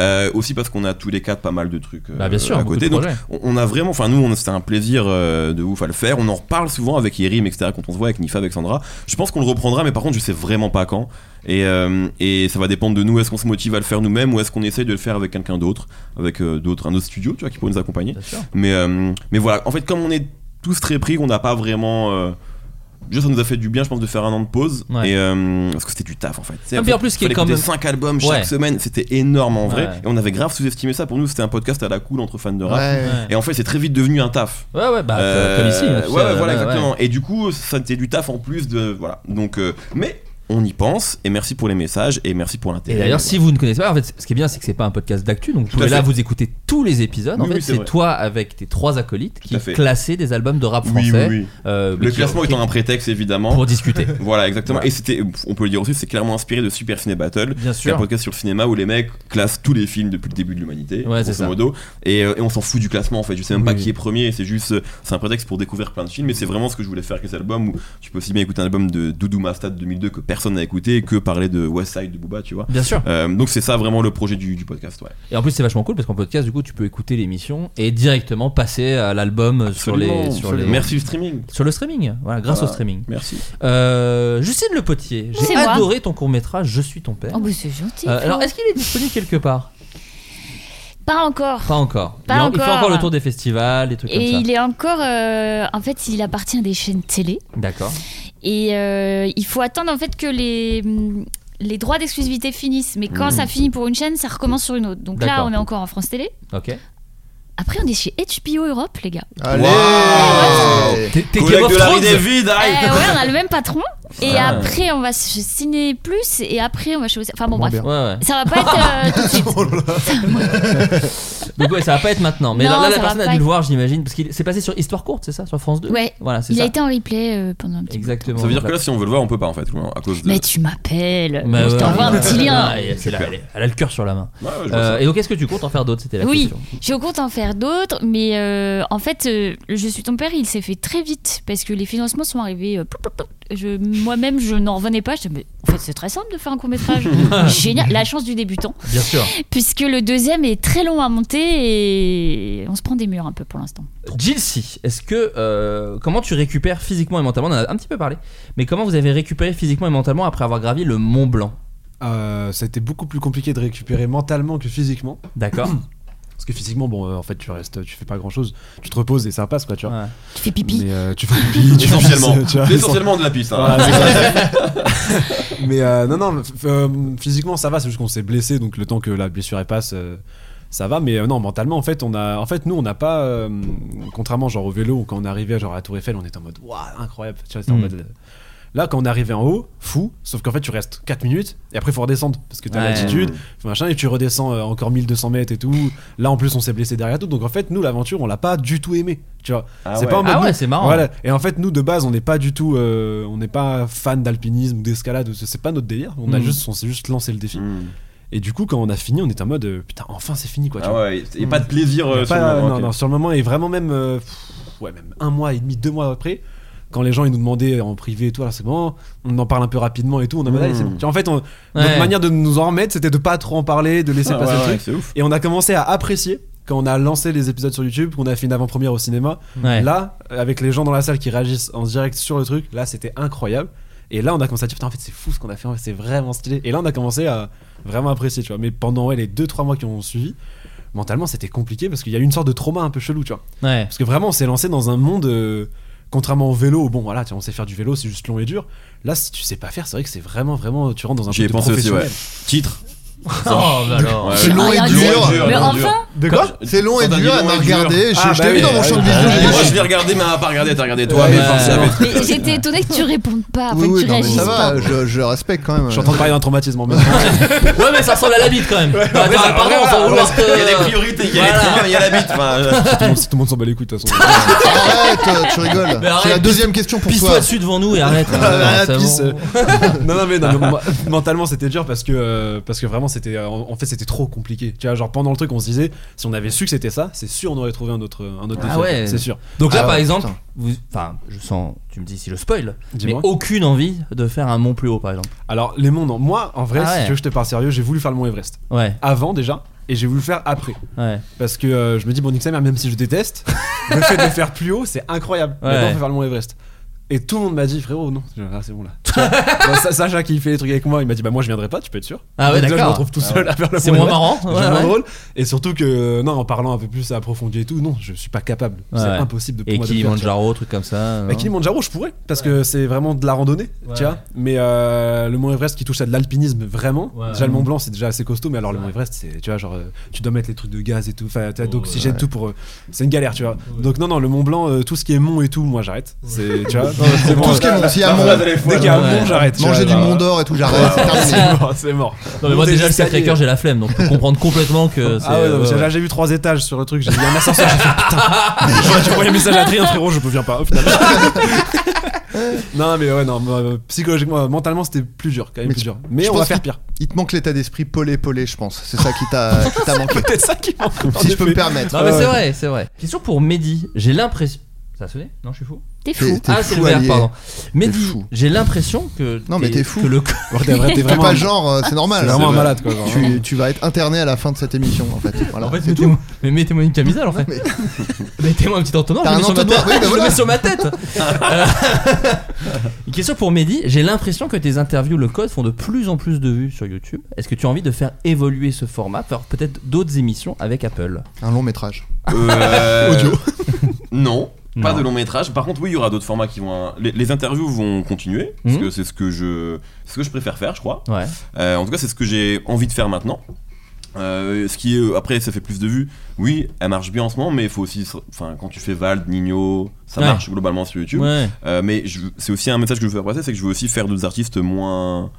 Speaker 6: Euh, aussi parce qu'on a tous les quatre pas mal de trucs euh,
Speaker 5: Bah bien sûr,
Speaker 6: à
Speaker 5: beaucoup de
Speaker 6: côté. Donc,
Speaker 5: projets.
Speaker 6: on on a vraiment, enfin nous, on- c'était un plaisir euh, de ouf à le faire. On en reparle souvent avec Yerim, etc. Quand on se voit avec Nifa, avec Sandra, je pense qu'on le reprendra, mais par contre, je sais vraiment pas quand. Et, euh, et ça va dépendre de nous. Est-ce qu'on se motive à le faire nous-mêmes ou est-ce qu'on essaye de le faire avec quelqu'un d'autre, avec euh, d'autres, un autre studio, tu vois, qui pourrait nous accompagner.
Speaker 5: Bien sûr.
Speaker 6: Mais, euh, mais voilà, en fait, comme on est tous très pris, on n'a pas vraiment. euh, Juste, ça nous a fait du bien, je pense, de faire un an de pause.
Speaker 5: Ouais.
Speaker 6: Et, euh, parce que c'était du taf, en fait.
Speaker 5: Ah, puis en plus, qui est quand même-
Speaker 6: 5 albums chaque
Speaker 5: Ouais.
Speaker 6: semaine, c'était énorme en vrai.
Speaker 5: Ouais.
Speaker 6: Et on avait grave sous-estimé ça. Pour nous, c'était un podcast à la cool entre fans de rap.
Speaker 4: Ouais.
Speaker 5: Ouais.
Speaker 6: Et en fait, c'est très vite devenu un taf.
Speaker 5: Ouais, ouais, bah
Speaker 6: Euh,
Speaker 5: comme ici. hein,
Speaker 6: ouais,
Speaker 5: tu sais,
Speaker 6: ouais,
Speaker 5: euh,
Speaker 6: voilà, exactement. Et du coup, ça c'était du taf en plus de. Voilà. Donc, euh, mais on y pense et merci pour les messages et merci pour l'intérêt.
Speaker 5: Et d'ailleurs, si vous ne connaissez pas, en fait, ce qui est bien, c'est que c'est pas un podcast d'actu, donc vous pouvez
Speaker 6: à
Speaker 5: là
Speaker 6: fait.
Speaker 5: vous écouter tous les épisodes. en
Speaker 6: Oui,
Speaker 5: fait,
Speaker 6: oui, c'est
Speaker 5: c'est
Speaker 6: vrai.
Speaker 5: toi avec tes trois acolytes qui
Speaker 6: à fait.
Speaker 5: classaient des albums de rap
Speaker 6: Oui,
Speaker 5: français.
Speaker 6: oui, oui.
Speaker 5: euh,
Speaker 6: Le
Speaker 5: qui-
Speaker 6: classement étant un prétexte évidemment.
Speaker 5: pour discuter.
Speaker 6: Voilà, exactement. Et c'était, on peut le dire aussi, c'est clairement inspiré de Super Ciné Battle,
Speaker 5: Bien
Speaker 6: qui est un
Speaker 5: sûr.
Speaker 6: podcast sur le cinéma où les mecs classent tous les films depuis le début de l'humanité,
Speaker 5: Ouais, c'est
Speaker 6: grosso
Speaker 5: ça.
Speaker 6: modo. Et, euh, et on s'en fout du classement en fait. Je sais même pas
Speaker 5: Oui.
Speaker 6: qui est premier. C'est juste, euh, c'est un prétexte pour découvrir plein de films. Et c'est vraiment ce que je voulais faire avec cet album où tu peux aussi bien écouter un album de Doudou Masta de 2002 que personne n'a écouté que parler de West Side de Booba, tu vois.
Speaker 5: Bien sûr.
Speaker 6: Euh, donc c'est ça vraiment le projet du, du podcast, ouais.
Speaker 5: Et en plus, c'est vachement cool parce qu'en podcast, du coup, tu peux écouter l'émission et directement passer à l'album sur les
Speaker 6: Absolument,
Speaker 5: sur les
Speaker 6: Merci du streaming.
Speaker 5: sur le streaming. Voilà, grâce
Speaker 6: Voilà.
Speaker 5: au streaming.
Speaker 6: Merci.
Speaker 5: Euh, Justine Le Potier, j'ai
Speaker 8: C'est moi.
Speaker 5: adoré ton court métrage. Je suis ton père.
Speaker 8: Oh, bah, c'est gentil.
Speaker 5: Euh,
Speaker 8: Flo.
Speaker 5: alors, est-ce qu'il est disponible quelque part
Speaker 8: Pas encore.
Speaker 5: Pas encore.
Speaker 8: Pas
Speaker 5: il, en- il fait
Speaker 8: encore.
Speaker 5: encore le tour des festivals, des trucs
Speaker 8: Et
Speaker 5: comme ça.
Speaker 8: il est encore. euh, en fait, il appartient à des chaînes télé.
Speaker 5: D'accord.
Speaker 8: Et euh, il faut attendre en fait que les. hum, Les droits d'exclusivité finissent, mais quand ça finit pour une chaîne, ça recommence sur une autre. Donc là,
Speaker 5: Mmh. D'accord.
Speaker 8: on est encore en France Télé.
Speaker 5: Ok.
Speaker 8: Après, on est chez HBO Europe, les gars.
Speaker 1: Ah,
Speaker 4: Allez
Speaker 5: T'es t'es Game
Speaker 6: Collègue
Speaker 5: of
Speaker 6: de la
Speaker 5: Thrones
Speaker 6: rue des vides,
Speaker 8: Eh
Speaker 6: arrête.
Speaker 8: ouais, on a le même patron. Et
Speaker 6: Ah.
Speaker 8: après, on va chez Ciné Plus. Et après, on va chez. Enfin bon,
Speaker 4: Moins
Speaker 8: bref.
Speaker 4: bien.
Speaker 5: Ouais, ouais.
Speaker 8: Ça va pas être euh, tout de suite.
Speaker 3: Oh
Speaker 5: Donc, ouais, ça va pas être maintenant. Mais
Speaker 8: Non,
Speaker 5: là, là, la
Speaker 8: ça va
Speaker 5: personne a
Speaker 8: pas
Speaker 5: dû
Speaker 8: être-
Speaker 5: le voir, j'imagine. Parce qu'il s'est passé sur Histoire Courte, c'est ça Sur France 2
Speaker 8: Ouais.
Speaker 5: Voilà, c'est
Speaker 8: Il
Speaker 5: ça.
Speaker 8: a été en replay euh, pendant un petit
Speaker 5: Exactement.
Speaker 6: Ça veut dire que là, si on veut le voir, on peut pas en fait, à cause de.
Speaker 8: Mais tu m'appelles.
Speaker 5: Bah
Speaker 8: je
Speaker 5: ouais.
Speaker 8: t'envoie un petit lien.
Speaker 5: Ah, elle, c'est là, elle est- elle a le cœur sur la main.
Speaker 6: Ouais, ouais, je vois
Speaker 5: Euh,
Speaker 6: ça.
Speaker 5: et donc, est-ce que tu comptes en faire d'autres C'était la
Speaker 8: Oui,
Speaker 5: question.
Speaker 8: je compte en faire d'autres, mais euh, en fait, euh, Je suis ton père, il s'est fait très vite parce que les financements sont arrivés. euh, plou, plou, plou. Je- Moi-même, je n'en revenais pas. Je disais, mais en fait, c'est très simple de faire un court-métrage. Génial, la chance du débutant.
Speaker 5: Bien sûr.
Speaker 8: Puisque le deuxième est très long à monter et on se prend des murs un peu pour l'instant.
Speaker 5: Jilcy, Euh, est-ce que euh, comment tu récupères physiquement et mentalement On en a un petit peu parlé, mais comment vous avez récupéré physiquement et mentalement après avoir gravi le Mont Blanc
Speaker 3: Euh, ça a été beaucoup plus compliqué de récupérer mentalement que physiquement.
Speaker 5: D'accord.
Speaker 3: Parce que physiquement, bon, euh, en fait, tu restes, tu fais pas grand chose. Tu te reposes et ça passe, quoi, tu vois.
Speaker 5: Ouais.
Speaker 8: Tu fais pipi.
Speaker 3: Mais, euh, tu fais pipi, tu
Speaker 6: Essentiellement.
Speaker 3: pisses, tu vois.
Speaker 6: Essentiellement de la piste. hein.
Speaker 3: Voilà, c'est ça. mais euh, non, non, f- euh, physiquement ça va, c'est juste qu'on s'est blessé, donc le temps que la blessure elle passe, euh, ça va. Mais euh, non, mentalement, en fait, on a, en fait, nous, on n'a pas, euh, contrairement genre au vélo, quand on arrivait genre à la Tour Eiffel, on était en mode, waouh, incroyable. Tu vois, c'était en
Speaker 5: Mm.
Speaker 3: mode, euh, Là, quand on arrivait en haut, fou, sauf qu'en fait, tu restes 4 minutes et après, faut redescendre parce que t'as
Speaker 5: Ouais.
Speaker 3: l'altitude, machin, et tu redescends euh, encore 1200 mètres et tout. Là, en plus, on s'est blessé derrière tout. Donc, en fait, nous, l'aventure, on l'a pas du tout aimé. Tu vois,
Speaker 6: Ah
Speaker 3: c'est
Speaker 6: ouais.
Speaker 3: pas en mode,
Speaker 5: Ah ouais,
Speaker 3: nous-
Speaker 5: c'est marrant.
Speaker 3: Voilà. Et en fait, nous, de base, on n'est pas du tout, euh, on n'est pas fan d'alpinisme ou d'escalade. ou ce- C'est pas notre délire. On a
Speaker 5: Mm.
Speaker 3: juste, on s'est juste lancé le défi.
Speaker 6: Hmm.
Speaker 3: Et du coup, quand on a fini, on est en mode, euh, putain, enfin, c'est fini, quoi. tu
Speaker 6: Ah
Speaker 3: vois.
Speaker 6: ouais, et pas de plaisir
Speaker 3: Y a
Speaker 6: euh, sur le
Speaker 3: pas-
Speaker 6: moment,
Speaker 3: non,
Speaker 6: ok.
Speaker 3: non, sur le moment et vraiment même euh, pff, ouais même un mois et demi deux mois après quand les gens ils nous demandaient en privé et tout alors c'est bon on en parle un peu rapidement et tout on a
Speaker 6: Mm.
Speaker 3: c'est bon. Tu vois, en fait on-
Speaker 5: Ouais.
Speaker 3: notre manière de nous en remettre c'était de pas trop en parler de laisser
Speaker 6: Ah
Speaker 3: passer
Speaker 6: ouais,
Speaker 3: le
Speaker 6: ouais,
Speaker 3: truc
Speaker 6: C'est ouf.
Speaker 3: et on a commencé à apprécier quand on a lancé les épisodes sur YouTube qu'on a fait une avant-première au cinéma
Speaker 5: Ouais.
Speaker 3: là avec les gens dans la salle qui réagissent en direct sur le truc là c'était incroyable et là on a commencé à dire putain en fait c'est fou ce qu'on a fait en fait, c'est vraiment stylé et là on a commencé à vraiment apprécier tu vois mais pendant ouais, les 2-3 mois qui ont suivi mentalement c'était compliqué parce qu'il y a eu une sorte de trauma un peu chelou tu vois
Speaker 5: Ouais.
Speaker 3: parce que vraiment on s'est lancé dans un monde euh, contrairement au vélo bon voilà tu vois, on sait faire du vélo c'est juste long et dur là si tu sais pas faire c'est vrai que c'est vraiment vraiment tu rentres dans un
Speaker 6: J'y ai
Speaker 3: truc de
Speaker 6: pensé aussi, ouais.
Speaker 3: professionnel
Speaker 6: Titre.
Speaker 5: Oh, bah alors.
Speaker 6: Ouais.
Speaker 4: C'est long et
Speaker 8: Ah,
Speaker 4: dur.
Speaker 8: Mais
Speaker 6: Dur, dur.
Speaker 8: enfin,
Speaker 4: De quoi C'est long et
Speaker 6: Quand t'as
Speaker 4: dur,
Speaker 6: dit
Speaker 4: elle
Speaker 6: long
Speaker 4: m'a
Speaker 6: et dur.
Speaker 4: regardé. Je
Speaker 3: Ah,
Speaker 4: je
Speaker 3: bah
Speaker 4: t'ai vu
Speaker 3: oui,
Speaker 4: dans mon
Speaker 3: ouais,
Speaker 4: champ de
Speaker 3: ouais.
Speaker 4: vision.
Speaker 6: Moi
Speaker 4: j'ai
Speaker 6: je
Speaker 4: dit-
Speaker 6: l'ai regardé, mais elle a pas regardé, t'as regardé toi, mais
Speaker 5: Ouais.
Speaker 6: enfin, c'est la bête.
Speaker 8: mais j'étais étonnée que tu répondes pas, enfin,
Speaker 4: Oui,
Speaker 8: que
Speaker 4: oui,
Speaker 8: tu
Speaker 4: non, mais
Speaker 8: réagisses
Speaker 4: ça
Speaker 8: pas.
Speaker 4: va, je, je respecte quand même. euh,
Speaker 3: je suis en train de parler d'un traumatisme en même temps.
Speaker 5: Ouais, mais ça ressemble à la bite quand même. Bah, attends,
Speaker 6: ça-
Speaker 5: pardon,
Speaker 6: voilà,
Speaker 5: sans vouloir te-
Speaker 6: Il y a des priorités, il y a les
Speaker 5: euh, Voilà.
Speaker 6: trains, il y a la bite. Enfin, euh,
Speaker 3: tout, le monde, tout le monde s'en bat les couilles de toute façon
Speaker 5: Ah,
Speaker 4: Arrête, euh, tu rigoles.
Speaker 5: Mais
Speaker 4: C'est la
Speaker 5: arrête,
Speaker 4: deuxième question pour
Speaker 5: Pisse-toi
Speaker 4: toi.
Speaker 5: dessus devant nous et arrête. hein.
Speaker 3: Ah,
Speaker 5: C'est
Speaker 3: pisse,
Speaker 5: bon.
Speaker 3: euh. non, non, mais, non, mais moi, mentalement c'était dur parce que euh, parce que vraiment c'était euh, en en fait c'était trop compliqué. Tu vois, genre pendant le truc on se disait si on avait su que c'était ça, c'est sûr on aurait trouvé un autre un autre
Speaker 5: Ah
Speaker 3: défi,
Speaker 5: ouais.
Speaker 3: c'est sûr.
Speaker 5: Donc là,
Speaker 4: Ah
Speaker 5: par
Speaker 4: ouais,
Speaker 5: exemple,
Speaker 4: putain.
Speaker 5: vous, enfin, je sens, tu me dis si je spoil, mais
Speaker 3: Dis-moi.
Speaker 5: aucune envie de faire un mont plus haut, par exemple.
Speaker 3: Alors les monts, non. moi en vrai,
Speaker 5: Ah ouais.
Speaker 3: si tu veux je te parle sérieux, j'ai voulu faire le Mont Everest
Speaker 5: Ouais,
Speaker 3: avant déjà et j'ai voulu le faire après
Speaker 5: ouais.
Speaker 3: parce que euh, je me dis bon nique sa mère, même si je déteste, le fait de le faire plus haut c'est incroyable.
Speaker 5: Ouais.
Speaker 3: Maintenant on peut faire le Mont Everest. Et tout le monde m'a dit frérot non Ah, c'est bon là. Tu vois, bah, Sa- Sacha qui fait les trucs avec moi il m'a dit bah moi je viendrai pas tu peux être sûr.
Speaker 5: Ah ouais,
Speaker 3: Donc là, je me
Speaker 5: d'accord.
Speaker 3: retrouve tout seul à faire le
Speaker 5: C'est
Speaker 3: Mont
Speaker 5: moins
Speaker 3: Everest.
Speaker 5: marrant. ouais,
Speaker 3: C'est vraiment
Speaker 5: ouais.
Speaker 3: drôle. Et surtout que, non, en parlant un peu plus approfondi et tout, non, je suis pas capable.
Speaker 5: Ouais,
Speaker 3: c'est
Speaker 5: ouais.
Speaker 3: impossible de pour
Speaker 5: Et
Speaker 3: moi de le faire. tu vois.
Speaker 5: Kilimanjaro, truc comme ça. hein.
Speaker 3: Bah,
Speaker 5: non
Speaker 3: Kilimanjaro, je pourrais, parce que c'est vraiment de la randonnée,
Speaker 5: Ouais.
Speaker 3: tu vois. Mais euh, le Mont Everest qui touche à de l'alpinisme, vraiment.
Speaker 5: Ouais.
Speaker 3: Déjà, le Mont Blanc, c'est déjà assez costaud, mais alors le Mont Everest, c'est, tu vois, genre, euh, tu dois mettre les trucs de gaz et tout, enfin,
Speaker 5: Oh,
Speaker 3: t'as d'oxygène, tout pour. euh, c'est une galère, tu vois. Donc, non, non, le Mont Blanc, euh, tout ce qui est mont et tout, moi, j'arrête. C'est, tu vois, c'est bon,
Speaker 4: Tout ce qui est mon. S'il y a
Speaker 6: la
Speaker 4: mon.
Speaker 6: phrase, elle est
Speaker 3: Dès
Speaker 6: folle.
Speaker 3: qu'il y a pas
Speaker 5: Ouais.
Speaker 3: bon, j'arrête.
Speaker 4: Manger du Mont d'Or et tout, j'arrête. c'est terminé.
Speaker 3: C'est mort, c'est mort.
Speaker 5: Non, mais moi
Speaker 3: Monter
Speaker 5: déjà le
Speaker 3: l'escalier.
Speaker 5: Sacré-Cœur, j'ai la flemme, donc je peux comprendre complètement que c'est.
Speaker 3: Ah ouais, non,
Speaker 5: ouais,
Speaker 3: j'ai-
Speaker 5: ouais.
Speaker 3: là j'ai vu trois étages sur le truc, j'ai dit il y a un ascenseur, j'ai fait putain. J'aurais dû envoyer un message à Adrien, frérot, je peux viens pas au final. non, mais ouais, non, moi, euh, psychologiquement, euh, mentalement c'était plus dur, quand même
Speaker 4: Mais
Speaker 3: plus
Speaker 4: tu-
Speaker 3: dur. Mais
Speaker 4: je
Speaker 3: on va
Speaker 4: pense
Speaker 3: faire
Speaker 4: que-
Speaker 3: pire.
Speaker 4: Il te manque l'état d'esprit polé-polé, je pense. C'est ça qui t'a qui t'a manqué.
Speaker 3: C'était ça qui manque. en
Speaker 4: Si je peux me
Speaker 3: effet.
Speaker 4: permettre.
Speaker 5: Non, mais
Speaker 3: Ouais.
Speaker 5: c'est vrai, c'est vrai. Question pour Mehdi. J'ai l'impression. Ça a sonné Non, je suis fou.
Speaker 8: T'es
Speaker 4: T'es-
Speaker 8: fou.
Speaker 4: t'es
Speaker 5: Ah, c'est
Speaker 4: fou,
Speaker 5: le verre,
Speaker 4: Allier.
Speaker 5: pardon. Mehdi,
Speaker 4: fou.
Speaker 5: j'ai l'impression que.
Speaker 4: Non, mais
Speaker 5: t'es-
Speaker 4: t'es fou.
Speaker 5: Que le
Speaker 3: Ouais, t'es vrai, t'es
Speaker 4: Fais
Speaker 3: vraiment.
Speaker 4: pas genre, euh, c'est normal.
Speaker 3: T'es vraiment un
Speaker 4: C'est-
Speaker 3: malade quoi. genre, vraiment.
Speaker 4: Tu, tu vas être interné à la fin de cette émission en fait. Voilà,
Speaker 5: En fait,
Speaker 4: c'est
Speaker 5: mettez-moi- Mais mettez-moi une camisole en fait.
Speaker 4: Mais-
Speaker 5: Mettez-moi un petit entonnoir, je
Speaker 4: T'as
Speaker 5: le
Speaker 4: un
Speaker 5: mets sur ma tête.
Speaker 4: entonnoir, oui, bah
Speaker 5: Je le
Speaker 4: voilà.
Speaker 5: mets sur ma tête. Euh, Une question pour Mehdi. J'ai l'impression que tes interviews le code font de plus en plus de vues sur YouTube. Est-ce que tu as envie de faire évoluer ce format, faire peut-être d'autres émissions avec Apple
Speaker 4: Un long métrage.
Speaker 6: Euh, Non. Pas
Speaker 5: Non.
Speaker 6: de long métrage. Par contre, oui, il y aura d'autres formats qui vont. euh, Les, les interviews vont continuer parce
Speaker 5: Mhm.
Speaker 6: que c'est ce que je, c'est ce que je préfère faire, je crois.
Speaker 5: Ouais.
Speaker 6: Euh, en tout cas, c'est ce que j'ai envie de faire maintenant. Euh, ce qui est, après, ça fait plus de vues. Oui, elle marche bien en ce moment, mais il faut aussi, enfin, quand tu fais Vald, Nino, ça
Speaker 5: Ouais.
Speaker 6: marche globalement sur YouTube.
Speaker 5: Ouais.
Speaker 6: Euh, mais je- c'est aussi un message que je veux faire passer, c'est que je veux aussi faire d'autres artistes moins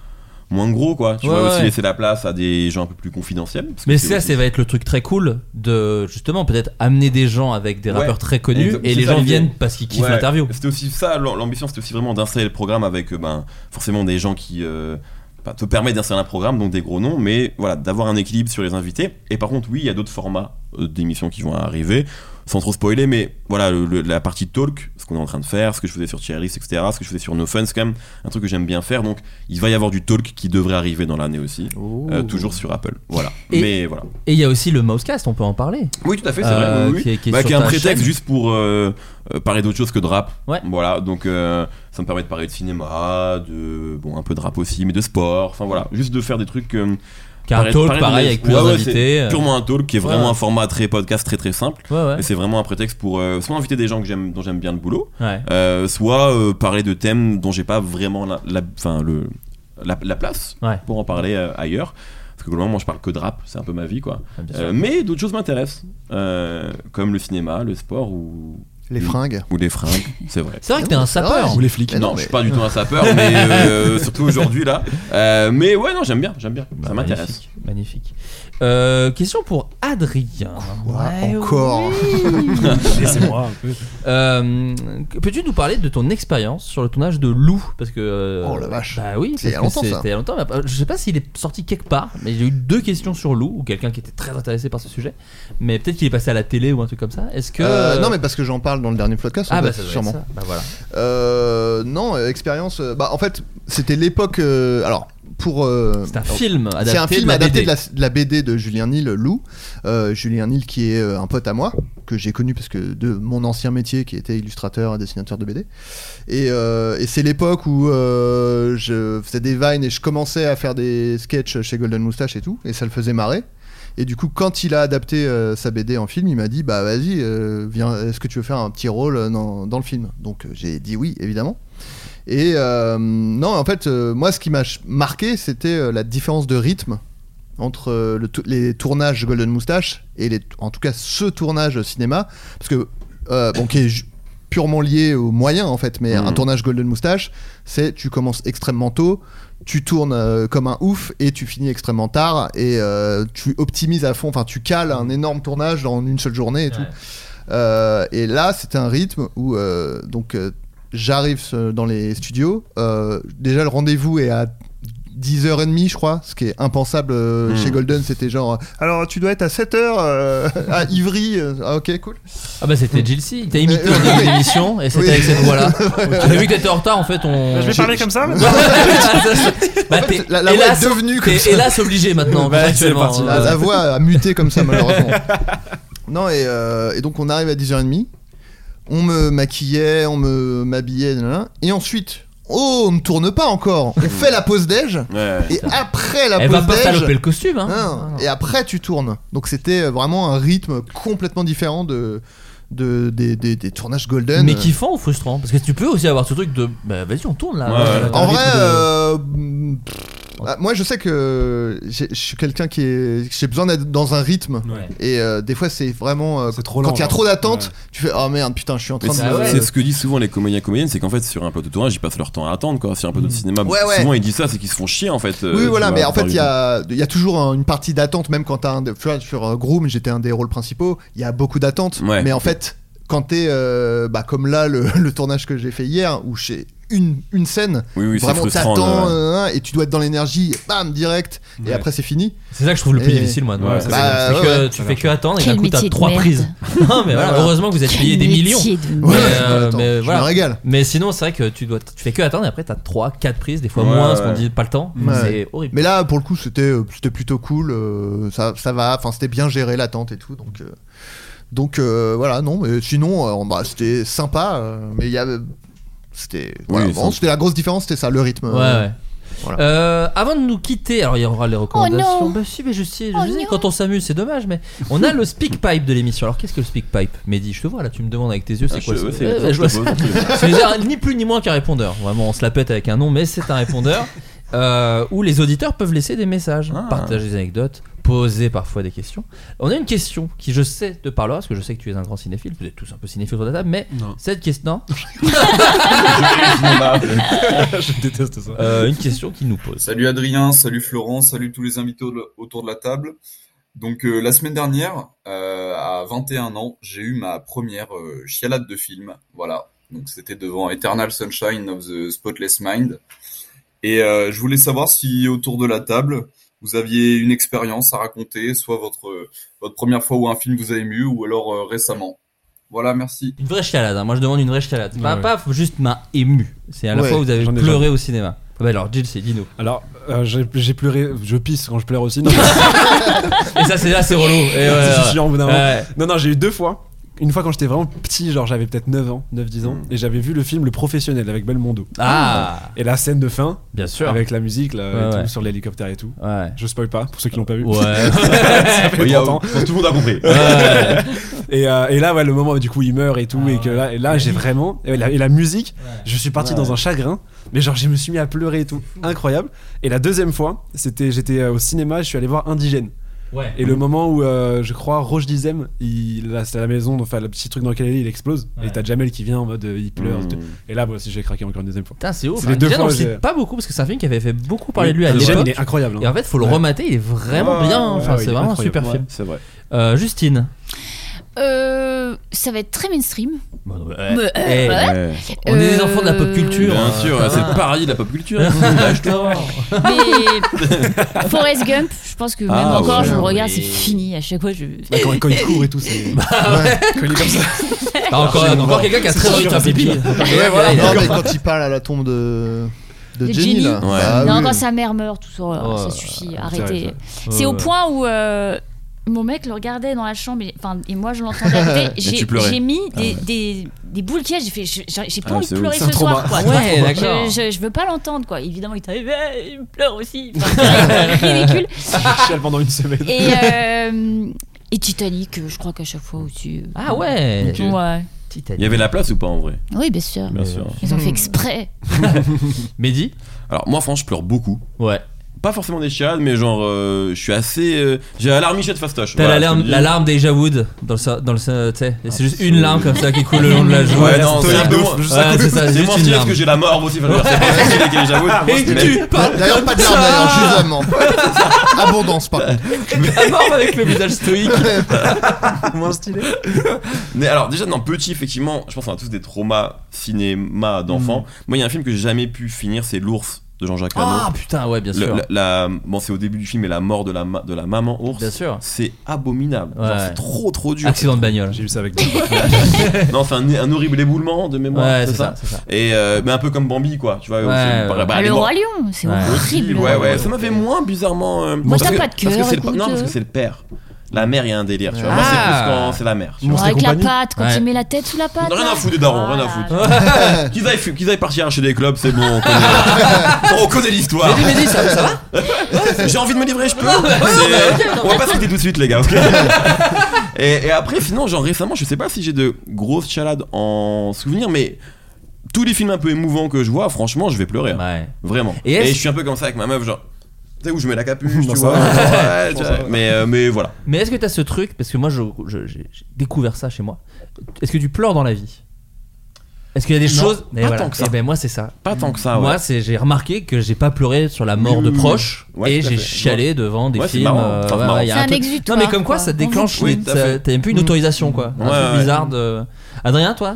Speaker 6: moins gros, quoi. Tu
Speaker 5: Ouais,
Speaker 6: vois, aussi
Speaker 5: ouais.
Speaker 6: laisser la place à des gens un peu plus confidentiels. parce que
Speaker 5: Mais
Speaker 6: c'est
Speaker 5: ça,
Speaker 6: aussi-
Speaker 5: ça va être le truc très cool de justement peut-être amener des gens avec des
Speaker 6: Ouais.
Speaker 5: rappeurs très connus
Speaker 6: Exact-
Speaker 5: et
Speaker 6: c'est
Speaker 5: les
Speaker 6: ça
Speaker 5: gens
Speaker 6: l'idée.
Speaker 5: viennent parce qu'ils kiffent
Speaker 6: Ouais,
Speaker 5: l'interview.
Speaker 6: C'était aussi ça, l'am- l'ambition, c'était aussi vraiment d'insérer le programme avec euh, ben, forcément des gens qui euh, bah, te permettent d'insérer un programme, donc des gros noms, mais voilà, d'avoir un équilibre sur les invités. Et par contre, oui, il y a d'autres formats euh, d'émissions qui vont arriver, sans trop spoiler, mais voilà, le- le- la partie talk, ce qu'on est en train de faire, ce que je faisais sur Thierry, etc., ce que je faisais sur No Fun, c'est quand même un truc que j'aime bien faire, donc il va y avoir du talk qui devrait arriver dans l'année aussi. euh, toujours sur Apple, voilà.
Speaker 5: Et-
Speaker 6: Mais voilà.
Speaker 5: Et il y a aussi le Mousecast, on peut en parler.
Speaker 6: Oui, tout à fait, c'est vrai.
Speaker 5: Euh,
Speaker 6: oui, oui.
Speaker 5: qui est- qui est
Speaker 6: Bah,
Speaker 5: sur
Speaker 6: qui est un
Speaker 5: ta
Speaker 6: prétexte
Speaker 5: chaîne.
Speaker 6: juste pour euh, euh, parler d'autre chose que de rap.
Speaker 5: Ouais.
Speaker 6: Voilà, donc euh, ça me permet de parler de cinéma, de bon un peu de rap aussi, mais de sport. Enfin voilà, juste de faire des trucs. euh,
Speaker 5: Qui a un
Speaker 6: paraître-
Speaker 5: talk
Speaker 6: paraître
Speaker 5: pareil
Speaker 6: de-
Speaker 5: avec plusieurs
Speaker 6: Ouais, ouais,
Speaker 5: invités. euh,
Speaker 6: Purement un talk qui est vraiment
Speaker 5: Ouais.
Speaker 6: un format très podcast, très très simple.
Speaker 5: Ouais, ouais.
Speaker 6: Et c'est vraiment un prétexte pour euh, soit inviter des gens que j'aime, dont j'aime bien le boulot,
Speaker 5: Ouais.
Speaker 6: euh, soit euh, parler de thèmes dont j'ai pas vraiment la, la- enfin, le, la, la place
Speaker 5: Ouais.
Speaker 6: pour en parler euh, ailleurs. Parce que globalement, moi je parle que de rap, c'est un peu ma vie quoi.
Speaker 5: Ah, bien sûr.
Speaker 6: Euh, mais d'autres choses m'intéressent, euh, comme le cinéma, le sport ou,
Speaker 4: Les fringues.
Speaker 6: ou les fringues, c'est vrai.
Speaker 5: C'est vrai que t'es un sapeur.
Speaker 3: Ou les flics.
Speaker 4: Mais
Speaker 6: non,
Speaker 4: non, mais-
Speaker 6: je suis pas du tout un sapeur, mais euh, surtout aujourd'hui là. Euh, mais ouais, non, j'aime bien, j'aime bien, ça m'intéresse.
Speaker 5: Bah, Magnifique. magnifique. Euh, question pour Adrien. Ouais,
Speaker 4: encore
Speaker 5: oui.
Speaker 3: Laissez-moi un peu.
Speaker 5: Euh, Peux-tu nous parler de ton expérience sur le tournage de Lou Parce que. euh,
Speaker 4: Oh, la vache.
Speaker 5: Bah oui,
Speaker 4: C'est il y a
Speaker 5: parce que
Speaker 4: longtemps, ça.
Speaker 5: c'était il y a longtemps. mais après, Je sais pas s'il est sorti quelque part, mais j'ai eu deux questions sur Lou, ou quelqu'un qui était très intéressé par ce sujet. Mais peut-être qu'il est passé à la télé ou un truc comme ça. Est-ce que.
Speaker 4: Euh, non mais parce que j'en parle dans le dernier podcast, en
Speaker 5: Ah bah
Speaker 4: fait,
Speaker 5: ça doit être
Speaker 4: sûrement.
Speaker 5: ça. Bah voilà.
Speaker 4: Euh, non, euh, expérience. euh, bah en fait, c'était l'époque. euh, alors pour. euh,
Speaker 5: C'est un film adapté.
Speaker 4: C'est un film
Speaker 5: de la
Speaker 4: adapté
Speaker 5: BD.
Speaker 4: de la, de la BD de Julien Nil, Lou. Euh, Julien Nil, qui est euh, un pote à moi, que j'ai connu parce que de mon ancien métier, qui était illustrateur et dessinateur de BD. Et, euh, et c'est l'époque où euh, je faisais des vines et je commençais à faire des sketchs chez Golden Moustache et tout, et ça le faisait marrer. Et du coup, quand il a adapté euh, sa BD en film, il m'a dit Bah vas-y, euh, viens, est-ce que tu veux faire un petit rôle euh, dans, dans le film Donc euh, j'ai dit oui, évidemment. Et euh, non, en fait, euh, moi, ce qui m'a ch- marqué, c'était euh, la différence de rythme entre euh, le tou- les tournages Golden Moustache et les, en tout cas ce tournage cinéma, parce que euh, bon, qui est ju- purement lié aux moyens en fait, mais
Speaker 6: Mhm.
Speaker 4: un tournage Golden Moustache, c'est tu commences extrêmement tôt, tu tournes euh, comme un ouf et tu finis extrêmement tard et euh, tu optimises à fond, enfin tu cales un énorme tournage dans une seule journée et tout.
Speaker 5: Ouais.
Speaker 4: Euh, et là, c'était un rythme où euh, donc euh, j'arrive euh, dans les studios. euh, déjà, le rendez-vous est à 10h30, je crois, ce qui est impensable euh,
Speaker 3: Hmm.
Speaker 6: Mm.
Speaker 4: chez Golden. C'était genre
Speaker 7: Alors, tu dois être à 7h.
Speaker 4: euh, à Ivry. euh, ah, ok, cool.
Speaker 5: Ah bah c'était Jilcy, il t'a imité
Speaker 4: Euh,
Speaker 5: en début
Speaker 4: oui.
Speaker 5: d'émission et c'était
Speaker 4: Oui.
Speaker 5: avec cette voix-là. T'as vu que t'étais en retard en fait, on.
Speaker 7: Je vais parler comme ça maintenant
Speaker 5: bah,
Speaker 4: En fait,
Speaker 5: t'es-
Speaker 4: la, la voix
Speaker 5: hélas,
Speaker 4: est devenue comme
Speaker 5: t'es
Speaker 4: ça. Ah,
Speaker 5: hélas obligé maintenant.
Speaker 3: Bah, c'est
Speaker 5: contractuellement.
Speaker 3: parti.
Speaker 5: Euh,
Speaker 4: La, la voix a muté comme ça, malheureusement. non, et, euh, et donc on arrive à 10h30. On me maquillait, on me m'habillait, nanana, et ensuite, oh, on ne tourne pas encore. On fait la pause déj.
Speaker 6: Ouais.
Speaker 4: Et après la
Speaker 5: Hmm. Elle va
Speaker 4: pause
Speaker 5: pas
Speaker 4: déj,
Speaker 5: saloper le costume. Hein.
Speaker 4: Hein, et après tu tournes. Donc c'était euh, vraiment un rythme complètement différent de, de- des, des- des tournages Golden.
Speaker 5: Mais kiffant ou frustrant Parce que tu peux aussi avoir ce truc de bah vas-y on tourne là.
Speaker 6: Ouais, ouais.
Speaker 5: Euh,
Speaker 4: En
Speaker 5: un rythme
Speaker 4: vrai,
Speaker 5: de-
Speaker 4: euh, pff,
Speaker 5: pense.
Speaker 4: Bah, moi, je sais que j'ai- je suis quelqu'un qui est. J'ai besoin d'être dans un rythme.
Speaker 3: Ouais.
Speaker 4: Et euh, des fois, c'est vraiment. euh,
Speaker 3: C'est trop lent, hein.
Speaker 4: Quand il y a
Speaker 3: genre.
Speaker 4: trop d'attente,
Speaker 3: Ouais.
Speaker 4: tu fais Oh merde, putain, je suis en
Speaker 6: Mais
Speaker 4: train
Speaker 6: c'est
Speaker 4: de.
Speaker 6: c'est ce que disent souvent les comédiens comédiennes, c'est qu'en fait sur un plateau de tournage ils passent leur temps à attendre quoi. Sur un plateau de cinéma,
Speaker 4: Mm. Ouais, ouais.
Speaker 6: souvent ils disent ça, c'est qu'ils se font chier en fait. euh,
Speaker 4: Oui,
Speaker 6: tu
Speaker 4: voilà,
Speaker 6: vois,
Speaker 4: mais
Speaker 6: la
Speaker 4: en fait,
Speaker 6: plupart
Speaker 4: il
Speaker 6: du
Speaker 4: y a, il y a toujours un- une partie d'attente, même quand t'as un. de- Tu vois, sur euh, Groom, j'étais un des rôles principaux, il y a beaucoup d'attentes.
Speaker 6: Ouais.
Speaker 4: Mais en fait, quand t'es. euh, bah, comme là, le, le tournage que j'ai fait hier, où j'ai une, une scène,
Speaker 6: Oui, oui, c'est
Speaker 4: vraiment
Speaker 6: frustrant,
Speaker 4: t'attends,
Speaker 6: ouais.
Speaker 4: euh, et tu dois être dans l'énergie, bam, direct, et
Speaker 3: Ouais.
Speaker 4: après, c'est fini.
Speaker 5: C'est ça que je trouve le plus
Speaker 4: Et-
Speaker 5: difficile, moi.
Speaker 3: Ouais,
Speaker 5: c'est
Speaker 3: ça,
Speaker 4: c'est-
Speaker 5: que
Speaker 4: ouais,
Speaker 5: tu fais que attendre et
Speaker 8: Quel
Speaker 5: d'un coup, t'as
Speaker 8: métier de
Speaker 5: trois
Speaker 8: merde.
Speaker 5: prises. non, mais voilà,
Speaker 4: Voilà.
Speaker 5: heureusement que vous êtes payé des millions.
Speaker 4: Ouais,
Speaker 5: euh,
Speaker 4: attends,
Speaker 5: mais
Speaker 4: je
Speaker 5: voilà.
Speaker 4: me régale.
Speaker 5: Mais sinon, c'est vrai que tu dois, tu fais que attendre et après, t'as trois, quatre prises, des fois
Speaker 6: Ouais,
Speaker 5: moins, parce
Speaker 6: ouais.
Speaker 5: qu'on dit pas le temps.
Speaker 4: Ouais.
Speaker 5: C'est horrible.
Speaker 4: Mais là, pour le coup, c'était euh, c'était plutôt cool. euh, ça, ça va. Enfin, c'était bien géré l'attente et tout. Donc, euh, donc euh, voilà. Non, mais sinon, euh, bah, c'était sympa. euh, mais il y avait. C'était voilà,
Speaker 6: Oui,
Speaker 4: bon,
Speaker 6: ça-
Speaker 4: c'était la grosse différence, c'était ça, le rythme.
Speaker 5: Ouais,
Speaker 4: euh,
Speaker 5: ouais.
Speaker 4: voilà.
Speaker 5: Euh, avant de nous quitter, alors il y aura les recommandations.
Speaker 8: Oh non.
Speaker 5: Bah si, mais je sais, je
Speaker 8: Oh
Speaker 5: sais,
Speaker 8: non.
Speaker 5: quand on s'amuse, c'est dommage, mais on a le speak pipe de l'émission. Alors qu'est-ce que le speak pipe Mehdi, je te vois là, tu me demandes avec tes yeux, c'est
Speaker 6: temps.
Speaker 5: quoi
Speaker 6: Ouais,
Speaker 5: ça
Speaker 6: c'est-
Speaker 5: Ouais,
Speaker 6: c'est-
Speaker 5: bah, je vois ça.
Speaker 6: c'est-
Speaker 5: C'est déjà ni plus ni moins qu'un répondeur. Vraiment, on se la pète avec un nom, mais c'est un répondeur euh, où les auditeurs peuvent laisser des messages,
Speaker 6: Ah.
Speaker 5: partager des anecdotes, poser parfois des questions. On a une question qui, je sais, te parlera, parce que je sais que tu es un grand cinéphile, vous êtes tous un peu cinéphiles autour de la table, mais
Speaker 3: Non.
Speaker 5: cette question,
Speaker 3: je déteste ça.
Speaker 5: euh, une question qui nous pose.
Speaker 9: Salut Adrien, salut Florent, salut tous les invités au- autour de la table. Donc euh, la semaine dernière, euh, à 21 ans, j'ai eu ma première euh, chialade de film. Voilà, donc c'était devant Eternal Sunshine of the Spotless Mind. Et euh, je voulais savoir si autour de la table, vous aviez une expérience à raconter, soit votre euh, votre première fois où un film vous a ému, ou alors euh, récemment. Voilà, merci.
Speaker 5: Une vraie chialade, hein. moi je demande une vraie chialade. Pas,
Speaker 3: Ouais.
Speaker 5: pas f- juste m'a ému. C'est à la
Speaker 4: Ouais,
Speaker 5: fois vous avez
Speaker 3: j'en ai
Speaker 5: pleuré au cinéma. Ah Bah alors, Jill, c'est dis-nous.
Speaker 3: Alors, euh, j'ai j'ai pleuré, je pisse quand je pleure aussi. Non,
Speaker 5: Et ça, c'est là, c'est relou. Et ouais,
Speaker 3: c'est
Speaker 5: ouais.
Speaker 3: chiant au bout d'un moment.
Speaker 5: Ouais.
Speaker 3: Non, non, j'ai eu deux fois. Une fois quand j'étais vraiment petit, genre j'avais peut-être 9 ans, 9-10 ans, et j'avais vu le film Le Professionnel avec Belmondo.
Speaker 5: Mm. Ah,
Speaker 3: Et la scène de fin,
Speaker 5: bien sûr.
Speaker 3: avec la musique là, et
Speaker 5: Ouais,
Speaker 3: tout,
Speaker 5: ouais.
Speaker 3: sur l'hélicoptère et tout.
Speaker 5: Ouais.
Speaker 3: Je spoil pas, pour ceux qui l'ont pas vu.
Speaker 5: Ouais.
Speaker 3: Ça fait
Speaker 6: Il y a-
Speaker 3: 30 ans.
Speaker 6: Tout le monde a compris.
Speaker 5: Ouais.
Speaker 3: Et, euh, et là, ouais, le moment où du coup il meurt et tout,
Speaker 5: Ah
Speaker 3: et que
Speaker 5: ouais.
Speaker 3: là, et là j'ai vraiment. Et la, et la musique, je suis parti
Speaker 5: Ouais.
Speaker 3: dans un chagrin, mais genre je me suis mis à pleurer et tout. Incroyable. Et la deuxième fois, c'était j'étais euh, au cinéma, je suis allé voir Indigène.
Speaker 5: Ouais.
Speaker 3: Et le moment où, euh, je crois, Roche Dizem, il, là, c'est à la maison, enfin, le petit truc dans lequel il est, il explose.
Speaker 5: Ouais.
Speaker 3: Et t'as Jamel qui vient en mode, euh, il pleure.
Speaker 6: Mm.
Speaker 3: Et là, moi aussi, j'ai craqué encore une deuxième fois.
Speaker 5: Putain, c'est ouf.
Speaker 3: C'est les deux
Speaker 5: Déjà,
Speaker 3: fois
Speaker 5: Ah,
Speaker 3: que
Speaker 5: on le sait
Speaker 3: j'ai-
Speaker 5: pas beaucoup parce que c'est un film qui avait fait beaucoup parler de lui à
Speaker 3: Indigène,
Speaker 5: l'époque.
Speaker 3: il est incroyable. hein.
Speaker 5: Et en fait, faut le
Speaker 3: Ouais.
Speaker 5: remater, il est vraiment
Speaker 3: Ouais,
Speaker 5: bien.
Speaker 3: ouais,
Speaker 5: Enfin,
Speaker 3: ouais,
Speaker 5: c'est
Speaker 3: il est
Speaker 5: vraiment un
Speaker 3: incroyable.
Speaker 5: super
Speaker 3: Ouais.
Speaker 5: film.
Speaker 6: C'est vrai.
Speaker 5: Euh, Justine.
Speaker 8: Euh, ça va être très mainstream. Mais, euh,
Speaker 5: Eh,
Speaker 8: ouais.
Speaker 6: Ouais.
Speaker 5: On est des
Speaker 8: Euh,
Speaker 5: enfants de la pop culture.
Speaker 6: Bien
Speaker 5: hein,
Speaker 6: sûr,
Speaker 5: ça
Speaker 6: c'est
Speaker 5: va.
Speaker 6: le paradis de la pop culture.
Speaker 8: Mais Forrest Gump, je pense que même
Speaker 6: Ah,
Speaker 8: encore,
Speaker 6: ouais.
Speaker 8: je le regarde, c'est
Speaker 5: Oui.
Speaker 8: fini. À chaque fois, je.
Speaker 3: Bah, quand, quand il court et tout, c'est.
Speaker 5: Bah,
Speaker 3: Quand il est comme ça.
Speaker 5: Ah, encore encore quelqu'un qui a très envie de faire pipi. Ouais, voilà, il a-
Speaker 4: Non, mais quand il parle à la tombe de. De
Speaker 8: De
Speaker 4: Jenny,
Speaker 8: Jenny.
Speaker 4: là.
Speaker 6: Ouais.
Speaker 4: Ah,
Speaker 8: non,
Speaker 4: oui. Oh
Speaker 8: quand sa mère meurt, tout ça, alors,
Speaker 5: Ouais.
Speaker 8: ça suffit,
Speaker 3: terrible,
Speaker 8: arrêtez.
Speaker 3: ça.
Speaker 5: Ouais,
Speaker 8: C'est au
Speaker 5: ouais.
Speaker 8: point où euh, mon mec le regardait dans la chambre, et, enfin, et moi je l'entendais. arriver.
Speaker 6: tu
Speaker 8: j'ai
Speaker 6: pleurais.
Speaker 8: j'ai mis des, des, des boules qui j'ai fait, je- j'ai j'ai pas
Speaker 6: Ah,
Speaker 8: envie
Speaker 6: c'est
Speaker 8: de pleurer
Speaker 3: ouf. C'est
Speaker 8: ce
Speaker 3: un trauma.
Speaker 8: soir, quoi.
Speaker 5: Ouais, d'accord.
Speaker 8: Je, je, je veux pas l'entendre, quoi. Évidemment, il t'arrive, eh, il pleure aussi. Enfin, c'est ridicule.
Speaker 3: Il chiale pendant une semaine.
Speaker 8: Et, euh, et Titanic, euh, je crois qu'à chaque fois aussi. euh,
Speaker 5: Ah ouais.
Speaker 8: Ouais.
Speaker 6: Il y avait la place ou pas en vrai
Speaker 8: Oui, bien sûr.
Speaker 6: Bien sûr.
Speaker 8: Ils ont
Speaker 4: Hmm.
Speaker 8: fait exprès.
Speaker 5: Mehdi.
Speaker 6: Alors moi, franchement, je pleure beaucoup.
Speaker 5: Ouais.
Speaker 6: Pas forcément des chiades, mais genre, euh, je suis assez. euh, J'ai la larmichette fastoche.
Speaker 5: T'as
Speaker 6: Voilà,
Speaker 5: la larme,
Speaker 6: je te le dis.
Speaker 5: la larme d'Asia Wood dans le, sa- dans le, sa- tu sais, et c'est juste une larme comme ça qui coule le long de la joue.
Speaker 6: Ouais, non, c'est
Speaker 5: un
Speaker 6: de
Speaker 5: ouf.
Speaker 6: ouf.
Speaker 5: Ouais, c'est ça,
Speaker 6: C'est
Speaker 5: juste
Speaker 6: moins
Speaker 5: une
Speaker 6: stylé
Speaker 5: larme.
Speaker 6: parce que j'ai la mort aussi. Enfin, je veux dire, c'est pas stylé qu'elle est jalouse.
Speaker 5: Et
Speaker 6: Mais-
Speaker 5: tu parles
Speaker 4: D'ailleurs,
Speaker 5: comme
Speaker 4: pas de
Speaker 5: ça.
Speaker 4: larmes, d'ailleurs, suffisamment. Abondance, par contre.
Speaker 5: La mort avec le visage stoïque.
Speaker 3: Moins stylé.
Speaker 6: Mais alors déjà dans petit effectivement, je pense qu'on a tous des traumas cinéma d'enfants. Moi il y a un film que j'ai jamais pu finir, c'est l'ours de Jean-Jacques
Speaker 5: Mm. Ah
Speaker 6: Hano.
Speaker 5: putain, ouais, bien
Speaker 6: Le-
Speaker 5: sûr.
Speaker 6: la, la- bon c'est au début du film mais la mort de la ma- de la maman ours.
Speaker 5: Bien sûr.
Speaker 6: C'est abominable. Genre,
Speaker 5: Ouais.
Speaker 6: C'est trop trop dur.
Speaker 5: Accident de bagnole.
Speaker 3: J'ai
Speaker 5: Ouais,
Speaker 3: vu ça avec
Speaker 6: non c'est un, un horrible éboulement de mémoire.
Speaker 5: c'est ça, c'est ça.
Speaker 6: Et euh, mais un peu comme Bambi quoi. Tu vois.
Speaker 5: Ouais,
Speaker 6: c'est-
Speaker 5: ouais.
Speaker 6: bah,
Speaker 8: Ah,
Speaker 6: elle est
Speaker 8: le
Speaker 6: morte.
Speaker 8: Roi Lion, c'est
Speaker 5: Ouais.
Speaker 8: horrible.
Speaker 6: Ouais, ouais, ça m'a fait moins bizarrement. euh,
Speaker 8: Moi,
Speaker 6: parce
Speaker 8: t'as
Speaker 6: que-
Speaker 8: pas de
Speaker 6: parce que
Speaker 8: cœur,
Speaker 6: c'est le pa-
Speaker 8: écoute.
Speaker 6: Non, parce que c'est le père. La mère, il y a un délire, tu vois. Moi, c'est
Speaker 5: Ah.
Speaker 6: plus quand c'est la mère. tu vois.
Speaker 3: Monstres et
Speaker 8: avec la
Speaker 3: compagnie.
Speaker 8: patte, quand
Speaker 5: Ouais.
Speaker 8: il met la tête sous la patte.
Speaker 6: Rien
Speaker 8: là.
Speaker 6: à foutre des darons, rien à
Speaker 8: Voilà.
Speaker 6: foutre. Qu'ils aillent, fu- qu'ils aillent partir chez des clubs, c'est bon, on connaît, on connaît l'histoire.
Speaker 5: Mehdi, Mehdi, ça, ça va Ah,
Speaker 6: J'ai envie de me livrer, je peux. C'est- On va pas se quitter tout de suite, les gars. ok et, et après, sinon, genre récemment, je sais pas si j'ai de grosses chalades en souvenir, mais tous les films un peu émouvants que je vois, franchement, je vais pleurer. hein.
Speaker 5: Ouais.
Speaker 6: Vraiment.
Speaker 5: Et
Speaker 6: Et,
Speaker 5: est-ce-
Speaker 6: je suis un peu comme ça avec ma meuf, genre. sais où je mets la capuche,
Speaker 3: Bon,
Speaker 6: tu
Speaker 3: ça
Speaker 6: vois.
Speaker 3: va.
Speaker 6: Ouais, tu
Speaker 3: Bon,
Speaker 6: vois.
Speaker 3: ça va.
Speaker 6: Mais, euh, mais voilà.
Speaker 5: Mais est-ce que t'as ce truc Parce que moi, je- je- j'ai j'ai découvert ça chez moi. Est-ce que tu pleures dans la vie Est-ce qu'il y a des
Speaker 6: Non,
Speaker 5: choses
Speaker 6: pas
Speaker 5: voilà.
Speaker 6: tant que ça.
Speaker 5: Eh ben moi, c'est ça.
Speaker 6: Pas tant que ça, ouais.
Speaker 5: Moi, c'est j'ai remarqué que j'ai pas pleuré sur la mort
Speaker 6: Oui,
Speaker 5: de
Speaker 6: oui, oui.
Speaker 5: proches
Speaker 6: Ouais,
Speaker 5: et
Speaker 6: tout à
Speaker 5: j'ai
Speaker 6: fait.
Speaker 5: chialé devant des
Speaker 6: Ouais, c'est
Speaker 5: films.
Speaker 6: marrant,
Speaker 5: euh,
Speaker 6: grave
Speaker 5: ouais,
Speaker 6: marrant.
Speaker 5: ouais, il y a
Speaker 8: C'est un
Speaker 5: truc-
Speaker 8: exutoire,
Speaker 5: Non, mais comme quoi,
Speaker 8: quoi.
Speaker 5: ça déclenche.
Speaker 6: Oui,
Speaker 5: les-
Speaker 6: tout à fait.
Speaker 5: ça- T'as même plus une
Speaker 4: Mm.
Speaker 5: autorisation, quoi.
Speaker 6: Ouais,
Speaker 5: un truc
Speaker 6: ouais.
Speaker 5: bizarre de. Adrien, toi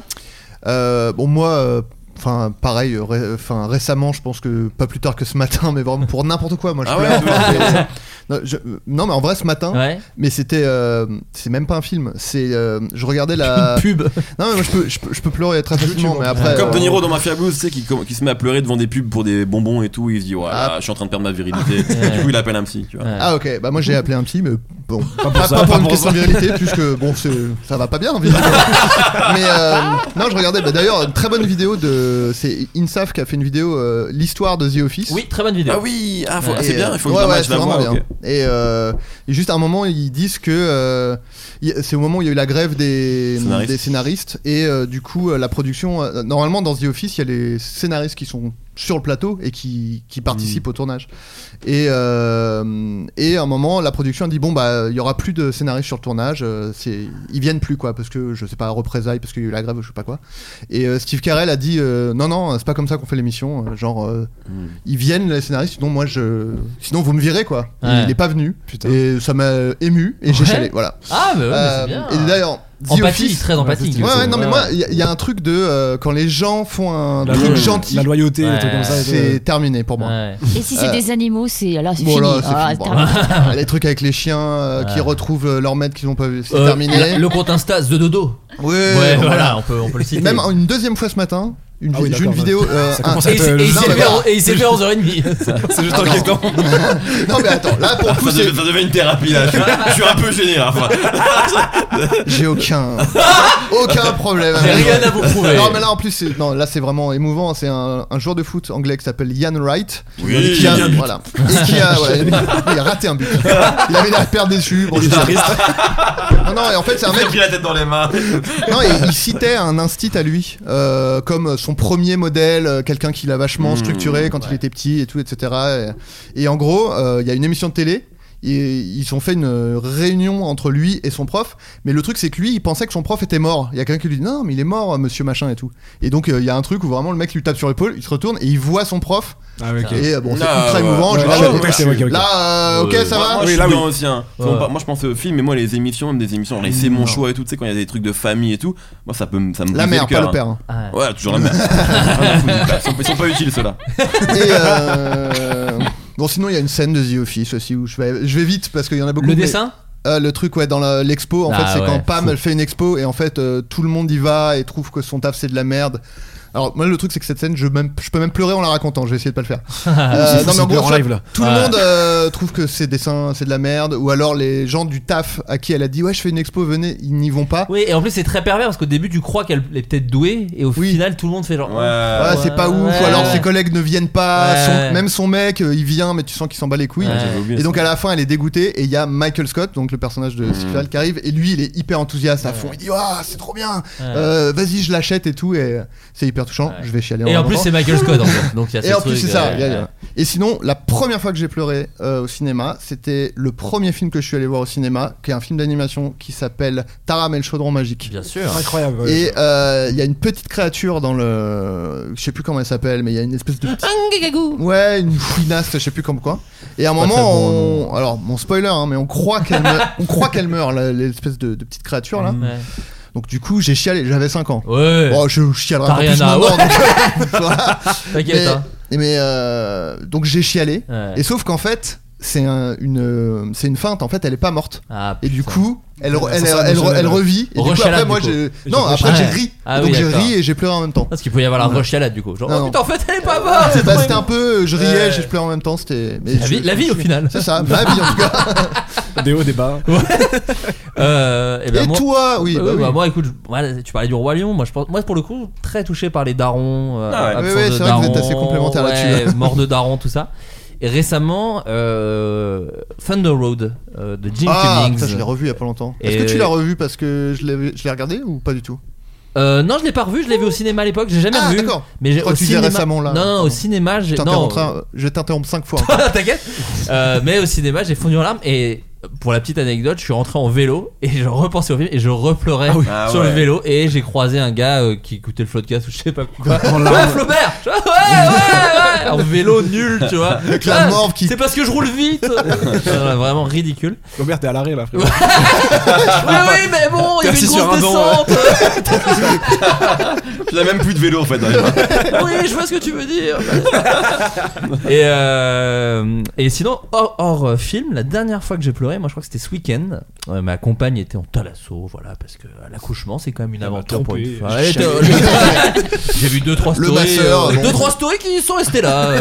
Speaker 4: Euh, bon, moi, euh, enfin, pareil, euh, ré- enfin, récemment, je pense que pas plus tard que ce matin, mais vraiment pour n'importe quoi, moi je
Speaker 6: Ah
Speaker 4: pleure.
Speaker 6: ouais,
Speaker 4: Enfin, c'est- non, je- euh, non, mais en vrai, ce matin,
Speaker 5: Ouais.
Speaker 4: mais c'était. euh, c'est même pas un film, c'est. euh, je regardais la.
Speaker 5: Une pub.
Speaker 4: Non, mais moi je peux, je peux, je peux pleurer très facilement, mais après.
Speaker 6: Comme
Speaker 4: euh,
Speaker 6: De Niro dans Mafia Blues, tu sais, qui, com- qui se met à pleurer devant des pubs pour des bonbons et tout. Il se dit, ouais,
Speaker 4: Ah.
Speaker 6: là, je suis en train de perdre ma virilité.
Speaker 5: Ouais.
Speaker 6: du coup, il appelle un psy, tu vois.
Speaker 5: Ouais.
Speaker 4: Ah ok, bah moi j'ai appelé un petit, mais bon, pas,
Speaker 3: pour ça,
Speaker 4: pas
Speaker 3: pas
Speaker 4: une
Speaker 3: pour
Speaker 4: question de virilité, puisque bon, c'est- ça va pas bien, visiblement. mais euh, non, je regardais, bah, d'ailleurs, une très bonne vidéo de, c'est Insaf qui a fait une vidéo, euh, l'histoire de The Office.
Speaker 5: Oui, très bonne vidéo.
Speaker 6: Ah oui, ah, faut-
Speaker 5: Ouais.
Speaker 6: ah, c'est
Speaker 4: Et,
Speaker 6: bien,
Speaker 4: euh,
Speaker 6: il faut
Speaker 4: ouais,
Speaker 6: que
Speaker 4: ouais,
Speaker 6: Thomas,
Speaker 4: c'est
Speaker 6: je la
Speaker 4: vraiment
Speaker 6: voir.
Speaker 4: bien.
Speaker 6: ok.
Speaker 4: Et, euh, et juste à un moment, ils disent que euh, il- c'est au moment où il y a eu la grève des
Speaker 6: Scénaristes.
Speaker 4: des scénaristes et euh, du coup euh, la production. euh, normalement, dans The Office, il y a les scénaristes qui sont sur le plateau et qui, qui
Speaker 5: Hmm.
Speaker 4: participent au tournage. Et euh, et à un moment, la production a dit bon bah il y aura plus de scénaristes sur le tournage. euh, c'est ils viennent plus quoi parce que je sais pas représailles parce qu'il y a eu la grève je sais pas quoi. Et euh, Steve Carell a dit euh, non non c'est pas comme ça qu'on fait l'émission euh, genre euh,
Speaker 5: Hmm.
Speaker 4: ils viennent les scénaristes sinon moi je sinon vous me virez quoi. Et
Speaker 5: Ouais.
Speaker 4: Il est pas venu
Speaker 3: Putain.
Speaker 4: et ça m'a ému et j'ai
Speaker 5: Ouais.
Speaker 4: chialé voilà.
Speaker 5: Ah, mais ouais, mais
Speaker 4: Euh,
Speaker 5: c'est bien.
Speaker 4: Et d'ailleurs The
Speaker 5: Empathie,
Speaker 4: Office-
Speaker 5: très empathique.
Speaker 4: Ouais, ouais, non, mais
Speaker 3: Ouais.
Speaker 4: moi, il y, a- il y a un truc de euh, quand les gens font un
Speaker 3: La,
Speaker 4: truc
Speaker 3: lo-
Speaker 4: gentil,
Speaker 3: la loyauté, les trucs comme ça. et tout.
Speaker 4: c'est terminé pour moi.
Speaker 5: Ouais.
Speaker 8: Et si c'est
Speaker 4: Euh,
Speaker 8: des animaux, c'est là c'est
Speaker 4: Bon,
Speaker 8: fini.
Speaker 4: là, c'est
Speaker 8: Ah,
Speaker 4: fini, bon.
Speaker 8: t'as-
Speaker 4: Les trucs avec les chiens euh, qui
Speaker 5: Ouais.
Speaker 4: retrouvent euh, leur maître qu'ils n'ont pas vu, c'est
Speaker 5: Euh,
Speaker 4: terminé.
Speaker 5: Le compte Insta, The Dodo.
Speaker 4: Ouais,
Speaker 5: Ouais,
Speaker 4: voilà.
Speaker 5: voilà, on peut, on peut le citer.
Speaker 4: Et même une deuxième fois ce matin, une,
Speaker 3: Ah oui,
Speaker 4: vi- j'ai une
Speaker 3: d'accord,
Speaker 4: vidéo. euh,
Speaker 3: Ça
Speaker 4: un-
Speaker 3: commence à
Speaker 5: Et il
Speaker 3: être
Speaker 5: s'est- et il
Speaker 3: le-
Speaker 4: non,
Speaker 5: s'est
Speaker 4: mais
Speaker 5: fait
Speaker 4: voilà.
Speaker 5: en- et il s'est fait 11h30.
Speaker 6: C'est juste
Speaker 4: Ah, non.
Speaker 6: inquiétant.
Speaker 4: non, mais attends, là pour le coup,
Speaker 6: Ça
Speaker 4: c'est-
Speaker 6: devait, ça devait une thérapie là, je suis, je suis un peu gêné là. Enfin,
Speaker 4: j'ai aucun, aucun problème.
Speaker 5: J'ai
Speaker 4: avec-
Speaker 5: rien à vous prouver.
Speaker 4: Non mais là en plus c'est- non là c'est vraiment émouvant c'est un, un joueur de foot anglais qui s'appelle Ian Wright
Speaker 6: Oui,
Speaker 4: et qui
Speaker 6: il y a
Speaker 4: a
Speaker 6: un but.
Speaker 4: voilà et qui a voilà, il a- il a raté un but il avait la paire déçue bon,
Speaker 6: Il
Speaker 4: je
Speaker 6: était
Speaker 4: sais
Speaker 6: triste.
Speaker 4: pas. non non et en fait c'est un
Speaker 6: Il a
Speaker 4: mec
Speaker 6: pris la tête dans les mains.
Speaker 4: non et il citait un instit à lui euh, comme son premier modèle euh, quelqu'un qui l'a vachement
Speaker 6: Mmh,
Speaker 4: structuré quand il était petit et tout etc et, et en gros euh, il y a une émission de télé et ils ont fait une euh, réunion entre lui et son prof. Mais le truc, c'est que lui, il pensait que son prof était mort. Il y a quelqu'un qui lui dit Non, mais il est mort, monsieur machin et tout. Et donc, euh, il y a un truc où vraiment le mec lui tape sur l'épaule, il se retourne et il voit son prof.
Speaker 3: Ah, ouais, ok.
Speaker 4: Et euh, bon, c'est
Speaker 6: Ah,
Speaker 4: ultra
Speaker 6: ouais.
Speaker 4: émouvant.
Speaker 3: Ouais,
Speaker 4: j'ai
Speaker 3: ouais,
Speaker 4: lâché
Speaker 3: ouais,
Speaker 4: la
Speaker 3: ouais,
Speaker 4: tête.
Speaker 3: ouais, ouais, ouais.
Speaker 4: Là, euh, ok,
Speaker 5: Ouais.
Speaker 4: ça va
Speaker 6: moi, je
Speaker 3: Oui,
Speaker 6: suis
Speaker 3: là, oui.
Speaker 6: dans aussi, hein. C'est
Speaker 5: Ouais.
Speaker 6: mon pa- Moi, je pense aux films, mais moi, les émissions, même des émissions, genre les C'est mon choix et tout, tu sais, quand il y a des trucs de famille et tout, moi, ça peut me. Ça me
Speaker 4: La
Speaker 6: brise
Speaker 4: mère,
Speaker 6: le cœur,
Speaker 4: pas le
Speaker 6: hein.
Speaker 4: père.
Speaker 5: Ah, ouais.
Speaker 6: Ouais, toujours la mère. Rien à foutre du père. Ils sont- Ils sont pas utiles ceux-là.
Speaker 4: Et euh, Bon, sinon, il y a une scène de The Office aussi où je vais, je vais vite parce qu'il y en a beaucoup.
Speaker 5: Le
Speaker 4: mais-
Speaker 5: dessin
Speaker 4: Euh, Le truc, ouais, dans la- l'expo, en
Speaker 5: Ah,
Speaker 4: fait, c'est
Speaker 5: ouais,
Speaker 4: quand Pam,
Speaker 5: fou.
Speaker 4: elle fait une expo et en fait, euh, tout le monde y va et trouve que son taf, c'est de la merde. Alors, moi, le truc, c'est que cette scène, je, même, je peux même pleurer en la racontant, je vais essayer de pas le faire.
Speaker 5: Ah,
Speaker 4: Euh, non, mais en
Speaker 3: C'est
Speaker 4: gros,
Speaker 3: en
Speaker 4: soit-
Speaker 3: live là.
Speaker 4: tout le monde euh, trouve que ces dessins, c'est de la merde, ou alors les gens du taf à qui elle a dit, ouais, je fais une expo, venez, ils n'y vont pas.
Speaker 5: Oui, et en plus, c'est très pervers parce qu'au début, tu crois qu'elle est peut-être douée et au
Speaker 4: Oui.
Speaker 5: final, tout le monde fait genre. oh,
Speaker 6: Ouais.
Speaker 4: Ah, c'est pas ouf,
Speaker 5: Ouais.
Speaker 4: ou alors ses collègues ne viennent pas,
Speaker 5: Ouais.
Speaker 4: son- même son mec, euh, il vient, mais tu sens qu'il s'en bat les couilles.
Speaker 5: Ouais.
Speaker 6: J'avais oublié
Speaker 4: Et donc
Speaker 6: ça. Hmm.
Speaker 4: à la fin, elle est dégoûtée et il y a Michael Scott, donc le personnage de Steve Carell, qui arrive et lui, il est hyper enthousiaste à fond. Il dit ah c'est trop bien,
Speaker 5: Ouais.
Speaker 4: Euh, vas-y je l'achète et tout et c'est hyper touchant.
Speaker 5: Ouais.
Speaker 4: Je vais chialer.
Speaker 5: Et en
Speaker 4: même
Speaker 5: plus,
Speaker 4: temps.
Speaker 5: c'est Michael Scott en fait. Donc, il y a
Speaker 4: et
Speaker 5: ce
Speaker 4: en plus
Speaker 5: truc,
Speaker 4: c'est ça.
Speaker 5: ouais,
Speaker 4: il y a-
Speaker 5: ouais.
Speaker 4: Et sinon, la première fois que j'ai pleuré euh, au cinéma, c'était le premier film que je suis allé voir au cinéma, qui est un film d'animation qui s'appelle Taram et le chaudron magique.
Speaker 5: Bien sûr.
Speaker 3: Incroyable. ouais.
Speaker 4: Et euh, il y a une petite créature dans le, je sais plus comment elle s'appelle, mais il y a une espèce de petite
Speaker 8: Angagagou.
Speaker 4: Ouais, une fouinasse, je sais plus comme quoi. Et à un
Speaker 5: Pas
Speaker 4: moment,
Speaker 5: très bon,
Speaker 4: on... alors mon spoiler, hein, mais on croit qu'elle meurt, on croit qu'elle meurt, la- l'espèce de, de petite créature là.
Speaker 5: Ouais.
Speaker 4: Donc du coup, j'ai chialé, j'avais 5 ans.
Speaker 5: Ouais.
Speaker 4: Bon, je chialerai
Speaker 5: T'as
Speaker 4: pas
Speaker 5: rien
Speaker 4: plus
Speaker 5: à
Speaker 4: maintenant. donc- euh, voilà.
Speaker 5: T'inquiète,
Speaker 4: Mais,
Speaker 5: hein.
Speaker 4: mais, euh, donc j'ai chialé.
Speaker 5: Ouais.
Speaker 4: Et sauf qu'en fait, c'est un- une, euh, c'est une feinte. En fait, elle est pas morte.
Speaker 5: Ah,
Speaker 4: Et du
Speaker 5: putain.
Speaker 4: coup, elle, re-
Speaker 3: Ça
Speaker 4: elle,
Speaker 3: sent
Speaker 4: elle- elle re-
Speaker 3: émotionnel,
Speaker 4: elle
Speaker 3: ouais.
Speaker 4: revit. Et du coup,
Speaker 5: Rechalade,
Speaker 4: après, moi,
Speaker 5: du coup.
Speaker 4: j'ai,
Speaker 3: Et
Speaker 4: non,
Speaker 3: j'ai
Speaker 4: après j'ai
Speaker 5: rechalade.
Speaker 4: ri.
Speaker 5: Ah
Speaker 4: donc
Speaker 5: oui,
Speaker 4: j'ai
Speaker 5: d'accord.
Speaker 4: ri et j'ai pleuré en même temps.
Speaker 5: Ah, Parce qu'il pouvait y avoir la rochalade du coup. Genre,
Speaker 4: Non,
Speaker 5: oh
Speaker 4: non.
Speaker 5: putain, en fait, elle est pas morte.
Speaker 4: Bah, c'était un peu, je riais,
Speaker 5: Ouais.
Speaker 4: j'ai pleuré en même temps. C'était mais
Speaker 5: La
Speaker 4: je-
Speaker 5: vie, la vie, au final.
Speaker 4: C'est ça, ma vie en tout cas.
Speaker 3: Des hauts, des bas.
Speaker 5: Euh, eh ben,
Speaker 4: Et
Speaker 5: moi-
Speaker 4: toi, oui,
Speaker 5: Ouais,
Speaker 4: bah
Speaker 5: ouais,
Speaker 4: oui.
Speaker 5: bah, moi écoute, je- voilà, tu parlais du roi lion, moi je pense, moi pour le coup très touché par les darons, euh,
Speaker 6: Ah ouais.
Speaker 5: absence
Speaker 4: Oui, oui,
Speaker 5: de
Speaker 4: c'est vrai que vous êtes
Speaker 5: darons,
Speaker 4: assez complémentaires là-dessus.
Speaker 5: ouais, mort de daron, tout ça. Et récemment, euh, Thunder Road euh, de Jim
Speaker 4: ah,
Speaker 5: Cummings.
Speaker 4: ça, je l'ai revu il y a pas longtemps. Est-ce
Speaker 5: Et-
Speaker 4: que tu l'as revu parce que je l'ai je l'ai regardé ou pas du tout
Speaker 5: Euh, non, je l'ai pas revu, je l'ai vu au cinéma à l'époque, j'ai jamais
Speaker 4: Ah,
Speaker 5: revu.
Speaker 4: d'accord.
Speaker 5: Mais j'ai
Speaker 4: Toi,
Speaker 5: au
Speaker 4: tu disais
Speaker 5: cinéma
Speaker 4: récemment, là.
Speaker 5: Non, non, au
Speaker 4: Pardon.
Speaker 5: cinéma, j'ai
Speaker 4: Je
Speaker 5: non,
Speaker 4: t'interromprai- je t'interromps 5 fois. encore.
Speaker 5: T'inquiète. Euh, mais au cinéma, j'ai fondu en larmes et pour la petite anecdote, je suis rentré en vélo et je repensais au film et je repleurais
Speaker 6: Ah
Speaker 5: sur le
Speaker 6: ouais.
Speaker 5: vélo et j'ai croisé un gars euh, qui écoutait le podcast ou je sais pas quoi.
Speaker 4: En
Speaker 5: Ouais,
Speaker 4: larmes.
Speaker 5: Flaubert Je- Ouais, ouais, ouais En vélo nul, tu vois.
Speaker 4: Avec la
Speaker 5: Ah,
Speaker 4: morve qui-
Speaker 5: C'est parce que je roule vite Voilà, Vraiment ridicule.
Speaker 3: Robert, t'es à l'arrêt là, frérot.
Speaker 5: Oui, oui, mais bon, Oh, il y avait
Speaker 3: assis
Speaker 5: une
Speaker 3: sur
Speaker 5: grosse
Speaker 3: un banc,
Speaker 5: descente
Speaker 6: Tu n'as même plus de vélo en fait. dans les mains.
Speaker 5: Oui, je vois ce que tu veux dire. et, euh, et sinon, hors, hors, euh, film, la dernière fois que j'ai pleuré, moi je crois que c'était ce week-end. Euh, ma compagne était en thalasso, voilà, parce que à l'accouchement c'est quand même une
Speaker 3: Elle m'a
Speaker 5: aventure pour une
Speaker 3: trompé.
Speaker 5: femme. Elle était- J'ai vu deux trois
Speaker 4: Le
Speaker 5: stories,
Speaker 4: masseur,
Speaker 5: euh,
Speaker 4: bon.
Speaker 5: deux trois stories qui sont restées là. euh.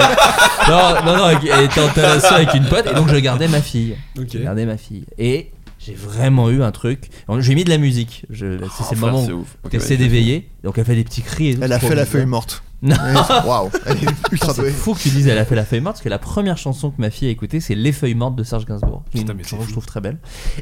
Speaker 5: non, non, non, elle était en thalasso avec une pote et donc je gardais ma fille.
Speaker 3: Ok.
Speaker 5: Je gardais ma fille et j'ai vraiment eu un truc. J'ai mis de la musique. Je- c'est c'est
Speaker 6: Oh,
Speaker 5: le
Speaker 6: frère,
Speaker 5: moment
Speaker 6: c'est
Speaker 5: où
Speaker 6: ouf. Ok,
Speaker 5: t'essaies
Speaker 6: vas-y.
Speaker 5: d'éveiller. Donc elle fait des petits cris. Et tout,
Speaker 4: Elle a
Speaker 5: c'est
Speaker 4: fait
Speaker 5: trop
Speaker 4: la
Speaker 5: bizarre.
Speaker 4: feuille morte.
Speaker 5: Non.
Speaker 4: Et- Waouh, elle est ultra
Speaker 5: C'est
Speaker 4: douée.
Speaker 5: fou que tu dises elle a fait la feuille morte parce que la première chanson que ma fille a écoutée c'est Les feuilles mortes de Serge Gainsbourg. Qui est
Speaker 3: Putain,
Speaker 5: une
Speaker 3: mais c'est
Speaker 5: chanson que
Speaker 3: fou.
Speaker 5: je trouve très belle.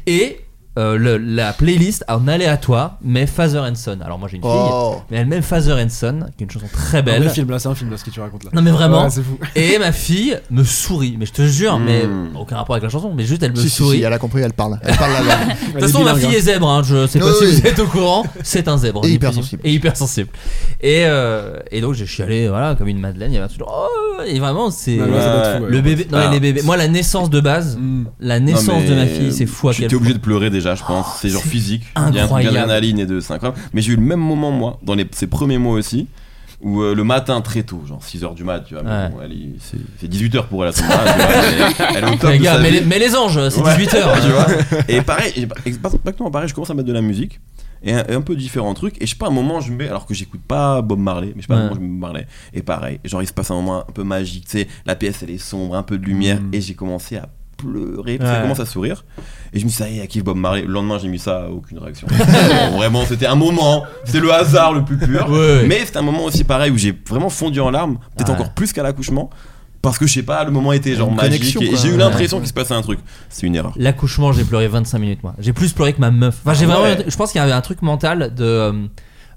Speaker 5: Et euh, le- la playlist en aléatoire mais Father and Son. Alors moi j'ai une fille
Speaker 4: Oh.
Speaker 5: mais elle m'aime Father and Son qui est une chanson très
Speaker 3: Un
Speaker 5: belle.
Speaker 3: vrai film là, c'est un film là, ce que tu racontes là.
Speaker 5: Non, mais vraiment.
Speaker 3: Ouais, c'est fou.
Speaker 5: Et ma fille me sourit mais je te jure mais
Speaker 6: Mm.
Speaker 5: aucun rapport avec la chanson mais juste elle me
Speaker 4: Hmm. Si, si,
Speaker 5: sourit.
Speaker 4: si, elle a compris, elle parle. Elle parle la langue.
Speaker 5: De toute façon, ma fille est zèbre, hein, je sais pas
Speaker 4: Oui,
Speaker 5: si
Speaker 4: oui.
Speaker 5: vous êtes au courant, c'est un zèbre.
Speaker 4: Et
Speaker 5: ni
Speaker 4: hypersensible.
Speaker 5: plus ni- Et hypersensible. Et, euh, et donc, j'ai chialé, voilà, comme une madeleine, il y avait un truc, oh, et vraiment, c'est.
Speaker 3: Ouais, ouais, ça doit être fou, ouais.
Speaker 5: Le bébé, non,
Speaker 6: Ah.
Speaker 5: les bébés. Moi, la naissance de base,
Speaker 3: Mm.
Speaker 5: la naissance
Speaker 6: Non, mais
Speaker 5: de ma fille, c'est fou à quel
Speaker 6: J'étais
Speaker 5: point. Oh,
Speaker 6: obligé de pleurer déjà, je pense. C'est genre
Speaker 5: c'est
Speaker 6: physique. Il y a un truc
Speaker 5: incroyable.
Speaker 6: d'adrénaline et de c'est incroyable. Mais j'ai eu le même moment, moi, dans les, ces premiers mois aussi, où euh, le matin, très tôt, genre 6h du mat, tu vois. mais
Speaker 5: Ouais.
Speaker 6: bon, elle est- c'est- c'est 18h pour elle à ce moment-là. tu vois, elle est- elle est au top
Speaker 5: Les
Speaker 6: de
Speaker 5: gars,
Speaker 6: sa
Speaker 5: mais
Speaker 6: vie.
Speaker 5: les, mais les anges, c'est
Speaker 6: Ouais.
Speaker 5: 18h.
Speaker 6: tu vois. Et pareil, et pas- exactement pareil, je commence à mettre de la musique et un, et un peu différents trucs. Et je sais pas, un moment, je mets, alors que j'écoute pas Bob Marley, mais je sais pas,
Speaker 5: Ouais.
Speaker 6: un moment, je mets Bob Marley. Et pareil, genre, il se passe un moment un peu magique, tu sais, la pièce, elle est sombre, un peu de lumière,
Speaker 3: Mm.
Speaker 6: et j'ai commencé à pleurer, puis
Speaker 5: Ouais.
Speaker 6: ça commence à sourire. Et je me suis dit, ça y est, à qui Bob Marley Le lendemain, j'ai mis ça, aucune réaction. Bon, vraiment, c'était un moment, c'est le hasard le plus pur.
Speaker 5: Ouais.
Speaker 6: Mais c'est un moment aussi pareil où j'ai vraiment fondu en larmes, peut-être
Speaker 5: Ouais.
Speaker 6: encore plus qu'à l'accouchement. Parce que je sais pas, le moment était genre
Speaker 4: Une
Speaker 6: magique
Speaker 4: connexion,
Speaker 6: et
Speaker 4: quoi.
Speaker 6: j'ai eu
Speaker 4: Ouais.
Speaker 6: l'impression qu'il se passait un truc. C'est une erreur.
Speaker 5: L'accouchement, j'ai pleuré 25 minutes, moi. J'ai plus pleuré que ma meuf. Enfin, j'ai
Speaker 6: Ah
Speaker 5: vraiment.
Speaker 6: ouais.
Speaker 5: Je pense qu'il y avait un truc mental de. euh,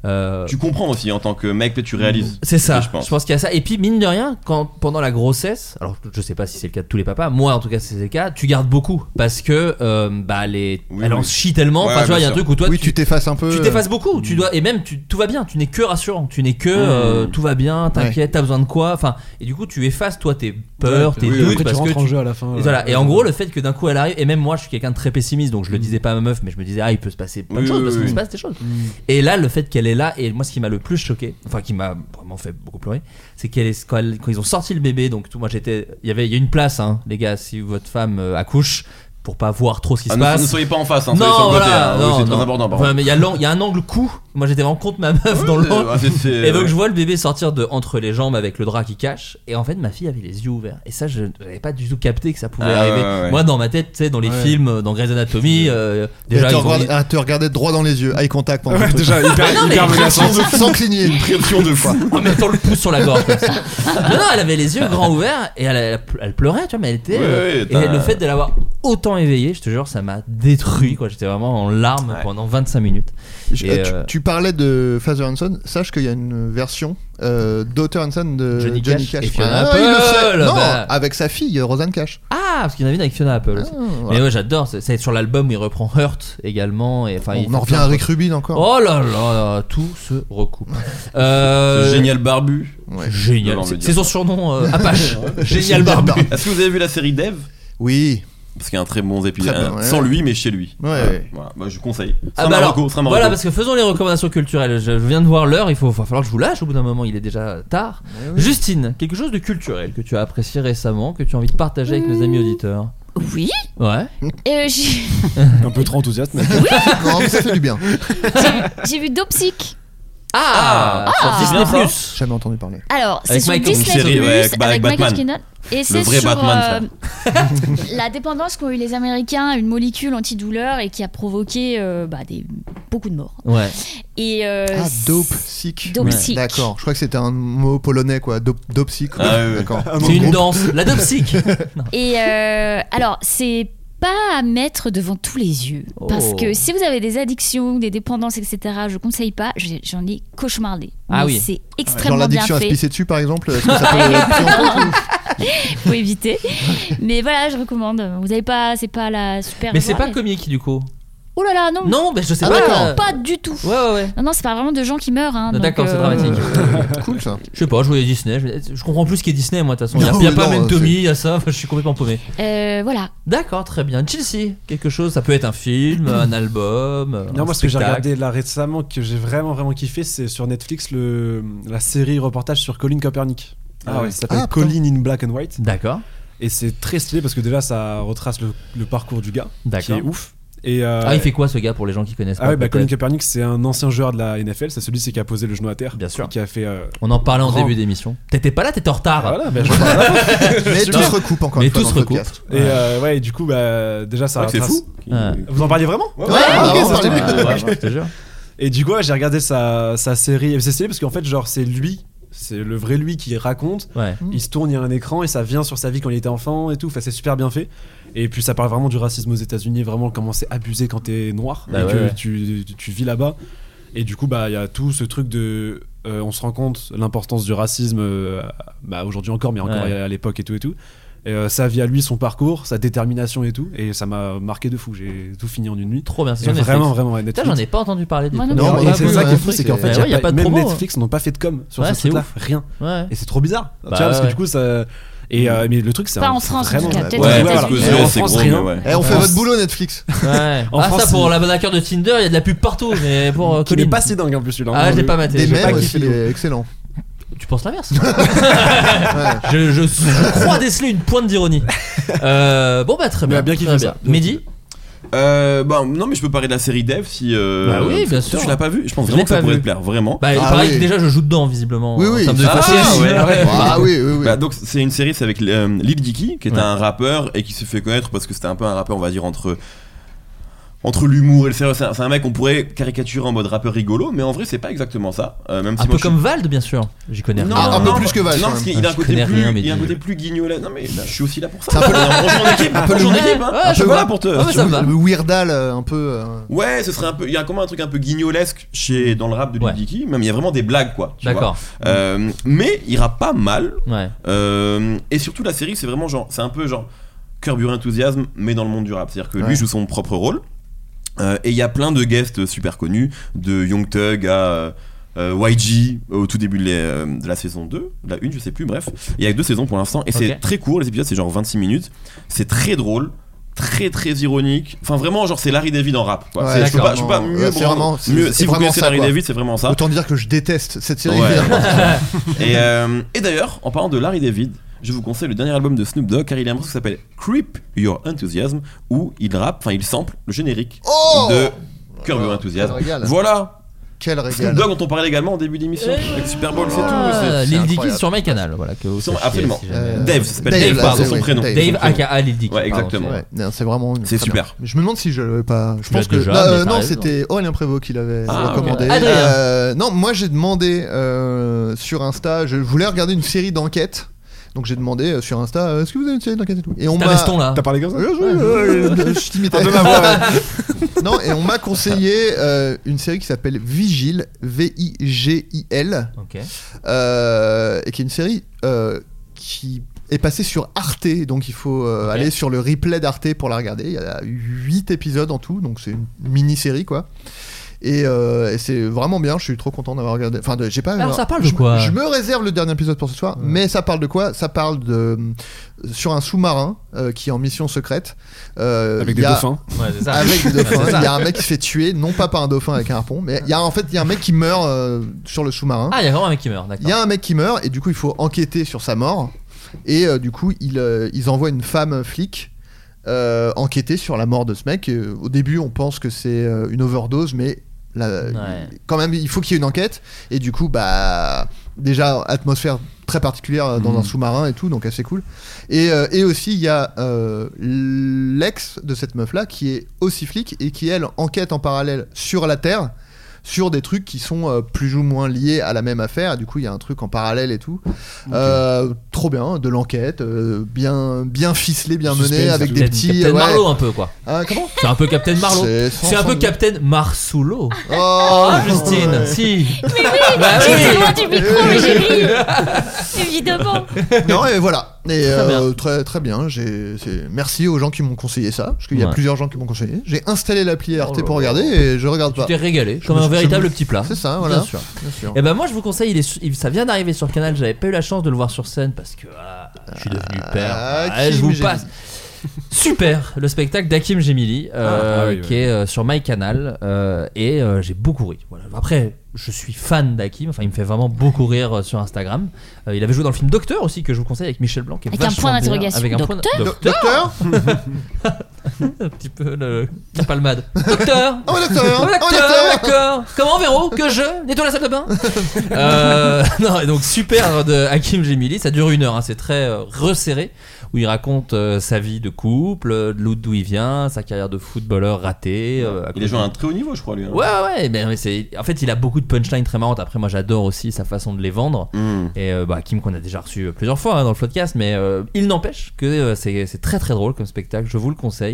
Speaker 5: euh, Mm.
Speaker 6: Tu comprends aussi en tant que mec, peut-être tu réalises.
Speaker 5: C'est ça,
Speaker 6: je pense.
Speaker 5: qu'il y a ça. Et puis, mine de rien, quand, pendant la grossesse, alors je sais pas si c'est le cas de tous les papas, moi en tout cas si c'est le cas, tu gardes beaucoup parce que euh, bah, les,
Speaker 6: Oui,
Speaker 5: elle en
Speaker 6: oui.
Speaker 5: chie tellement.
Speaker 6: Ouais,
Speaker 5: enfin, tu vois, il y a un
Speaker 6: bien sûr.
Speaker 5: truc où toi,
Speaker 4: Oui,
Speaker 5: tu
Speaker 4: tu t'effaces un peu.
Speaker 5: tu
Speaker 4: euh,
Speaker 5: t'effaces beaucoup, tu dois et même tu, tout va bien, tu n'es que rassurant, tu n'es que euh,
Speaker 6: Mm.
Speaker 5: tout va bien, t'inquiète, t'as besoin de quoi, enfin et du coup tu effaces toi tes peurs, tes
Speaker 3: Oui,
Speaker 5: doutes
Speaker 3: après, tu
Speaker 5: parce que
Speaker 3: rentres en
Speaker 5: tu-
Speaker 3: jeu à la fin.
Speaker 5: et voilà. Et en gros, le fait que d'un coup elle arrive, et même moi je suis quelqu'un de très pessimiste, donc je le disais pas à ma meuf, mais je me disais, ah, il peut se passer plein de
Speaker 6: Mmh. Oui,
Speaker 5: choses,
Speaker 6: oui,
Speaker 5: parce qu'il
Speaker 6: oui. Mmh.
Speaker 5: se passe des choses. Et là, le fait qu'elle est là, et moi ce qui m'a le plus choqué, enfin qui m'a vraiment fait beaucoup pleurer, c'est qu'elle est, quand, elle- quand ils ont sorti le bébé, donc tout, moi j'étais, il y avait, il y a une place, hein, les gars, si votre femme euh, accouche, pour pas voir trop ce qui
Speaker 6: Ah,
Speaker 5: se
Speaker 6: ne,
Speaker 5: passe.
Speaker 6: ne soyez pas en face, hein, soyez sur
Speaker 5: non,
Speaker 6: le côté.
Speaker 5: voilà,
Speaker 6: hein. Oui,
Speaker 5: non,
Speaker 6: c'est
Speaker 5: non.
Speaker 6: très important. Par
Speaker 5: Enfin,
Speaker 6: contre.
Speaker 5: mais il y, a l'an- il y a un angle coup. Moi j'étais vraiment contre ma meuf dans
Speaker 6: Oui,
Speaker 5: l'angle.
Speaker 6: euh, c'est- c'est-
Speaker 5: Et donc
Speaker 6: ouais.
Speaker 5: je vois le bébé sortir de entre les jambes avec le drap qui cache et en fait ma fille avait les yeux ouverts et ça je n'avais pas du tout capté que ça pouvait
Speaker 6: Ah,
Speaker 5: arriver.
Speaker 6: ouais, ouais, ouais.
Speaker 5: Moi dans ma tête, tu sais dans les
Speaker 3: Ouais.
Speaker 5: films euh, dans Grey's Anatomy euh,
Speaker 4: et
Speaker 5: déjà
Speaker 4: te
Speaker 5: ils ont
Speaker 4: regarder-
Speaker 5: mis-
Speaker 4: à te regarder droit dans les yeux, eye contact. pendant tout le truc.
Speaker 3: Déjà,
Speaker 5: Ah non,
Speaker 3: hyper,
Speaker 5: mais
Speaker 3: hyper
Speaker 5: les
Speaker 3: menaçant.
Speaker 4: sans, sans cligner.
Speaker 6: Une pression de fou.
Speaker 5: en mettant le pouce sur la gorge comme ça. Non, non, elle avait les yeux grands ouverts et elle, elle, elle pleurait, tu vois, mais elle était
Speaker 6: Ouais,
Speaker 5: euh,
Speaker 6: ouais, t'as-
Speaker 5: et le fait de l'avoir autant éveillée, je te jure, ça m'a détruit quoi, j'étais vraiment en larmes
Speaker 6: Ouais.
Speaker 5: pendant 25 minutes.
Speaker 4: Je-
Speaker 5: Et,
Speaker 4: tu,
Speaker 5: euh,
Speaker 4: tu parlais de Father and Son. Sache qu'il y a une version euh, d'Author and Son de
Speaker 5: Johnny
Speaker 4: Johnny,
Speaker 5: Cash
Speaker 4: Cash. Ah,
Speaker 5: et Fiona
Speaker 4: il le sait.
Speaker 5: Apple,
Speaker 4: Non,
Speaker 5: bah.
Speaker 4: avec sa fille euh, Rosanne Cash.
Speaker 5: Ah, parce qu'il y en avait une avec Fiona Apple aussi.
Speaker 4: Ah, voilà.
Speaker 5: Mais ouais, j'adore, c'est- c'est sur l'album où il reprend Hurt également et enfin il
Speaker 4: On
Speaker 5: fait
Speaker 4: en revient
Speaker 5: plein de
Speaker 4: à Rick Rubin encore.
Speaker 5: Oh là là, tout se recoupe.
Speaker 6: Ce
Speaker 5: Euh,
Speaker 6: génial barbu.
Speaker 4: Ouais.
Speaker 5: Génial.
Speaker 6: Non, non,
Speaker 5: C'est-
Speaker 6: mais
Speaker 5: C'est son surnom euh, Apache. génial
Speaker 4: Super
Speaker 5: barbu.
Speaker 3: Ah,
Speaker 4: barbu.
Speaker 6: Est-ce que vous avez vu la série Dev
Speaker 4: Oui.
Speaker 6: Parce qu'il y a un très bon épisode.
Speaker 4: Très bien,
Speaker 6: hein,
Speaker 4: ouais.
Speaker 6: Sans lui, mais chez lui.
Speaker 4: Ouais,
Speaker 6: Voilà.
Speaker 4: ouais.
Speaker 6: Voilà. Bah, je conseille.
Speaker 5: Ah
Speaker 6: Sans
Speaker 5: bah
Speaker 6: Marocco,
Speaker 5: alors,
Speaker 6: sans
Speaker 5: voilà,
Speaker 6: Marocco.
Speaker 5: parce que faisons les recommandations culturelles. Je, je viens de voir l'heure, il faut, va falloir que je vous lâche au bout d'un moment, il est déjà tard.
Speaker 4: Eh
Speaker 5: Justine, quelque chose de culturel que tu as apprécié récemment, que tu as envie de partager
Speaker 4: Mmh.
Speaker 5: avec nos amis auditeurs.
Speaker 8: Oui.
Speaker 5: Ouais.
Speaker 8: euh, j'ai-
Speaker 3: Un peu trop enthousiaste, mais.
Speaker 4: Non, mais ça fait du bien.
Speaker 8: J'ai vu Dopsic.
Speaker 5: Ah, sur
Speaker 8: Ah.
Speaker 5: Disney
Speaker 6: C'est bien
Speaker 5: Plus.
Speaker 4: Jamais entendu parler.
Speaker 8: Alors, c'est
Speaker 5: Avec
Speaker 8: sur
Speaker 5: Michael-
Speaker 8: Disney
Speaker 6: Une série,
Speaker 8: Plus
Speaker 6: ouais,
Speaker 8: avec,
Speaker 6: avec Batman.
Speaker 8: Michael Keaton. Et c'est
Speaker 6: vrai
Speaker 8: sur
Speaker 6: Batman,
Speaker 8: euh, la dépendance qu'ont eu les Américains à une molécule antidouleur et qui a provoqué euh, bah, des, beaucoup de morts.
Speaker 5: Ouais.
Speaker 8: Et euh,
Speaker 4: Ah, dope sick.
Speaker 8: Dope
Speaker 5: Ouais.
Speaker 8: sick.
Speaker 4: D'accord. Je crois que c'était un mot polonais quoi. Dope, dope sick.
Speaker 6: Ah, oui, oui.
Speaker 4: D'accord.
Speaker 5: C'est une danse. La Dopsic.
Speaker 8: Et euh, alors, c'est pas à mettre devant tous les yeux.
Speaker 5: Oh.
Speaker 8: Parce que si vous avez des addictions, des dépendances, etc., je conseille pas. J'ai- J'en ai cauchemardé.
Speaker 5: Ah
Speaker 8: Mais
Speaker 5: oui.
Speaker 8: C'est
Speaker 4: Genre
Speaker 8: extrêmement bien
Speaker 4: l'addiction à se
Speaker 8: fait.
Speaker 4: pisser dessus, par exemple, est-ce que ça peut être pris en compte ou-
Speaker 8: Faut éviter. Mais voilà, je recommande. Vous avez pas, c'est pas la super.
Speaker 5: Mais c'est pas
Speaker 8: joie.
Speaker 5: comique du coup.
Speaker 8: Oh là là, non.
Speaker 5: Non, mais je sais
Speaker 8: Ah
Speaker 5: pas.
Speaker 8: ouais,
Speaker 5: euh,
Speaker 8: pas du tout.
Speaker 5: Ouais, ouais, ouais.
Speaker 8: Non, non, c'est pas vraiment de gens qui meurent. hein,
Speaker 5: Non,
Speaker 8: donc,
Speaker 5: Ah, D'accord, c'est
Speaker 8: euh,
Speaker 5: dramatique.
Speaker 4: Cool ça.
Speaker 5: Je sais pas, je voyais Disney. Je, je comprends plus ce qu'est Disney, moi, de toute façon. Il
Speaker 4: Non,
Speaker 5: n'y a,
Speaker 4: mais
Speaker 5: pas
Speaker 4: non,
Speaker 5: même
Speaker 4: c'est-
Speaker 5: Tommy, il y a ça. Enfin, je suis complètement paumé.
Speaker 8: euh, voilà.
Speaker 5: D'accord, très bien. Chelsea, quelque chose. Ça peut être un film, un album.
Speaker 3: Non,
Speaker 5: un
Speaker 3: moi, ce que j'ai
Speaker 5: spectacle.
Speaker 3: regardé là récemment, que j'ai vraiment, vraiment kiffé, c'est sur Netflix le, la série reportage sur Colin Kaepernick. Euh,
Speaker 5: Ah ouais.
Speaker 3: Ça s'appelle
Speaker 4: Ah, putain.
Speaker 3: Colin in Black and White.
Speaker 5: D'accord,
Speaker 3: Et c'est très stylé parce que déjà, ça retrace le, le parcours du gars, qui
Speaker 5: d'accord.
Speaker 3: est ouf. Et, euh,
Speaker 5: Ah, il fait quoi ce gars pour les gens qui connaissent
Speaker 3: ah
Speaker 5: pas
Speaker 3: ouais, bah, Colin
Speaker 5: peut-être
Speaker 3: Kaepernick, c'est un ancien joueur de la NFL. C'est celui-ci qui a posé le genou à terre.
Speaker 5: Bien sûr.
Speaker 3: Qui a fait. euh,
Speaker 5: On en parlait en
Speaker 3: Grand.
Speaker 5: début d'émission. T'étais pas là, t'étais en retard.
Speaker 3: voilà, bah, je crois.
Speaker 4: Mais tout
Speaker 5: Non.
Speaker 4: se recoupe encore
Speaker 5: Mais
Speaker 4: une fois
Speaker 5: tout
Speaker 4: dans
Speaker 5: se
Speaker 4: le
Speaker 5: recoupe.
Speaker 4: podcast.
Speaker 3: Et euh, ouais, et du coup, bah, déjà, ça
Speaker 6: C'est vrai que c'est
Speaker 3: retrace-
Speaker 6: fou.
Speaker 5: Ouais.
Speaker 3: Vous en parliez vraiment
Speaker 4: Ah, Ouais,
Speaker 3: Ah,
Speaker 4: ouais,
Speaker 3: ok,
Speaker 4: on
Speaker 3: ça,
Speaker 4: parlait
Speaker 3: c'est
Speaker 4: beaucoup.
Speaker 3: bien.
Speaker 5: Ah. Ouais, je te jure.
Speaker 3: Et du coup, ouais, j'ai regardé sa, sa série. Et c'est stylé parce qu'en fait, genre, c'est lui, c'est le vrai lui qui raconte.
Speaker 5: Ouais.
Speaker 3: Il se tourne, il y a un écran et ça vient sur sa vie quand il était enfant et tout. Enfin, c'est super bien fait. Et puis, ça parle vraiment du racisme aux États-Unis, vraiment comment c'est abusé quand t'es noir
Speaker 5: Bah
Speaker 3: et
Speaker 5: ouais,
Speaker 3: que
Speaker 5: ouais.
Speaker 3: Tu, tu vis là-bas. Et du coup, bah, il y a tout ce truc de. euh, on se rend compte l'importance du racisme euh, bah, aujourd'hui encore, mais encore
Speaker 5: Ouais.
Speaker 3: à, à l'époque et tout et tout. Et, euh, sa vie à lui, son parcours, sa détermination et tout. Et ça m'a marqué de fou. J'ai tout fini en une nuit.
Speaker 5: Trop bien, c'est
Speaker 3: Et
Speaker 5: sur Netflix.
Speaker 3: Vraiment, vraiment, ouais,
Speaker 5: Putain,
Speaker 3: Netflix.
Speaker 5: j'en ai pas entendu parler du
Speaker 8: Moi
Speaker 5: tout.
Speaker 8: non
Speaker 4: Non,
Speaker 8: plus. Bah,
Speaker 4: mais
Speaker 5: Ah,
Speaker 4: c'est
Speaker 5: oui,
Speaker 4: ça
Speaker 5: ouais.
Speaker 4: qui est fou, c'est qu'en fait,
Speaker 5: Ouais,
Speaker 3: il
Speaker 5: ouais, y a pas de
Speaker 3: même
Speaker 5: promo.
Speaker 3: Netflix n'ont pas fait de com sur
Speaker 5: Ouais,
Speaker 3: ce
Speaker 5: c'est
Speaker 3: truc-là,
Speaker 5: ouf.
Speaker 3: rien.
Speaker 5: Ouais.
Speaker 3: Et c'est trop bizarre.
Speaker 5: Bah,
Speaker 3: tu vois, parce que
Speaker 5: ouais.
Speaker 3: du coup, ça. Et euh, mais le truc, c'est
Speaker 8: Pas
Speaker 3: un-
Speaker 8: en France, en
Speaker 3: vraiment.
Speaker 8: tout cas. Peut-être
Speaker 4: Ouais,
Speaker 8: aux
Speaker 4: parce
Speaker 3: voilà.
Speaker 8: États-Unis.
Speaker 3: Et en France, rien.
Speaker 6: mais ouais.
Speaker 4: Eh, on fait
Speaker 3: France-
Speaker 4: votre boulot Netflix.
Speaker 5: Ouais.
Speaker 3: En
Speaker 5: ah, ça
Speaker 3: France,
Speaker 5: pour
Speaker 3: il-
Speaker 5: la bonne acteur de Tinder, il y a de la pub partout, mais pour euh,
Speaker 3: Qui n'est
Speaker 5: Colin.
Speaker 3: pas si dingue en plus celui-là.
Speaker 5: Ah, je l'ai pas maté.
Speaker 4: Des
Speaker 5: j'ai pas
Speaker 4: mêmes
Speaker 5: kiffé
Speaker 4: aussi, euh.
Speaker 5: de
Speaker 4: il
Speaker 5: ouf.
Speaker 4: est excellent.
Speaker 5: Tu penses l'inverse
Speaker 4: Ouais.
Speaker 5: je, je- je crois déceler une pointe d'ironie. Euh, bon, bah très
Speaker 3: Mais
Speaker 5: bien.
Speaker 3: bien
Speaker 5: très
Speaker 3: kiffé ça.
Speaker 5: Mehdi
Speaker 6: Euh, bah, non, mais je peux parler de la série Dev si. euh,
Speaker 5: Bah oui, bien sûr.
Speaker 6: Tu l'as pas vu Je pense
Speaker 5: Je
Speaker 6: vraiment
Speaker 5: l'ai
Speaker 6: que
Speaker 5: pas
Speaker 6: ça pourrait
Speaker 5: vu.
Speaker 6: te plaire, vraiment.
Speaker 5: Bah, il
Speaker 4: Ah
Speaker 5: paraît
Speaker 4: oui.
Speaker 5: que déjà je joue dedans, visiblement.
Speaker 4: Oui,
Speaker 5: en
Speaker 4: oui.
Speaker 5: termes de
Speaker 6: Ah,
Speaker 5: faciès.
Speaker 6: ouais.
Speaker 5: Ouais.
Speaker 4: Ah oui, oui, oui.
Speaker 6: Bah, donc c'est une série, c'est avec euh, Lil Dicky, qui est
Speaker 5: Ouais.
Speaker 6: un rappeur et qui se fait connaître parce que c'était un peu un rappeur, on va dire, entre entre l'humour et le sérieux. C'est un, c'est un mec qu'on pourrait caricaturer en mode rappeur rigolo, mais en vrai c'est pas exactement ça. Euh, même si
Speaker 5: Un
Speaker 6: moi,
Speaker 5: peu
Speaker 6: je
Speaker 5: comme Vald, bien sûr. J'y connais
Speaker 6: Non,
Speaker 5: rien.
Speaker 4: un peu
Speaker 6: non,
Speaker 4: plus que Val,
Speaker 6: Non,
Speaker 4: quand
Speaker 6: parce
Speaker 4: même.
Speaker 6: qu'il a un
Speaker 5: Je
Speaker 6: côté
Speaker 5: connais
Speaker 6: plus,
Speaker 5: rien, mais
Speaker 6: il a un
Speaker 5: dis-
Speaker 6: côté plus guignolé. Non, mais bah, je suis aussi là pour ça.
Speaker 4: C'est un peu le-
Speaker 6: On joue en équipe,
Speaker 4: un peu
Speaker 6: on joue en
Speaker 4: le-
Speaker 6: équipe, hein.
Speaker 5: Ouais,
Speaker 6: Un
Speaker 5: je
Speaker 6: peu
Speaker 5: vois.
Speaker 6: là pour te.
Speaker 5: Ah, bah, ça va.
Speaker 4: Le Weirdal, un peu. euh,
Speaker 6: Ouais, ce serait un peu. Il y a quand même un truc un peu guignolesque chez dans le rap de Lil
Speaker 5: Ouais.
Speaker 6: Dicky. Même il y a vraiment des blagues quoi. tu
Speaker 5: D'accord.
Speaker 6: vois. Euh, mais il rappe pas mal.
Speaker 5: Ouais.
Speaker 6: Euh, et surtout la série, c'est vraiment genre, c'est un peu genre Curb Your Enthusiasm, mais dans le monde du rap. C'est-à-dire que
Speaker 4: Ouais.
Speaker 6: lui joue son propre rôle. Euh, et il y a plein de guests super connus, de Young Thug à euh, euh, YG au tout début de, les- euh, de la saison 2, de la 1, je sais plus, bref. Il y a que deux saisons pour l'instant. Et
Speaker 5: Ok.
Speaker 6: c'est très court, les épisodes, c'est genre 26 minutes. C'est très drôle. Très très ironique, enfin vraiment, genre c'est Larry David en rap. Quoi.
Speaker 4: Ouais,
Speaker 6: C'est- je, peux
Speaker 5: d'accord.
Speaker 6: pas, je peux pas
Speaker 4: Ouais,
Speaker 6: mieux,
Speaker 4: c'est
Speaker 6: prendre-
Speaker 4: vraiment- c'est-
Speaker 6: mieux-
Speaker 4: c'est
Speaker 6: Si vous
Speaker 4: vraiment
Speaker 6: connaissez
Speaker 4: ça,
Speaker 6: Larry
Speaker 4: quoi.
Speaker 6: David, c'est vraiment ça.
Speaker 4: Autant dire que je déteste cette série.
Speaker 6: Ouais.
Speaker 4: évidemment.
Speaker 6: Et, euh, et d'ailleurs, en parlant de Larry David, je vous conseille le dernier album de Snoop Dogg car il y a un morceau qui s'appelle Creep Your Enthusiasm où il rappe, enfin il sample le générique
Speaker 4: Oh
Speaker 6: de Curb Your
Speaker 4: Quel
Speaker 6: Enthusiasm.
Speaker 4: régal.
Speaker 6: Voilà,
Speaker 4: Quel
Speaker 6: Snoop
Speaker 4: régal.
Speaker 6: Dogg dont on parlait également en début d'émission avec Super Bowl, c'est tout.
Speaker 5: Ah,
Speaker 4: c'est
Speaker 5: Lil Dicky
Speaker 4: incroyable.
Speaker 5: sur mes canaux. Voilà, que vous
Speaker 6: Son-
Speaker 5: sachiez,
Speaker 6: absolument.
Speaker 5: si jamais-
Speaker 4: Euh,
Speaker 6: C'est... Dave, ça s'appelle
Speaker 4: Dave,
Speaker 6: Dave, pardon,
Speaker 4: c'est
Speaker 6: son
Speaker 4: vrai,
Speaker 6: prénom.
Speaker 4: Dave.
Speaker 5: Dave
Speaker 4: son prénom.
Speaker 5: aka Lil Dicky.
Speaker 6: Ouais,
Speaker 5: Pardon,
Speaker 6: exactement.
Speaker 5: excusez-moi.
Speaker 4: Ouais, non, c'est vraiment.
Speaker 6: C'est
Speaker 4: très bien.
Speaker 6: super.
Speaker 4: Je me demande si je l'avais pas. Je
Speaker 5: Tu
Speaker 4: pense
Speaker 5: l'as
Speaker 4: que.
Speaker 5: déjà,
Speaker 4: Non,
Speaker 5: mais
Speaker 4: euh,
Speaker 5: t'as
Speaker 4: non,
Speaker 5: raison.
Speaker 4: c'était Aurélien Prévost qui l'avait
Speaker 6: Ah,
Speaker 4: recommandé.
Speaker 5: ok. Adrien.
Speaker 4: Euh, non, moi j'ai demandé euh, sur Insta, je voulais regarder une série d'enquête. Donc j'ai demandé euh, sur Insta, euh, est-ce que vous avez une série d'enquête et tout Et on
Speaker 5: T'as
Speaker 4: m'a.
Speaker 5: veston là.
Speaker 3: T'as parlé comme ça Ah,
Speaker 4: Euh, je- je- je- je t'imitais. non, et on m'a conseillé euh, une série qui s'appelle Vigil, V-I-G-I-L.
Speaker 5: Ok.
Speaker 4: Euh, et qui est une série euh, qui est passée sur Arte, donc il faut euh,
Speaker 5: Ok.
Speaker 4: aller sur le replay d'Arte pour la regarder. Il y a 8 épisodes en tout, donc c'est une mini-série quoi. Et, euh, et c'est vraiment bien, je suis trop content d'avoir regardé. Enfin, de- j'ai pas. euh,
Speaker 5: Alors, ça parle de
Speaker 4: je,
Speaker 5: quoi
Speaker 4: Je me réserve le dernier épisode pour ce soir, mais ça parle de quoi Ça parle de sur un sous-marin euh, qui est en mission secrète. Euh,
Speaker 3: Avec
Speaker 4: il
Speaker 3: des
Speaker 4: y a-
Speaker 3: dauphins.
Speaker 5: Ouais, c'est ça.
Speaker 4: avec des dauphins.
Speaker 5: C'est ça.
Speaker 4: Il y a un mec qui se fait tuer, non pas par un dauphin avec un harpon, mais il y a en fait il y a un mec qui meurt euh, sur le sous-marin.
Speaker 5: Ah, il y a vraiment un mec qui meurt,
Speaker 4: Il y
Speaker 5: d'accord.
Speaker 4: a un mec qui meurt et du coup il faut enquêter sur sa mort et euh, du coup il, euh, ils envoient une femme flic euh, enquêter sur la mort de ce mec. Et, euh, au début on pense que c'est euh, une overdose mais la-
Speaker 5: Ouais.
Speaker 4: quand même il faut qu'il y ait une enquête et du coup bah déjà atmosphère très particulière euh, dans
Speaker 5: Mhm.
Speaker 4: un sous-marin et tout donc assez cool et, euh, et aussi il y a euh, l'ex de cette meuf là qui est aussi flic et qui elle enquête en parallèle sur la terre sur des trucs qui sont euh, plus ou moins liés à la même affaire. Et du coup, il y a un truc en parallèle et tout. Euh, trop bien, de l'enquête, euh, bien, bien ficelé, bien
Speaker 5: Suspense,
Speaker 4: mené, avec des
Speaker 5: Captain-
Speaker 4: petits. euh,
Speaker 5: Captain
Speaker 4: ouais.
Speaker 5: Marlowe un peu quoi.
Speaker 4: Ah, comment
Speaker 5: C'est un peu Captain Marlowe.
Speaker 4: C'est
Speaker 5: C'est un peu
Speaker 4: ensemble.
Speaker 5: Captain Marsulo.
Speaker 4: Oh,
Speaker 5: Ah Justine, si.
Speaker 8: Mais oui,
Speaker 5: Bah
Speaker 8: tu
Speaker 5: oui.
Speaker 8: es loin du micro, mais j'ai ri. Évidemment.
Speaker 4: Non, et voilà. Et
Speaker 5: Très
Speaker 4: euh, très, très bien. J'ai, c'est- Merci aux gens qui m'ont conseillé ça, parce qu'il y a
Speaker 5: Ouais.
Speaker 4: plusieurs gens qui m'ont conseillé. J'ai installé l'appli RT
Speaker 5: Oh là
Speaker 4: pour
Speaker 5: là.
Speaker 4: regarder et je regarde
Speaker 5: Tu
Speaker 4: pas.
Speaker 5: t'es régalé
Speaker 4: Je
Speaker 5: comme
Speaker 4: me
Speaker 5: un
Speaker 4: suis- je
Speaker 5: véritable
Speaker 4: me-
Speaker 5: petit plat.
Speaker 4: C'est ça, voilà.
Speaker 5: Bien sûr.
Speaker 4: Bien sûr.
Speaker 5: Et ben moi je vous conseille, il est su- il- ça vient d'arriver sur Canal, j'avais pas eu la chance de le voir sur scène parce que ah, je suis devenu père.
Speaker 4: Ah,
Speaker 5: Ah, je
Speaker 4: Kim
Speaker 5: vous
Speaker 4: Gemini.
Speaker 5: passe. Super, le spectacle d'Akim Gemili
Speaker 3: Ah,
Speaker 5: euh,
Speaker 3: ah oui,
Speaker 5: qui est euh, sur MyCanal euh, et euh, j'ai beaucoup ri. Voilà. Après, je suis fan d'Akim, enfin il me fait vraiment beaucoup rire euh, sur Instagram. Euh, il avait joué dans le film Docteur aussi que je vous conseille avec Michel Blanc. qui est
Speaker 8: Avec un
Speaker 5: vachement
Speaker 8: point
Speaker 5: bien,
Speaker 8: d'interrogation.
Speaker 5: Avec un point
Speaker 4: Do-
Speaker 5: Docteur
Speaker 4: docteur
Speaker 5: un petit peu le la palmade. Docteur
Speaker 4: Oh, docteur
Speaker 5: Oh,
Speaker 4: Oh,
Speaker 5: l'acteur,
Speaker 4: docteur
Speaker 5: l'acteur. Comment Véro que je nettoie la salle de bain Euh, Non et donc super de Hakim Gemili, ça dure une heure, hein, c'est très euh, resserré où il raconte euh, sa vie de couple, euh, de l'autre d'où il vient, sa carrière de footballeur ratée. euh, à
Speaker 6: Il
Speaker 5: cause
Speaker 6: a joué à
Speaker 5: de-
Speaker 6: un très haut niveau, je crois, lui. hein.
Speaker 5: Ouais ouais, mais, mais c'est en fait il a beaucoup de punchlines très marrantes. Après moi j'adore aussi sa façon de les vendre.
Speaker 6: Hmm.
Speaker 5: Et euh, bah, Kim qu'on a déjà reçu euh, plusieurs fois hein, dans le podcast, mais euh, il n'empêche que euh, c'est c'est très très drôle comme spectacle, je vous le conseille.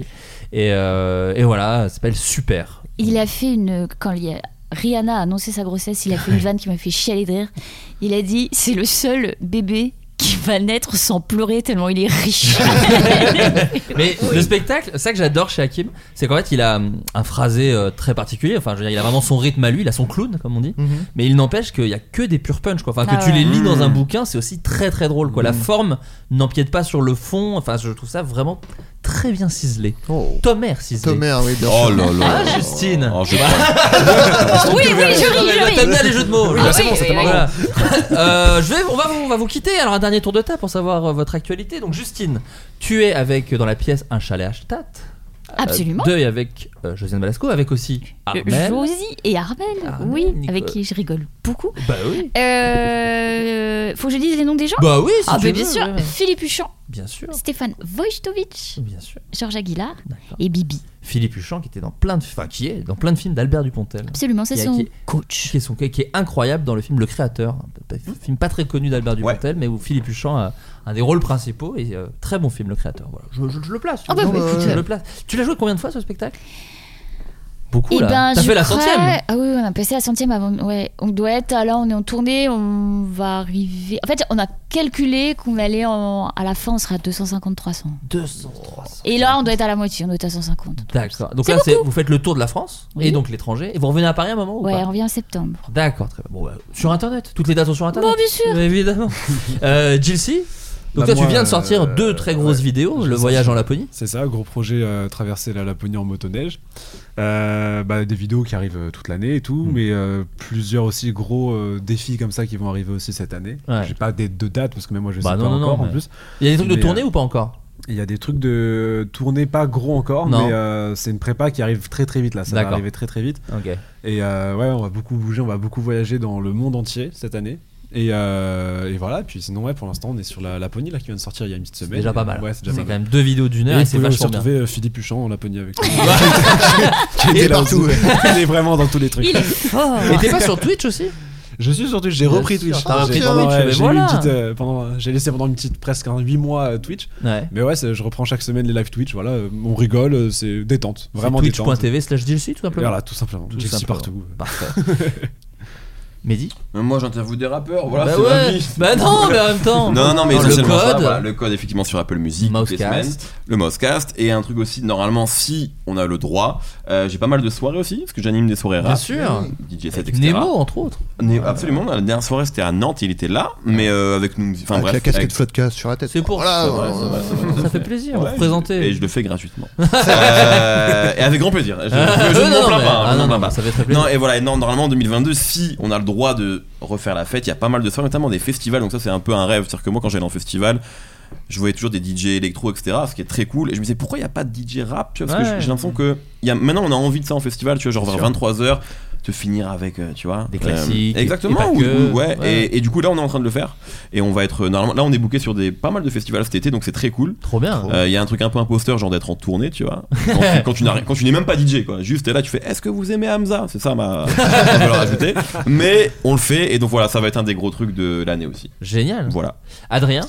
Speaker 5: Et, euh, et voilà, ça s'appelle Super.
Speaker 8: Il a fait une. Quand il y a- Rihanna a annoncé sa grossesse, il a fait une vanne qui m'a fait chialer de rire. Il a dit c'est le seul bébé qui va naître sans pleurer tellement il est riche.
Speaker 5: Mais le spectacle, ça que j'adore chez Hakim, c'est qu'en fait il a hum, un phrasé euh, très particulier, enfin je veux dire, il a vraiment son rythme à lui, il a son clown comme on dit,
Speaker 4: Mhm.
Speaker 5: mais il n'empêche qu'il y a que des pure punch quoi, enfin que
Speaker 8: Ah
Speaker 5: tu les
Speaker 8: ouais.
Speaker 5: lis dans un bouquin, c'est aussi très très drôle quoi. La
Speaker 4: Mhm.
Speaker 5: forme n'empiète pas sur le fond, enfin je trouve ça vraiment très bien ciselé.
Speaker 4: Oh.
Speaker 5: Tomer ciselé.
Speaker 4: Thomas, oui, bien
Speaker 6: Oh
Speaker 4: sûr.
Speaker 6: là là.
Speaker 5: Ah Justine
Speaker 6: Oh, je-
Speaker 8: oui, oui, je
Speaker 5: T'aimes
Speaker 8: ris,
Speaker 5: bien les jeux de mots.
Speaker 8: Ah oui, oui, oui.
Speaker 5: Voilà. Euh, je vais, on, va vous, on va vous quitter. Alors, un dernier tour de table pour savoir euh, votre actualité. Donc, Justine, tu es avec euh, dans la pièce un chalet à Stadt.
Speaker 8: Euh, Absolument. Euh,
Speaker 5: Deux et avec euh, Josiane Balasco, avec aussi Armel.
Speaker 8: Josie et Armel,
Speaker 5: Armel,
Speaker 8: oui,
Speaker 5: Nicolas.
Speaker 8: avec qui je rigole beaucoup.
Speaker 5: Bah oui.
Speaker 8: Euh, faut que je dise les noms des gens
Speaker 5: Bah oui, si
Speaker 8: Ah,
Speaker 5: tu
Speaker 8: bah,
Speaker 5: veux,
Speaker 8: bien sûr,
Speaker 5: ouais.
Speaker 8: Philippe Huchon,
Speaker 5: Bien sûr.
Speaker 8: Stéphane Wojtovic,
Speaker 5: Bien sûr.
Speaker 8: Georges Aguilar
Speaker 5: D'accord.
Speaker 8: et Bibi.
Speaker 5: Philippe Huchon qui était dans plein de, enfin, qui est dans plein de films d'Albert Dupontel.
Speaker 8: Absolument, c'est
Speaker 5: Qui a-
Speaker 8: son
Speaker 5: qui-
Speaker 8: coach.
Speaker 5: qui est, son, qui est incroyable dans le film Le Créateur, un p- film pas très connu d'Albert Dupontel, mais où Philippe Huchon a un des rôles principaux et euh, très bon film Le Créateur. Voilà, je, je- je le place.
Speaker 8: Ah bah,
Speaker 5: Non,
Speaker 8: bah, écoute,
Speaker 5: je
Speaker 8: euh.
Speaker 5: le place. Tu l'as joué combien de fois ce spectacle Beaucoup
Speaker 8: Eh
Speaker 5: là.
Speaker 8: ben,
Speaker 5: T'as
Speaker 8: je
Speaker 5: fait la
Speaker 8: crois-
Speaker 5: centième.
Speaker 8: Ah oui, on a passé la centième avant. Ouais, on doit être là, on est en tournée, on va arriver. En fait, on a calculé qu'on allait en... à la fin, on sera à 250-300.
Speaker 5: 200, 300.
Speaker 8: Et là, on doit être à la moitié, on doit être à 150.
Speaker 5: D'accord. Donc
Speaker 8: C'est
Speaker 5: là, c'est- vous faites le tour de la France et
Speaker 8: Oui.
Speaker 5: donc l'étranger. Et vous revenez à Paris un moment
Speaker 8: Ouais,
Speaker 5: Oh, ou
Speaker 8: on
Speaker 5: pas
Speaker 8: revient en septembre.
Speaker 5: D'accord, très bien. Bon, bah, sur internet. Toutes les dates sont sur internet.
Speaker 8: Bon, bien sûr.
Speaker 5: Évidemment. euh, Jilcy donc
Speaker 3: Bah,
Speaker 5: toi, tu
Speaker 3: moi,
Speaker 5: viens de sortir
Speaker 3: euh,
Speaker 5: deux très grosses
Speaker 3: ouais.
Speaker 5: vidéos,
Speaker 3: Je
Speaker 5: le
Speaker 3: sais.
Speaker 5: voyage en Laponie.
Speaker 3: C'est ça, gros projet euh, traverser la Laponie en motoneige. Euh, bah, des vidéos qui arrivent euh, toute l'année et
Speaker 5: Hmm.
Speaker 3: tout, mais euh, plusieurs aussi gros euh, défis comme ça qui vont arriver aussi cette année.
Speaker 5: Ouais.
Speaker 3: J'ai pas des, de date parce que même moi je
Speaker 5: Bah
Speaker 3: sais
Speaker 5: non,
Speaker 3: pas
Speaker 5: non, non,
Speaker 3: encore en
Speaker 5: mais-
Speaker 3: plus.
Speaker 5: Il y a des trucs de
Speaker 3: Mais,
Speaker 5: tournée
Speaker 3: euh,
Speaker 5: ou pas encore
Speaker 3: Il y a des trucs de tournée pas gros encore,
Speaker 5: Non.
Speaker 3: mais euh, c'est une prépa qui arrive très très vite là. Ça va
Speaker 5: D'accord.
Speaker 3: arriver très très vite.
Speaker 5: Ok.
Speaker 3: Et euh, ouais, on va beaucoup bouger, on va beaucoup voyager dans le monde entier cette année. Et, euh, et voilà, puis sinon, ouais, pour l'instant, on est sur la Laponie là qui vient de sortir il y a une petite
Speaker 5: C'est
Speaker 3: semaine.
Speaker 5: déjà pas mal.
Speaker 3: Ouais, c'est
Speaker 5: c'est
Speaker 3: déjà pas
Speaker 5: quand
Speaker 3: mal.
Speaker 5: même deux vidéos d'une
Speaker 3: Et
Speaker 5: heure et,
Speaker 3: vous
Speaker 5: c'est
Speaker 3: pouvez aussi
Speaker 5: vachement bien.
Speaker 3: retrouver euh, Philippe Huchon en Laponie avec nous.
Speaker 4: Qui était partout. ouais.
Speaker 3: Il est vraiment dans tous les trucs.
Speaker 8: Il est fort
Speaker 5: Et t'es pas sur Twitch aussi
Speaker 3: Je suis sur Twitch, j'ai
Speaker 5: Bien
Speaker 3: repris
Speaker 5: sûr, Ah,
Speaker 3: Twitch.
Speaker 5: t'as
Speaker 3: J'ai-
Speaker 5: repris
Speaker 3: pendant,
Speaker 5: Twitch,
Speaker 3: ouais,
Speaker 5: mais
Speaker 3: j'ai eu
Speaker 5: voilà.
Speaker 3: une petite, euh, pendant- J'ai laissé pendant une petite presque un 8 mois euh, Twitch.
Speaker 5: Ouais.
Speaker 3: Mais ouais, c'est- je reprends chaque semaine les lives Twitch. Voilà, euh, on rigole, euh, c'est détente, vraiment
Speaker 5: C'est
Speaker 3: détente.
Speaker 5: Twitch.tv slash DLC tout simplement.
Speaker 3: Voilà, tout simplement.
Speaker 5: Tout
Speaker 3: J'ai aussi
Speaker 5: simplement.
Speaker 3: partout.
Speaker 5: Parfait. Mehdi
Speaker 6: Même Moi, j'interviewe des rappeurs. Voilà,
Speaker 5: Bah
Speaker 6: c'est ma
Speaker 5: ouais.
Speaker 6: vie.
Speaker 5: Bah non, mais en même temps.
Speaker 6: Non, non, mais
Speaker 5: le
Speaker 6: essentiellement ça,
Speaker 5: code.
Speaker 6: voilà, le code, effectivement, sur Apple Music, toutes les
Speaker 5: Mousecast.
Speaker 6: semaines. le Mousecast. Et un truc aussi, normalement, si on a le droit, euh, j'ai pas mal de soirées aussi, parce que j'anime des soirées
Speaker 5: Bien
Speaker 6: rap. euh,
Speaker 5: sûr.
Speaker 6: DJ set,
Speaker 5: Avec
Speaker 6: etc.
Speaker 5: Nemo entre autres.
Speaker 6: Né- absolument, la dernière soirée c'était à Nantes, il était là, mais euh, avec nous. Enfin
Speaker 4: Avec
Speaker 6: bref.
Speaker 4: la casquette
Speaker 6: avec-
Speaker 4: Floodcast sur la tête.
Speaker 5: C'est pour
Speaker 4: Voilà,
Speaker 5: ça,
Speaker 4: voilà.
Speaker 6: ouais, c'est vrai, c'est vrai.
Speaker 5: Ça fait plaisir.
Speaker 6: Ouais,
Speaker 5: vous représentez.
Speaker 6: Et je le fais gratuitement. Euh, et avec grand plaisir. Je, je, je
Speaker 5: non,
Speaker 6: m'en
Speaker 5: non,
Speaker 6: plains
Speaker 5: mais-
Speaker 6: pas, hein, je m'en
Speaker 5: ah, non,
Speaker 6: plains
Speaker 5: non,
Speaker 6: pas.
Speaker 5: ça fait très plaisir.
Speaker 6: Non, et voilà, et non, normalement en 2022, si on a le droit de refaire la fête, il y a pas mal de soirées, notamment des festivals, donc ça c'est un peu un rêve. C'est-à-dire que moi quand j'allais en festival, je voyais toujours des DJ électro, etc., ce qui est très cool, et je me disais pourquoi il n'y a pas de DJ rap, tu vois, parce
Speaker 5: Ouais.
Speaker 6: que j'ai l'impression que il y a, maintenant on a envie de ça en festival, tu vois, genre vers 23h. Tu te finir avec, euh, tu vois.
Speaker 5: Des classiques, et
Speaker 6: Exactement.
Speaker 5: pas
Speaker 6: ou-
Speaker 5: que.
Speaker 6: ou- ouais.
Speaker 5: Ouais.
Speaker 6: Et, et du coup, là, on est en train de le faire. Et on va être. euh, Normalement, là, on est booké sur des, pas mal de festivals cet été, donc c'est très cool.
Speaker 5: Trop bien.
Speaker 6: Euh, Il y a un truc un peu imposteur, genre d'être en tournée, tu vois. Quand tu- Quand tu, n'as- quand tu n'es même pas DJ, quoi. Juste, t'es là, tu fais Est-ce que vous aimez Hamza C'est ça ma. je vais le rajouter. Mais on le fait, et donc voilà, ça va être un des gros trucs de l'année aussi.
Speaker 5: Génial.
Speaker 6: Voilà.
Speaker 5: Adrien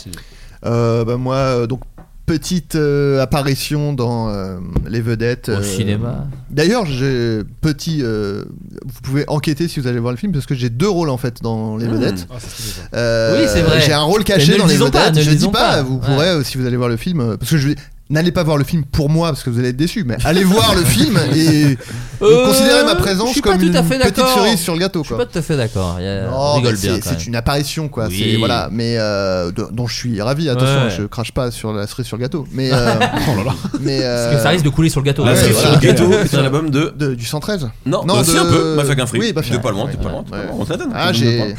Speaker 4: Euh, bah, moi, euh, donc, petite euh, apparition dans euh, Les Vedettes.
Speaker 5: Au
Speaker 4: euh,
Speaker 5: cinéma.
Speaker 4: D'ailleurs, j'ai petit. euh, vous pouvez enquêter si vous allez voir le film, parce que j'ai deux rôles en fait dans Les
Speaker 6: Mmh.
Speaker 4: Vedettes.
Speaker 3: Ah, c'est ce que je veux dire.
Speaker 4: Euh,
Speaker 5: Oui, c'est vrai.
Speaker 4: J'ai un rôle
Speaker 5: Mais ne
Speaker 4: caché
Speaker 5: le
Speaker 4: dans Les
Speaker 5: disons
Speaker 4: Vedettes.
Speaker 5: pas, ne
Speaker 4: je
Speaker 5: le
Speaker 4: dis
Speaker 5: disons
Speaker 4: pas,
Speaker 5: pas.
Speaker 4: vous pourrez, euh, si vous allez voir le film, euh, parce que je vais. N'allez pas voir le film pour moi parce que vous allez être déçus, mais allez voir le film et
Speaker 5: Euh,
Speaker 4: considérez ma
Speaker 5: je
Speaker 4: présence
Speaker 5: suis pas
Speaker 4: comme
Speaker 5: tout
Speaker 4: une
Speaker 5: à fait
Speaker 4: petite
Speaker 5: d'accord.
Speaker 4: cerise sur le gâteau.
Speaker 5: Je suis
Speaker 4: quoi.
Speaker 5: pas tout à fait d'accord. Il y a-
Speaker 4: Non,
Speaker 5: on rigole
Speaker 4: mais c'est-
Speaker 5: bien. quand
Speaker 4: C'est
Speaker 5: même.
Speaker 4: une apparition, quoi.
Speaker 5: Oui.
Speaker 4: C'est voilà, mais euh, de- dont je suis ravi. Attention,
Speaker 5: Ouais.
Speaker 4: je crache pas sur la cerise sur le gâteau, mais euh,
Speaker 6: Oh
Speaker 4: mais euh,
Speaker 5: Parce que ça risque de couler sur le gâteau.
Speaker 6: La
Speaker 4: Ouais,
Speaker 6: cerise sur
Speaker 4: voilà.
Speaker 6: le gâteau, c'est un album de.
Speaker 4: de- du 113.
Speaker 6: Non,
Speaker 4: Non,
Speaker 6: non aussi
Speaker 4: de-
Speaker 6: un peu, Mafia qu'un
Speaker 4: Oui, bah,
Speaker 6: fric.
Speaker 4: Mafia
Speaker 6: T'es pas loin,
Speaker 4: Free,
Speaker 6: t'es pas
Speaker 4: ouais,
Speaker 6: loin, t'es
Speaker 4: ouais.
Speaker 6: pas loin. On s'attend.
Speaker 4: Ah, j'ai.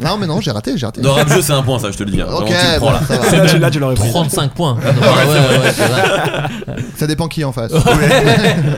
Speaker 4: non, mais non, j'ai raté, j'ai raté.
Speaker 6: Dans Rap Jeu, c'est un point, ça, je te le dis. hein.
Speaker 4: Ok,
Speaker 6: Vraiment, tu le prends
Speaker 4: bah,
Speaker 6: là.
Speaker 4: ça, va.
Speaker 3: Là, tu- là, tu l'aurais pris.
Speaker 5: 35 points. Ah non, ouais, ouais, c'est vrai.
Speaker 4: Ça dépend qui est en face.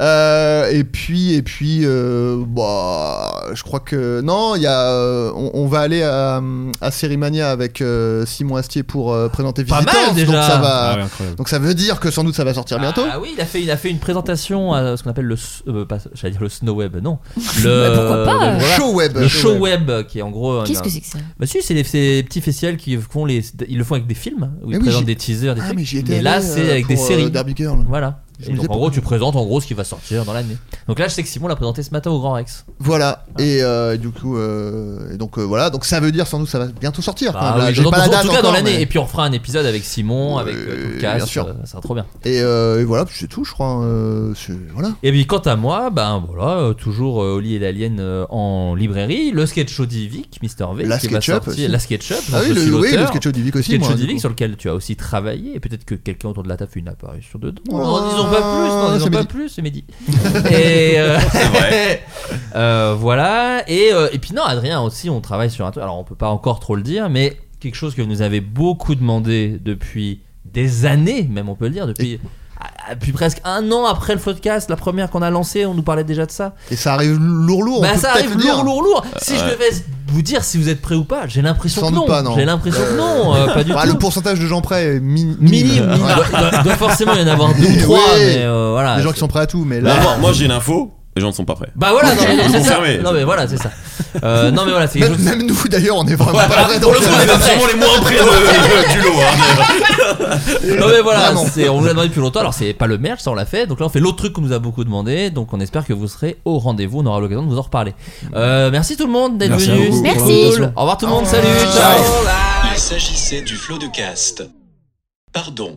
Speaker 4: Euh, et puis, et puis, euh, bah, je crois que non, il y a, euh, on, on va aller à, à Sérimania avec euh, Simon Astier pour euh, présenter
Speaker 5: Pas mal,
Speaker 4: Visitors,
Speaker 5: déjà.
Speaker 4: donc ça va,
Speaker 3: Ah ouais, incroyable.
Speaker 4: donc ça veut dire que sans doute ça va sortir bientôt.
Speaker 5: Ah oui, il a fait, il a fait une présentation à ce qu'on appelle le, s- euh, pas- j'allais dire le snow web, non.
Speaker 8: Mais pourquoi pas
Speaker 5: le-
Speaker 4: Show web.
Speaker 5: Le show web, qui est en gros. un-
Speaker 8: Qu'est-ce que c'est que ça
Speaker 5: Bah si, c'est des- ces petits festivals qui font les, ils le font avec des films hein, où ils
Speaker 4: Mais oui,
Speaker 5: présentent
Speaker 4: j'y-
Speaker 5: des teasers, des
Speaker 4: Ah,
Speaker 5: trucs.
Speaker 4: mais j'y étais
Speaker 5: là,
Speaker 4: allé,
Speaker 5: c'est
Speaker 4: euh,
Speaker 5: avec
Speaker 4: pour,
Speaker 5: des
Speaker 4: euh,
Speaker 5: séries.
Speaker 4: Derby Girl.
Speaker 5: Voilà.
Speaker 4: Je
Speaker 5: Et
Speaker 4: me
Speaker 5: donc
Speaker 4: disais
Speaker 5: en
Speaker 4: pas.
Speaker 5: gros, tu présentes en gros ce qui va sortir dans l'année. Donc là, je sais que Simon l'a présenté ce matin au Grand Rex.
Speaker 4: Voilà.
Speaker 5: Ah.
Speaker 4: Et euh, du coup, euh, et donc euh, voilà. Donc ça veut dire sans doute ça va bientôt sortir.
Speaker 5: Bah
Speaker 4: quand même. Là,
Speaker 5: oui,
Speaker 4: Ah, j'ai
Speaker 5: dans-
Speaker 4: pas
Speaker 5: en
Speaker 4: la
Speaker 5: tout
Speaker 4: date
Speaker 5: cas dans
Speaker 4: encore,
Speaker 5: l'année.
Speaker 4: mais-
Speaker 5: Et puis on fera un épisode avec Simon,
Speaker 4: Oui,
Speaker 5: avec euh, tout le
Speaker 4: bien
Speaker 5: cast,
Speaker 4: sûr.
Speaker 5: euh, ça sera trop bien.
Speaker 4: Et, euh, et voilà, c'est tout, je crois. euh, c'est- voilà.
Speaker 5: Et puis quant à moi, ben voilà, euh, toujours euh, Oli et l'Alien euh, en librairie, le sketch show d'Ivic, Mister V,
Speaker 4: La
Speaker 5: qui va
Speaker 4: SketchUp
Speaker 5: sortir,
Speaker 4: aussi.
Speaker 5: la SketchUp,
Speaker 4: Ah
Speaker 5: dont
Speaker 4: oui,
Speaker 5: je suis
Speaker 4: le, oui, le
Speaker 5: l'auteur.
Speaker 4: sketch Divic aussi.
Speaker 5: Sketch
Speaker 4: moi,
Speaker 5: show
Speaker 4: du
Speaker 5: d'Ivic
Speaker 4: coup.
Speaker 5: sur lequel tu as aussi travaillé, et peut-être que quelqu'un autour de la table fait une apparition dedans.
Speaker 4: Ouais,
Speaker 5: non, disons pas plus, non,
Speaker 4: c'est
Speaker 5: disons pas
Speaker 4: Mehdi.
Speaker 5: plus, c'est Mehdi. et euh, euh, voilà, et, euh, et puis non, Adrien aussi, on travaille sur un truc, alors on peut pas encore trop le dire, mais quelque chose que vous nous avez beaucoup demandé depuis des années, même on peut le dire, depuis. à- à- Depuis presque un an après le podcast, la première qu'on a lancée, on nous parlait déjà de ça.
Speaker 4: Et ça arrive lourd, lourd. on
Speaker 5: Bah
Speaker 4: peut
Speaker 5: ça
Speaker 4: peut-être
Speaker 5: arrive
Speaker 4: le dire.
Speaker 5: lourd, lourd, lourd. Si je devais vous dire si vous êtes prêt ou pas, j'ai l'impression
Speaker 4: Sans
Speaker 5: que
Speaker 4: doute
Speaker 5: non.
Speaker 4: pas, non.
Speaker 5: J'ai l'impression que
Speaker 4: Euh,
Speaker 5: non, euh, pas du
Speaker 4: Bah,
Speaker 5: tout.
Speaker 4: le pourcentage de gens prêts est mi- minime.
Speaker 5: Minime,
Speaker 4: Ouais.
Speaker 5: minime. Il doit- il doit forcément y en avoir deux ou
Speaker 4: Oui.
Speaker 5: trois, mais euh, voilà.
Speaker 4: Les gens
Speaker 5: c'est-
Speaker 4: qui sont prêts à tout, mais
Speaker 6: Là,
Speaker 4: là.
Speaker 6: moi- moi, j'ai l'info, les gens ne sont pas prêts.
Speaker 5: Bah voilà, non, mais,
Speaker 6: Vous
Speaker 5: c'est ça.
Speaker 6: confirmez.
Speaker 5: Non, mais voilà, c'est ça. Euh, non mais voilà, c'est quelque
Speaker 4: Même,
Speaker 5: chose.
Speaker 4: même nous d'ailleurs on est vraiment
Speaker 5: Ouais,
Speaker 4: pas prêts
Speaker 5: pour
Speaker 4: donc,
Speaker 5: le coup, on est
Speaker 4: euh,
Speaker 5: pas prêts.
Speaker 6: Vraiment les moins près de- du lot. hein.
Speaker 5: Non mais voilà,
Speaker 4: Vraiment.
Speaker 5: c'est- on vous l'a demandé depuis longtemps. Alors c'est pas le merch, ça on l'a fait. Donc là on fait l'autre truc qu'on nous a beaucoup demandé. Donc on espère que vous serez au rendez-vous. On aura l'occasion de vous en reparler. Euh, merci tout le monde d'être
Speaker 3: Merci à
Speaker 5: venu.
Speaker 3: vous.
Speaker 5: C'était
Speaker 8: Merci.
Speaker 5: cool. Au revoir tout le monde. Salut.
Speaker 4: Ciao.
Speaker 5: ciao.
Speaker 2: Il s'agissait du flot de cast. Pardon.